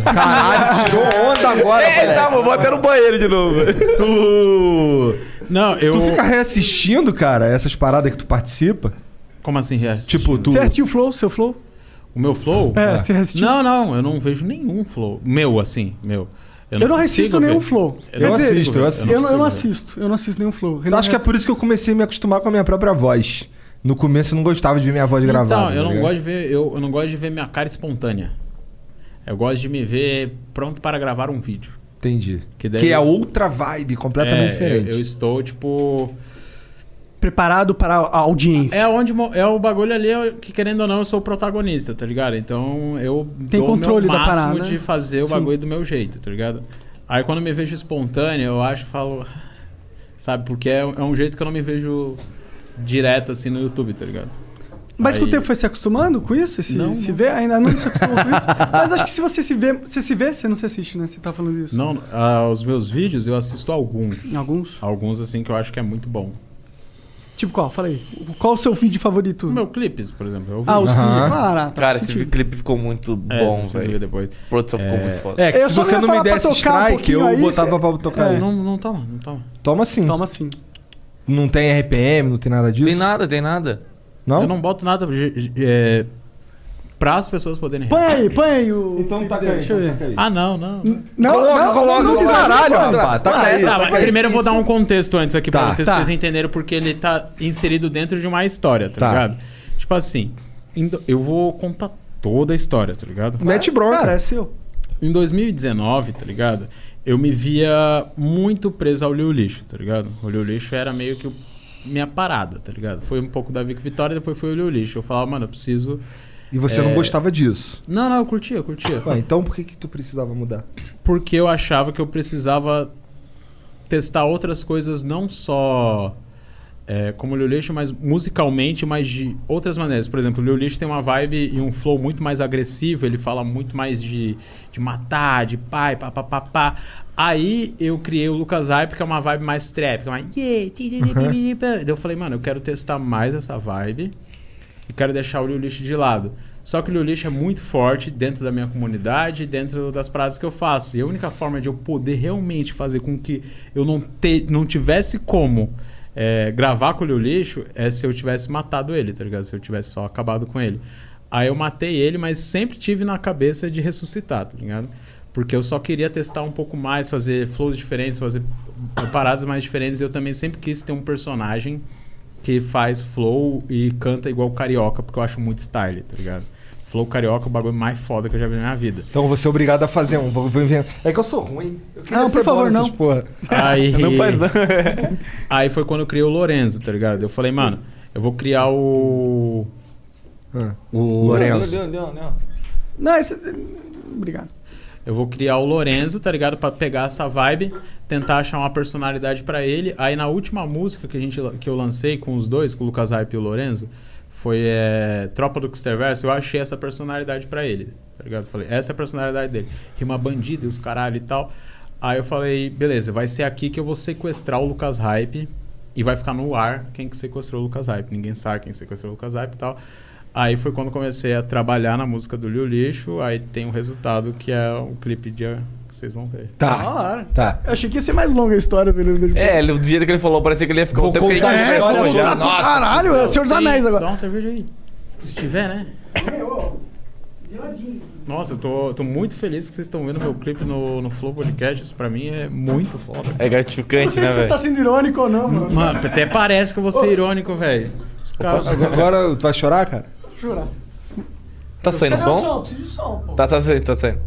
Ah,
Caralho, tirou onda agora,
É,
moleque.
tá, vou até no banheiro de novo.
Tu.
Não, eu.
Tu fica reassistindo, cara, essas paradas que tu participa?
Como assim reassistindo?
Tipo, tu.
Você assistiu o Flow, seu Flow?
O meu flow?
É, você assistiu?
Não, não, eu não vejo nenhum flow. Meu, assim, meu.
Eu não
consigo
assisto
ver.
nenhum Flow.
Eu,
Quer
não
dizer,
assisto, eu assisto.
Eu não, eu não
consigo ver.
assisto, eu não assisto nenhum Flow.
Eu acho que é por isso que eu comecei a me acostumar com a minha própria voz. No começo eu não gostava de ver minha voz gravada.
Então, eu
tá
não
ligado?
gosto de ver, eu, eu não gosto de ver minha cara espontânea. Eu gosto de me ver pronto para gravar um vídeo.
Entendi.
Que,
Que é outra vibe, completamente
É,
diferente.
Eu, eu estou tipo
Preparado para a audiência.
é onde mo- é o bagulho ali é que querendo ou não eu sou o protagonista, tá ligado? Então eu
Tem
dou
controle
o
da
meu máximo
parada, né?
de fazer o
Sim.
bagulho do meu jeito, tá ligado? Aí quando eu me vejo espontâneo, eu acho, falo, sabe, porque é, é um jeito que eu não me vejo direto assim no YouTube, tá ligado?
Mas com o
Aí-
tempo foi se acostumando com isso? Se,
Não,
se vê? Ainda não se acostumou com isso? Mas acho que se você se vê, você se vê, você não se assiste, né? Você tá falando isso.
Não, ah, os meus vídeos eu assisto alguns.
Alguns?
Alguns assim que eu acho que é muito bom.
Tipo qual? Fala aí. Qual o seu vídeo favorito?
Meu clipes, por exemplo. eu
Ah,
vi.
os clipes. Claro, ah, tá
Cara, esse
sentido.
clipe ficou muito
É, vocês
bom,
precisam
velho.
ver depois.
A produção ficou
É.
muito foda.
É, que
Eu
se
só
você
ia
não me
falar pra
desse
tocar um
strike, eu
pouquinho aí,
botava
cê-
pra tocar.
É.
aí.
Não, não toma, não tá. toma.
Toma sim.
Toma sim.
Não tem RPM, não tem nada disso?
Tem nada, tem nada.
Não?
Eu não boto nada é, para as pessoas poderem
Põe aí, põe aí o.
Então tá
Deixa eu ver.
Ah, não, não.
Não,
Coloca,
não,
coloca,
não,
coloca.
bizarro,
Caralho,
mano.
rapaz, tá
Tá,
aí.
Tá, mas
Tá aí.
primeiro eu vou dar um contexto antes aqui
Tá.
pra vocês,
Tá.
pra vocês entenderem porque ele tá inserido dentro de uma história, tá,
Tá.
ligado? Tipo assim, em do- eu vou contar toda a história, tá ligado?
Mete bronca.
Cara, é seu.
Em 2019, tá ligado? Eu me via muito preso ao Liu Lixo, tá ligado? O Liu Lixo era meio que o- minha parada, tá ligado? Foi um pouco da Vic Vitória, depois foi o Liu Lixo. Eu falava, mano, eu preciso...
E você não
é,
gostava disso.
Não, não, eu curtia, eu curtia.
Ué, então por que, que tu precisava mudar?
porque eu achava que eu precisava testar outras coisas, não só é, como o Liu Lixo, mas musicalmente, mas de outras maneiras. Por exemplo, o Liu Lixo tem uma vibe e um flow muito mais agressivo, ele fala muito mais de, de matar, de pai, pá, pá, pá, pá. Aí eu criei o Lucas Hype, que é uma vibe mais trap, que é uma... Yeah, ti, ti, ti, ti, ti, ti. Daí eu falei, mano, eu quero testar mais essa vibe e quero deixar o Liu Lixo de lado. Só que o lixo é muito forte dentro da minha comunidade, dentro das práticas que eu faço. E a única forma de eu poder realmente fazer com que eu não, te, não tivesse como é, gravar com o lixo é se eu tivesse matado ele, tá ligado? Se eu tivesse só acabado com ele. Aí eu matei ele, mas sempre tive na cabeça de ressuscitar, tá ligado? Porque eu só queria testar um pouco mais, fazer flows diferentes, fazer paradas mais diferentes. Eu também sempre quis ter um personagem que faz flow e canta igual carioca, porque eu acho muito style, tá ligado? Flow carioca é o bagulho mais foda que eu já vi na minha vida.
Então você é obrigado a fazer um. Vou, vou inventar. É que eu sou ruim. Eu queria ser bom nessas Porra.
Aí,
Não faz não.
aí foi quando eu criei o Lorenzo, tá ligado? Eu falei, mano, eu vou criar o. O
Lorenzo.
Não, não, não.
Não, isso. Obrigado.
Eu vou criar o Lorenzo, tá ligado? Pra pegar essa vibe, tentar achar uma personalidade pra ele. Aí na última música que, a gente, que eu lancei com os dois, com o Lucas Hype e o Lorenzo, foi é, Tropa do Exterverso, eu achei essa personalidade pra ele, tá ligado? Falei, essa é a personalidade dele. Rima bandida e os caralho e tal. Aí eu falei, beleza, vai ser aqui que eu vou sequestrar o Lucas Hype e vai ficar no ar quem que sequestrou o Lucas Hype. Ninguém sabe quem sequestrou o Lucas Hype e tal. Aí foi quando comecei a trabalhar na música do Liu Lixo, aí tem o resultado que é o clipe de que vocês vão ver.
Da hora. Eu achei que ia ser mais longa a história pelo dele.
É, ele- do jeito que ele falou, parecia que ele ia ficar um tempo que a gente
contar a
conversou
história
já.
toda. tá Caralho, é o Senhor dos
E-
Anéis agora.
Dá uma cerveja aí. Se tiver, né? Nossa, eu tô, tô muito feliz que vocês estão vendo meu clipe no, no Flow Podcast. Isso pra mim é muito foda.
É gratificante,
Não sei se você tá sendo irônico ou não, mano.
Mano, até parece que eu vou ser
Ô.
irônico, velho. Os caras.
Agora tu vai chorar, cara?
Jura.
Tá saindo
Cadê o
som?
som? Preciso de um som, pô.
Tá, tá saindo, tá saindo.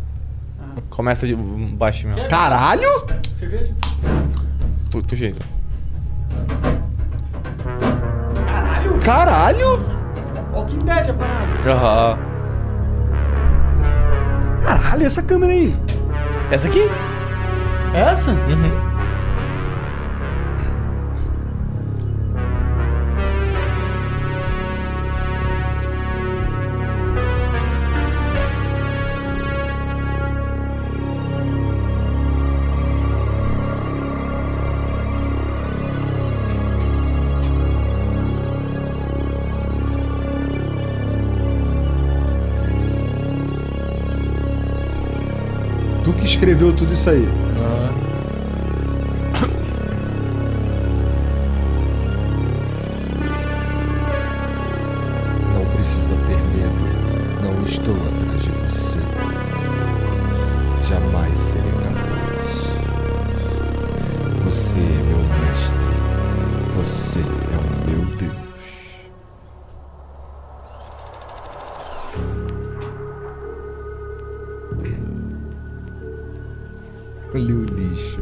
Começa de um baixo mesmo.
Caralho!
Cerveja?
Tu, tu jeito. Caralho!
Walking Dead, a parada.
Aham.
Caralho, essa câmera aí.
Essa aqui?
Essa?
Uhum.
Tu que escreveu tudo isso aí. Ah. Não precisa ter medo. Não estou atrás de você. Jamais serei capaz. Você é meu mestre. Você é o meu Deus. Olha o lixo.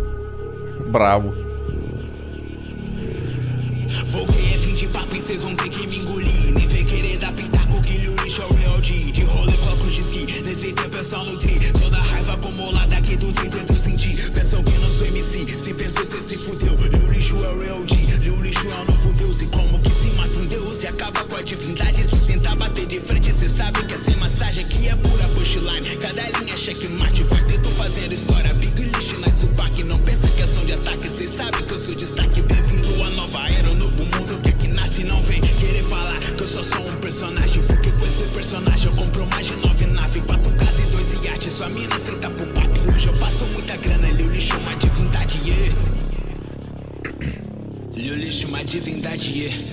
Brabo.
Voltei é fim de papo e cês vão ter que me engolir. Nem vem querer dar pitaco que lixo é o real de. De rolo e cocos de esqui, nesse tempo eu só nutri. Toda a raiva acumulada aqui dos itens eu senti. Pensam que não sou MC, se pensou cê se fudeu. Liu lixo é o real de, liu lixo é o novo deus. E como que se mata um deus e acaba com a divindade? Se tentar bater de frente, cê sabe que é sem massagem, que é pura pushline. Cada linha checkmate, o quarteto fazendo história. Big lixo na subaque, não pensa que é som de ataque. Cê sabe que eu sou destaque, bem-vindo à nova era, um novo mundo que é que nasce. Não vem querer falar que eu só sou um personagem. Porque com esse personagem eu compro mais de nove naves, quatro casas e dois iates. Sua mina senta pro papo e hoje eu faço muita grana. Liu lixo é uma divindade, yeah. Liu lixo é uma divindade, yeah.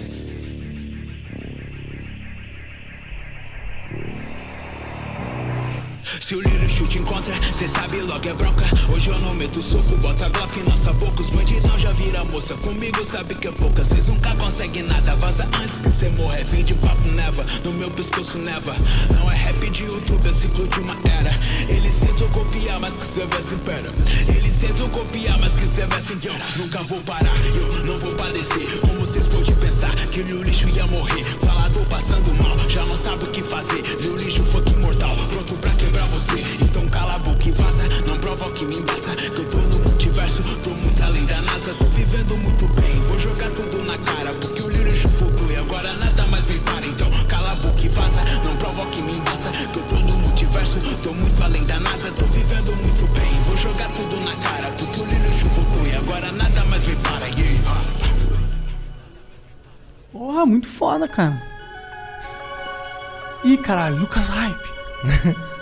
Se o lixo te encontra, cê sabe logo é bronca. Hoje eu não meto soco, bota glock em nossa boca. Os bandidão já vira moça, comigo sabe que é pouca. Cês nunca conseguem nada, vaza antes que cê morra. É fim de papo, neva, no meu pescoço neva. Não é rap de YouTube, é ciclo de uma era. Eles tentam copiar, mas que cê vai se fera. Eles tentam copiar, mas que cê vai se fera. Nunca vou parar, eu não vou padecer. Como cês pode pensar que o lixo ia morrer? Falado passando mal, já não sabe o que fazer. Liu lixo fucking mortal, pronto pra quebrar você. Então cala a boca e vaza, não provoque me embaça. Que eu tô no multiverso, tô muito além da NASA. Tô vivendo muito bem, vou jogar tudo na cara. Porque o lixo flutua e agora nada mais me para. Então cala a boca e vaza, não provoque me embaça. Que eu tô no multiverso, tô muito além da NASA. Tô vivendo muito bem, vou jogar tudo na cara. Porque o lixo flutua e agora nada mais me para. é. Yeah.
Porra, muito foda, cara. Ih, caralho, Lucas Hype.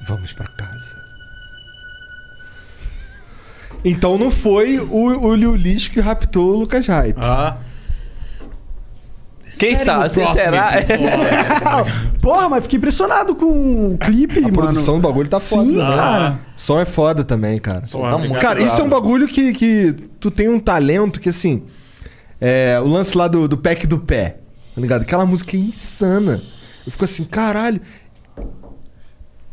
Vamos pra casa. Então não foi o, o Liu Lixo que raptou o Lucas Hype. Ah.
Quem sabe? será?
Porra, mas fiquei impressionado com o clipe,
A
mano.
produção do bagulho tá foda.
Sim,
né?
cara.
Som é foda também, cara.
Som tá muito
Cara, isso é um bagulho que, que tu tem um talento que, assim... é, o lance lá do, do pack do pé, tá ligado? Aquela música é insana. Eu fico assim, caralho...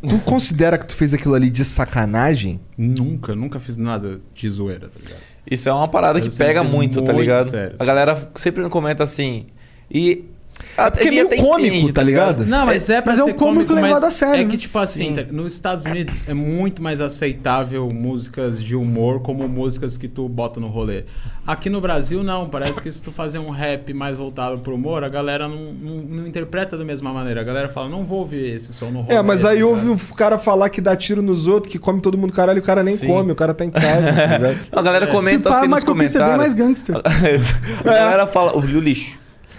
Tu considera que tu fez aquilo ali de sacanagem?
Nunca, nunca fiz nada de zoeira, tá ligado?
Isso é uma parada
Eu
que
sempre
pega
fiz
muito, tá
muito
ligado?
sério.
A galera sempre comenta assim. E.
porque é
ele
meio
até
cômico, tá ligado? Não, mas é
um
pra ser cômico, mas é que,
né?
tipo assim, tá- nos Estados Unidos é muito mais aceitável músicas de humor como músicas que tu bota no rolê. Aqui no Brasil, não. Parece que se tu fazer um rap mais voltado pro humor, a galera não, não- não interpreta da mesma maneira. A galera fala, não vou ouvir esse som no rolê.
É, mas aí
tá
ouve o cara falar que dá tiro nos outros, que come todo mundo, caralho, o cara nem
Sim.
come, o cara tá em
é
casa. tá ligado?
A galera
É.
comenta
Se pá,
assim nos
Michael Kiss é bem mais
comentários.
gangster.
a galera fala. O Liu Lixo.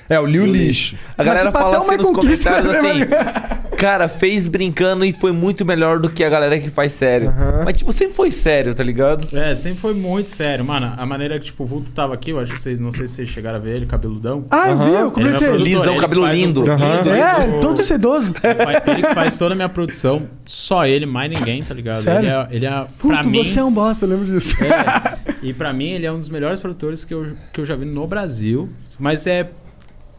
É, o Liu Lixo.
A galera
Mas se pá,
fala
até o
assim nos
Michael né? Kiss
comentários
era
assim. Cara, fez brincando e foi muito melhor do que a galera que faz sério. Mas, tipo, sempre foi sério, tá ligado?
É, sempre foi muito sério. Mano, a maneira que, tipo, o Vulto tava aqui, eu acho que vocês, não sei se vocês chegaram a ver ele, cabeludão.
Ah, eu vi, eu
Ele é
comentei.
meu produtor,
Lisão,
ele
cabelo
faz um o
lindo.
clipe,
Aham.
ele
É,
faz o-
todo sedoso.
Ele que faz toda a minha produção, só ele, mais ninguém, tá ligado?
Sério?
Ele é, ele é pra
Puto,
mim...
você é um bosta, eu lembro disso.
E pra mim, ele é um dos melhores produtores que eu, que eu já vi no Brasil. Mas é...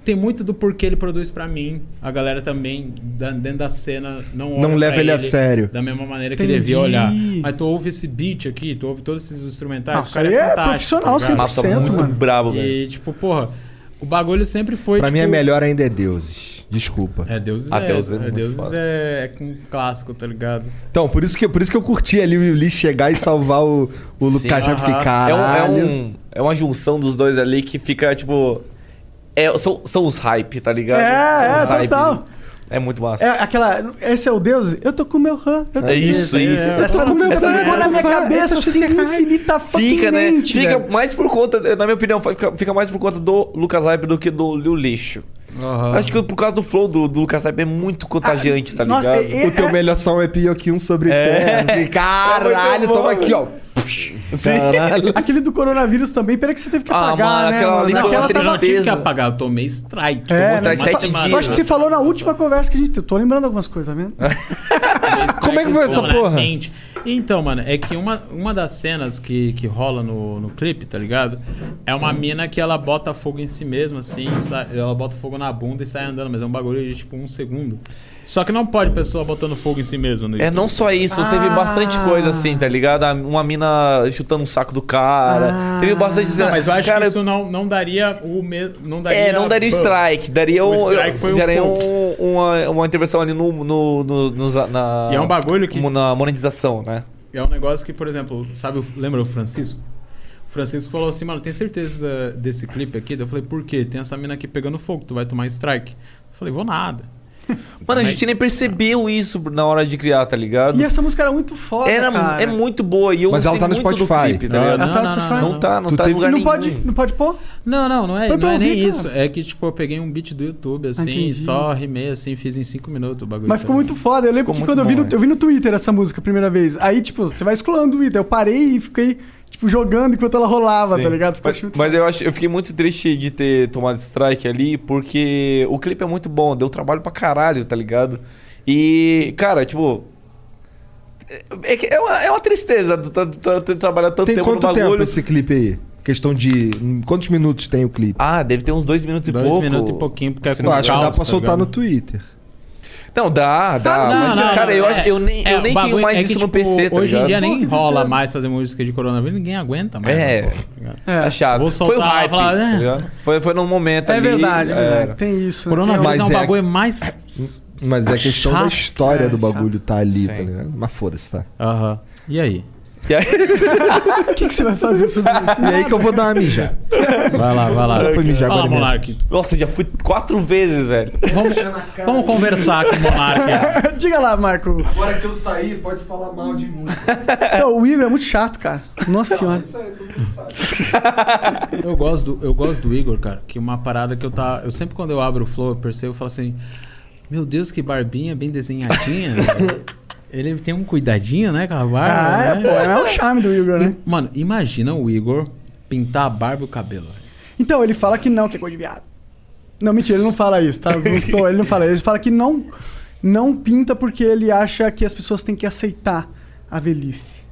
Tem muito do porquê ele produz pra mim. A galera também, da- dentro da cena, não olha
Não
pra
leva ele a sério.
Da mesma maneira que
Entendi.
devia olhar. Mas tu ouve esse beat aqui, tu ouve todos esses instrumentais.
Ah,
o cara
isso aí é
fantástico,
profissional
tá ligado?
100%, Nossa, muito mano.
brabo,
E, tipo, porra, o bagulho sempre foi.
Pra mim é
tipo,
melhor ainda é deuses. Desculpa.
É, Deuses é,
Deuses
é, Deuses é, é com clássico, tá ligado?
Então, por isso que, por isso que eu curti ali o Lee chegar e salvar o, o Lucas Hype. Fiquei,
É, um- é
caralho.
um, é uma junção dos dois ali que fica, tipo. é- são, são os hype, tá ligado?
É,
são
é, total.
É muito massa.
É aquela. Esse é o Deus? Eu tô com meu RAM. eu tô
É isso,
com meu-
isso. Eu tô
Essa
com
música
meu RAM,
ficou na minha
eu tô-
cabeça assim, infinita fucking
Fica, né?
mente,
fica
velho.
mais por conta, na minha opinião, fica, fica mais por conta do Lucas Hype do que do Liu Lixo. Acho que por causa do flow do, do Lucas Hype é muito
Ah,
contagiante, tá
Nossa,
ligado?
o teu melhor som é pior que um sobre
É.
pé. Fiquei,
É
Caralho,
muito bom,
toma aqui, ó.
velho.
Caralho.
Aquele do coronavírus também, peraí que você teve que
Ah,
apagar, né? mano? Aquela
eu não
tava-
tive que apagar, eu tomei strike.
É,
tomei
né?
strike
Você fa- eu acho que você falou na última conversa que a gente teve. Eu Tô lembrando algumas coisas, tá vendo?
Como
é que foi essa porra?
Então, mano, é que uma, uma das cenas que, que rola no, no clipe, tá ligado? É uma mina que ela bota fogo em si mesma, assim, sai- ela bota fogo na bunda e sai andando, mas é um bagulho de tipo um segundo. Só que não pode pessoa botando fogo em si mesma. né? No
É
YouTube.
não só isso, teve
Ah.
bastante coisa assim, tá ligado? Uma mina chutando o saco do cara.
Ah.
Teve bastante
Não, mas eu acho
cara,
que isso não, não daria o mesmo. Não daria
é, não daria o
ban.
strike, daria,
O
um,
strike foi o
daria
ponto.
um- uma, uma intervenção ali no, no, no- nos- na,
E é um bagulho que-
na monetização, né?
É um negócio que, por exemplo, sabe, o- lembra o Francisco? O Francisco falou assim, mano, tem certeza desse clipe aqui? Daí Eu falei, por quê? Tem essa mina aqui pegando fogo, tu vai tomar strike. Eu falei, vou nada.
Mano, a gente nem percebeu isso na hora de criar, tá ligado?
E essa música era muito foda,
Era,
cara.
é muito boa. E eu
Mas ela tá no
gostei muito do
Spotify.
clipe, tá
Não,
ligado?
ela tá no Spotify?
Não tá, não
Tu
tá em
teve-
lugar
não
nenhum.
pode-
Não pode pôr?
Não, não, não é,
Foi pra
não é
ouvir,
nem
cara.
isso. É que, tipo, eu peguei um beat do YouTube, assim,
Entendi.
e só rimei, assim, fiz em cinco minutos o bagulho. tá
Mas ficou
todo.
muito foda. Eu
Ficou
lembro que
muito
quando eu vi,
bom, é.
no, eu vi no Twitter essa música a primeira vez. Aí, tipo, você vai esculando o Twitter. Eu parei e fiquei, tipo, jogando enquanto ela rolava,
Sim.
tá ligado? Ficou
um
Mas, mas eu, acho, eu fiquei muito triste de ter tomado strike ali, porque o clipe é muito bom, deu trabalho pra caralho, tá ligado? E, cara, tipo. É, é que é uma, é uma tristeza tu- tu- tu- tu trabalhar tanto
Tem
tempo
quanto
no
tempo
bagulho.
esse clipe aí? Questão de. hum, Quantos minutos tem o clipe?
Ah, deve ter uns dois minutos e
Dois
pouco.
minutos e pouquinho, porque é
Se
Eu
não
acho que
caos,
dá pra
tá
soltar
ligado?
no Twitter.
Não, dá, dá.
Não,
mas,
não,
cara,
não,
eu,
é.
eu nem,
É,
eu nem
o
tenho
bagulho
mais
é
isso
que,
no
tipo,
PC, tá
Hoje
ligado?
em dia nem rola mais fazer música de coronavírus, ninguém aguenta mais. né,
É. Tá chato. foi o
soltar,
hype,
vou falar,
tá
né?
ligado? Foi, foi num momento
É
ali.
verdade, é verdade.
era.
Tem isso.
Coronavírus é um
Mas é-
bagulho mais.
Mas é questão da
Chato,
história
é
cara,
do bagulho tá ali,
Sim.
tá ligado? Mas foda-se, tá?
Aham. E aí?
O que, que você vai fazer sobre isso?
E aí que eu vou dar uma mijada.
Vai lá, vai lá.
Já foi mijar
Vai lá,
agora mesmo.
Monark.
Nossa, já fui quatro vezes, velho.
Vamos, vamos conversar aqui, Monark. né?
Diga lá, Marco.
Agora que eu saí, pode falar mal de música.
Não, o Igor é muito chato, cara. Nossa senhora.
Eu gosto, do, eu gosto do Igor, cara, que uma parada que eu tá. Eu sempre quando eu abro o flow, eu percebo, eu falo assim: Meu Deus, que barbinha bem desenhadinha. velho." Ele tem um cuidadinho, né, com a barba.
Ah, é,
né?
pô, é o charme do Igor, né?
Mano, imagina o Igor pintar a barba e o cabelo.
Então, ele fala que não, que é coisa de viado. Não, mentira, ele não fala isso, tá? Eu não estou- ele não fala isso. Ele fala que não, não pinta porque ele acha que as pessoas têm que aceitar a velhice.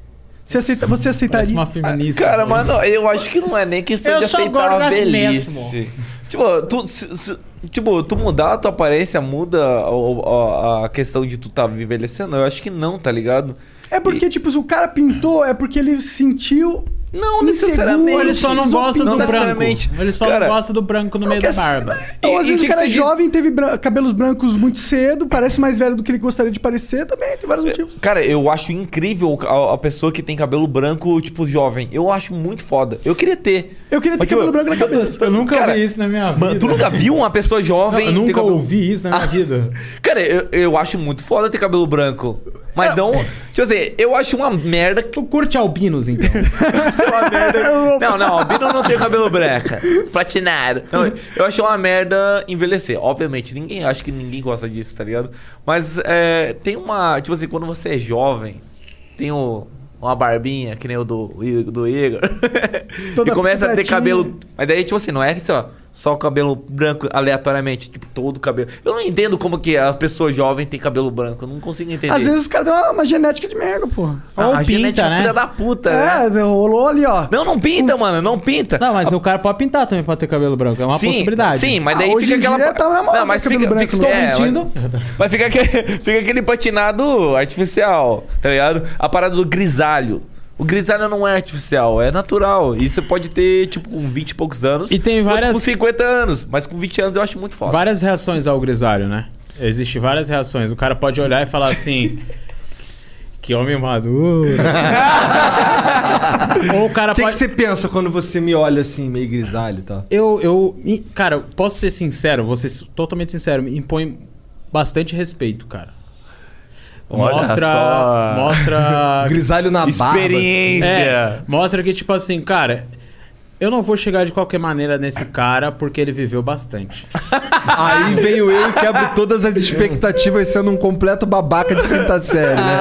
Você, aceita, você aceitaria...
uma feminista.
Ah,
né?
Cara, mas não, eu acho que não é nem questão
Eu
de
sou
aceitar
gorda
a velhice.
mesmo.
Tipo, tu, se- se- tipo, tu mudar a tua aparência muda a, a- a questão de tu tá envelhecendo? Eu acho que não, tá ligado?
É porque, tipo, se o cara pintou, é porque ele sentiu...
Não
inseguro,
Ele só não
precisou
gosta do
pintar.
branco. Ele só
Cara,
não gosta do branco no meio da
quer
barba.
Então, às
E- e que
vezes o
que
cara é
você
jovem, teve bran- cabelos brancos muito cedo, parece mais velho do que ele gostaria de parecer também, tem vários motivos.
Cara, eu acho incrível a, a pessoa que tem cabelo branco, tipo, jovem. Eu acho muito foda. Eu queria ter. tipo,
Eu queria ter cabelo branco na cabeça.
Eu nunca vi isso na minha vida.
Mano, tu nunca viu uma pessoa jovem.
eu
ter
nunca
cabelo-
ouvi isso na minha vida.
Cara, eu, eu acho muito foda ter cabelo branco. Mas não. Deixa eu dizer, eu acho uma merda. Tu
curte albinos, então?
Não, não, albino não tem cabelo branco. Platinado. Não, eu acho uma merda envelhecer. Obviamente, ninguém. Acho que ninguém gosta disso, tá ligado? Mas é, tem uma. Tipo assim, quando você é jovem, tem o- uma barbinha, que nem o do, do Igor. e começa a ter
pintadinha.
cabelo. Mas daí, tipo assim, não é assim, ó, só o cabelo branco aleatoriamente, tipo, todo o cabelo. Eu não entendo como que a pessoa jovem tem cabelo branco. Eu não consigo entender.
Às vezes os caras têm uma, uma genética de merda, porra.
Ah, a genética
né?
é filha da puta, né?
É, rolou ali, ó.
Não, não pinta, mano, não pinta.
Não, mas o cara pode pintar também pra ter cabelo branco. É uma possibilidade. Ah,
Sim, mas daí fica aquela. não, mas fica, fica,
Estou
é,
mentindo.
Mas, mas fica, aquele, fica aquele patinado artificial, tá ligado? A parada do grisalho. O grisalho não é artificial, é natural. E você pode ter, tipo, com 20 e poucos anos.
E tem
ou,
várias-
Com 50 anos. Mas com 20 anos eu acho muito foda.
Várias reações ao grisalho, né? Existem várias reações. O cara pode olhar e falar assim. Que homem maduro. Ou o cara
O que,
pode.
que você pensa quando você me olha assim, meio grisalho e tal?
Eu, eu. e, Cara, eu posso ser sincero, vou ser totalmente sincero, me impõe bastante respeito, cara.
Olha
mostra.
só.
Mostra.
Grisalho na barba, assim. Experiência.
É, mostra que, tipo assim, cara. Eu não vou chegar de qualquer maneira nesse cara porque ele viveu bastante.
Aí venho eu e quebro todas as expectativas sendo um completo babaca de quinta série, né?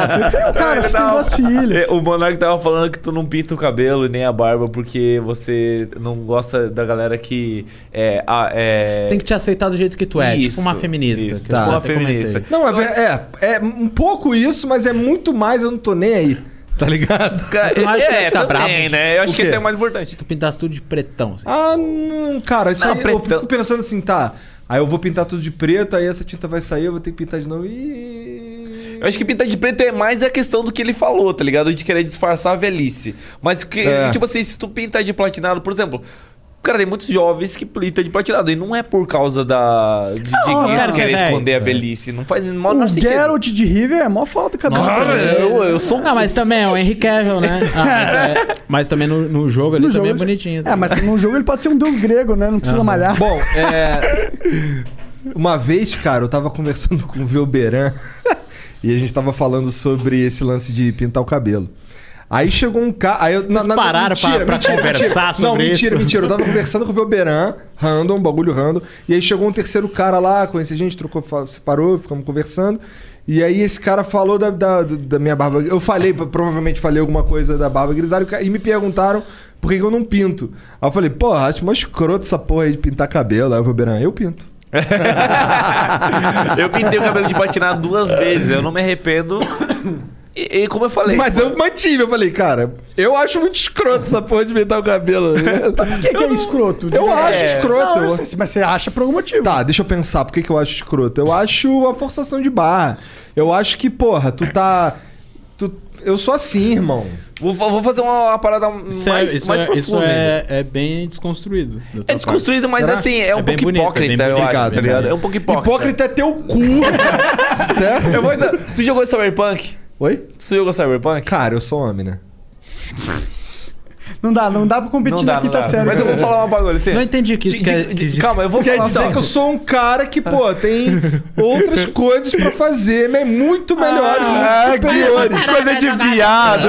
cara, Ah, você tem um duas filhas.
É, O Monark tava falando que tu não pinta o cabelo e nem a barba porque você não gosta da galera que é. a- é-
Tem que te aceitar do jeito que tu é,
Isso,
tipo uma feminista.
isso.
que eu
Tipo uma
até comentei.
feminista.
Não, é, ver- é, é um pouco isso, mas é muito mais, eu não tô nem aí. Tá ligado?
Cara,
Tu não acha que ele
é,
fica
também,
bravo?
né? Eu acho
O
que isso
quê?
é o mais importante.
Tu pintasse tudo de pretão. assim.
Ah, não, cara, isso
Não,
aí, eu
pretão.
fico pensando assim, tá. Aí eu vou pintar tudo de preto, aí essa tinta vai sair, eu vou ter que pintar de novo. E...
Eu acho que pintar de preto é mais a questão do que ele falou, tá ligado? De querer disfarçar a velhice. Mas, que,
É.
tipo assim, se tu pintar de platinado, por exemplo. Cara, tem muitos jovens que pintam de platinado. E não é por causa da. de, de
Ah,
que
cara,
querer
você é
esconder a velhice. Não faz o menor
O
sentido.
Geralt de River é mó falta de cabelo.
Nossa, eu- eu sou-
Não, mas também é o Henry Cavill, né? Ah, mas, é- mas também no, no jogo ele
No
também
jogo
é
ele-
bonitinho.
É, mas no jogo ele pode ser um deus grego, né? Não precisa
Aham.
malhar.
Bom, é. Uma vez, cara, eu tava conversando com o Velberan e a gente tava falando sobre esse lance de pintar o cabelo. Aí chegou um cara. Aí eu,
Vocês pararam pra- pra conversar
Não,
sobre
mentira,
isso?
mentira. Eu tava conversando com o Velberan, random, um bagulho random. E aí chegou um terceiro cara lá, conheci a gente, trocou, fa- separou, ficamos conversando. E aí esse cara falou da, da, da minha barba. Eu falei, provavelmente falei alguma coisa da barba grisalha e me perguntaram por que, que eu não pinto. Aí eu falei, porra, acho mó escroto essa porra aí de pintar cabelo. Aí o Velberan, eu pinto.
Ah, Eu pintei o cabelo de platinado duas vezes. Eu não me arrependo. E, e como eu falei.
Mas eu mantive, eu falei, cara, eu acho muito escroto essa porra de pintar o cabelo.
O que, que é escroto?
Eu acho escroto.
Não, eu sei, mas você acha por algum motivo.
Tá, deixa eu pensar, por que, que eu acho escroto? Eu acho a forçação de barra. Eu acho que, porra, tu tá. Tu... Eu sou assim, irmão.
Vou, fa- vou fazer uma, uma parada
Isso,
mais,
é, isso,
mais
é,
profunda.
isso é- é bem desconstruído.
É desconstruído, mas assim, é um pouco hipócrita, eu acho, tá ligado? É um pouco hipócrita.
Hipócrita é teu cu. certo?
Eu vou dar- Tu jogou Cyberpunk?
Oi?
Tu jogou Cyberpunk?
Cara, eu sou homem, né?
Não dá, não dá pra competir
Não dá,
na
não
tá
quinta
dá.
série.
Mas eu vou
cara.
falar um bagulho. Assim,
Não entendi que isso
de-
quer-
de-
que
de-
isso-
Calma, eu vou
Quer
falar.
dizer
não.
que eu sou um cara que, pô, tem outras coisas pra fazer, mas é muito melhores,
Ah,
muito
que
superiores.
coisa de viado.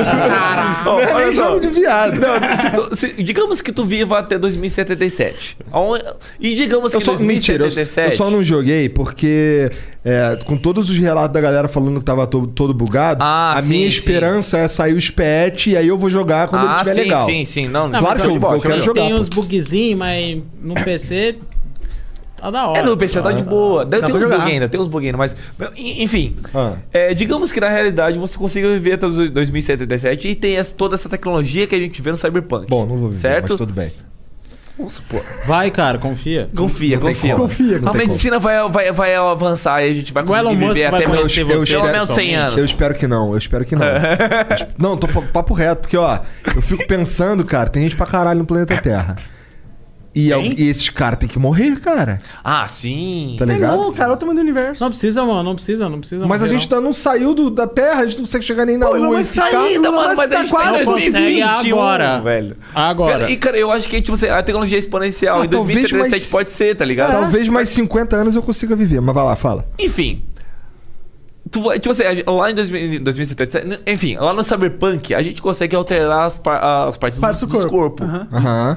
Ó,
Não é
olha
nem
só.
jogo de viado.
Não, se tu- se- digamos que tu viva até 2077. Aonde- E digamos que
Eu só, mentira, eu, eu
2077.
só não joguei porque, é, com todos os relatos da galera falando que tava to- todo bugado,
Ah,
a
sim,
minha
sim.
esperança é sair o SPET e aí eu vou jogar quando ele
Ah,
estiver
sim,
legal.
sim, sim. Não,
claro
mas
que eu,
olha,
eu
olha,
quero
olha,
jogar.
Tem
pô.
uns bugzinhos, mas no PC tá da hora.
É, no PC
Ah,
tá de boa. Deve
Dá
ter
pra
uns
jogar.
buguinhos ainda, tem uns buguinhos, mas. en- Enfim.
Ah.
É, digamos que na realidade você consiga viver até os dois- 2077 e tem essa- toda essa tecnologia que a gente vê no Cyberpunk. Bom, não vou viver, certo? mas
tudo bem.
Vamos supor.
Vai, cara, confia.
Confia,
Não tem
confia.
como.
A medicina vai, vai, vai avançar e a gente vai
O Elon
conseguir
Musk
viver
vai
até menos,
conhecer você
pelo menos 100
Eu
anos.
espero que não, eu espero que não. Eu esp- não, tô falando papo reto, porque, ó, eu fico pensando, cara, tem gente pra caralho no planeta Terra. E, al- e esses caras têm que morrer, cara.
Ah, sim.
é
Tá ligado?
Não, É cara, eu tô mandando universo.
Não precisa, mano, não precisa, não precisa.
Mas a
morrer,
gente ainda não saiu do- da Terra, a gente não consegue chegar nem na
Pô, Elon
Lua. e
Musk tá
ficar-
ainda,
Elon
mano,
Musk
mas
tá
a gente tá
quase
em
né?
2021,
2021,
agora.
velho.
Agora.
Cara, e, cara, eu acho que tipo, assim, a tecnologia é exponencial.
Ah,
em
talvez
2077
mais-
pode ser, tá ligado?
Talvez mais 50 anos eu consiga viver, mas vai lá, fala.
Enfim. Tu, vai- tipo assim, a gente- lá em 2000 em 2077, n- enfim, lá no Cyberpunk, a gente consegue alterar as, par- as partes,
Partes
do,
do
dos
corpo.
corpo.
Aham.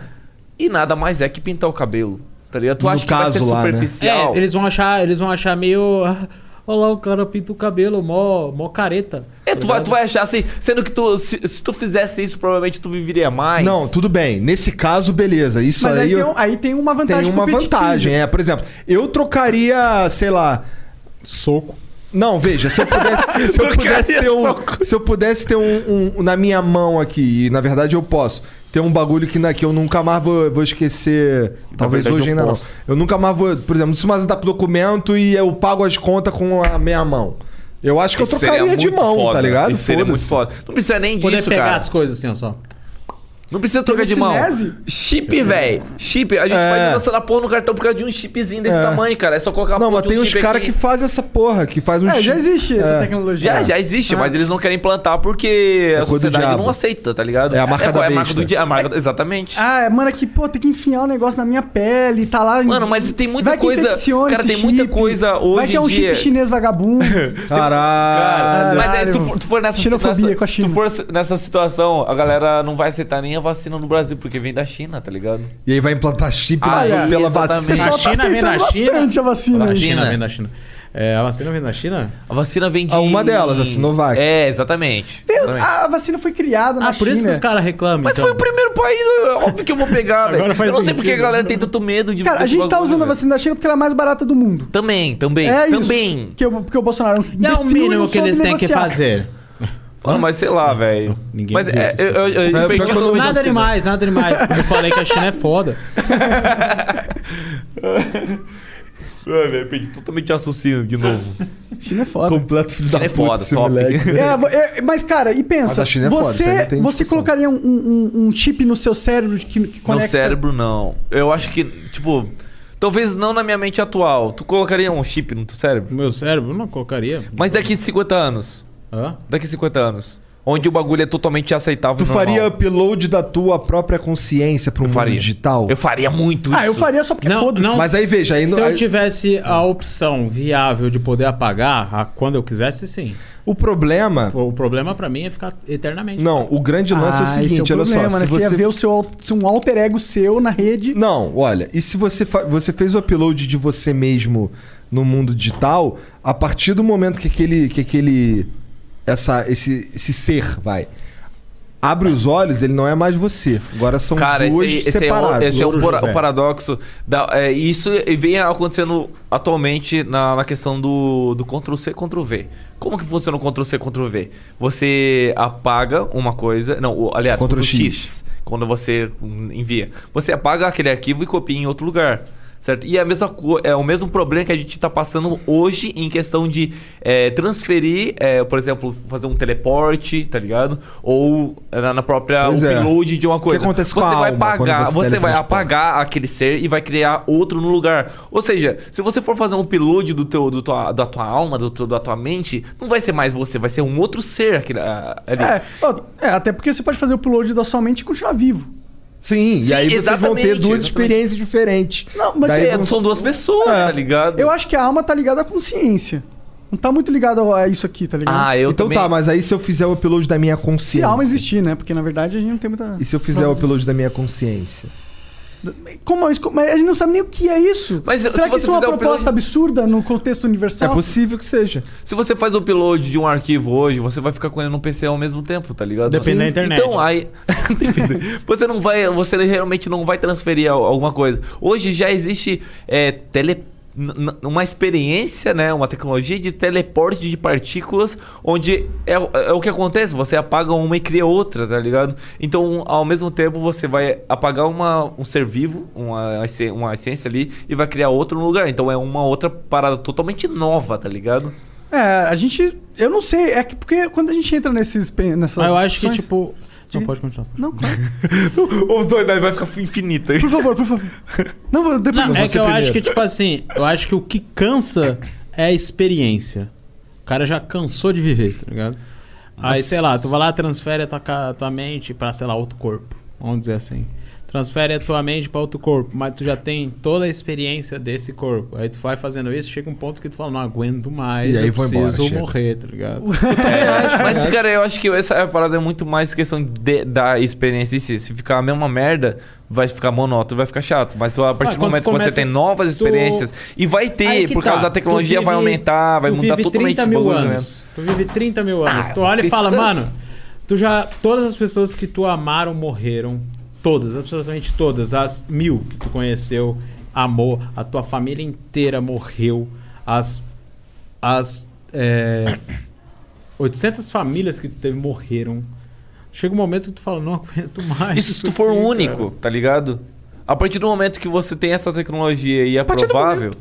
E nada mais é que pintar o cabelo. Tá ligado? Tu
não.
acha que vai ser superficial.
É, eles vão achar, eles vão achar meio. ah, Olha lá, o cara pinta o cabelo, mó, mó careta.
É, tu, vai, tu vai achar assim, sendo que tu, se, se tu fizesse isso, provavelmente tu viveria mais.
Não, tudo bem. Nesse caso, beleza. Isso
Mas
aí.
aí
eu-
tem um- aí tem uma vantagem
Tem uma
competitiva.
vantagem, é. Por exemplo, eu trocaria, sei lá.
Soco.
Não, veja, se eu pudesse, se eu
Trocaria
pudesse ter, um, se eu pudesse ter um, um- na minha mão aqui, e na verdade eu posso, ter um bagulho que, na, que eu nunca mais vou, vou esquecer, talvez
verdade,
hoje
eu
ainda não.
posso.
Eu nunca mais vou, por exemplo, se mais dá pro documento e eu pago as contas com a minha mão. Eu acho que
Isso
eu
seria
trocaria de
muito
mão,
foda.
tá ligado?
Isso seria muito
Foda-se.
foda. Não precisa nem
Poder
disso,
pegar
cara.
as coisas assim, ó só.
Não precisa trocar de mão.
um
Telecinese?
Chip, velho. Chip. A gente
É.
faz dança da porra no cartão por causa de um chipzinho desse
É.
tamanho, cara. É só colocar a
Não,
porra
mas
de um
tem uns
chip
caras
aqui.
que fazem essa porra, que faz um
É,
chip.
já existe essa
É.
tecnologia. Já, já existe,
Ah.
É.
mas eles não querem implantar porque a
coisa do
sociedade
diabo.
não aceita, tá ligado?
É a marca
é,
da
é a marca
besta.
do dia, a marca, exatamente.
Ah, mano, aqui, pô, tem que enfiar o negócio na minha pele, tá lá.
Mano, mas tem muita
vai que
coisa-
infecciona
cara,
esse
tem muita
chip.
coisa
Vai
hoje
que é um
em dia-
chip chinês vagabundo.
Caralho.
Mas aí, se tu for, tu for nessa
Xenofobia
situação,
com a China.
tu for nessa situação, a galera não vai aceitar nem a vacina no Brasil, porque vem da China, tá ligado?
E aí vai implantar chip
Ah,
pela-
é,
pela
exatamente.
vacina.
Pessoal,
A China tá vem da China.
vacina.
A
aí.
China
China.
vem da China. É, a vacina vem da China?
A vacina vem de...
Ah, uma delas, a Sinovac.
É, exatamente.
Deus,
Exatamente.
Ah, a vacina foi criada na
Ah, por isso que
China.
os caras reclamam.
Mas
então.
foi o primeiro país, é óbvio que eu vou pegar, velho. Eu
faz
não sei porque a
sentido.
galera tem tanto medo de...
Cara, a
desse
gente tá
bagulho,
usando a
velho.
vacina da China porque ela é a mais barata do mundo.
Também, também,
é
também.
isso. Que o, porque o Bolsonaro
É
um
o
imbecil e não
mínimo que
soube
eles têm que
negociar.
fazer.
Mano, mas sei lá, velho.
Ninguém
Mas
viu
é,
isso.
eu, eu, eu,
Nada
perdi
assim, né?
totalmente o assunto.
demais, nada demais. Como eu falei que a China é foda.
Ai, velho, perdi totalmente o raciocínio de novo.
China é foda.
Completo filho da
China é
puta
foda,
esse
top.
moleque.
É, vo- é, mas, cara, e
Mas
pensa,
a China é foda, isso aí
você,
não tem
você colocaria um, um- um chip no seu cérebro que, que
No
conecta...
cérebro, não. Eu acho que, tipo... Talvez não na minha mente atual. Tu colocaria um chip no teu cérebro?
No meu cérebro? Eu não colocaria.
Mas daqui 50 anos.
Hã?
Daqui 50 anos. Onde o bagulho é totalmente aceitável
Tu
e normal.
faria upload da tua própria consciência pro mundo
faria.
digital?
Eu faria muito isso.
Ah, eu faria só porque
Não,
foda-se.
não,
Mas aí veja, aí
se
não-
eu
aí-
tivesse a opção viável de poder apagar a- quando eu quisesse, sim.
O problema.
O problema pra mim é ficar eternamente.
Não, o grande lance é o
Ah, esse
seguinte, olha
problema,
só.
né?
Se
ia
você...
ver o seu, al- se um alter ego seu na rede...
Não, olha, e se você, fa- você fez o upload de você mesmo no mundo digital, a partir do momento que aquele. Que aquele essa, esse, esse ser vai. Abre os olhos, ele não é mais você. Agora são
Cara,
duas
esse, esse é,
separadas.
o- esse é o, para- o paradoxo. Da, é, isso vem acontecendo atualmente na, na questão do, do Ctrl-C, Ctrl-V. Como que funciona o Ctrl-C, Ctrl-V? Você apaga uma coisa... Não, o- aliás,
Ctrl+X.
Ctrl-X. Quando você hum, envia. Você apaga aquele arquivo e copia em outro lugar. certo? E é, a mesma co- é o mesmo problema que a gente está passando hoje em questão de é, transferir, é, por exemplo, fazer um teleporte, tá ligado? Ou na, na própria
Pois é.
um upload de uma
O que
coisa.
acontece com
você
a
vai
alma quando
pagar,
você
você vai
teletransporta?
apagar aquele ser e vai criar outro no lugar. Ou seja, se você for fazer um upload do teu, do tua, da tua alma, do teu- da tua mente, não vai ser mais você, vai ser um outro ser aquele, ah, ali.
É, ó, é, até porque você pode fazer o upload da sua mente e continuar vivo.
Sim, e aí vocês vão ter duas experiências diferentes.
Não, mas
Daí É.
é,
vão-
são
duas pessoas, tá ligado?
Eu acho que a alma tá ligada à consciência. Não tá muito ligada a isso aqui, tá ligado?
Ah,
Então tá, mas aí se eu fizer o upload da minha consciência.
Se a alma existir, né? Porque na verdade a gente não tem muita.
E se eu fizer o upload da minha consciência?
Como, isso- como- a gente não sabe nem o que é isso.
Mas se
Será que
você
isso é uma
fizer o upload-
proposta absurda no contexto universal?
possível que seja.
Se você faz o upload de um arquivo hoje, você vai ficar com ele no PC ao mesmo tempo, tá ligado?
Depende da
Sim.
internet.
Então aí. Depende. você não vai. Você realmente não vai transferir al- alguma coisa. Hoje já existe é, tele. n- n- Uma experiência, né? Uma tecnologia de teleporte de partículas, onde é, o- é o que acontece, você apaga uma e cria outra, tá ligado? Então, ao mesmo tempo, você vai apagar uma, um ser vivo, uma, esse- uma essência ali, e vai criar outro no lugar. Então é uma outra parada totalmente nova, tá ligado?
É, a gente. Eu não sei. É que porque quando a gente entra nesses, pe- nessas.
Ah, eu acho que, tipo.
Não,
pode continuar.
Não, claro.
Os dois
né?
vai ficar infinita.
Por favor, por favor. Não, vou- depois
Não,
você
é que eu
primeiro.
acho que, tipo assim, eu acho que o que cansa é a experiência. O cara já cansou de viver, tá ligado? Aí,
Nossa.
sei lá, tu vai lá, transfere a tua, ca- tua mente pra, sei lá, outro corpo. Vamos dizer assim. Transfere a tua mente pra outro corpo, mas tu já tem toda a experiência desse corpo. Aí tu vai fazendo isso, chega um ponto que tu fala, não aguento mais,
E aí
eu
vai embora,
preciso
chega.
morrer, tá ligado?
É, Mas, cara, eu acho que essa parada é muito mais questão de- da experiência em si. Se ficar a mesma merda, vai ficar monótono, vai ficar chato. Mas a
Ah,
partir do
quando
momento
tu
que
começa-
você tem novas
tu-
experiências, e vai ter,
Aí que
por
tá.
causa da
Tu
tecnologia,
vive-
vai aumentar, vai
tu
mudar
vive
totalmente
30
o
mil
bagulho, né?
anos. Tu vive 30 mil anos. tu olha e
que
fala,
descanso.
mano, tu já. Todas as pessoas que tu amaram morreram. Todas, absolutamente todas. As mil que tu conheceu, amou. A tua família inteira morreu. As. As. É, 800 famílias que tu teve morreram. Chega um momento que tu fala, não aguento mais.
Isso se tu for
aqui, cara."
único, tá ligado? A partir do momento que você tem essa tecnologia e é provável,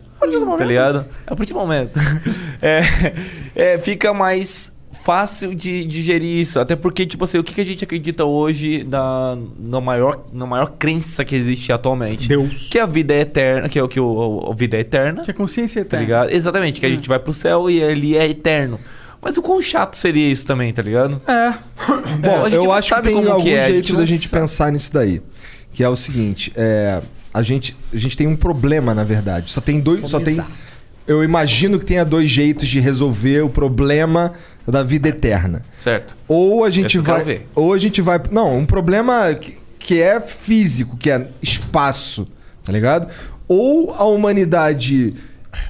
tá ligado? A partir do momento. é, é, fica mais fácil de digerir isso. Até porque, tipo assim, o que que a gente acredita hoje na, na, maior, na maior crença que existe atualmente?
Deus.
Que a vida é eterna, que é o que o, o- a vida é eterna.
Que a consciência é
Tá
eterna.
ligado? Exatamente, que a gente vai pro céu e ali é eterno. Mas o quão chato seria isso também, tá ligado?
É.
Bom,
a gente
eu
não
acho que
sabe
tem
como que
algum
é, a gente
jeito
não
da gente pensar nisso daí. Que é o seguinte, é, a, gente, a gente tem um problema, na verdade. Só tem dois. Só tem,
Começar.
eu imagino que tenha dois jeitos de resolver o problema da
É.
vida eterna.
Certo.
Ou a gente
Essa eu
vai.
quero ver.
Ou a gente vai. Não, um problema que, que é físico, que é espaço, tá ligado? Ou a humanidade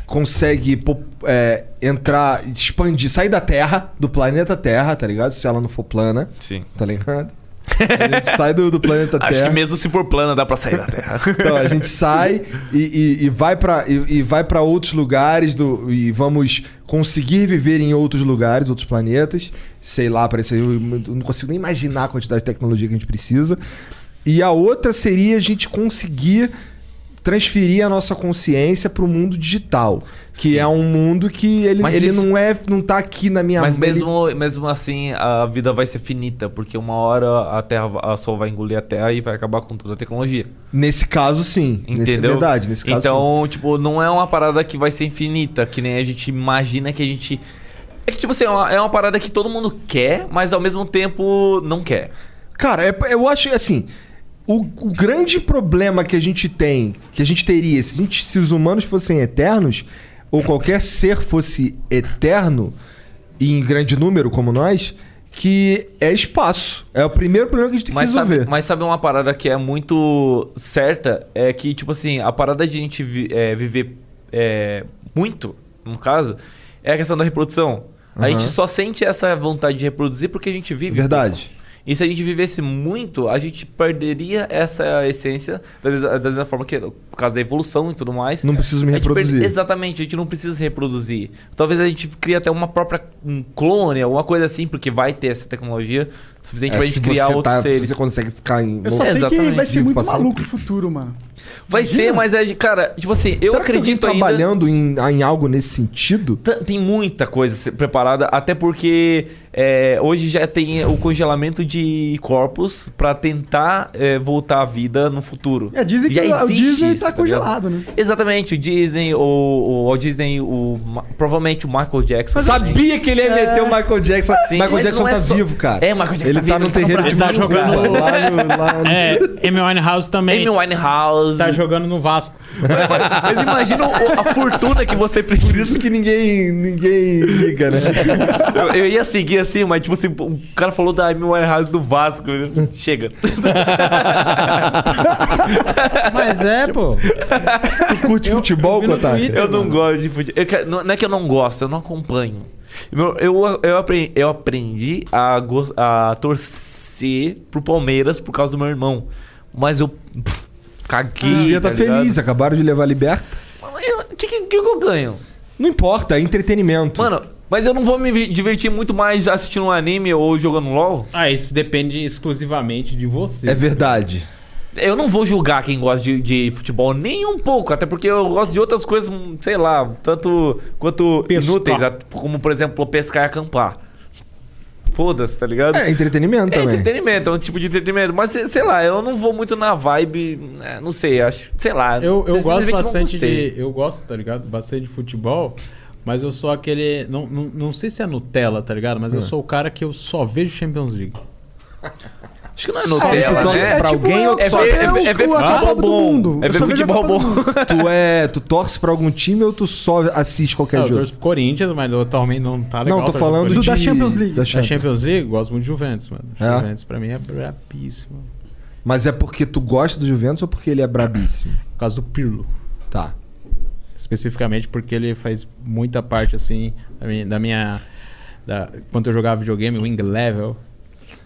consegue pop- é, entrar, expandir, sair da Terra, do planeta Terra, tá ligado? Se ela não for plana.
Sim.
Tá ligado? A gente sai do, do planeta Terra.
Acho que mesmo se for plana, dá pra sair da Terra.
Então, a gente sai e, e- e vai pra e, e vai para outros lugares do, e vamos conseguir viver em outros lugares, outros planetas. Sei lá, parece eu não consigo nem imaginar a quantidade de tecnologia que a gente precisa. E a outra seria a gente conseguir transferir a nossa consciência pro mundo digital, que é um mundo que ele,
Mas
ele
isso-
não é não tá aqui na minha
Mas
mão, ele-
mesmo, mesmo assim, a vida vai ser finita, porque uma hora a Terra a Sol vai engolir a Terra e vai acabar com toda a tecnologia.
nesse caso sim, nesse, é
Entendeu?
verdade, nesse caso sim.
então, tipo, não é uma parada que vai ser infinita, que nem a gente imagina que a gente. É que, tipo assim, é uma, é uma parada que todo mundo quer, mas ao mesmo tempo não quer.
Cara, é- eu acho que, assim. O, o grande problema que a gente tem, que a gente teria, se, a gente- se os humanos fossem eternos, ou qualquer ser fosse eterno, e em grande número como nós, que é espaço. É o primeiro problema que a gente tem que
Mas
resolver.
sabe, mas sabe uma parada que é muito certa? É que, tipo assim, a parada de a gente vi- é, viver é, muito, no caso, é a questão da reprodução. A
Aham.
gente só sente essa vontade de reproduzir porque a gente vive.
Verdade.
pouco. E se a gente vivesse muito, a gente perderia essa essência, da mes- da mesma forma que, por causa da evolução e tudo mais.
Não preciso me
a gente perde-
reproduzir.
exatamente, a gente não precisa reproduzir. Talvez a gente crie até uma própria um clone, alguma coisa assim, porque vai ter essa tecnologia suficiente
É,
pra
se
gente criar
você
outros
tá- se
seres.
você consegue ficar em. um
Eu só sei que vai
Exatamente.
ser muito
Passando-
maluco o futuro, mano.
Vai
Imagina.
ser, mas é, cara, tipo assim, eu
Será que tem alguém
acredito ainda.
trabalhando em, em algo nesse sentido?
Tá- Tem muita coisa se- preparada, até porque é, hoje já tem o congelamento de corpos pra tentar é, voltar à vida no futuro.
É, dizem que
Já
o- o
existe
Disney tá
ligado?
congelado, né?
Exatamente, o Disney, o, o, o Disney, o, Ma- provavelmente o Michael Jackson.
Mas Sabia que ele ia meter o Michael Jackson.
Sim,
Michael
mas
Jackson
não é
tá
só-
vivo, cara.
É, Michael Jackson
Ele tá
vivo,
no terreiro de
Ele tá
Minas
jogando
Gerais, lá no- lá no-
É, Amy Winehouse também.
Amy Winehouse.
Tá jogando no Vasco.
Mas imagina o- a fortuna que você precisa.
Por isso que ninguém, ninguém liga, né?
Eu, eu ia seguir assim, mas tipo assim, o cara falou da Amy Winehouse do Vasco. né? Chega.
Mas é, pô.
Tu curte futebol, Cotá?
eu não gosto de futebol. Eu quero- não, não é que eu não gosto, eu não acompanho. Meu, eu, eu, aprendi, eu aprendi a, gos- a torcer pro Palmeiras por causa do meu irmão. Mas eu pff, caguei.
Devia tá
ligado?
feliz, acabaram de levar a liberta.
Mas eu- O que, que, que eu ganho?
Não importa, é entretenimento.
Mano, mas eu não vou me vi- divertir muito mais assistindo um anime ou jogando um LOL.
Ah, isso depende exclusivamente de você.
É verdade.
Eu não vou julgar quem gosta de, de futebol nem um pouco, até porque eu gosto de outras coisas, hum, sei lá, tanto quanto inúteis, a- como por exemplo pescar e acampar. Foda-se, tá ligado?
É entretenimento
É
também.
entretenimento, é um tipo de entretenimento. Mas sei- sei lá, eu não vou muito na vibe. né, Não sei, acho. Sei lá.
Eu, eu gosto
simplesmente não
bastante
gostei.
de. Eu gosto, tá ligado? Bastante de futebol. Mas eu sou aquele. Não, não, não sei se é Nutella, tá ligado? Mas eu
Hum.
sou o cara que eu só vejo Champions League.
Acho que não é
Ah,
Nutella,
então
né?
é tipo eu
é
só
ver,
vejo
é ver- é ver
o-
Ah,
a
futebol
Copa do
bom.
Mundo.
É
Eu
ver
só vejo a
futebol
Copa do
bom.
tu é, tu torce pra algum time ou tu só assiste qualquer
Não, eu
jogo?
torço pro Corinthians, mas atualmente não tá legal.
Não, tô
torcer pro
falando
Corinthians.
de- Da Champions League. da
Da
Champions.
Champions, League, gosto muito de Juventus, mano.
É?
Juventus pra mim é brabíssimo.
Mas é porque tu gosta do Juventus ou porque ele é brabíssimo?
Por causa do Pirlo.
Tá.
Especificamente porque ele faz muita parte, assim, da minha. Da minha da- quando eu jogava videogame, Wing Level,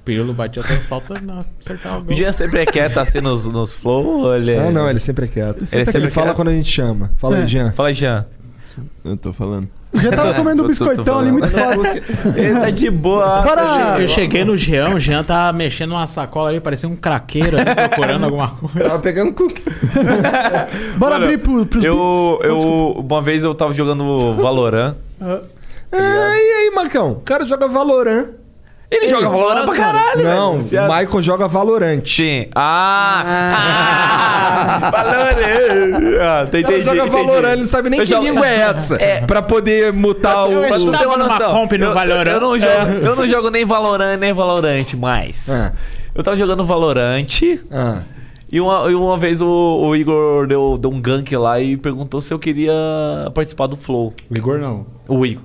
Pirlo batia todas as faltas, não, acertava o
O
gol.
Jean sempre é quieto assim nos, nos flow? ou Ele... é-
Não, não, ele sempre é quieto. Ele,
sempre é quieto.
fala quando a gente chama. Fala aí, Jean.
Fala aí, Jean.
Eu tô falando.
Já tava comendo
Tô- tô- tô
biscoitão ali, muito
falando.
foda.
Ele tá de boa.
Para!
Eu cheguei no Jean, o Jean tá mexendo numa sacola ali, parecia um craqueiro ali, procurando alguma coisa.
Tava pegando cookie.
Bora
Mano,
abrir pro, pros
eu, eu Uma vez eu tava jogando Valorant.
É, e aí, Macão? O cara joga Valorant.
Ele, joga Valorant pra caralho,
Não,
velho.
o Maicon joga Valorant.
Sim. Ah! ah Valorant! Ah, tá,
Ele
entendi,
joga
entendi.
Valorant, ele não sabe nem
Eu
que
jogo-
língua é essa.
É.
Pra poder mutar o...
Mas tu tem uma noção. eu, eu não jogo,
É.
eu não jogo nem Valorant nem Valorant mais.
Ah.
Eu tava jogando Valorant. E uma, e uma vez o, o Igor deu, deu um gank lá e perguntou se eu queria participar do Flow.
O Igor não.
O Igor.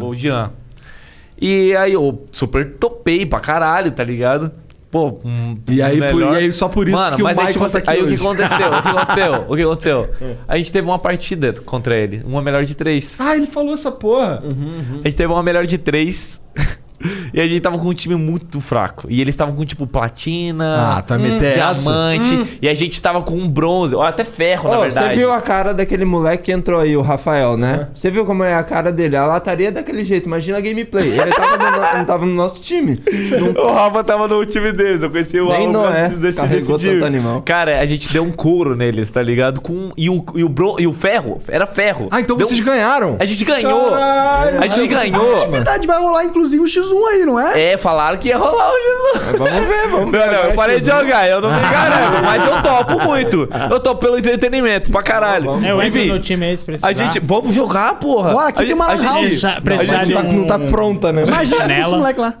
O Jean. E aí eu super topei pra caralho, tá ligado? Pô, hum,
E aí, por-
melhor.
e aí só por isso
Mano,
que o
mas aí,
Maicon
tipo,
tá aqui
Aí o que
hoje.
aconteceu? O que aconteceu? O que aconteceu? A gente teve uma partida contra ele, uma melhor de três.
Ah, ele falou essa porra. uhum.
A gente teve uma melhor de três. e a gente tava com um time muito fraco. E eles estavam com, tipo, platina,
Ah, tá metendo essa?
diamante.
Hum.
E a gente tava com um bronze, ou até ferro, na
Ô,
verdade.
Você viu a cara daquele moleque que entrou aí, o Rafael, né? Você viu como é a cara dele? A lataria é daquele jeito, imagina a gameplay. Ele tava no, no- não tava no nosso time.
O Rafa tava no time deles, eu assim conheci o
Nem
Rafa
Noé carregou
time.
tanto animal.
tipo. Cara, a gente deu um couro neles, tá ligado? Com, e, o, e, o bron- e o ferro, era ferro.
Ah, então
Deu
vocês
um-
ganharam.
A gente ganhou. a gente ganhou.
É
Na verdade, vai rolar inclusive um X1 aí, não é?
É, falaram que ia rolar o um. Jesus.
Vamos ver, vamos
ver. Não, não, eu parei de
Jesus.
jogar, eu não me garanto, mas eu topo muito. Eu topo pelo entretenimento, pra caralho.
Eu entro no
Enfim,
time aí se precisar.
a gente. Vamos jogar, porra.
Bora, aqui
a,
tem
gente-
uma
a
lan house.
gente,
Precisar-
a
precisar
gente tá
de um-
pronta, né?
tá Imagina se fosse
Janela.
um moleque lá.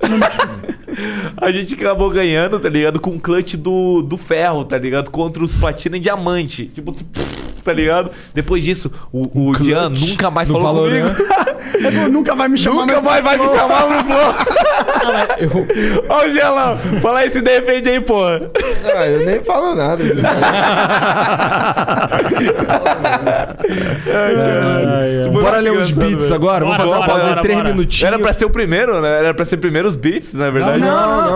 A gente acabou ganhando, tá ligado? Com o clutch do, do ferro, tá ligado? Contra os platina e diamante. Tipo, pff, tá ligado? Depois disso, o, o Jean nunca mais falou
né?
comigo.
Ele falou, nunca vai me chamar.
Nunca mais vai me chamar um-" no
flow.
Ó o Jean lá. Fala aí, se defende aí, porra.
Ah, eu nem falo nada.
Bora ler uns beats agora? Vamos fazer uma pausa de três minutinhos.
Era pra ser o primeiro, né? Era pra ser primeiro os beats, na verdade.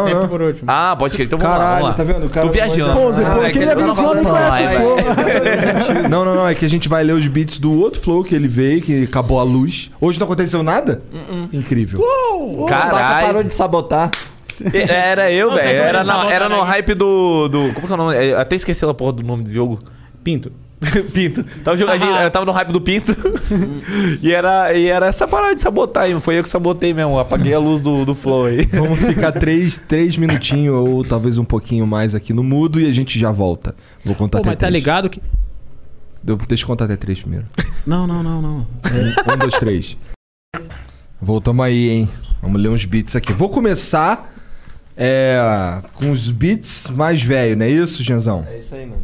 Sempre por último.
Ah, pode crer. Então vamos lá,
Caralho,
vamos lá.
tá vendo? O cara
Tô viajando.
Pose, pô, quem
é
ia vir
tá
no Flow nem conhece
né,
o Flow.
Não, não, não. É que a gente vai ler os beats do outro flow que ele veio, que acabou a luz. Hoje não aconteceu nada? Incrível.
Caralho.
parou de sabotar.
Era eu,
Não tem
velho.
como
É, Era,
eles
na- era
sabotarem.
no hype do, do. Como que é o nome? Eu até esqueci a porra do nome do jogo.
Pinto.
Pinto. Tava jogando, a gente- eu tava no hype do Pinto. e, era, e era essa parada de sabotar aí. Foi eu que sabotei mesmo. Apaguei a luz do, do Flow aí.
Vamos ficar três, três minutinhos ou talvez um pouquinho mais aqui no mudo e a gente já volta. Vou contar
Pô,
até
mas tá
três.
ligado que.
Eu- Deixa eu contar até três primeiro.
Não, não, não, não.
Um, um, dois, três. Voltamos aí, hein? Vamos ler uns beats aqui. Vou começar é, com os beats mais velhos, não é isso, Genzão?
É isso aí, mano.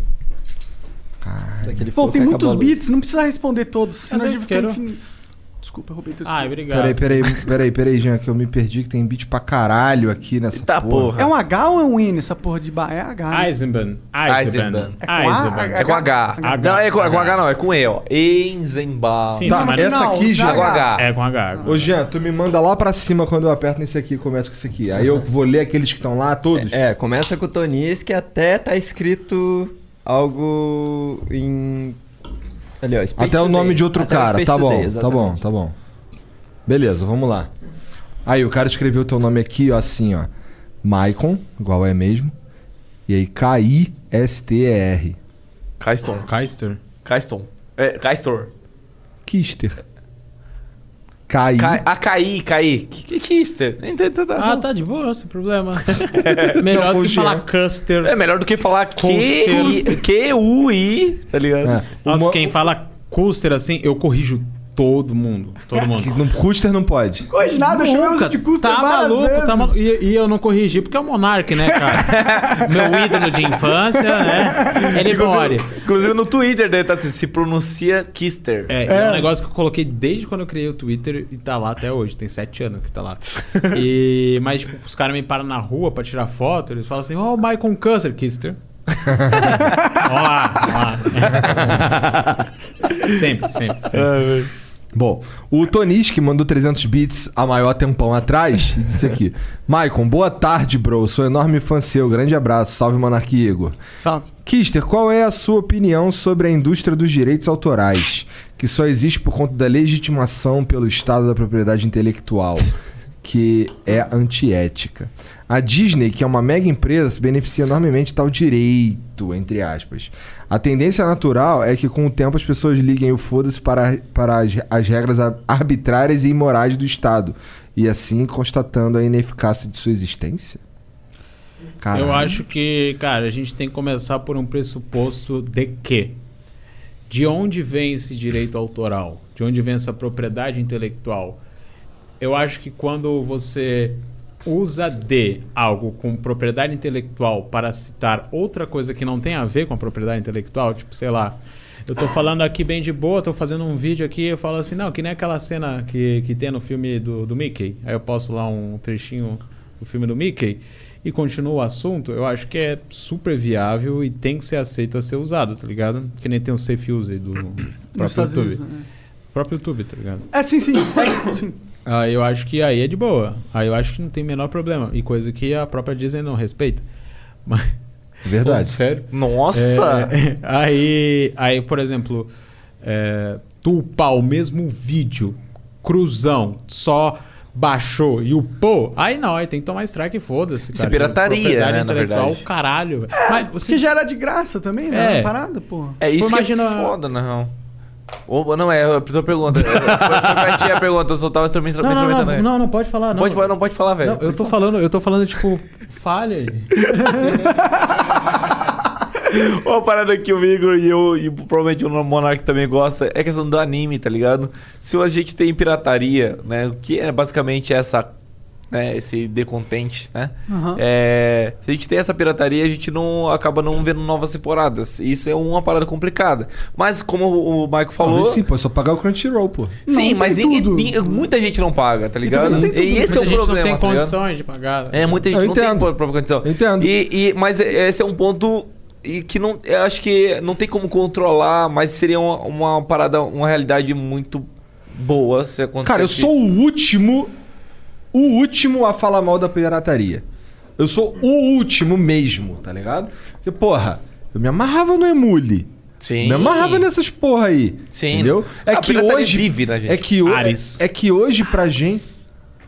Caralho.
Pô, tem muitos beats, não precisa responder todos, senão a
Cadê
gente
esse
fica
queiro?
infinito. Desculpa, eu roubei teu
Ai,
escudo.
Ah, obrigado.
Peraí, peraí, peraí, peraí, Jean, que eu me perdi que tem beat pra caralho aqui nessa porra.
É um H ou é um N essa porra de bar? É
Ah,
H.
Eisenbahn.
Eisenbahn.
Eisenbahn. Eisenbahn.
É com H. Não, é com, é com H não. É com E, ó. Eisenbach.
Sim, Tá, sim, mas essa aqui já-
É com H.
É com H.
Ô Jean, tu me manda lá pra cima quando eu aperto nesse aqui e começo com esse aqui. Aí eu vou ler aqueles que estão lá, todos.
É, começa com o Tonis, que até tá escrito algo em. Ali, ó. Space
Até o
Today.
nome de outro
Até o
cara.
Space
Tá bom,
Today,
tá bom,
exatamente.
tá bom. Beleza, vamos lá. Aí o cara escreveu teu nome aqui, ó, assim, ó. Maicon, igual é mesmo. E aí K-I-S-T-E-R.
Kaiston.
Kaister.
Kaiston. É, Kaistor.
Kister. Caí.
Ca... Ah, caí, caí. Que que é Kister? Nem tem tanta-
Ah, tá de boa, sem problema. Melhor do que falar custer.
É melhor do que falar
Custer.
Q-I, Q-U-I, tá ligado?
É.
Nossa, quem fala custer assim, eu corrijo todo mundo. Todo mundo.
No custer não pode.
Corrige nada, eu chamei você de custer
Tá
várias
maluco,
vezes.
tá maluco. E, e eu não corrigi porque é o Monark, né, cara? Meu ídolo de infância, né? Ele morre.
Inclusive no Twitter dele tá assim, se pronuncia Kister.
É, é um negócio que eu coloquei desde quando eu criei o Twitter e tá lá até hoje. Tem sete anos que tá lá. E, mas tipo, os caras me param na rua pra tirar foto, eles falam assim, ó, o Michael Custer, Kister. ó lá, ó lá. sempre, sempre, sempre.
É, Bom, o Tonis, que mandou 300 bits a maior tempão atrás, disse aqui. Maicon, boa tarde, bro. Sou enorme fã seu. Grande abraço. Salve, Monarque Igor.
Salve.
Kister, qual é a sua opinião sobre a indústria dos direitos autorais, que só existe por conta da legitimação pelo Estado da propriedade intelectual, que é antiética? A Disney, que é uma mega empresa, se beneficia enormemente de tal direito, entre aspas. A tendência natural é que com o tempo as pessoas liguem o foda-se para, para as, as regras a- arbitrárias e imorais do Estado, e assim constatando a ineficácia de sua existência? Caralho.
Eu acho que, cara, a gente tem que começar por um pressuposto de que de onde vem esse direito autoral? De onde vem essa propriedade intelectual? Eu acho que quando você usa de algo com propriedade intelectual para citar outra coisa que não tem a ver com a propriedade intelectual, tipo, sei lá, eu tô falando aqui bem de boa, tô fazendo um vídeo aqui, eu falo assim, não, que nem aquela cena que, que tem no filme do, do Mickey. Aí eu posto lá um trechinho do filme do Mickey e continuo o assunto, eu acho que é super viável e tem que ser aceito a ser usado, tá ligado? Que nem tem o Safe Use do próprio
Estados
YouTube.
Unidos, né?
Próprio YouTube, tá ligado?
É, sim, sim. É, sim.
Aí eu acho que aí é de boa. Aí eu acho que não tem o menor problema. E coisa que a própria Disney não respeita. Mas-
Verdade.
Pô, sério.
Nossa!
É, é. aí, aí, por exemplo, é, tu upar o mesmo vídeo, cruzão, só baixou e upou, aí não, aí tem que tomar strike e foda-se.
Isso
cara.
é pirataria,
Propriedade
né, na
intelectual,
verdade.
caralho. velho. Mas você
Porque Ah, já era de graça também, né?
É.
Era Parada, pô.
É isso
Pô, imagina-
que é foda, na real. Ou, não, é a tua pergunta. Foi foi pra ti a pergunta, eu só tava me
Não, não,
intrometendo
não,
aí.
não, não pode falar, não.
Pode, não pode falar, velho.
Não, eu tô falando, eu tô falando, tipo, falha.
Uma parada que o Igor e eu, e provavelmente o Monark também gosta, é a questão do anime, tá ligado? Se a gente tem pirataria, né? O que é basicamente essa. Né, esse decontente, né?
Aham.
É, se a gente tem essa pirataria, a gente não acaba não vendo novas temporadas. Isso é uma parada complicada. Mas como o o Michael falou.
Talvez sim, pô, é só pagar o Crunchyroll, pô.
Sim,
Não,
mas
tem
ninguém,
tudo.
ninguém- muita gente não paga, tá ligado?
Então, tem tudo.
e esse é
Muita
o
gente não
problema.
tem
tá ligado?
condições de pagar.
É, muita gente
Eu
não tem
entendo.
po- própria condição. Entendo. E, e- mas é- esse é um ponto e que não, eu acho que não tem como controlar, mas seria uma, uma parada, uma realidade muito boa se acontecer.
Cara, eu sou o último. O último a falar mal da pirataria. Eu sou o último mesmo, tá ligado? Porque, porra, eu me amarrava no emule.
Sim.
Me amarrava nessas porra aí. Sim. Entendeu? É
A
que
pirataria
hoje.
vive na gente.
É que, o, é,
Ares.
é que hoje pra gente.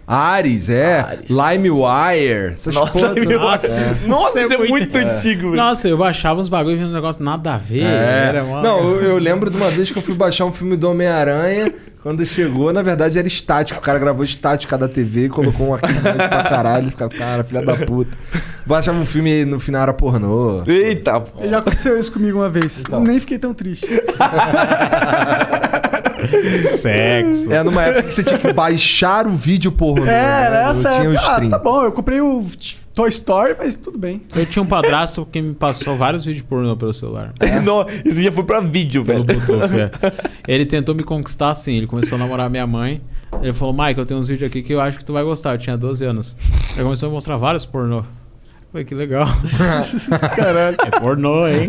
Ares, é. LimeWire. Essas
Nossa,
porra toda.
LimeWire.
É.
Nossa, isso é muito
antigo, velho.
Nossa, eu baixava uns bagulho e via um negócio nada a ver.
É.
Era uma...
Não, eu, eu lembro de uma vez que eu fui baixar um filme do Homem-Aranha. Quando chegou, na verdade era estático. O cara gravou estático cada TV e colocou um arquivo grande pra caralho. Ficava, cara, filha da puta. Baixava um filme e no final era pornô.
Eita, pô.
Já aconteceu isso comigo uma vez.
Então.
Nem fiquei tão triste.
Sexo.
É numa época que você tinha que baixar o vídeo pornô.
É,
né?
era
Eu
essa
tinha
época.
o
Ah,
stream.
tá bom, eu comprei o Toy Story, mas tudo bem.
Eu tinha um padrasto que me passou vários vídeos pornô pelo celular.
Não, isso já foi pra vídeo,
velho. Ele tentou me conquistar assim, ele começou a namorar minha mãe. Ele falou, Mike, eu tenho uns vídeos aqui que eu acho que tu vai gostar. Eu tinha 12 anos. Ele começou a mostrar vários pornô. Eu Falei, que legal. Caralho. É pornô, hein?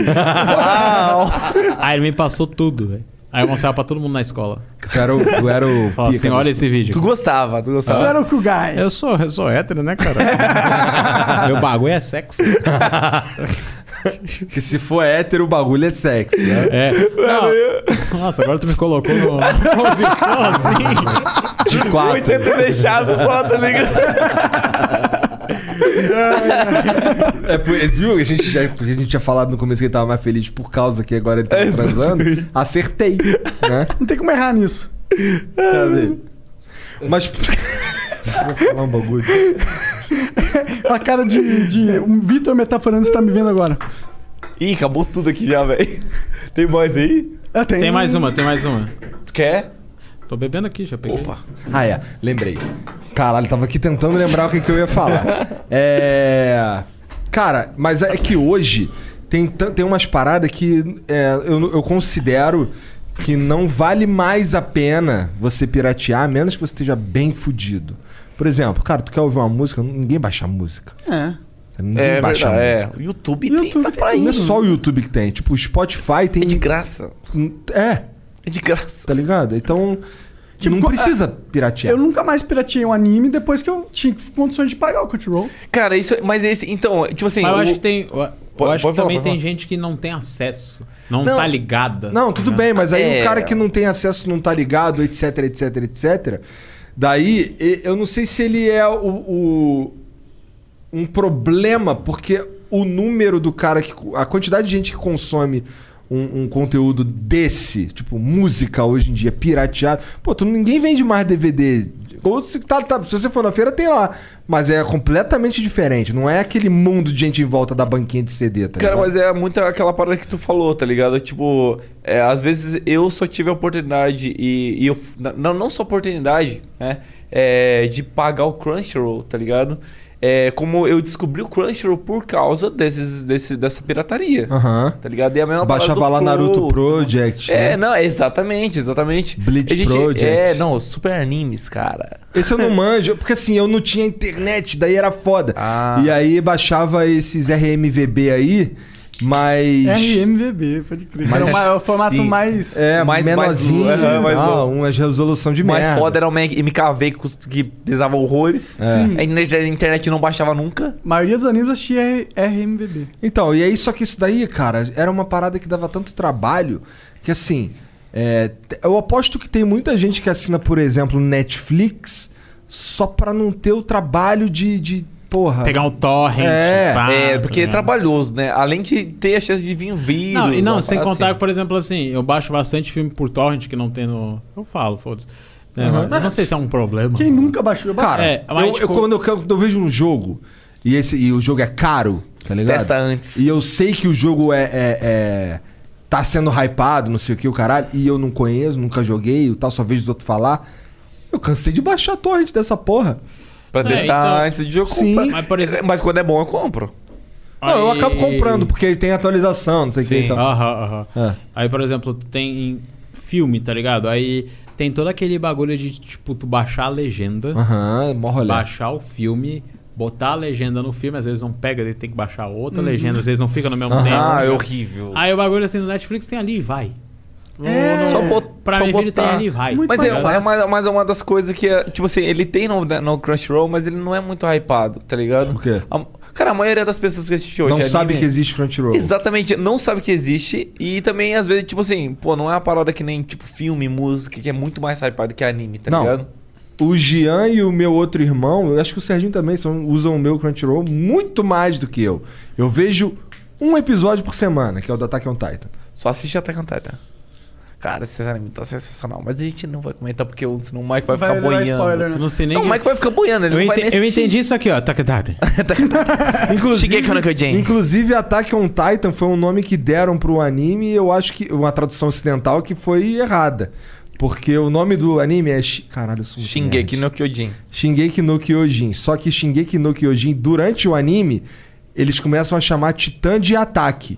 Aí ele me passou tudo, velho. Aí eu mostrava pra todo mundo na escola.
Tu era o- tu era o
Fala assim,
pica
olha
disso
esse vídeo.
Tu
gostava, tu
gostava. Tu era o
É
Kugai.
Eu sou, eu sou hétero, né, cara? Meu bagulho é sexo.
Que se for hétero, o bagulho é sexo, né?
É. Nossa, agora tu me colocou no... Posição assim.
De quatro.
Muito é ter deixado só, tá ligado?
É, por- viu? A gente, já, a gente tinha falado no começo que ele tava mais feliz por causa que agora ele tá transando. Acertei, né?
Não tem como errar nisso.
Cadê? Mas. É. Vou falar um bagulho.
A cara de, de um Vitor metaforando está me vendo agora.
Ih, acabou tudo aqui já, velho. Tem mais aí?
Ah, tem.
Tem mais uma, tem mais uma.
Tu quer?
Tô bebendo aqui, já peguei. Opa.
Ah, é. Lembrei. Caralho, tava aqui tentando lembrar o que, que eu ia falar. É. Cara, mas é que hoje tem, tan- tem umas paradas que é, eu, eu considero que não vale mais a pena você piratear, a menos que você esteja bem fudido. Por exemplo, cara, tu quer ouvir uma música? Ninguém baixa música.
É.
Ninguém
É
baixa
verdade, é.
música.
O YouTube, tem, tá pra
Não é
isso.
só o YouTube que tem. Tipo, o Spotify tem. É de
graça.
É.
É de graça. Tipo,
Tá ligado? Então. não
co-
precisa
ah,
piratear.
Eu nunca mais pirateei um anime depois que eu tinha condições de pagar o Crunchyroll.
Cara, isso. Mas esse. Então, tipo assim.
Mas eu
o-
acho que tem. Eu, eu
Pode-
acho
pode
que
falar,
também
pode
tem
falar.
gente que não tem acesso. Não,
Não.
tá ligada.
Não, tudo bem, mas aí
É.
o cara que não tem acesso, não tá ligado, etc, etc, etc. Daí, e- eu não sei se ele é o, o- um problema, porque o número do cara que. A quantidade de gente que consome um, um conteúdo desse, tipo, música hoje em dia, pirateado. Pô, tu, ninguém vende mais DVD. Ou se, tá- tá- se você for na feira, tem lá. Mas é completamente diferente. Não é aquele mundo de gente em volta da banquinha de CD, tá
Cara,
ligado?
mas é muito aquela parada que tu falou, tá ligado? Tipo, é, às vezes eu só tive a oportunidade e, e eu. f- na- Não, não só oportunidade, né? É, de pagar o Crunchyroll, tá ligado? É, como eu descobri o Crunchyroll por causa desses, desse, dessa pirataria.
Aham.
Tá ligado? E a mesma parada
Baixava
do
lá
Flow,
Naruto Project.
É,
né?
não, exatamente, exatamente.
Bleach
A gente-
Project.
É, não, super animes, cara.
Esse eu não manjo, porque assim, eu não tinha internet, daí era foda.
Ah.
E aí baixava esses RMVB aí, mas.
RMVB, pode crer. Era o ma- o formato
Sim.
mais.
É, mais menorzinho,
mais-
e
aham, mais
tal,
louco.
umas resolução de
mais
merda.
foda é era o MKV que cust- que pesava horrores.
Sim.
A internet- a internet não baixava nunca.
A maioria dos animes eu assistia RMVB.
Então, e aí só que isso daí, cara, era uma parada que dava tanto trabalho que assim, é, t- eu aposto que tem muita gente que assina, por exemplo, Netflix só pra não ter o trabalho de, de porra.
Pegar um torrent.
É.
pá,
É, porque é
tá ligado?
trabalhoso, né? Além de ter a chance de vir um vírus.
Não, e
uma
não,
Ah,
sem
parada
contar que,
assim.
por exemplo, assim, eu baixo bastante filme por torrent que não tem no. Eu falo, foda-se. É,
Uhum.
mas eu não sei se é um problema.
Quem nunca baixou?
Cara,
É, mas,
eu, eu-
tipo-
quando, eu, quando eu vejo um jogo e, esse, e o jogo é caro, tá ligado?
Testa antes.
E eu sei que o jogo é, é- é- tá sendo hypado, não sei o que, o caralho, e eu não conheço, nunca joguei, e tal, só vejo os outros falar. Eu cansei de baixar a torrent dessa porra.
Pra
É,
testar
então-
antes de jogo
Sim.
Mas, quando é bom, eu compro.
Não, eu
Aí-
acabo comprando, porque tem atualização, não sei o que.
Sim,
Então.
aham, aham. Aí, por exemplo, tem filme, tá ligado? Aí tem todo aquele bagulho de, tipo, tu baixar a legenda.
Aham, é mó rolê.
Baixar o filme, botar a legenda no filme, às vezes não pega, daí tem que baixar outra
Hum.
legenda, às vezes não fica no mesmo
Ah,
tempo.
é horrível.
Aí o bagulho assim no Netflix tem ali e vai.
É,
Não-
só
não-
bot,
pra
só
mim, ele tem
botar.
ali e vai.
Mas
tá
é,
ligado?
é mais, mais uma das coisas que, é, tipo assim, ele tem no, no Crunchyroll, mas ele não é muito hypado, tá ligado? Por
quê?
cara, a maioria das pessoas que assiste hoje. é
Não sabe
anime-
que existe Crunchyroll.
Exatamente, não sabe que existe. E também, às vezes, tipo assim, pô, não é uma parada que nem, tipo, filme, música, que é muito mais hypado que anime, tá
Não.
ligado?
o Gian e o meu outro irmão, eu acho que o Serginho também, são, usam o meu Crunchyroll muito mais do que eu. Eu vejo um episódio por semana, que é o do Attack on Titan.
Só assiste Attack on Titan. Cara, esse anime tá sensacional. Mas a gente não vai comentar porque o- senão o Mike vai
Vai
ficar
dar
boiando.
spoiler, né? Não sei nem-
o Mike vai ficar boiando, ele
Eu,
não vai
ente-
nem
eu
assistir.
entendi isso aqui, ó. Tac, tac.
Inclusive,
Shigeki no Kyojin.
inclusive, Attack on Titan foi um nome que deram pro anime, eu acho que. Uma tradução ocidental que foi errada. Porque o nome do anime é. Shi- Caralho, eu sou muito
Shingeki no Kyojin.
Shingeki no Kyojin. Só que Shingeki no Kyojin, durante o anime, eles começam a chamar Titã de ataque.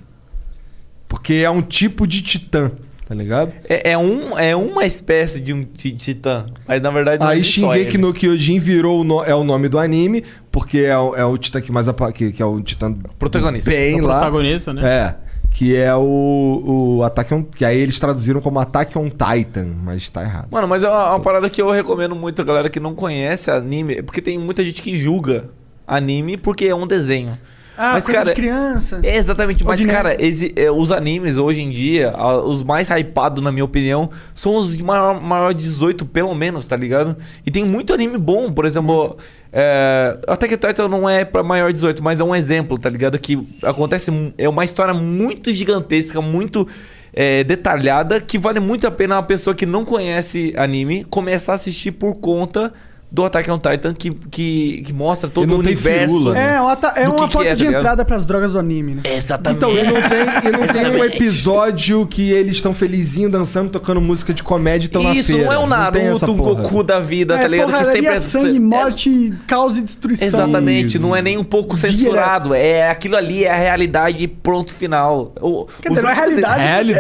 Porque é um tipo de Titã, tá ligado?
É, é um, é uma espécie de um ti- titã. Mas na verdade É, não
Aí
existe só
Shingeki
ele.
no Kyojin virou o no- é o nome do anime, porque é, o- é o titã que mais apa- que, que é o titã
Protagonista.
Bem
É o
lá.
protagonista, né?
É. Que é o, o Attack on... Que aí eles traduziram como Attack on Titan, mas tá errado.
Mano, mas é uma, uma parada que eu recomendo muito a galera que não conhece anime. Porque tem muita gente que julga anime porque é um desenho.
Ah,
mas,
coisa
cara,
de criança.
É, exatamente. Mas,
Ou de nerd.
cara, exi- é, os animes hoje em dia, a- os mais hypados, na minha opinião, são os de maior, maior 18, pelo menos, tá ligado? E tem muito anime bom, por exemplo. É, Attack on Titan não é pra maior 18, mas é um exemplo, tá ligado? Que acontece. mu- É uma história muito gigantesca, muito. é, detalhada, que vale muito a pena uma pessoa que não conhece anime começar a assistir por conta do Attack on Titan, que, que, que mostra todo o universo. né?
É, uma, ta- é
do
uma
que que
porta
é, tá
de
ligado?
entrada pras drogas do anime, né?
Exatamente.
Então, e não tem, e não tem um
Exatamente.
episódio que eles estão felizinho dançando, tocando música de comédia e tão na
Isso,
feira.
não é o
tem essa
Naruto, o
porra.
Goku da vida, tá ligado? que sempre é
sangue, morte, caos e destruição.
Exatamente, não é nem um pouco censurado. É aquilo ali, é a realidade, pronto, final. O,
Quer dizer, não é realidade. Aí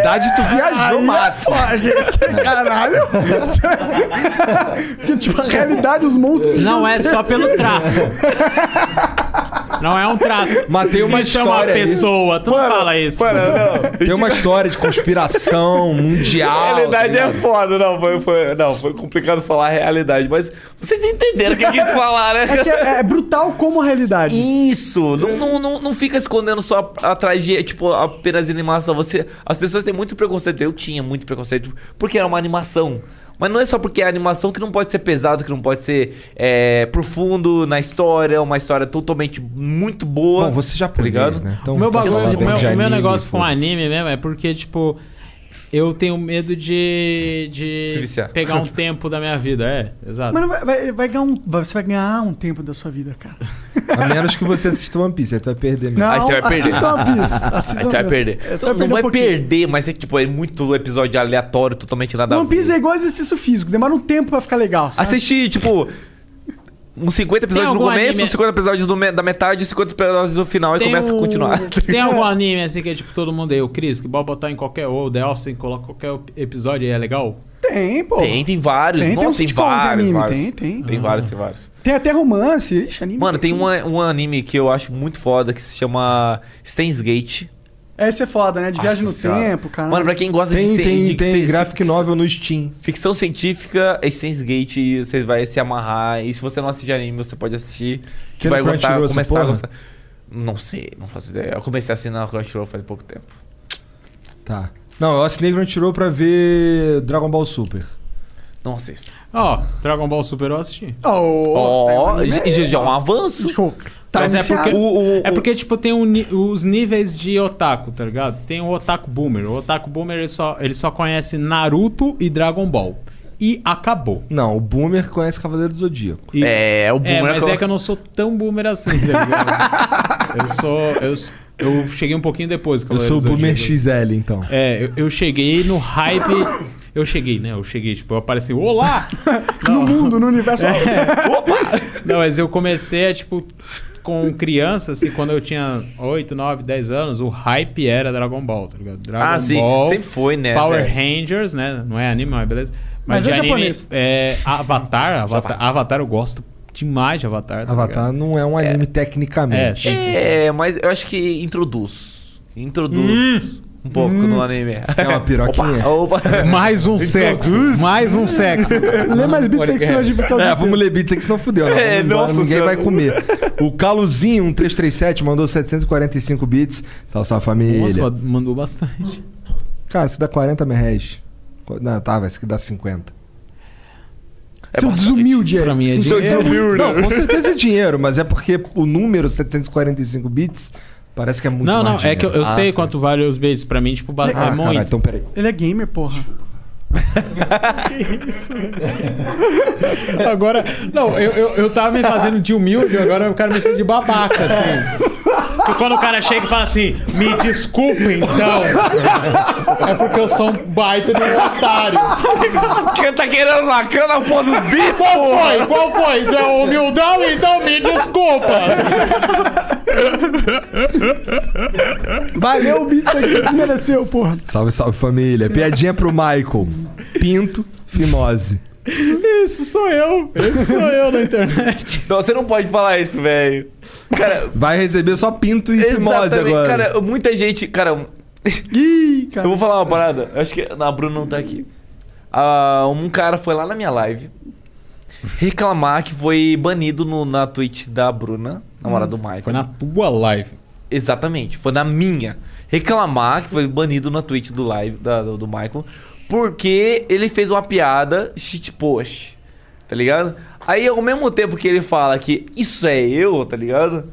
é foda. Caralho. Porque, tipo, a realidade, os monstros...
Não é só pelo traço. Não é um traço.
Matei uma
Isso
história
é
aí.
uma pessoa. Tu não fala isso.
Tem uma história de conspiração mundial.
realidade
tá
é
ligado?
foda, não foi, foi- não, foi complicado falar a realidade, mas vocês entenderam o que eu quis falar, né?
É, que é- é brutal como a realidade.
Isso! Não, não, não, não fica escondendo só atrás de, tipo, apenas animação. Você, as pessoas têm muito preconceito. Eu tinha muito preconceito porque era uma animação. Mas não é só porque é animação que não pode ser pesado, que não pode ser é, profundo na história, É uma história totalmente muito boa. Bom,
você já
tá ligado?
né?
o meu
tá
bagulho, o meu, o meu negócio com anime mesmo é porque, tipo, eu tenho medo de. de
Se viciar.
pegar um tempo da minha vida, é, exato.
Mano, vai, vai- vai ganhar um, vai- você vai ganhar um tempo da sua vida, cara.
A menos que você assista One Piece, aí tu vai perder mesmo.
Não, Aí você vai perder. assista One Piece, assista
Aí você vai
One-
perder.
É, você
Não,
vai perder
não
um
vai
pouquinho.
perder, mas é que, tipo, é muito episódio aleatório, totalmente nada a
One Piece é igual exercício físico, demora um tempo pra ficar legal. sabe?
Assistir, tipo. Uns 50 episódios no
algum
começo,
anime-
uns 50 episódios do me- da metade, 50 episódios do final e começa a
um-
continuar.
Tem algum anime assim que é tipo todo mundo aí, o Chris, que pode botar em qualquer. Ou The Office, coloca qualquer episódio e é legal?
Tem, pô.
Tem, tem vários.
Tem, tem
Nossa,
uns
tem,
sitcoms de
vários,
anime,
vários.
tem, tem.
Tem
Ah.
vários, tem vários.
Tem até romance. Ixi, anime.
Mano, tem uma- um anime que eu acho muito foda que se chama Stains Gate.
Esse é foda, né? De viagem
Nossa
no
Senhora.
tempo, cara.
Mano, pra quem gosta
Tem,
de ser-
tem,
de
tem
ser-
graphic novel no Steam.
Ficção científica, Stains Gate, e vocês vai se amarrar. E se você não assiste anime, você pode assistir. Que
Tem no
vai gostar,
Crunchyroll essa
começar a
porra?
gostar. Não sei, não faço ideia. Eu comecei a assinar o Crunchyroll faz pouco tempo.
Tá. Não, eu assinei Crunchyroll pra ver Dragon Ball Super.
Não assisto.
Ó, Dragon Ball Super eu assisti.
Ó, já- já é um avanço.
Tá Mas é porque,
o- o-
é porque, tipo, tem um ni- os níveis de otaku, tá ligado? Tem o otaku boomer. O otaku boomer, ele só, ele só conhece Naruto e Dragon Ball. E acabou.
Não, o Boomer conhece Cavaleiro do Zodíaco.
E-
É, o
É,
boomer
mas é que eu não sou tão boomer assim, tá ligado? eu sou... Eu, s- eu cheguei um pouquinho depois.
Eu sou o Boomer XL, então.
É, eu, eu cheguei no hype... Eu cheguei, né? Eu cheguei, tipo, eu apareci... Olá!
No mundo, no universo.
É.
Não, mas eu comecei a, tipo, com criança, assim, quando eu tinha 8, 9, 10 anos, o hype era Dragon Ball, tá ligado? Dragon
Ah, sim.
Ball,
Sempre foi, né,
Power
velho?
Rangers, né? Não é anime, mas beleza.
Mas
de
é
anime,
japonês.
É, Avatar, Avatar, Avatar eu gosto demais de Avatar. tá ligado?
Avatar não é um anime tecnicamente.
É, sim,
É, mas eu acho que introduz. Introduz um pouco
Hum.
no anime.
É uma piroquinha?
Opa, opa.
Mais um sexo. Mais um sexo.
Lê mais Bitsexy hoje, Vitor.
É, vamos ler Bitsexy, não fudeu. Não.
É,
Vamos embora,
nossa
ninguém
senhora.
vai comer. O Caluzinho, 1337, mandou 745 bits. Salve, salve família.
Nossa, mandou bastante.
Cara, se dá 40 merréis. Não, tá, vai, se dá 50. É
Seu
bastante.
desumilde, Eric.
é
Seu
Sim, seu
desumilde.
desumilde.
Não, com certeza é dinheiro, mas é porque o número 745 bits parece que é muito
não, não,
mais
é que eu, eu sei
Ah,
quanto vale os beats. Pra mim, tipo, ba-
Ah,
é
caralho,
muito.
então peraí.
Ele é gamer, porra.
Agora, não, eu, eu, eu tava me fazendo de humilde, agora o cara me fez de babaca, assim. Porque quando o cara chega e fala assim, me desculpe então, é porque eu sou um baita de um otário.
Quem tá querendo lacrar na porra dos bichos?
Qual foi? Qual foi? É Humildão, então me desculpa.
Valeu, Bito, que você desmereceu, porra.
Salve, salve família. Piadinha pro Michael. Pinto, fimose.
Isso sou eu. Esse sou eu na internet.
Não, você não pode falar isso, velho. Cara,
Vai receber só pinto e fimose
exatamente,
agora.
Cara, muita gente. Cara, eu vou falar uma parada. Acho que a Bruna não tá aqui. Ah, um cara foi lá na minha live reclamar que foi banido no- na Twitch da Bruna, namorada do Michael. Foi na
tua live.
Exatamente, foi na minha. Reclamar que foi banido na Twitch do live da- do, do Michael porque ele fez uma piada shitpost, tá ligado? Aí ao mesmo tempo que ele fala que isso é eu, tá ligado?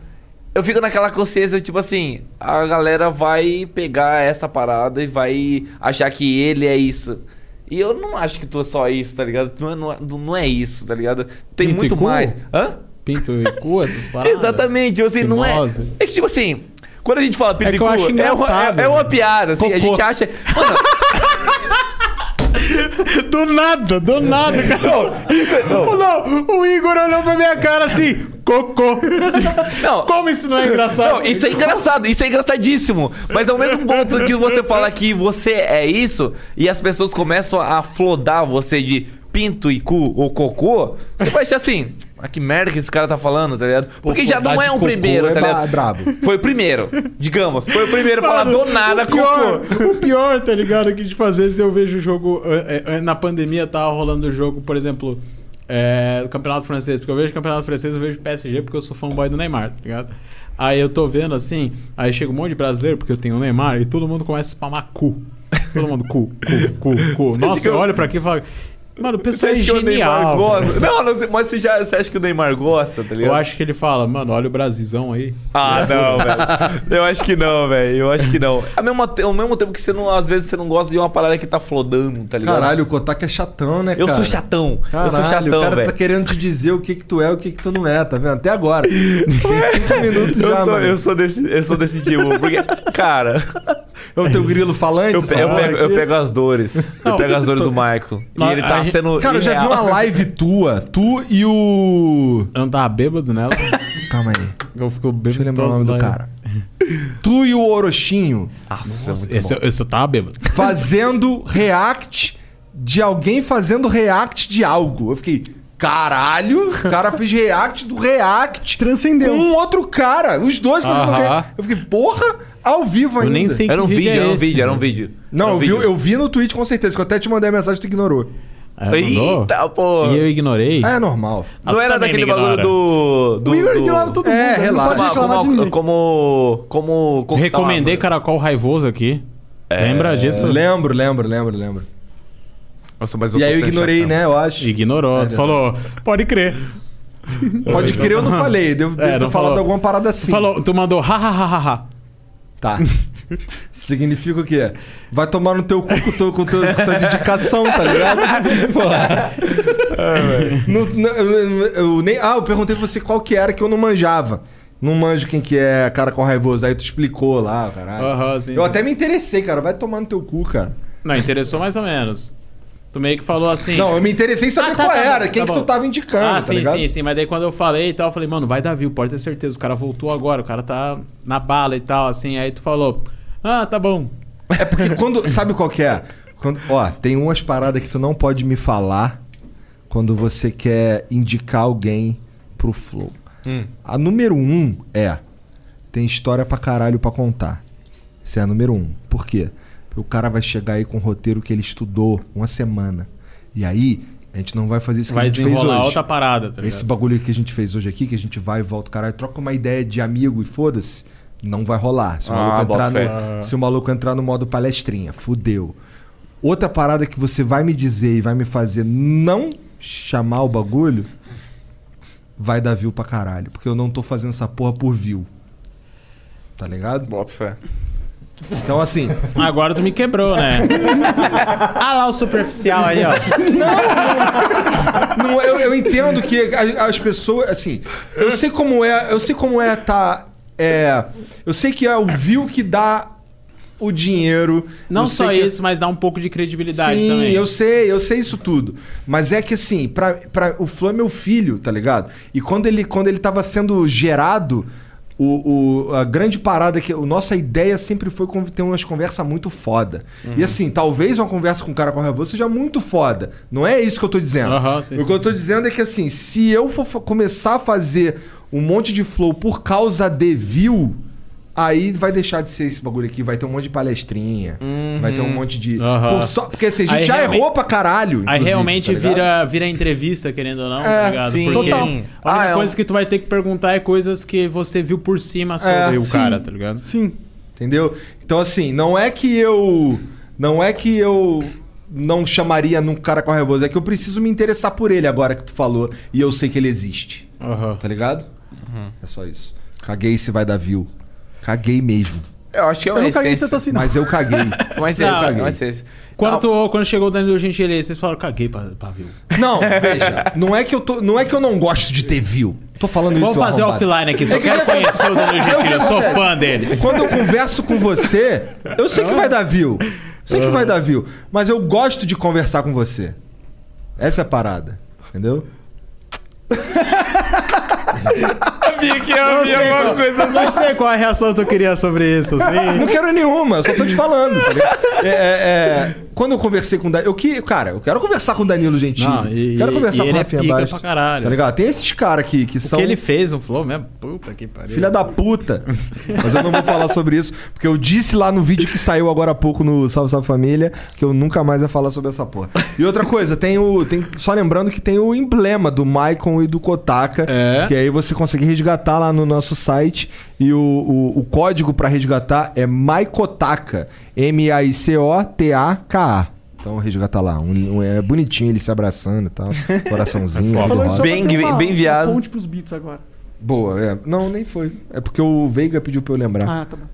Eu fico naquela consciência, tipo assim, a galera vai pegar essa parada e vai achar que ele é isso. E eu não acho que tu é só isso, tá ligado? Não é, não é- não é isso, tá ligado? Tem
Pinto e
muito
cu?
mais. Hã?
Pinto e cu, essas paradas?
Exatamente, assim, não é. É que tipo assim, quando a gente fala pinto
É
e
que eu
cu,
acho
é uma,
engraçado. né?
é, é uma piada, assim, a gente acha.
Do nada, do nada, cara.
é-
Não, o Igor olhou pra minha cara assim, cocô.
Não.
Como isso não é engraçado?
Não, isso é engraçado, isso é engraçadíssimo. Mas ao mesmo ponto que você fala que você é isso, e as pessoas começam a flodar você de pinto e cu ou cocô, você vai achar assim, ah, que merda que esse cara tá falando, tá ligado? Porque já não
flodar
é
de
um
cocô
primeiro,
é
tá
ba-
ligado?
é brabo.
Foi o primeiro, digamos. Foi o primeiro a falar
Mano,
do nada
o pior,
cocô.
O pior, tá ligado? Que, tipo, às vezes eu vejo o jogo. é, é, é, na pandemia tava rolando o jogo, por exemplo, é, do Campeonato Francês. Porque eu vejo Campeonato Francês, eu vejo PSG, porque eu sou fanboy do Neymar, tá ligado? Aí eu tô vendo assim, aí chega um monte de brasileiro, porque eu tenho o Neymar, e todo mundo começa a spamar cu. Todo mundo cu, cu, cu, cu. Nossa, eu olho pra aqui e falo. Mano, o pessoal é
acha que o Neymar
genial.
gosta? Não, não, mas você, já, você acha que o Neymar gosta, tá ligado?
Eu acho que ele fala, mano, olha o Brasilzão aí. É.
Ah, não, velho. Eu acho que não, velho. Eu acho que não. É Ao mesmo, te- ao mesmo tempo que você não, às vezes você não gosta de uma parada que tá flodando, tá ligado?
Caralho, o Kotak é chatão, né,
Eu
cara?
sou chatão.
Caralho,
eu sou
o
chatão,
cara tá
velho.
querendo te dizer o que que tu é e o que que tu não é, tá vendo? Até agora. Tem cinco minutos
Eu
já,
sou,
mano.
eu, sou desse, eu sou desse tipo, porque, cara.
É o teu grilo falante?
Eu,
essa
pe- eu
porra
pego,
aqui?
eu pego as dores.
Não,
eu pego as dores
tô-
do Michael.
Mas
e ele
a
tá
gente-
sendo.
Cara, eu já vi
irreal.
uma live tua. Tu e o.
Eu não tava bêbado nela.
Calma aí.
Eu fico bêbado.
Deixa eu lembrar o nome do
todas lá.
cara. Tu e o Orochinho.
Nossa, esse, eu- esse eu tava bêbado.
Fazendo react de alguém fazendo react de algo. Eu fiquei. Caralho, o cara fez react do react.
Transcendeu.
Com um outro cara. Os dois fazendo
Aham.
react. Eu fiquei, porra, ao vivo ainda.
Era um vídeo, era um vídeo, era um vídeo.
Não,
Era um
eu vi,
vídeo.
eu vi no tweet com certeza, que eu até te mandei a mensagem tu ignorou.
É,
Ah, Eita, pô.
E eu ignorei.
É normal.
Não era daquele bagulho do. do do-
É, relaxa.
Como, é- como, como, como
Recomendei Caracol Raivoso aqui. É, Lembra disso?
Lembro, lembro, lembro, lembro.
Nossa, mas
E aí eu ignorei, né, eu acho. É.
Ignorou. tu falou, pode crer.
Pode crer, eu não falei. Devo,
É,
devo ter
não
falado
falou.
alguma parada assim.
Tu falou, tu mandou, ha, ha, ha, ha, ha.
Tá. Significa o quê? Vai tomar no teu cu com, teu, com, teu, com tuas indicações, tá ligado? Porra.
É,
Não- não, eu- eu- eu nem- ah, eu perguntei pra você qual que era que eu não manjava. Não manjo quem que é cara com raivoso. Aí tu explicou lá, caralho.
Aham, sim,
eu
sim.
até me interessei, cara. Vai tomar no teu cu, cara.
Não, interessou mais ou menos. Tu meio que falou assim.
Não, eu me interessei em saber qual era, quem que tu
tá, bom.
tava indicando,
Ah,
tá
sim,
ligado?
sim, sim. Mas daí quando eu falei e tal, eu falei, mano, vai dar view, pode ter certeza. O cara voltou agora, o cara tá na bala e tal, assim. Aí tu falou, ah, tá bom.
É porque quando. Sabe qual que é? Quando, ó, tem umas paradas que tu não pode me falar quando você quer indicar alguém pro Flow.
Hum.
A número um é. Tem história pra caralho pra contar. Isso é a número um. Por quê? Porque O cara vai chegar aí com um roteiro que ele estudou uma semana. E aí, a gente não vai fazer isso que a
Vai
gente fez hoje.
desenrolar outra parada, tá ligado?
Esse bagulho que a gente fez hoje aqui, que a gente vai e volta, caralho, troca uma ideia de amigo e foda-se, não vai rolar. Se o,
Ah,
maluco
bota
entrar
fé.
no, se o maluco entrar no modo palestrinha, fudeu. Outra parada que você vai me dizer e vai me fazer não chamar o bagulho, vai dar view pra caralho. Porque eu não tô fazendo essa porra por view. Tá ligado?
Bota fé.
Então assim.
Agora tu me quebrou, né? ah lá o superficial aí, ó.
Não, eu, eu entendo que a- as pessoas, assim, eu sei como é, eu sei como é tá, é, eu sei que é o view que dá o dinheiro.
Não
eu
só
sei que-
isso, mas dá um pouco de credibilidade
Sim,
também.
eu sei, eu sei isso tudo. Mas é que assim, pra, pra, o Flo é meu filho, tá ligado? E quando ele, quando ele tava sendo gerado, o, o- a grande parada é que. A nossa ideia sempre foi conv- ter umas conversas muito foda.
Uhum.
E assim, talvez uma conversa com um cara como você seja muito foda. Não é isso que eu tô dizendo.
Aham, sim,
o
sim,
que eu tô dizendo é que assim, se eu for fa- começar a fazer um monte de flow por causa de view. Aí vai deixar de ser esse bagulho aqui, vai ter um monte de palestrinha, vai
Uhum.
ter um monte de.
Aham.
Pô, só- porque assim, a gente
Aí
já
realmente-
errou pra caralho.
Aí
inclusive,
realmente
tá ligado?
vira, vira entrevista, querendo ou não,
É,
tá ligado?
sim.
Porque
Total.
a única
Ah, é
coisa
um-
que tu vai ter que perguntar é coisas que você viu por cima
É,
sobre o
sim.
cara, tá ligado?
Sim. Entendeu? Então, assim, não é que eu. Não é que eu não chamaria num cara com revoz, é que eu preciso me interessar por ele agora que tu falou e eu sei que ele existe. Tá ligado?
Uhum.
É só isso. Caguei se vai dar view. Caguei mesmo.
Eu acho que é uma essência.
assim,
Mas eu caguei.
Mas
eu
é
caguei.
mas é
Quando, tu- quando chegou o Danilo Gentili, vocês falaram, caguei pra, pra view.
Não, veja, não é que eu tô, não é que eu não gosto de ter view. Tô falando
Vamos
isso
fazer
arrombado.
offline aqui, só
É que
quero
o que acontece?
conhecer o
É o
Danilo
que
Gentili, eu sou
acontece.
fã dele.
Quando eu converso com você, eu sei que vai dar view. Sei que vai dar view, mas eu gosto de conversar com você. Essa é a parada, entendeu?
Sabia que
Eu
ia vir
sei,
alguma
qual,
coisa assim.
não sei qual é a reação que tu queria sobre isso, assim.
Não quero nenhuma, eu só tô te falando. tá ligado? É, é, é, quando eu conversei com o Danilo. Eu que, cara, eu quero conversar com o Danilo Gentili.
Não, e-
quero
e-
conversar
e
com o
ele é
Rafinha
pica
Bastos.
pra caralho.
Tá ligado? Tem esses caras aqui que
O
são.
que ele fez um flow mesmo? Puta que pariu.
Filha da puta. Mas eu não vou falar sobre isso, porque eu disse lá no vídeo que saiu agora há pouco no Salve Salve Família que eu nunca mais ia falar sobre essa porra. E outra coisa, tem o. Tem, só lembrando que tem o emblema do Maicon e do Kotaka,
É.
que aí você consegue resgatar lá no nosso site. E o, o, o código pra resgatar é Maicotaka. M-A-I-C-O-T-A-K-A. Então resgatar lá. Um- um- é bonitinho ele se abraçando e tal.
É
Coraçãozinho.
Foda.
tudo rosa.
Bem- bem
um
viado.
Ponte pros beats agora.
Boa, é. Não, nem foi. É porque o Veiga pediu pra eu lembrar.
Ah, tá bom.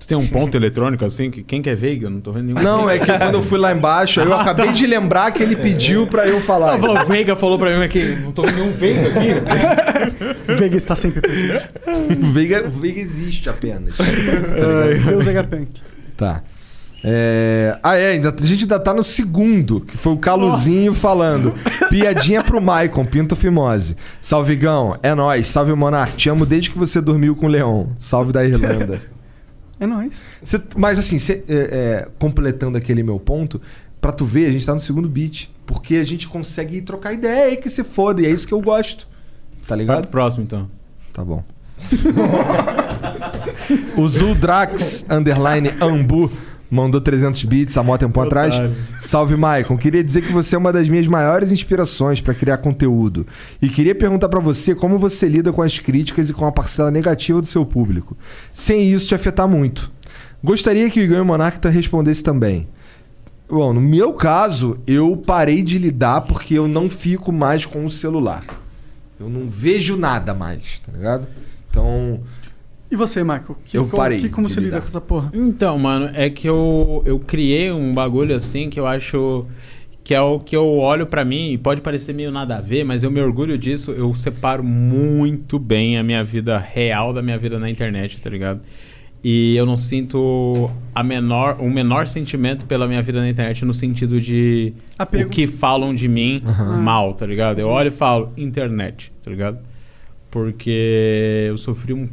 Tu tem um ponto eletrônico assim? que- Quem que é Veiga? Eu não tô vendo nenhum.
Não, é que quando eu fui lá embaixo, aí eu
Ah,
acabei
tá.
de lembrar que ele pediu pra eu falar.
Não, falou, o Veiga falou pra mim aqui, não tô vendo nenhum Veiga aqui.
O Veiga está sempre presente.
o, Veiga, o Veiga existe apenas. Tá ligado?
Deus é garpunk.
Tá. É, Ah, é, ainda, a gente ainda tá no segundo, que foi o Caluzinho falando. Piadinha pro Maicon, Pinto Fimose. Salve, Gão, é nóis. Salve, Monark. Te amo desde que você dormiu com o Leão. Salve da Irlanda.
É nóis.
Cê- mas assim, cê- é, é, completando aquele meu ponto, pra tu ver, a gente tá no segundo beat. Porque a gente consegue trocar ideia e que se foda, e é isso que eu gosto. Tá ligado?
próximo, então.
Tá bom. o Zuldrax underline Ambu mandou 300 bits há mó tempo um atrás. Salve, Maicon. Queria dizer que você é uma das minhas maiores inspirações pra criar conteúdo. E queria perguntar pra você como você lida com as críticas e com a parcela negativa do seu público, sem isso te afetar muito. Gostaria que o Igor e o Monarca respondesse também. Bom, no meu caso, eu parei de lidar porque eu não fico mais com o celular. Eu não vejo nada mais, tá ligado? Então,
E você, Michael? Que-
Eu
como,
parei
que- como
de
você lida
lidar.
com essa porra?
Então, mano, é que eu, eu criei um bagulho assim que eu acho que é o que eu olho pra mim e pode parecer meio nada a ver, mas eu me orgulho disso. Eu separo muito bem a minha vida real da minha vida na internet, tá ligado? E eu não sinto a menor, o menor sentimento pela minha vida na internet no sentido de o que falam de mim mal, tá ligado?
Uhum.
Eu olho e falo internet, tá ligado? Porque eu sofri um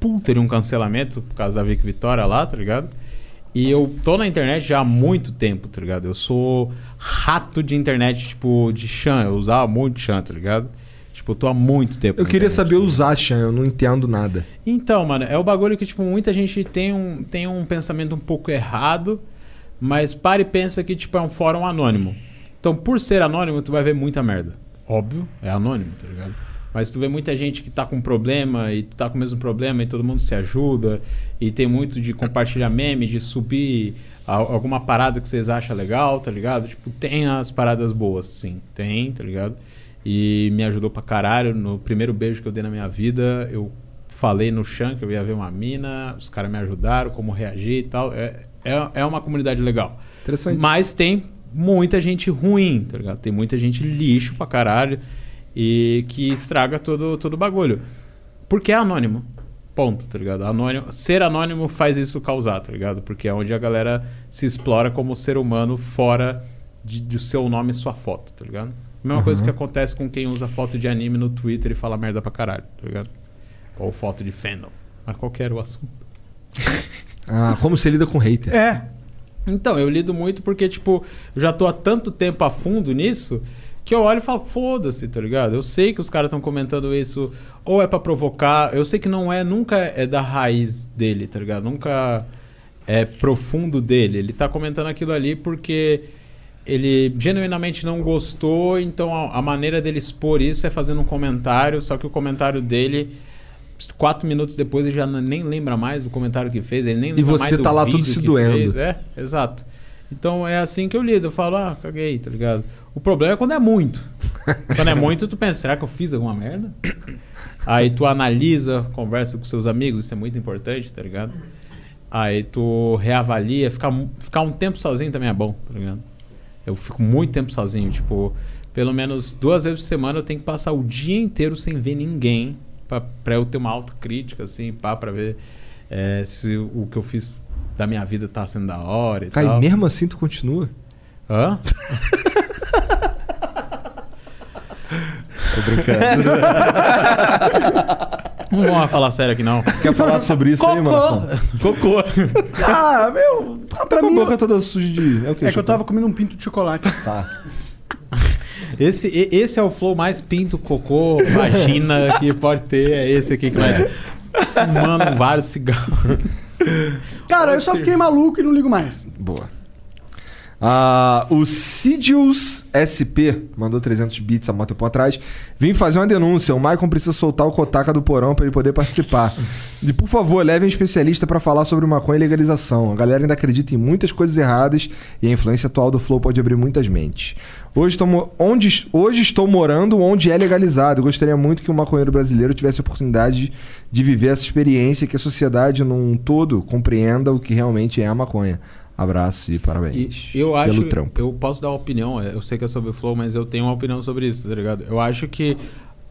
puta de um cancelamento por causa da Vic Vitória lá, tá ligado? E eu tô na internet já há muito tempo, tá ligado? Eu sou rato de internet, tipo, de chan. Eu usava muito chan, tá ligado? Tipo, eu tô há muito tempo.
eu
na
queria
internet.
saber
né?
usar, Chan, eu não entendo nada.
Então, mano, é o bagulho que, tipo, muita gente tem um, tem um pensamento um pouco errado, mas para e pensa que, tipo, é um fórum anônimo. Então, por ser anônimo, tu vai ver muita merda. Óbvio, é anônimo, tá ligado? Mas tu vê muita gente que tá com problema e tu tá com o mesmo problema e todo mundo se ajuda. E tem muito de compartilhar meme, de subir al- alguma parada que vocês acham legal, tá ligado? Tipo, tem as paradas boas, sim. Tem, tá ligado? E me ajudou pra caralho. No primeiro beijo que eu dei na minha vida, eu falei no chão que eu ia ver uma mina, os caras me ajudaram, como reagir e tal. É, é, é uma comunidade legal.
Interessante.
Mas tem muita gente ruim, tá ligado? Tem muita gente lixo pra caralho e que estraga todo todo o bagulho. Porque é anônimo. Ponto, tá ligado? Anônimo, ser anônimo faz isso causar, tá ligado? Porque é onde a galera se explora como ser humano fora de, do seu nome e sua foto, tá ligado? Mesma
Uhum.
coisa que acontece com quem usa foto de anime no Twitter e fala merda pra caralho, tá ligado? Ou foto de fandom. Mas qual que era o assunto?
Ah, como você lida com hater?
É. Então, eu lido muito porque, tipo, eu já tô há tanto tempo a fundo nisso que eu olho e falo, foda-se, tá ligado? Eu sei que os caras estão comentando isso ou é pra provocar, eu sei que não é, nunca é da raiz dele, tá ligado? Nunca é profundo dele. Ele tá comentando aquilo ali porque ele genuinamente não gostou, então a, a maneira dele expor isso é fazendo um comentário, só que o comentário dele. Quatro minutos depois ele já n- nem lembra mais do comentário que fez, ele nem lembra mais
você
do
tá lá tudo
vídeo
se
que
doendo.
fez, É, exato. Então é assim que eu lido, eu falo, ah, caguei, tá ligado? O problema é quando é muito. Quando é muito, tu pensa, será que eu fiz alguma merda? Aí tu analisa, conversa com seus amigos, isso é muito importante, tá ligado? Aí tu reavalia, ficar, mu- ficar um tempo sozinho também é bom, tá ligado? Eu fico muito tempo sozinho, tipo, pelo menos duas vezes por semana eu tenho que passar o dia inteiro sem ver ninguém pra, pra eu ter uma autocrítica, assim, pá, pra ver eh, se o que eu fiz da minha vida tá sendo da hora e
Cara,
tal.
e mesmo assim tu continua?
Hã?
Tô brincando.
Não vamos falar sério aqui, não.
Quer falar sobre isso aí, mano?
Cocô.
Ah, meu. Pra
Com a
mim.
boca toda suja de. É, o
É que eu tava comendo um pinto de chocolate.
Tá.
Esse, e- esse é o flow mais pinto, cocô, vagina que pode ter. É esse aqui que vai fumando vários cigarros.
Cara, eu só fiquei maluco e não ligo mais.
Boa. Ah, o Sidious SP mandou 300 bits há muito tempo atrás. Vim fazer uma denúncia. O Maicon precisa soltar o Kotaka do porão para ele poder participar. E por favor, leve um especialista para falar sobre maconha e legalização. A galera ainda acredita em muitas coisas erradas e a influência atual do Flow pode abrir muitas mentes. Hoje estou, mo- onde, hoje estou morando onde é legalizado. Gostaria muito que o maconheiro brasileiro tivesse a oportunidade de, de viver essa experiência e que a sociedade num todo compreenda o que realmente é a maconha. Abraço e parabéns.
E eu acho.
Pelo trampo.
Eu posso dar uma opinião, eu sei que é sobre o flow, mas eu tenho uma opinião sobre isso, tá ligado? Eu acho que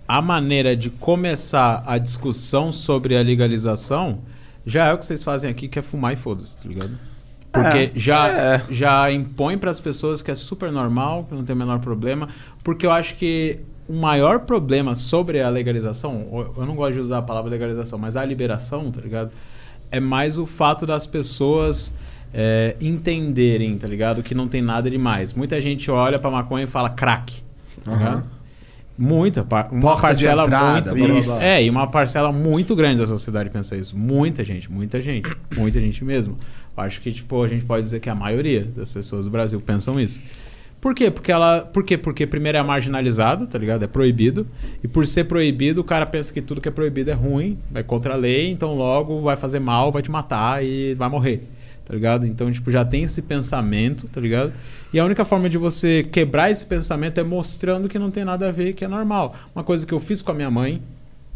a maneira de começar a discussão sobre a legalização já é o que vocês fazem aqui, que é fumar e foda-se, tá ligado? Porque
É.
já,
É.
já impõe para as pessoas que é super normal, que não tem o menor problema. Porque eu acho que o maior problema sobre a legalização, ou- eu não gosto de usar a palavra legalização, mas a liberação, tá ligado? É mais o fato das pessoas é, entenderem, tá ligado? Que não tem nada demais. Muita gente olha pra maconha e fala crack. tá
Aham.
ligado? Muita, par- uma
Porta de
parcela
entrada,
muito.
blá, blá,
Isso.
blá.
É, e uma parcela muito grande da sociedade pensa isso. Muita gente, muita gente, muita gente mesmo. Eu acho que, tipo, a gente pode dizer que a maioria das pessoas do Brasil pensam isso. Por quê? Porque ela. Por quê? Porque primeiro é marginalizado, tá ligado? É proibido. E por ser proibido, o cara pensa que tudo que é proibido é ruim, vai contra a lei, então logo vai fazer mal, vai te matar e vai morrer. Tá ligado? Então, tipo, já tem esse pensamento, tá ligado? E a única forma de você quebrar esse pensamento é mostrando que não tem nada a ver, que é normal. Uma coisa que eu fiz com a minha mãe,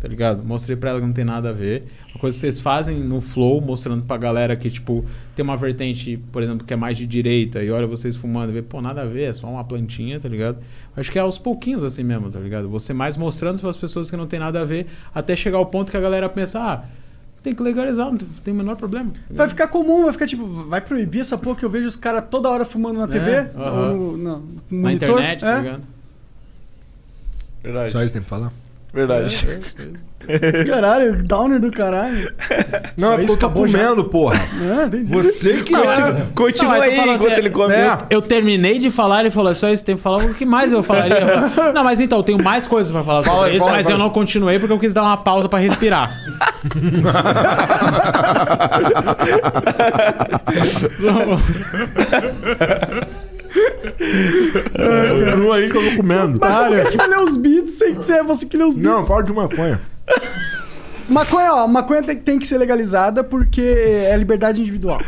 tá ligado? Mostrei pra ela que não tem nada a ver. Uma coisa que vocês fazem no Flow, mostrando pra galera que, tipo, tem uma vertente, por exemplo, que é mais de direita, e olha vocês fumando e vê, pô, nada a ver, é só uma plantinha, tá ligado? Acho que é aos pouquinhos assim mesmo, tá ligado? Você mais mostrando pras pessoas que não tem nada a ver, até chegar ao ponto que a galera pensa, ah, tem que legalizar, não tem o menor problema.
Vai ficar comum, vai ficar tipo, vai proibir essa porra que eu vejo os caras toda hora fumando na TV?
É, aham.
ou no, na, no
Na
monitor,
internet, tá
é.
ligado?
Verdade.
Só isso tem pra falar? É,
Verdade.
É? Caralho, downer do caralho.
Não,
Só
é porque
isso,
eu tô
acabou já.
comendo, porra.
Ah, entendi.
Você que.
Não, aí tu fala assim, é, Eu, terminei de falar, ele falou, "É só isso que tem pra falar, o que mais eu falaria? Eu falei, não, mas então, eu tenho mais coisas pra falar sobre
Fala aí,
isso,
fala aí,
mas
fala
eu
aí.
não continuei porque eu quis dar uma pausa pra respirar.
É, um aí que eu tô comendo.
Para. Mas como que lê os beats sem ser você que lê os beats?
Não, fala de maconha.
Maconha, ó, maconha tem, tem que ser legalizada porque é liberdade individual.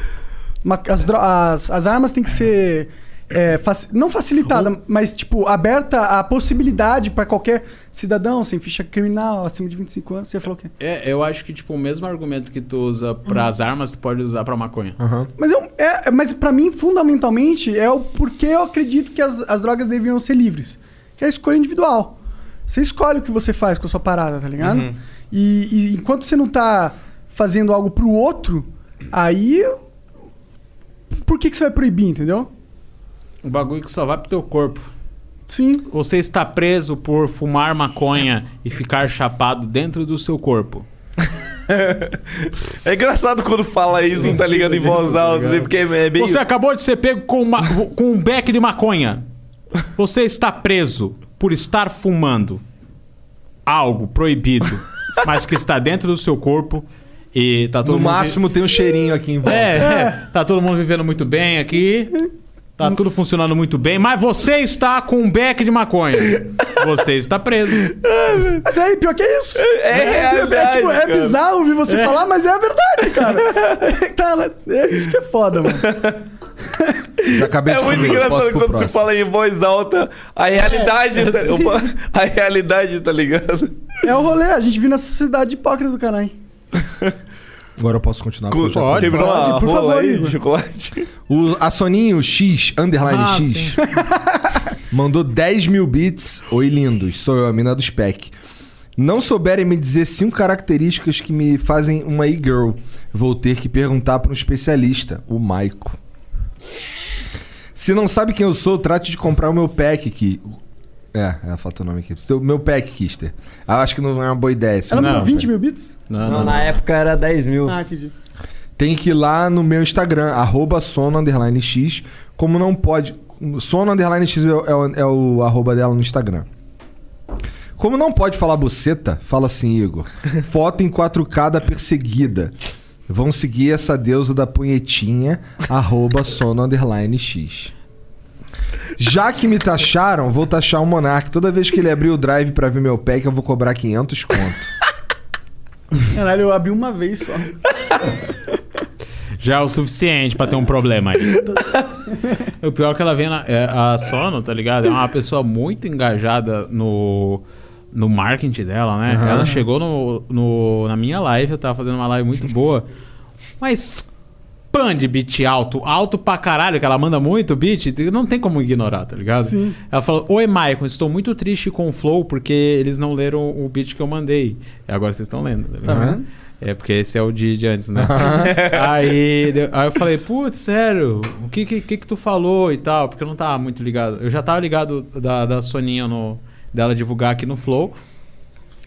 Ma- As, dro- as, as armas têm que ser. é, faci- não facilitada,
Uhum.
mas tipo, aberta a possibilidade pra qualquer cidadão sem ficha criminal, acima de 25 anos. Você falou o quê?
É, eu acho que, tipo, o mesmo argumento que tu usa pras armas, tu pode usar pra maconha.
Mas, eu, é, mas para mim, fundamentalmente, é o porquê eu acredito que as, as drogas deviam ser livres. Que é a escolha individual. Você escolhe o que você faz com a sua parada, tá ligado?
Uhum.
E, e enquanto você não tá fazendo algo pro outro, aí. Por que, que você vai proibir, entendeu?
Um bagulho que só vai pro teu corpo.
Sim.
Você está preso por fumar maconha e ficar chapado dentro do seu corpo.
É engraçado quando fala isso, não tá ligado em voz alta, né? porque é bem.
Você acabou de ser pego com, uma- com um beck de maconha. Você está preso por estar fumando algo proibido, mas que está dentro do seu corpo e tá todo
No
mundo vi-
máximo tem um cheirinho aqui em volta.
É, é. tá todo mundo vivendo muito bem aqui. Tá tudo funcionando muito bem, mas você está com um beck de maconha. Você está preso.
Mas aí, pior que é isso.
é realidade,
tipo, é
cara.
bizarro ouvir você
É.
falar, mas é a verdade, cara. tá, é isso que é foda, mano.
Já acabei
É
de
muito
comer, eu
engraçado
posso pro
quando você
próximo.
fala em voz alta a realidade,
É,
tá,
sim.
opa, a realidade, tá ligado?
É o rolê, a gente vive na sociedade hipócrita do caralho.
Agora eu posso continuar.
Cu-
porque eu já comi.
terminou a Pode, por rola favor, aí de Igor.
O, a Soninho X, underline
Ah,
X, mandou 10 mil bits. Oi, lindos. Sou eu, a mina do spec. Não souberem me dizer cinco características que me fazem uma e-girl, vou ter que perguntar para um especialista, o Maico. Se não sabe quem eu sou, trate de comprar o meu pack que É, ela faltou o nome aqui. Seu- Meu pack, Kister. Ah, acho que não é uma boa ideia. esse
Ela
nome,
mandou
não,
20 mil bits?
Não, não, na época era 10 mil.
Ah, entendi.
Tem que ir lá no meu Instagram, arroba sono underline x, como não pode. Sono underline x é, o- é o- é o arroba dela no Instagram. Como não pode falar buceta, fala assim, Igor. Foto em 4K da perseguida. Vão seguir essa deusa da punhetinha, arroba sono underline x. Já que me taxaram, vou taxar o Monark. Toda vez que ele abrir o drive pra ver meu pack, eu vou cobrar 500 conto.
Caralho, eu abri uma vez só.
Já é o suficiente pra ter um problema aí. o pior é que ela vem na, é, a Sono, tá ligado? É uma pessoa muito engajada no, no marketing dela, né?
Aham.
Ela chegou no, no- na minha live, eu tava fazendo uma live muito boa. Mas pan de beat alto, alto pra caralho, que ela manda muito beat, não tem como ignorar, tá ligado?
Sim.
Ela falou: Oi, Maicon, estou muito triste com o Flow porque eles não leram o beat que eu mandei. E Agora vocês estão lendo, tá ligado?
Tá vendo?
É, porque esse é o de, de antes, né?
Aham.
aí, deu- aí eu falei, putz, sério, o que, que, que que tu falou e tal? Porque eu não tava muito ligado. Eu já tava ligado da, da Soninha, no, dela divulgar aqui no Flow,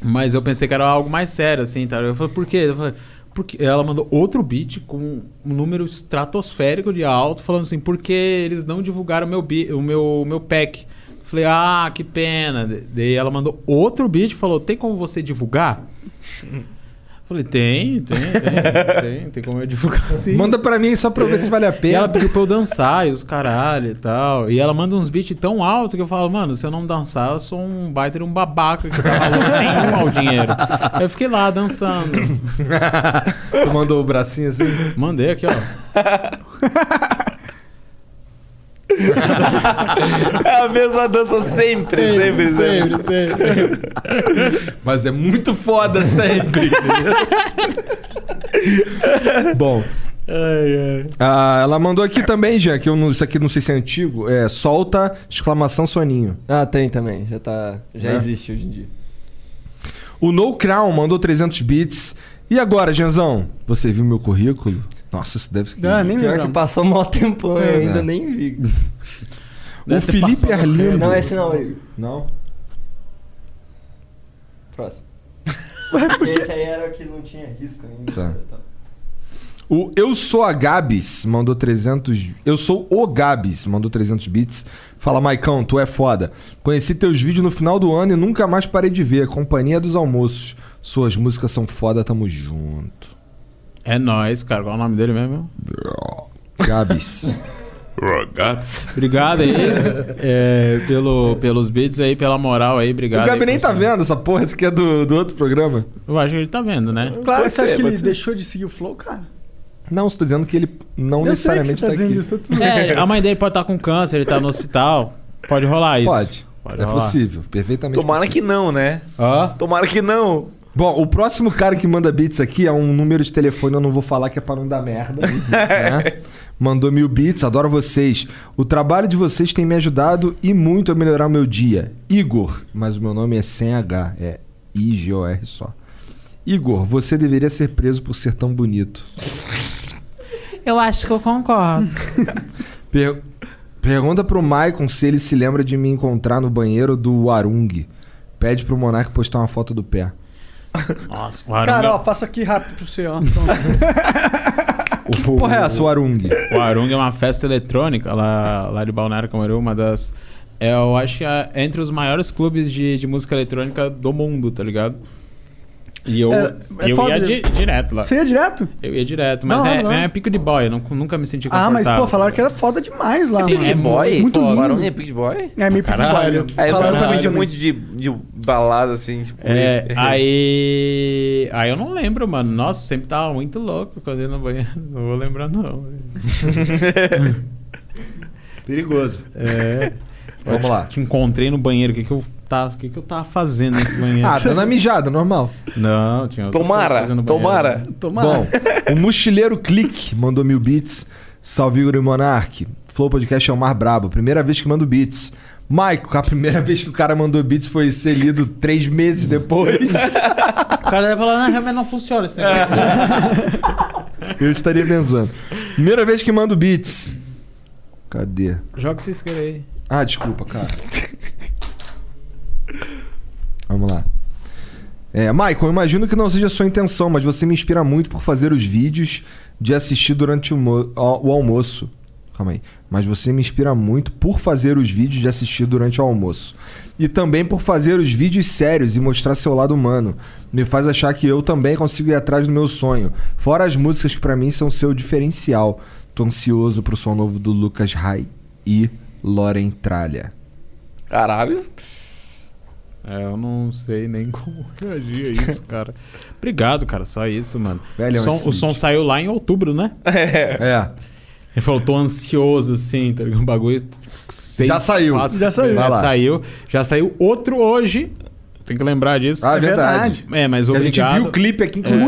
mas eu pensei que era algo mais sério, assim, tá? Eu falei, por quê? Eu falei, porque ela mandou outro beat com um número estratosférico de alto, falando assim, porque eles não divulgaram meu bi- o meu, meu pack. Eu Falei, ah, que pena. Daí ela mandou outro beat e falou, tem como você divulgar? Falei, tem, tem, tem, tem, tem como eu divulgar sim.
Manda pra mim só pra eu ver se vale a pena.
E ela pediu pra eu dançar e os caralho e tal. E ela manda uns beats tão altos que eu falo, mano, se eu não dançar, eu sou um baita de um babaca que tá valor nenhum ao dinheiro. Eu fiquei lá dançando.
tu mandou o bracinho assim?
Mandei aqui, ó.
É a mesma dança sempre, sempre, sempre.
Mas é muito foda sempre. Bom. Ah, ela mandou aqui também, Jean, que eu não- isso aqui não sei se é antigo. É, solta, exclamação, soninho.
Ah, tem também. Já tá. Já
É.
existe hoje em dia.
O No Crown mandou 300 bits. E agora, Janzão? Você viu meu currículo? Nossa, isso deve...
Ah, nem Pior lembrava. que passou
um
mó tempão,
É.
eu ainda nem vi.
O Felipe Arlindo...
Não, esse não, Igor.
Não?
Próximo. Esse aí era o que não tinha risco ainda.
Tá. O Eu Sou a Gabs mandou 300. Eu sou o Gabs mandou 300 bits. Fala, Maicão, tu é foda. Conheci teus vídeos no final do ano e nunca mais parei de ver. Companhia dos Almoços. Suas músicas são foda, tamo junto.
É nóis, cara. Qual é o nome dele mesmo?
Gabs.
Obrigado. Obrigado aí é, pelo, pelos beats aí, pela moral aí, obrigado.
o Gabi
aí,
nem tá
pessoal.
vendo essa porra, isso aqui é do, do outro programa.
Eu acho que ele tá vendo, né?
Claro, você acha que ele
pode ser.
deixou de seguir o flow, cara?
Não, estou dizendo que ele não
Eu sei que
necessariamente
você tá
tá,
dizendo
aqui.
isso, eu tô zoando.
É, a mãe dele pode estar com câncer, ele tá no hospital. Pode rolar isso.
Pode. É possível, perfeitamente
Tomara
possível.
que não, né?
Tomara que não. Bom, o próximo cara que manda bits aqui é um número de telefone, eu não vou falar que é pra não dar merda. né? Mandou mil bits, adoro vocês. O trabalho de vocês tem me ajudado e muito a melhorar o meu dia. Igor, mas o meu nome é sem H, é I-G-O-R só. Igor, você deveria ser preso por ser tão bonito.
Eu acho que eu concordo.
Per- Pergunta pro Maicon se ele se lembra de me encontrar no banheiro do Warung. Pede pro Monark postar uma foto do pé.
Nossa, o
Cara, ó, faço aqui rápido pra você, ó. Então. Toma.
Que
porra é essa, o Arung?
O Arung é uma festa eletrônica lá, lá de Balneário Camboriú, uma das... é, eu acho que é entre os maiores clubes de, de música eletrônica do mundo, tá ligado? E eu,
É, é
eu
foda
ia
de-
di- direto lá.
Você ia direto?
Eu ia direto, mas
Da
é,
hora, da hora.
é pico de boy, eu nunca, nunca me senti
Ah,
confortável.
mas, pô, falaram que era foda demais lá, mano.
Pick de boy?
Muito
Pô,
lindo.
Barulho é
Pick de boy?
É, meio pick de boy.
Caralho.
né?
Aí eu
Falaram
nunca
também
vi de
também.
muito de, de balada, assim, tipo...
É, aí. Aí eu não lembro, mano. Nossa, eu sempre tava muito louco quando eu ia no banheiro. Não vou lembrar, não.
Perigoso.
É.
Vamos
Eu
lá.
Te encontrei no banheiro. O que, que, eu tava, o que, que eu tava fazendo nesse banheiro?
Ah, dando a mijada, normal.
Não, tinha outras
Tomara,
coisas fazendo no banheiro. né?
tomara.
Tomara.
Bom, o Mochileiro Clique mandou mil bits. Salve Igor e Monark. Flow Podcast é o Mar Brabo. Primeira vez que mando bits. Maico, a primeira vez que o cara mandou bits foi ser lido três meses depois.
O cara ia falar, não, realmente não funciona esse
É.
negócio.
Eu estaria pensando. Primeira vez que mando bits. Cadê?
Joga se isqueiro aí.
Ah, desculpa, cara. Vamos lá. É, Maicon, imagino que não seja a sua intenção, mas você me inspira muito por fazer os vídeos de assistir durante o, mo- ó, o almoço. Calma aí. Mas você me inspira muito por fazer os vídeos de assistir durante o almoço. E também por fazer os vídeos sérios e mostrar seu lado humano. Me faz achar que eu também consigo ir atrás do meu sonho. Fora as músicas que pra mim são seu diferencial. Tô ansioso pro som novo do Lucas Rai e Loren Tralha.
Caralho.
É, eu não sei nem como reagir a isso, cara. Obrigado, cara. Só isso, mano.
Velhão
o som,
esse
o som saiu lá em outubro, né?
assim. É.
Ele falou, tô ansioso, assim, tá ligado? Um bagulho. seis,
Já saiu.
quatro-
Já saiu. Vai
Já
lá.
saiu. Já saiu outro hoje. Tem que lembrar disso.
Ah, é verdade.
É, mas
Que a gente
obrigado.
viu o clipe aqui, inclusive.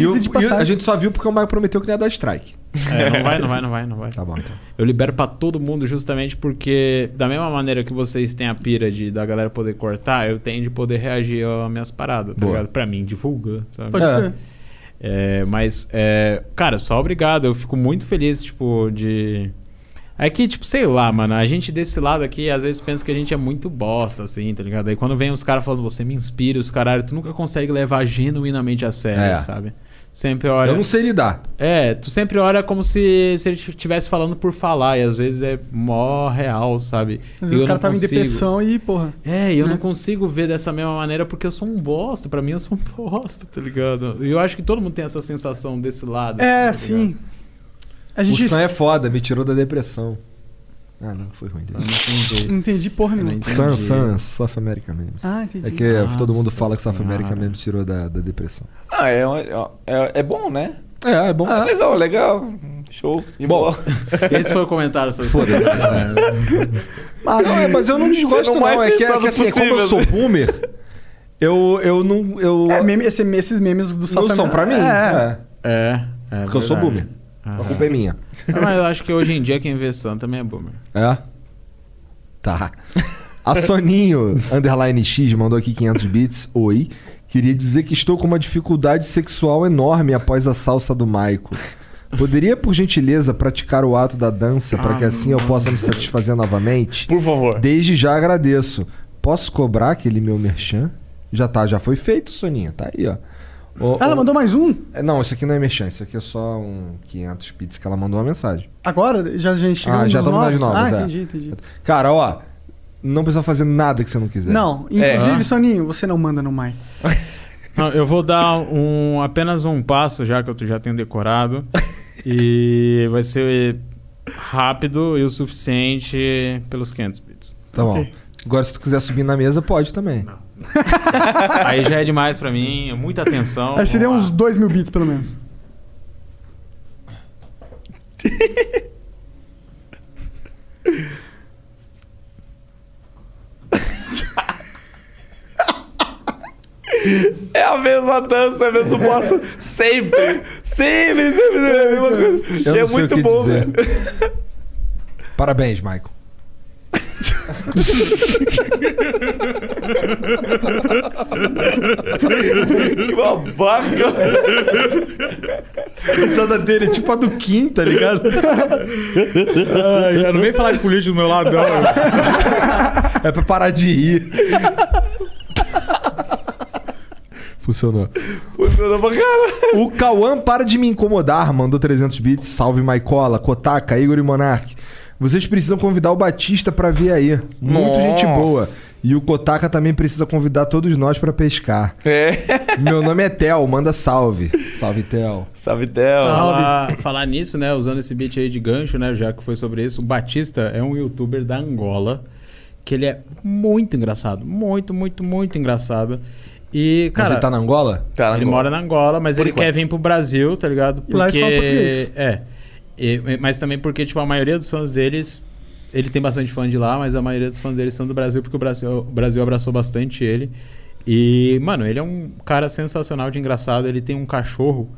É.
E o- e A gente só viu porque o Maicon prometeu que não ia dar strike.
É, não vai, não vai, não vai, não vai. Tá
bom, então.
Eu libero pra todo mundo justamente porque, da mesma maneira que vocês têm a pira de da galera poder cortar, eu tenho de poder reagir às minhas paradas, tá
Boa.
ligado? Pra mim, divulga, sabe?
Pode É. crer.
É, mas, é, cara, só obrigado. Eu fico muito feliz, tipo, de. É que, tipo, sei lá, mano, a gente desse lado aqui às vezes pensa que a gente é muito bosta, assim, tá ligado? Aí quando vem os caras falando, você me inspira, os caralho, tu nunca consegue levar genuinamente a sério,
É.
sabe? Sempre olha.
Eu não sei lidar.
É, tu sempre olha como se, se ele estivesse falando por falar, e às vezes é mó real, sabe?
Mas
E eu
o cara
não
tava
consigo.
em depressão e, porra. né?
É, e eu não consigo ver dessa mesma maneira porque eu sou um bosta. Pra mim, eu sou um bosta, tá ligado? E eu acho que todo mundo tem essa sensação desse lado.
É,
tá ligado?
sim. A gente
O Sam é foda, me tirou da depressão. Ah, não, foi ruim. dele.
Não entendi porra nenhuma.
Sam, Sam, South America Memes.
Ah, entendi.
É que
Nossa
todo mundo fala que South America Memes tirou da, da depressão.
Ah, é, um- é, é bom, né?
É, é bom.
É legal, legal. Show. E bom.
tá Esse foi o comentário sobre
Foda-se. Mas, não, é, mas eu não desgosto,
Sendo
não.
mais
É que, é
pensado
que assim, como eu
possível,
sou
né?
boomer, eu, eu não. Eu...
É, meme- esse- esses memes do South
não são pra mim.
É.
É. é
Porque eu sou
verdade.
boomer. A culpa é minha.
Ah, mas eu acho que hoje em dia quem vê Sam também é boomer.
É? Tá. A Soninho, underline X, mandou aqui 500 bits. Oi. Queria dizer que estou com uma dificuldade sexual enorme após a salsa do Maico. Poderia, por gentileza, praticar o ato da dança para que assim eu possa me satisfazer novamente?
Ah, Por favor.
Desde já agradeço. Posso cobrar aquele meu merchan? Já tá, já foi feito, Soninho. Tá aí, ó. O-
Ah, ela
o-
mandou mais um?
É, Não, isso aqui não é merchan. Isso aqui é só um 500 bits que ela mandou uma mensagem.
Agora? Já, já chegou
Ah, já
nos
estamos nas
novos?
novas,
Ah,
é.
entendi, entendi.
Cara, ó, não precisa fazer nada que você não quiser.
Não,
É.
inclusive,
É.
Soninho, você não manda no Mike.
Não, eu vou dar um apenas um passo já que eu já tenho decorado e vai ser rápido e o suficiente pelos 500 bits.
Tá bom. Agora, se tu quiser subir na mesa, pode também.
Aí já é demais pra mim, é muita atenção.
Aí seria um uns 2 mil bits, pelo menos.
É a mesma dança, é o mesmo bosta. Sempre. Sempre, sempre, sempre é a mesma coisa.
Eu
E é
não sei o
muito
que
bom,
dizer.
velho.
Parabéns, Michael.
Que babaca.
A risada dele é tipo a do Kim, tá ligado?
Ah, não vem falar de política do meu lado, não.
É pra parar de rir. Funcionou.
Funcionou pra caralho.
O Cauã para de me incomodar, mandou 300 bits. Salve Maicola, Kotaka, Igor e Monark. Vocês precisam convidar o Batista pra vir aí. Muito
Nossa.
gente boa. E o Kotaka também precisa convidar todos nós pra pescar.
É.
Meu nome é Tel, manda salve. Salve, Tel.
Salve, Theo.
Falar, falar nisso, né? Usando esse beat aí de gancho, né? Já que foi sobre isso, o Batista é um youtuber da Angola. Que ele é muito engraçado. Muito, muito, muito engraçado. E, cara.
ele tá na Angola?
Tá
ele mora na Angola, mas
Por
ele
enquanto.
quer vir pro Brasil, tá ligado?
E lá eles falam português.
É. E- mas também porque, tipo, a maioria dos fãs deles. Ele tem bastante fã de lá, mas a maioria dos fãs dele são do Brasil, porque o Brasil, o Brasil abraçou bastante ele. E, mano, ele é um cara sensacional de engraçado. Ele tem um cachorro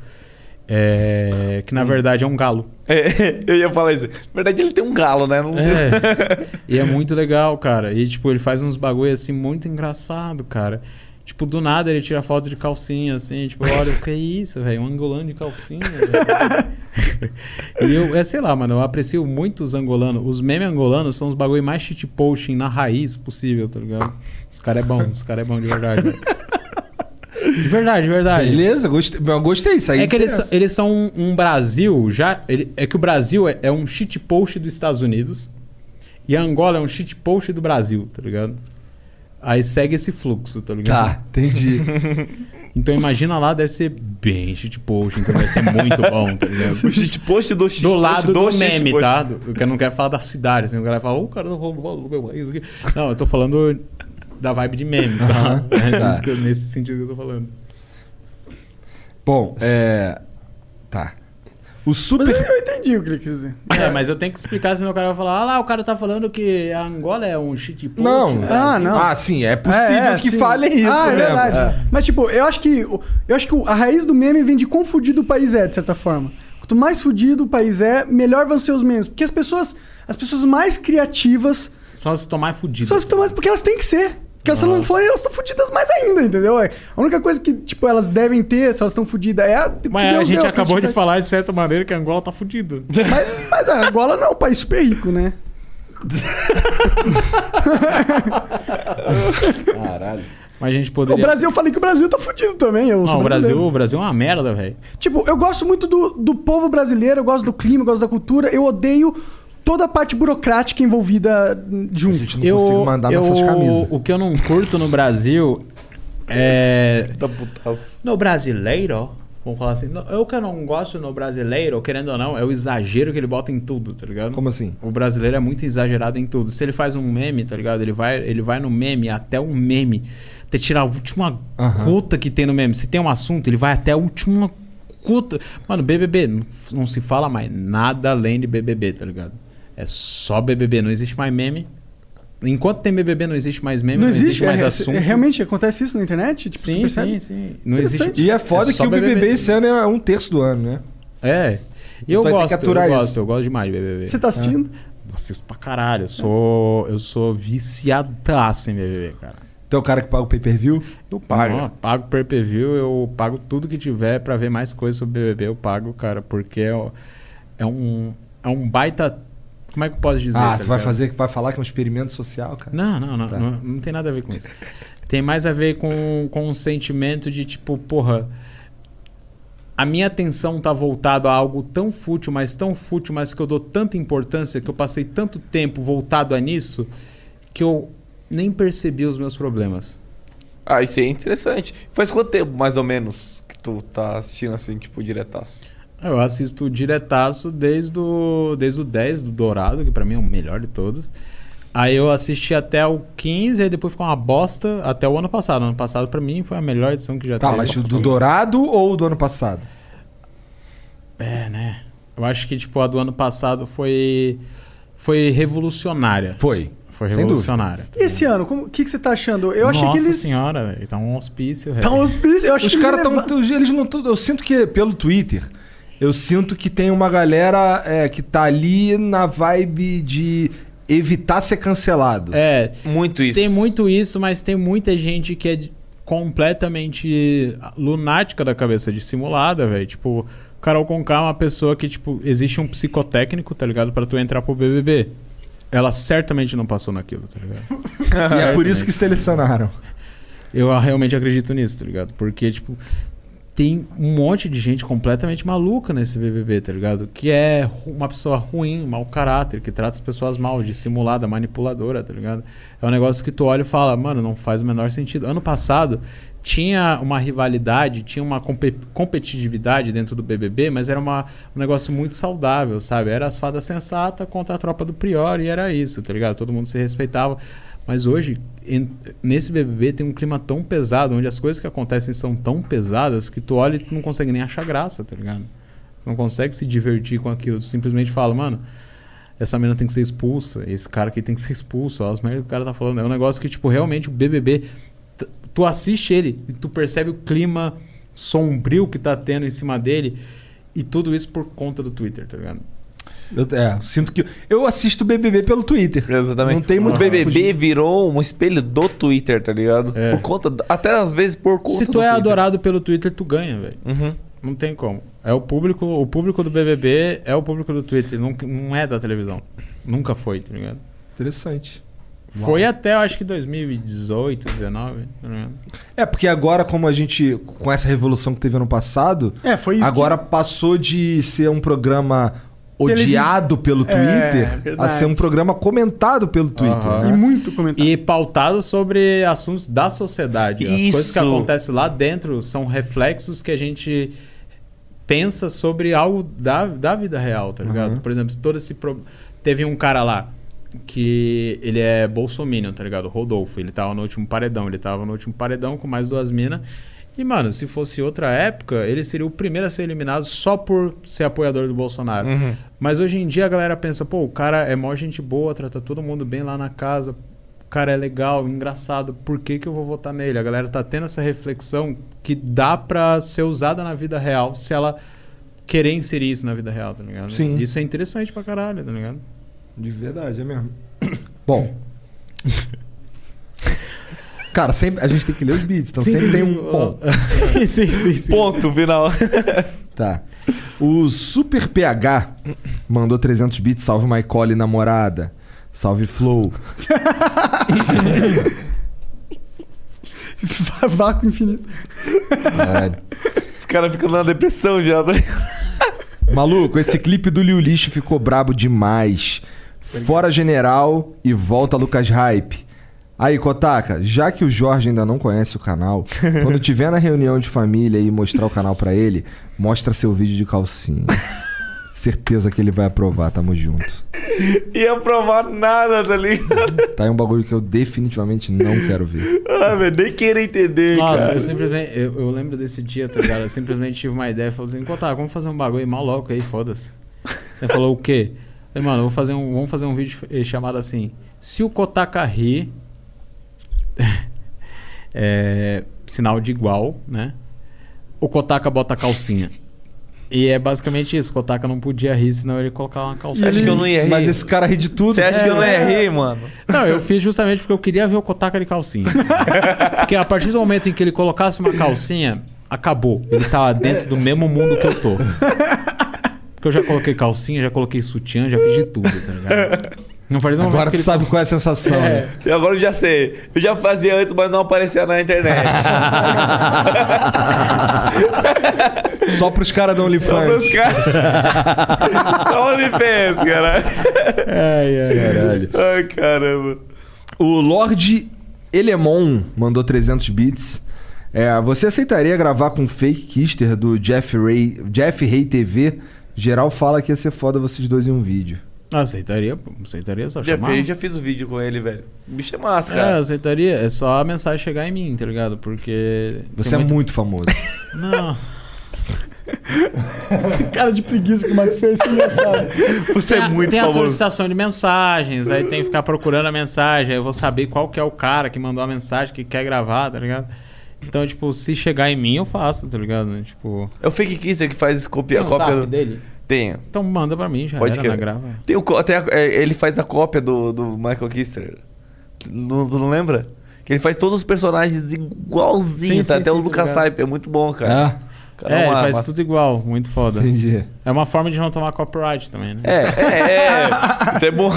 é, que, na verdade, é um galo.
É, eu ia falar isso. Na verdade, ele tem um galo, né? Não-
É. e é muito legal, cara. E, tipo, ele faz uns bagulho assim muito engraçado, cara. Tipo, do nada ele tira foto de calcinha, assim, tipo, olha, o que é isso, velho? Um angolano de calcinha, velho. E eu, é, sei lá, mano, eu aprecio muito os angolanos. Os memes angolanos são os bagulho mais shit posting na raiz possível, tá ligado? Os cara é bom, os cara é bom de verdade, velho. De verdade, de verdade.
Beleza, gostei, eu gostei isso aí.
É que eles,
interessa.
são- eles são um, um Brasil já. ele- é que o Brasil é, é um shitpost dos Estados Unidos e a Angola é um shitpost do Brasil, tá ligado? Aí segue esse fluxo, tá ligado?
Tá, entendi.
então imagina lá, deve ser bem shitpost, então vai ser muito bom, tá ligado?
O shitpost do shitpost
Do lado do,
do
meme,
shitpost.
tá? Do- Eu não quero falar da cidade, assim, o cara fala, ô, o cara não roubou o meu marido aqui." Não, eu tô falando da vibe de meme, tá?
Aham,
É
tá.
isso que eu- nesse sentido que eu tô falando.
Bom, é. Tá. O super.
Eu entendi o que ele quis dizer.
É, mas eu tenho que explicar, senão o cara vai falar, ah lá, o cara tá falando que a Angola é um shit post.
Não.
né?
Ah, sim, é possível
É, é,
que
sim.
falem isso,
Ah, é
mesmo.
verdade.
É.
Mas, tipo, eu acho que. Eu acho que a raiz do meme vem de quão fudido o país é, de certa forma. Quanto mais fudido o país é, melhor vão ser os memes. Porque as pessoas. As pessoas mais criativas.
Só as que estão mais fudidas.
Só as que estão mais. Porque elas têm que ser. Porque se elas não forem, elas estão fudidas mais ainda, entendeu? É, A única coisa que, tipo, elas devem ter, se elas estão fudidas, é a.
Mas a gente acabou de falar, de certa maneira, que a Angola tá fudida.
Mas, mas a Angola não é um país super rico, né?
Caralho. Mas a gente poderia...
O Brasil, eu falei que o Brasil tá fudido também. Eu
Não,
sou
o Brasil,
brasileiro.
o Brasil é uma merda, velho.
Tipo, eu gosto muito do, do povo brasileiro, eu gosto do clima, eu gosto da cultura, eu odeio toda a parte burocrática envolvida hum, junto.
eu, eu- O que eu não curto no Brasil é. No brasileiro, vamos falar assim. no- Eu que eu não gosto no brasileiro, querendo ou não, é o exagero que ele bota em tudo, tá ligado? Como
assim?
O brasileiro é muito exagerado em tudo. Se ele faz um meme, tá ligado? Ele vai, ele vai no meme, até um meme. Até tirar a última
Aham.
gota que tem no meme. Se tem um assunto, ele vai até a última gota. Mano, BBB, não, não se fala mais nada além de BBB, tá ligado? É só BBB, não existe mais meme. Enquanto tem BBB, não existe mais meme, não, existe, mais
é,
assunto.
é, realmente acontece isso na internet? Tipo,
Sim,
você percebe?
sim, sim. Não existe-
Interessante.
E é foda
É
que
só
o BBB,
BBB.
esse ano é um terço do ano, né?
É. E
Então vai
eu
ter que
gosto, eu
aturar isso.
gosto, eu gosto demais de BBB.
Você tá assistindo?
É. Assisto pra caralho. Eu sou, eu sou viciadaço em BBB, cara.
Então é o cara que paga o pay-per-view?
Eu pago. Não, eu pago per per view, eu pago tudo que tiver pra ver mais coisas sobre BBB, eu pago, cara, porque é, é um é um baita como é que eu posso dizer?
ah,
tá
tu vai
ligado?
fazer, vai falar que é um experimento social, cara?
Não, não, não,
Tá.
não. Não tem nada a ver com isso. Tem mais a ver com, com um sentimento de tipo, porra. A minha atenção tá voltada a algo tão fútil, mas tão fútil, mas que eu dou tanta importância, que eu passei tanto tempo voltado a nisso, que eu nem percebi os meus problemas.
Ah, isso aí é interessante. Faz quanto tempo, mais ou menos, que tu tá assistindo assim, tipo, diretaço?
Eu assisto diretaço desde o, desde o 10 do Dourado, que pra mim é o melhor de todos. Aí eu assisti até o 15, aí depois ficou uma bosta até o ano passado. Ano passado, pra mim, foi a melhor edição que já
Tá,
teve.
mas o do Dourado ou do ano passado?
É, né? Eu acho que, tipo, a do ano passado foi. Foi revolucionária.
Foi.
Foi
Sem dúvida.
revolucionária.
E esse ano, como- o que, que você tá achando? Eu achei
Nossa
que eles.
senhora, velho, tá um hospício, velho.
Tá um hospício, eu acho
É. Os
que
caras
eles
estão.
leva-
Eles não tão- Eu sinto que, pelo Twitter, eu sinto que tem uma galera é, que tá ali na vibe de evitar ser cancelado.
É.
Muito
Tem muito isso, mas tem muita gente que é de- completamente lunática da cabeça de simulada, velho. Tipo, o Carol Conká é uma pessoa que, tipo, existe um psicotécnico, tá ligado? Pra tu entrar pro BBB. Ela certamente não passou naquilo, tá ligado?
E é por isso que selecionaram.
Eu realmente acredito nisso, tá ligado? Porque, tipo, tem um monte de gente completamente maluca nesse BBB, tá ligado? Que é ru- uma pessoa ruim, mau caráter, que trata as pessoas mal, dissimulada, manipuladora, tá ligado? É um negócio que tu olha e fala, mano, não faz o menor sentido. Ano passado tinha uma rivalidade, tinha uma compe- competitividade dentro do BBB, mas era uma- um negócio muito saudável, sabe? Era as fadas sensatas contra a tropa do Prior e era isso, tá ligado? Todo mundo se respeitava. Mas hoje, em- nesse BBB, tem um clima tão pesado, onde as coisas que acontecem são tão pesadas que tu olha e tu não consegue nem achar graça, tá ligado? Tu não consegue se divertir com aquilo. Tu simplesmente fala, mano, essa menina tem que ser expulsa, esse cara aqui tem que ser expulso, olha as merdas que o cara tá falando. É um negócio que, tipo, realmente o BBB, t- tu assiste ele e tu percebe o clima sombrio que tá tendo em cima dele. E tudo isso por conta do Twitter, tá ligado?
Eu, é, sinto que. Eu assisto BBB pelo Twitter.
Exatamente.
Não tem muito
o BBB virou um espelho do Twitter, tá ligado?
É.
Por conta, da- até às vezes por conta
Se tu
do
é
Twitter.
adorado pelo Twitter, tu ganha, velho.
Uhum.
Não tem como. É o público, o público do BBB é o público do Twitter, não, não é da televisão. Nunca foi, tá ligado?
Interessante.
Foi até, eu acho que 2018, 19, tá ligado?
É, porque agora, como a gente. Com essa revolução que teve ano passado.
É, foi isso
Agora passou de ser um programa
Televis-
odiado pelo
É,
Twitter a
verdade.
ser um programa comentado pelo Twitter.
Aham.
né?
muito comentado.
E pautado sobre assuntos da sociedade. As coisas
Isso.
que acontecem lá dentro são reflexos que a gente pensa sobre algo da, da vida real, tá
Uhum.
ligado? Por exemplo, se todo esse pro... teve um cara lá que ele é bolsominion, tá ligado? Rodolfo, ele tava no último paredão, ele tava no último paredão com mais duas minas. E, mano, se fosse outra época, ele seria o primeiro a ser eliminado só por ser apoiador do Bolsonaro.
Uhum.
Mas hoje em dia a galera pensa, pô, o cara é mó gente boa, trata todo mundo bem lá na casa, o cara é legal, engraçado, por que, que eu vou votar nele? A galera tá tendo essa reflexão que dá pra ser usada na vida real se ela querer inserir isso na vida real, tá ligado?
Sim.
Isso é interessante pra caralho, tá ligado?
De verdade, é mesmo. Bom. Cara, sempre, a gente tem que ler os beats, então
Sim,
sempre
sim,
tem
sim.
um ponto.
Sim, sim, sim, sim.
Ponto final.
Tá. O Super PH mandou 300 bits. Salve Maicole, namorada. Salve Flow.
Vácuo infinito.
Caralho.
Esse cara fica na depressão já. tá ligado?
Maluco, esse clipe do Liu Lixo ficou brabo demais. Fora General e volta Lucas Hype. Aí, Kotaka, já que o Jorge ainda não conhece o canal, quando tiver na reunião de família e mostrar o canal pra ele, mostra seu vídeo de calcinha. Certeza que ele vai aprovar, tamo junto.
Ia é provar nada, tá ligado?
Tá aí um bagulho que eu definitivamente não quero ver.
Ah, velho, nem queira entender,
Nossa,
cara.
eu simplesmente. Eu, eu lembro desse dia, tá ligado? Eu simplesmente tive uma ideia e falei assim: Cotar, vamos fazer um bagulho aí, mal louco aí, foda-se. Ele falou o quê? Eu Falei, mano, eu vou fazer um, vamos fazer um vídeo eh, chamado assim: Se o Kotaka ri, é, sinal de igual, né? O Kotaka bota a calcinha. E é basicamente isso: o Kotaka não podia rir, senão ele colocava uma calcinha. É.
acha que eu não ia rir? Mas esse
cara ri de tudo.
Você acha que eu não ia rir, mano?
Não, eu fiz justamente porque eu queria ver o Kotaka de calcinha. Porque a partir do momento em que ele colocasse uma calcinha, acabou. Ele tava dentro do mesmo mundo que eu tô. Porque eu já coloquei calcinha, já coloquei sutiã, já fiz de tudo, tá ligado? Não parece um
Agora tu sabe qual é a sensação.
É.
né?
E agora eu já sei. Eu já fazia antes, mas não aparecia na internet.
Só pros caras da
Só
OnlyFans.
pros caras. Só OnlyFans, cara.
Ai, ai,
caralho.
Ai, caramba.
O Lorde Elemon mandou 300 bits. É, você aceitaria gravar com o fake kister do Jeff Ray, Jeff Ray TV? Geral fala que ia ser foda vocês dois em um vídeo.
Aceitaria, pô, aceitaria só
Já
chamar.
fez, já fiz o vídeo com ele, velho. O bicho é massa,
É,
cara.
aceitaria. É só a mensagem chegar em mim, tá ligado? Porque.
Você
tem
é muito famoso.
Não.
Cara de preguiça que o Mike fez, que engraçado.
é
Tem a- Tem a solicitação de mensagens, aí tem que ficar procurando a mensagem, aí eu vou saber qual que é o cara que mandou a mensagem, que quer gravar, tá ligado? Então, tipo, se chegar em mim, eu faço, tá ligado? Tipo.
É o fake Kister que faz copia,
Tem o
cópia
zap
do-
dele?
Tem.
Então manda pra mim, já
Pode
era,
crer.
né, grava.
Tem o, co- até a- é, ele faz a cópia do, do Michael Kister. Não, tu não lembra? Que ele faz todos os personagens igualzinho,
Sim,
tá?
sim,
até
sim,
o
tô
Lucas
ligado.
Saip, é muito bom, cara. Cara,
é, ele
uma-
faz
uma-
tudo igual, muito foda.
Ah. Entendi.
É uma forma de não tomar copyright também, né?
É, é, é. Isso é bom.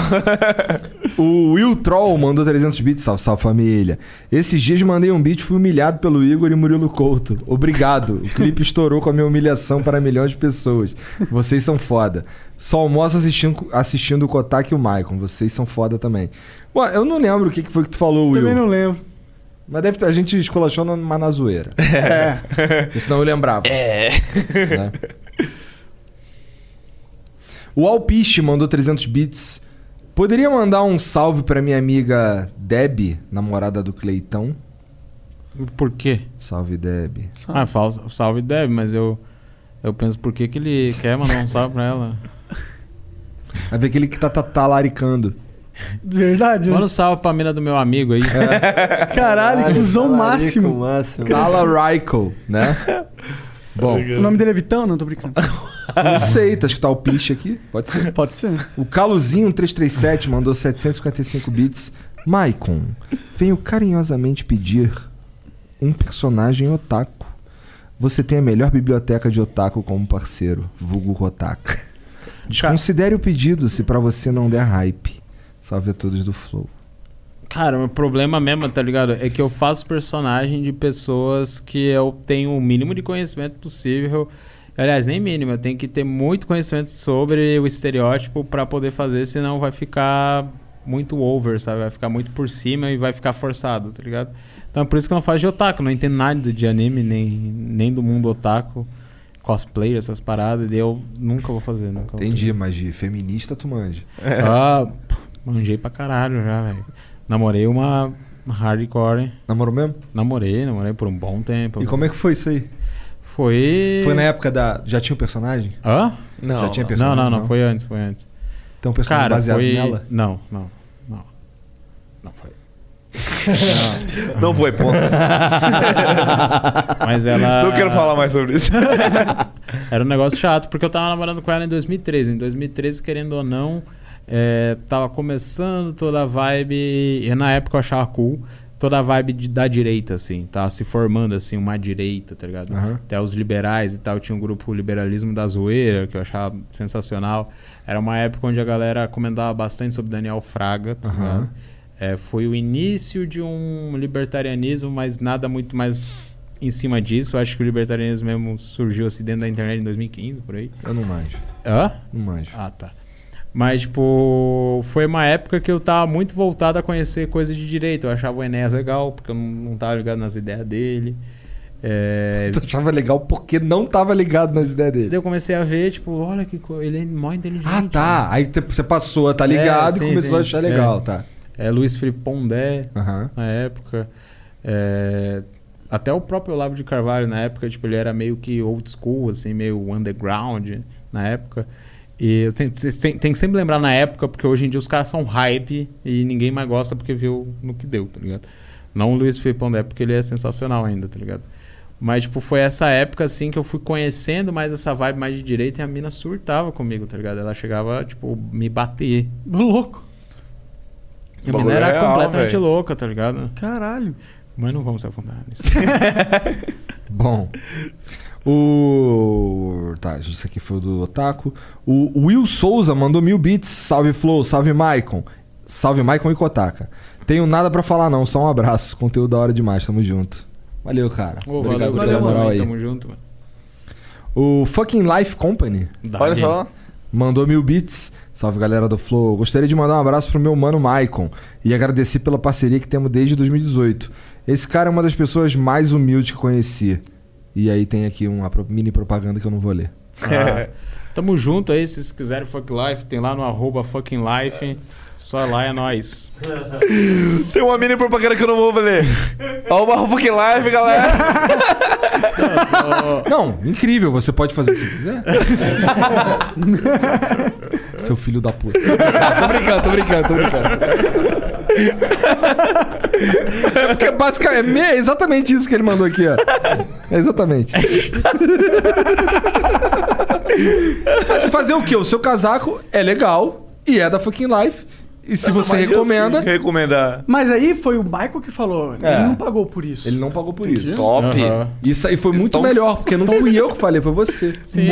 O Will Troll mandou 300 bits, salve, salve família. Esses dias mandei um beat, fui humilhado pelo Igor e Murilo Couto. Obrigado. O clipe estourou com a minha humilhação para milhões de pessoas. Vocês são foda. Só almoço assistindo, assistindo o Kotak e o Maicon. Vocês são foda também. Ué, eu não lembro o que que foi que tu falou, Will.
Também não lembro.
Mas deve ter, a gente escolachou na, mas na zoeira. É. Senão eu lembrava. É. O Alpiste mandou 300 bits. Poderia mandar um salve pra minha amiga Deb, namorada do Cleitão?
Por quê?
Salve, Deb.
Ah, falso, salve deve, mas eu. Eu penso por que, que ele quer mandar um salve pra ela.
Vai ver aquele que tá, tá, tá laricando.
Verdade.
Manda um salve pra mina do meu amigo aí.
Caralho, que cuzão máximo.
Tala Ryko, né? Bom,
O nome dele é Vitão? Não, tô brincando.
não sei, tá acho que tá o piche aqui. Pode ser.
Pode ser.
O Caluzinho337 mandou 755 bits. Maicon, venho carinhosamente pedir um personagem otaku. Você tem a melhor biblioteca de otaku como parceiro, vulgo Rotaka. Desconsidere o pedido se pra você não der hype. Salve a todos do Flow.
Cara, o meu problema mesmo, tá ligado? É que eu faço personagem de pessoas que eu tenho o mínimo de conhecimento possível. Aliás, nem mínimo, eu tenho que ter muito conhecimento sobre o estereótipo pra poder fazer, senão vai ficar muito over, sabe? Vai ficar muito por cima e vai ficar forçado, tá ligado? Então é por isso que eu não faço de otaku, não entendo nada de anime, nem, nem do mundo otaku, cosplay, essas paradas, e eu nunca vou fazer, nunca vou
Entendi, mas de feminista tu manja.
ah, pô, manjei pra caralho já, velho. Namorei uma hardcore.
Namorou mesmo?
Namorei, namorei por um bom tempo.
E como é que foi isso aí?
Foi.
Foi na época da. Já tinha o personagem?
Hã? Não.
Já tinha
não.
personagem?
Não, não, não, foi antes, foi antes.
Então, personagem baseado
foi...
nela?
Não, não, não. Não foi.
Não foi, ponto.
Mas ela.
Não quero falar mais sobre isso.
Era um negócio chato, porque eu tava namorando com ela em 2013. Em 2013, querendo ou não, é, tava começando toda a vibe. E na época eu achava cool. Toda a vibe de- da direita, assim, tá se formando, assim, uma direita, tá ligado?
Aham.
Até os liberais e tal. Tinha um grupo Liberalismo da Zoeira, que eu achava sensacional. Era uma época onde a galera comentava bastante sobre Daniel Fraga, tá
Aham.
ligado? É, foi o início de um libertarianismo, mas nada muito mais em cima disso. Eu acho que o libertarianismo mesmo surgiu assim dentro da internet em 2015, por aí.
Eu não manjo.
Hã?
Não manjo.
Ah, tá. Mas, tipo, foi uma época que eu tava muito voltado a conhecer coisas de direito. Eu achava o Enéas legal, porque eu não, não tava ligado nas ideias dele. É,
Tu achava legal porque não tava ligado nas ideias dele.
Daí eu comecei a ver, tipo, olha que co... ele é mó inteligente.
Ah, tá. Aí te- você passou a tá ligado
É,
e
sim,
começou
sim.
a achar legal,
É.
tá?
É, Luiz Felipe Pondé,
Aham.
na época. É, até o próprio Olavo de Carvalho, na época, tipo, ele era meio que old school, assim, meio underground, na época. E eu tenho, vocês têm- tem que sempre lembrar na época, porque hoje em dia os caras são hype e ninguém mais gosta porque viu no que deu, tá ligado? Não o Luiz Felipe Pondé, porque ele é sensacional ainda, tá ligado? Mas, tipo, foi essa época, assim, que eu fui conhecendo mais essa vibe mais de direita e a mina surtava comigo, tá ligado? Ela chegava, tipo, me bater.
Louco.
A
bagulho
mina era
é real,
completamente
véi.
louca, tá ligado?
Caralho.
Mas não vamos se afundar nisso.
Bom. O. Tá, isso aqui foi o do Otaku. O Will Souza mandou mil bits. Salve Flow, salve Maicon. Salve Maicon e Kotaka. Tenho nada pra falar, não. Só um abraço. Conteúdo da hora demais. Tamo junto. Valeu, cara.
Ô,
Obrigado
valeu,
pela
valeu,
moral
mano.
aí.
Tamo junto, mano.
O Fucking Life Company.
Dá Olha aqui. só.
mandou mil bits. Salve galera do Flow. Gostaria de mandar um abraço pro meu mano Maicon e agradecer pela parceria que temos desde 2018. Esse cara é uma das pessoas mais humildes que conheci. E aí tem aqui uma pro- mini propaganda que eu não vou ler.
Ah, tamo junto aí, se vocês quiserem Fuck Life, tem lá no arroba fucking life. Só lá é nóis.
Tem uma mini propaganda que eu não vou ler. Ó, uma Fuck Live, galera.
Não, incrível, você pode fazer o que você quiser. Seu filho da puta. tô brincando, tô brincando, tô brincando. É porque basicamente é exatamente isso que ele mandou aqui, ó. É exatamente. Mas fazer o quê? O seu casaco é legal e é da fucking life. E se você
Mas eu
recomenda.
sei Recomendar.
Mas aí foi o Michael que falou.
É.
Ele não pagou por isso.
Ele não pagou por
Entendi.
isso.
Top.
Uhum.
Aham. Isso aí foi muito
Stonks.
melhor, porque não fui eu que falei, foi você.
Sim,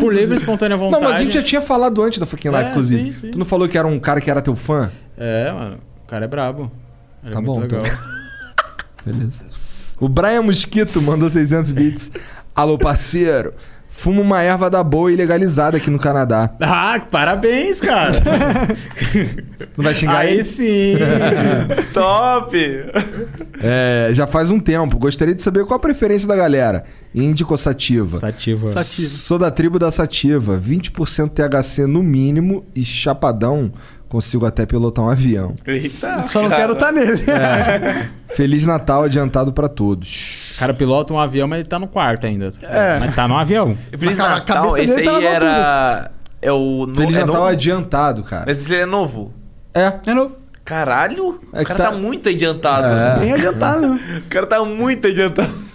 por livre e espontânea vontade.
Não, mas a gente já tinha falado antes da Fucking Life,
É,
inclusive.
sim, sim.
Tu não falou que era um cara que era teu fã?
É, mano, o cara é brabo. Ele
Tá
é muito
bom, então.
legal.
Beleza. O Brian Mosquito mandou 600 bits. Alô, parceiro. Fuma uma erva da boa e legalizada aqui no Canadá.
Ah, parabéns, cara.
Não vai xingar
Aí
ele?
sim.
Top.
É, já faz um tempo. Gostaria de saber qual a preferência da galera. Índico ou sativa?
Sativa.
Sativa.
Sou da tribo da sativa. 20% THC no mínimo e chapadão consigo até pilotar um avião.
Eita.
Só não
cara.
quero
tá
estar nele.
Feliz Natal adiantado pra todos.
É. O cara pilota um avião, mas ele tá no quarto ainda. É. Mas tá no avião. Mas,
Feliz
cara, a
Natal,
cabeça
esse
dele tá
aí
nas
era... É o... no-
Feliz
é
Natal
novo?
adiantado, cara.
Mas esse é novo.
É.
É novo.
Caralho,
É
o
que
cara tá...
tá-
muito adiantado.
É. Bem
adiantado.
o cara tá muito adiantado.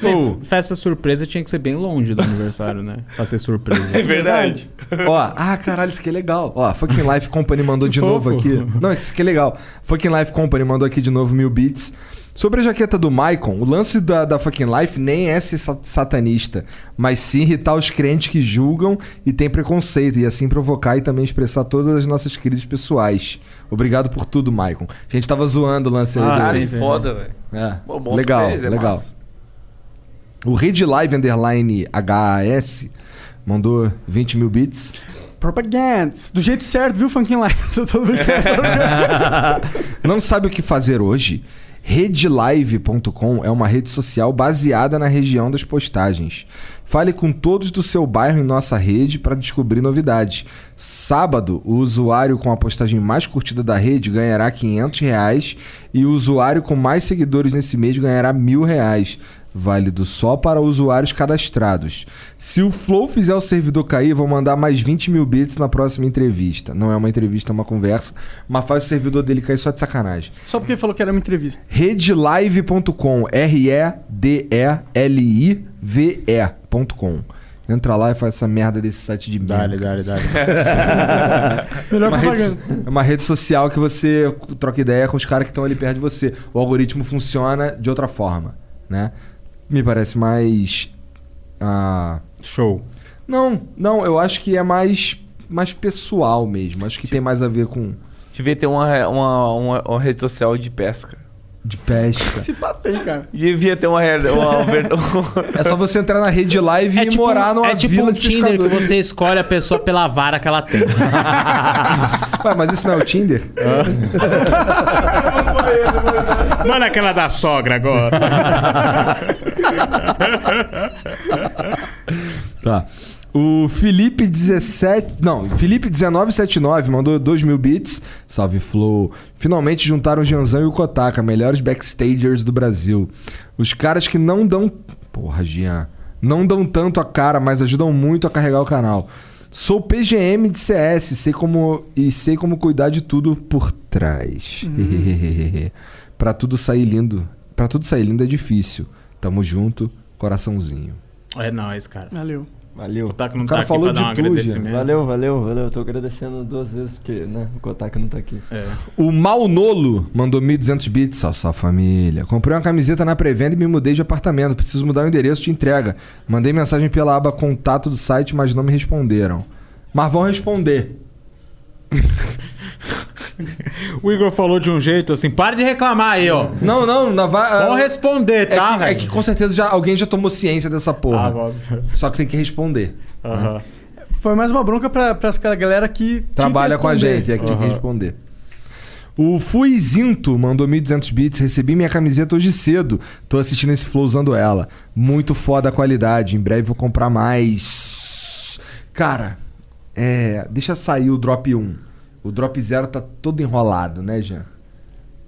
Bem, Festa surpresa tinha que ser bem longe do aniversário, né? Pra ser surpresa.
É verdade.
Ó, ah, caralho, isso aqui é legal. Ó, Fucking Life Company mandou de
Fofo.
novo aqui. Não, isso aqui é legal. Fucking Life Company mandou aqui de novo mil beats. Sobre a jaqueta do Maicon, o lance da, da Fucking Life nem é ser sa- satanista, mas sim irritar os crentes que julgam e têm preconceito, e assim provocar e também expressar todas as nossas crises pessoais. Obrigado por tudo, Maicon. A gente tava zoando o lance aí
Ah,
dele.
sim, sim. foda, velho.
É.
Pô, bons
legal,
players, é
legal.
massa.
O Red Live Underline HAS mandou 20 mil bits.
Propagandas. Do jeito certo, viu, Funkin' Life? Tô todo brincando.
Não sabe o que fazer hoje? Redlive.com é uma rede social baseada na região das postagens. Fale com todos do seu bairro em nossa rede para descobrir novidades. Sábado, o usuário com a postagem mais curtida da rede ganhará R$ 500 reais e o usuário com mais seguidores nesse mês ganhará R$ 1.000. reais. Válido só para usuários cadastrados. Se o Flow fizer o servidor cair, vou mandar mais 20 mil bits na próxima entrevista. Não é uma entrevista, é uma conversa, mas faz o servidor dele cair só de sacanagem.
Só porque ele falou que era uma entrevista.
Redlive.com, R-E-D-E-L-I-V-E.com. Entra lá e faz essa merda desse site de merda. Dale, dale, dale.
Melhor
uma rede,
propaganda.
é uma rede social que você troca ideia com os caras que estão ali perto de você. O algoritmo funciona de outra forma, né? Me parece mais... ah,
Show.
Não, não, eu acho que é mais, mais pessoal mesmo. Acho que tem mais a ver um com
Devia ter uma, uma, uma, uma rede social de pesca.
de pesca.
Se
Tá
pá, tem, cara.
Devia ter uma... rede- uma, uma
É só você entrar na rede live e
tipo,
morar
um-
numa
é tipo
vila
um
de
Tinder que
pescadores.
você escolhe a pessoa pela vara que ela tem.
Ué, mas isso não é o Tinder?
Manda aquela da sogra agora.
Tá. O Felipe 17. Não, Felipe 1979 mandou 2 mil bits. Salve Flow. Finalmente juntaram o Janzão e o Kotaka, melhores backstagers do Brasil. Os caras que não dão. Porra, Jean. Não dão tanto a cara, mas ajudam muito a carregar o canal. Sou PGM de CS, sei como e sei como cuidar de tudo por trás. Pra tudo sair lindo, Pra tudo sair lindo é difícil. Tamo junto, coraçãozinho.
É nóis, cara.
Valeu.
Valeu.
O Taco não
O cara
tá
falou
aqui pra
de
dar um
tudo,
agradecimento.
Valeu, valeu, valeu. Eu tô agradecendo duas vezes porque, né, o Kotaka não tá aqui.
É.
O Malnolo mandou 1.200 bits. Salve, salve família. Comprei uma camiseta na pré-venda e me mudei de apartamento. Preciso mudar o endereço de entrega. Mandei mensagem pela aba contato do site, mas não me responderam. Mas vão responder.
O Igor falou de um jeito assim, para de reclamar aí, ó.
Não, não, não vai.
Vão
ah,
responder,
É,
tá,
que, é que com certeza já, alguém já tomou ciência dessa porra.
Ah, óbvio.
Só que tem que responder.
Aham.
Foi mais uma bronca pra, pra aquela galera que. tinha que
Trabalha com a
responder.
gente, é que tinha que responder. O Fuizinto mandou 1.200 bits. Recebi minha camiseta hoje cedo. Tô assistindo esse flow usando ela. Muito foda a qualidade. Em breve vou comprar mais. Cara, é, deixa sair o drop 1. O drop 0 tá todo enrolado, né, Jean?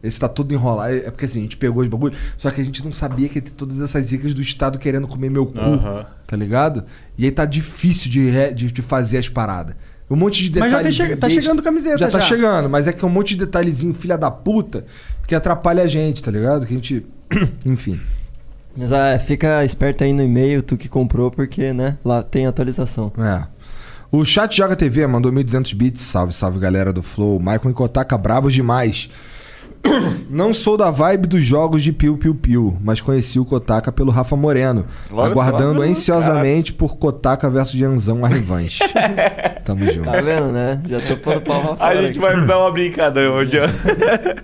Esse tá todo enrolado. É porque assim, a gente pegou os bagulho, só que a gente não sabia que ia ter todas essas zicas do Estado querendo comer meu cu.
Aham.
Tá ligado? E aí tá difícil de, re- de, de fazer as paradas. Um monte de
Mas já
detalhezinho.
tem che- tá
besta.
chegando camiseta
Já tá
já.
chegando, mas é que é um monte de detalhezinho, filha da puta, que atrapalha a gente, tá ligado? Que a gente. Enfim.
Mas ah, fica esperto aí no e-mail, tu que comprou, porque, né, lá tem atualização.
É. O Chat Joga TV mandou 1.200 bits. Salve, salve galera do Flow. Michael Incotaka, brabos demais. Não sou da vibe dos jogos de Piu Piu Piu, mas conheci o Kotaka pelo Rafa Moreno.
Olha
aguardando
só.
ansiosamente por Kotaka versus Janzão a revanche. Tamo junto.
Tá vendo, né? Já tô pondo pau pra
A
fora
gente
aqui.
vai dar uma brincada hoje. ó.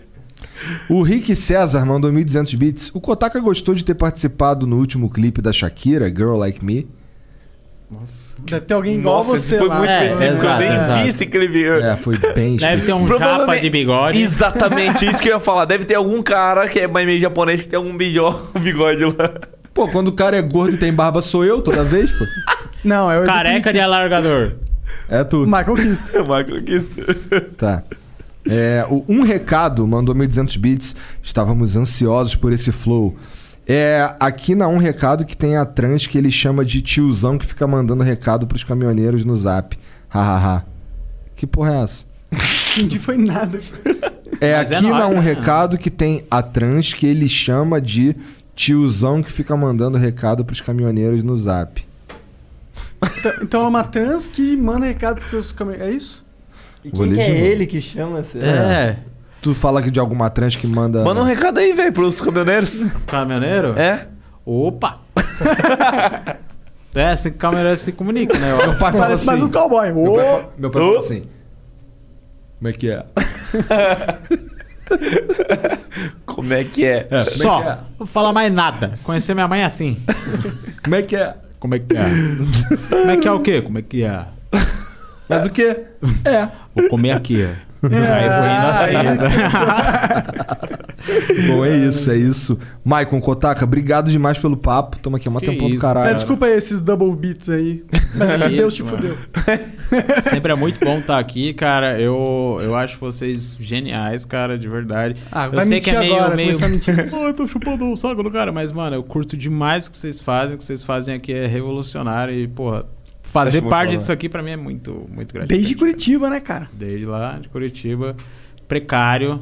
O Rick César mandou 1.200 bits. O Kotaka gostou de ter participado no último clipe da Shakira, Girl Like Me.
Deve ter alguém igual
Nossa,
você
foi
lá.
muito específico. eu nem vi esse clipe. É,
foi bem
Deve ter um chapa de bigode.
Exatamente, isso que eu ia falar. Deve ter algum cara que é mais meio japonês que tem algum bijo- um bigode lá.
Pô, quando o cara é gordo e tem barba, sou eu toda vez, pô.
Não, é o
Careca de alargador.
É tu.
Michael Kister.
Michael Kister.
Tá. É, o Um Recado mandou 1.200 bits. Estávamos ansiosos por esse flow. É aqui na Um Recado que tem a trans que ele chama de tiozão que fica mandando recado pros caminhoneiros no zap. Hahaha. que porra é essa?
Não entendi foi nada.
É
Mas é
aqui na
nóis,
Um
né?
Recado que tem a trans que ele chama de tiozão que fica mandando recado pros caminhoneiros no zap.
Então- Então ela é uma trans que manda recado pros câmeras. É isso?
E
Vou
quem
ler
que é
de novo. É.
ele que chama? Será?
Tu fala que de alguma trans que manda.
Manda um recado aí, velho, pros caminhoneiros.
Caminhoneiro?
É.
Opa! é, assim que o caminhoneiro se comunica, né?
Meu pai fala Parece mais assim. um
cowboy.
Meu pai, fa- meu pai fala assim. Como é que é?
Como é que é?
É, só. Não vou falar mais nada. Conhecer minha mãe é assim.
Como é que é?
Como é que é? Como é que é o quê? Como é que é?
Mas o quê? É.
Vou comer aqui. Aí
Ah,
foi indo assim.
Bom, é isso, é isso. Maicon Kotaka, obrigado demais pelo papo. Tamo aqui há mó
Que
tempão um do
isso,
caralho.
É, desculpa aí esses double beats aí.
Que
Deus
isso,
te
mano.
fudeu.
Sempre é muito bom estar aqui, cara. Eu, eu acho vocês geniais, cara, de verdade.
Ah,
eu
vai
sei que é
mentir
meio.
agora,
meio...
começar a mentir.
Pô, eu tô chupando o saco do cara, mas, mano, eu curto demais o que vocês fazem. O que vocês fazem aqui é revolucionário e, porra, fazer
Acho que
parte
vou
disso aqui pra mim é muito, muito gratificante.
Desde Curitiba, né, cara?
Desde lá de Curitiba. Precário.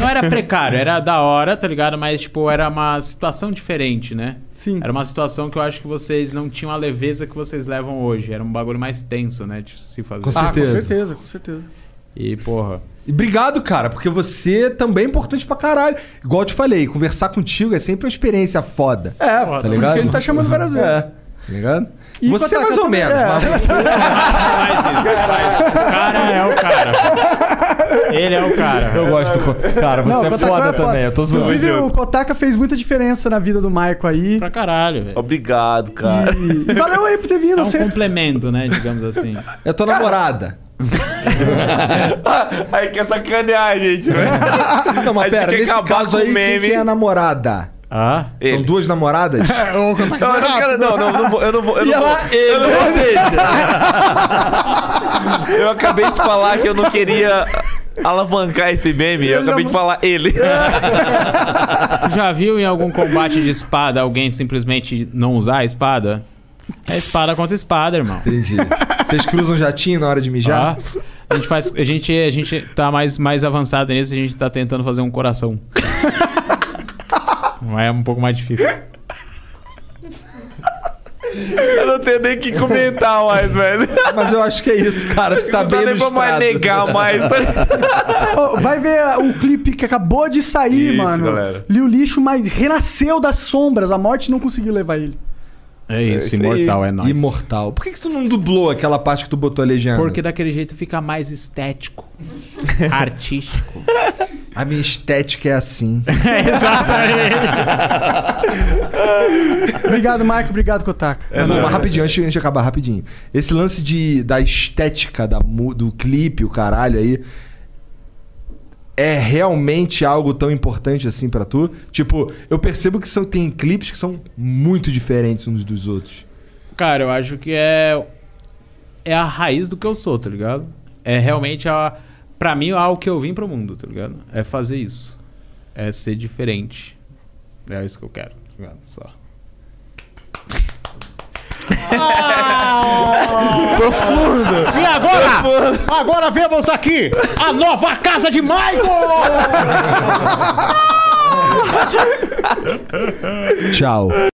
Não era precário, era da hora, tá ligado? Mas, tipo, era uma situação diferente, né?
Sim.
Era uma situação que eu acho que vocês não tinham a leveza que vocês levam hoje. Era um bagulho mais tenso, né? De se fazer.
Com
Ah, com
certeza.
certeza, com certeza.
E, porra.
E obrigado, cara, porque você também é importante pra caralho. Igual eu te falei, conversar contigo é sempre uma experiência foda.
É,
tá
por
ligado?
isso que ele tá chamando várias vezes.
É, tá ligado?
E
você
Kotaka
mais ou
também-
menos,
é.
mas você-
Cara, é o cara. Ele é o cara.
Eu gosto do Co- Cara, você
Não,
é
o Kotaka
foda
é
também, eu tô zoando.
Inclusive, o Kotaka fez muita diferença na vida do Maico aí.
Pra caralho, velho.
Obrigado, cara.
E valeu aí por ter vindo.
É um complemento, né? Digamos assim.
É tua namorada.
Ah, aí quer sacanear a gente, né?
Não,
A
Então, mas
gente
pera,
quer
nesse
acabar
caso
com o
aí, quem
meme.
que é a namorada?
Ah?
São duas namoradas?
Não, eu não quero, não, não, não vou, eu não vou, eu
E
não
ela-
vou. Eu não vou Eu acabei de falar que eu não queria alavancar esse meme, eu acabei de falar ele.
Tu já viu em algum combate de espada alguém simplesmente não usar a espada? É espada contra espada, irmão.
Entendi. Vocês cruzam jatinho na hora de
Ah?
mijar?
a gente faz, a gente, a gente tá mais, mais avançado nisso, a gente tá tentando fazer um coração. Mas é um pouco mais difícil.
Eu não tenho nem o que comentar mais, velho.
Mas eu acho que é isso, cara. Acho que tá
não
bem
dá nem pra mais
ilustrado.
negar mais.
Ô, vai ver o clipe que acabou de sair,
Isso,
mano.
galera.
Liu Lixo, mas renasceu das sombras. A morte não conseguiu levar ele.
É isso,
aí.
imortal, é nóis.
Imortal. Por que, que tu não dublou aquela parte que tu É. botou a legenda?
Porque daquele jeito fica mais estético, artístico.
A minha estética é assim.
Obrigado, Maico. Obrigado, Kotaka.
É, não, mas rapidinho, antes, antes de acabar, rapidinho. Esse lance de, da estética da, mu- do clipe, o caralho aí. É realmente algo tão importante assim pra tu? Tipo, eu percebo que são, tem clipes que são muito diferentes uns dos outros.
Cara, eu acho que é. É a raiz do que eu sou, tá ligado? É realmente a. Pra mim, é algo que eu vim pro mundo, tá ligado? É fazer isso. É ser diferente. É isso que eu quero, tá ligado? Só.
Profundo.
Ah! E agora?
Profundo.
Agora vemos aqui a nova casa de Michael!
Ah!
Tchau.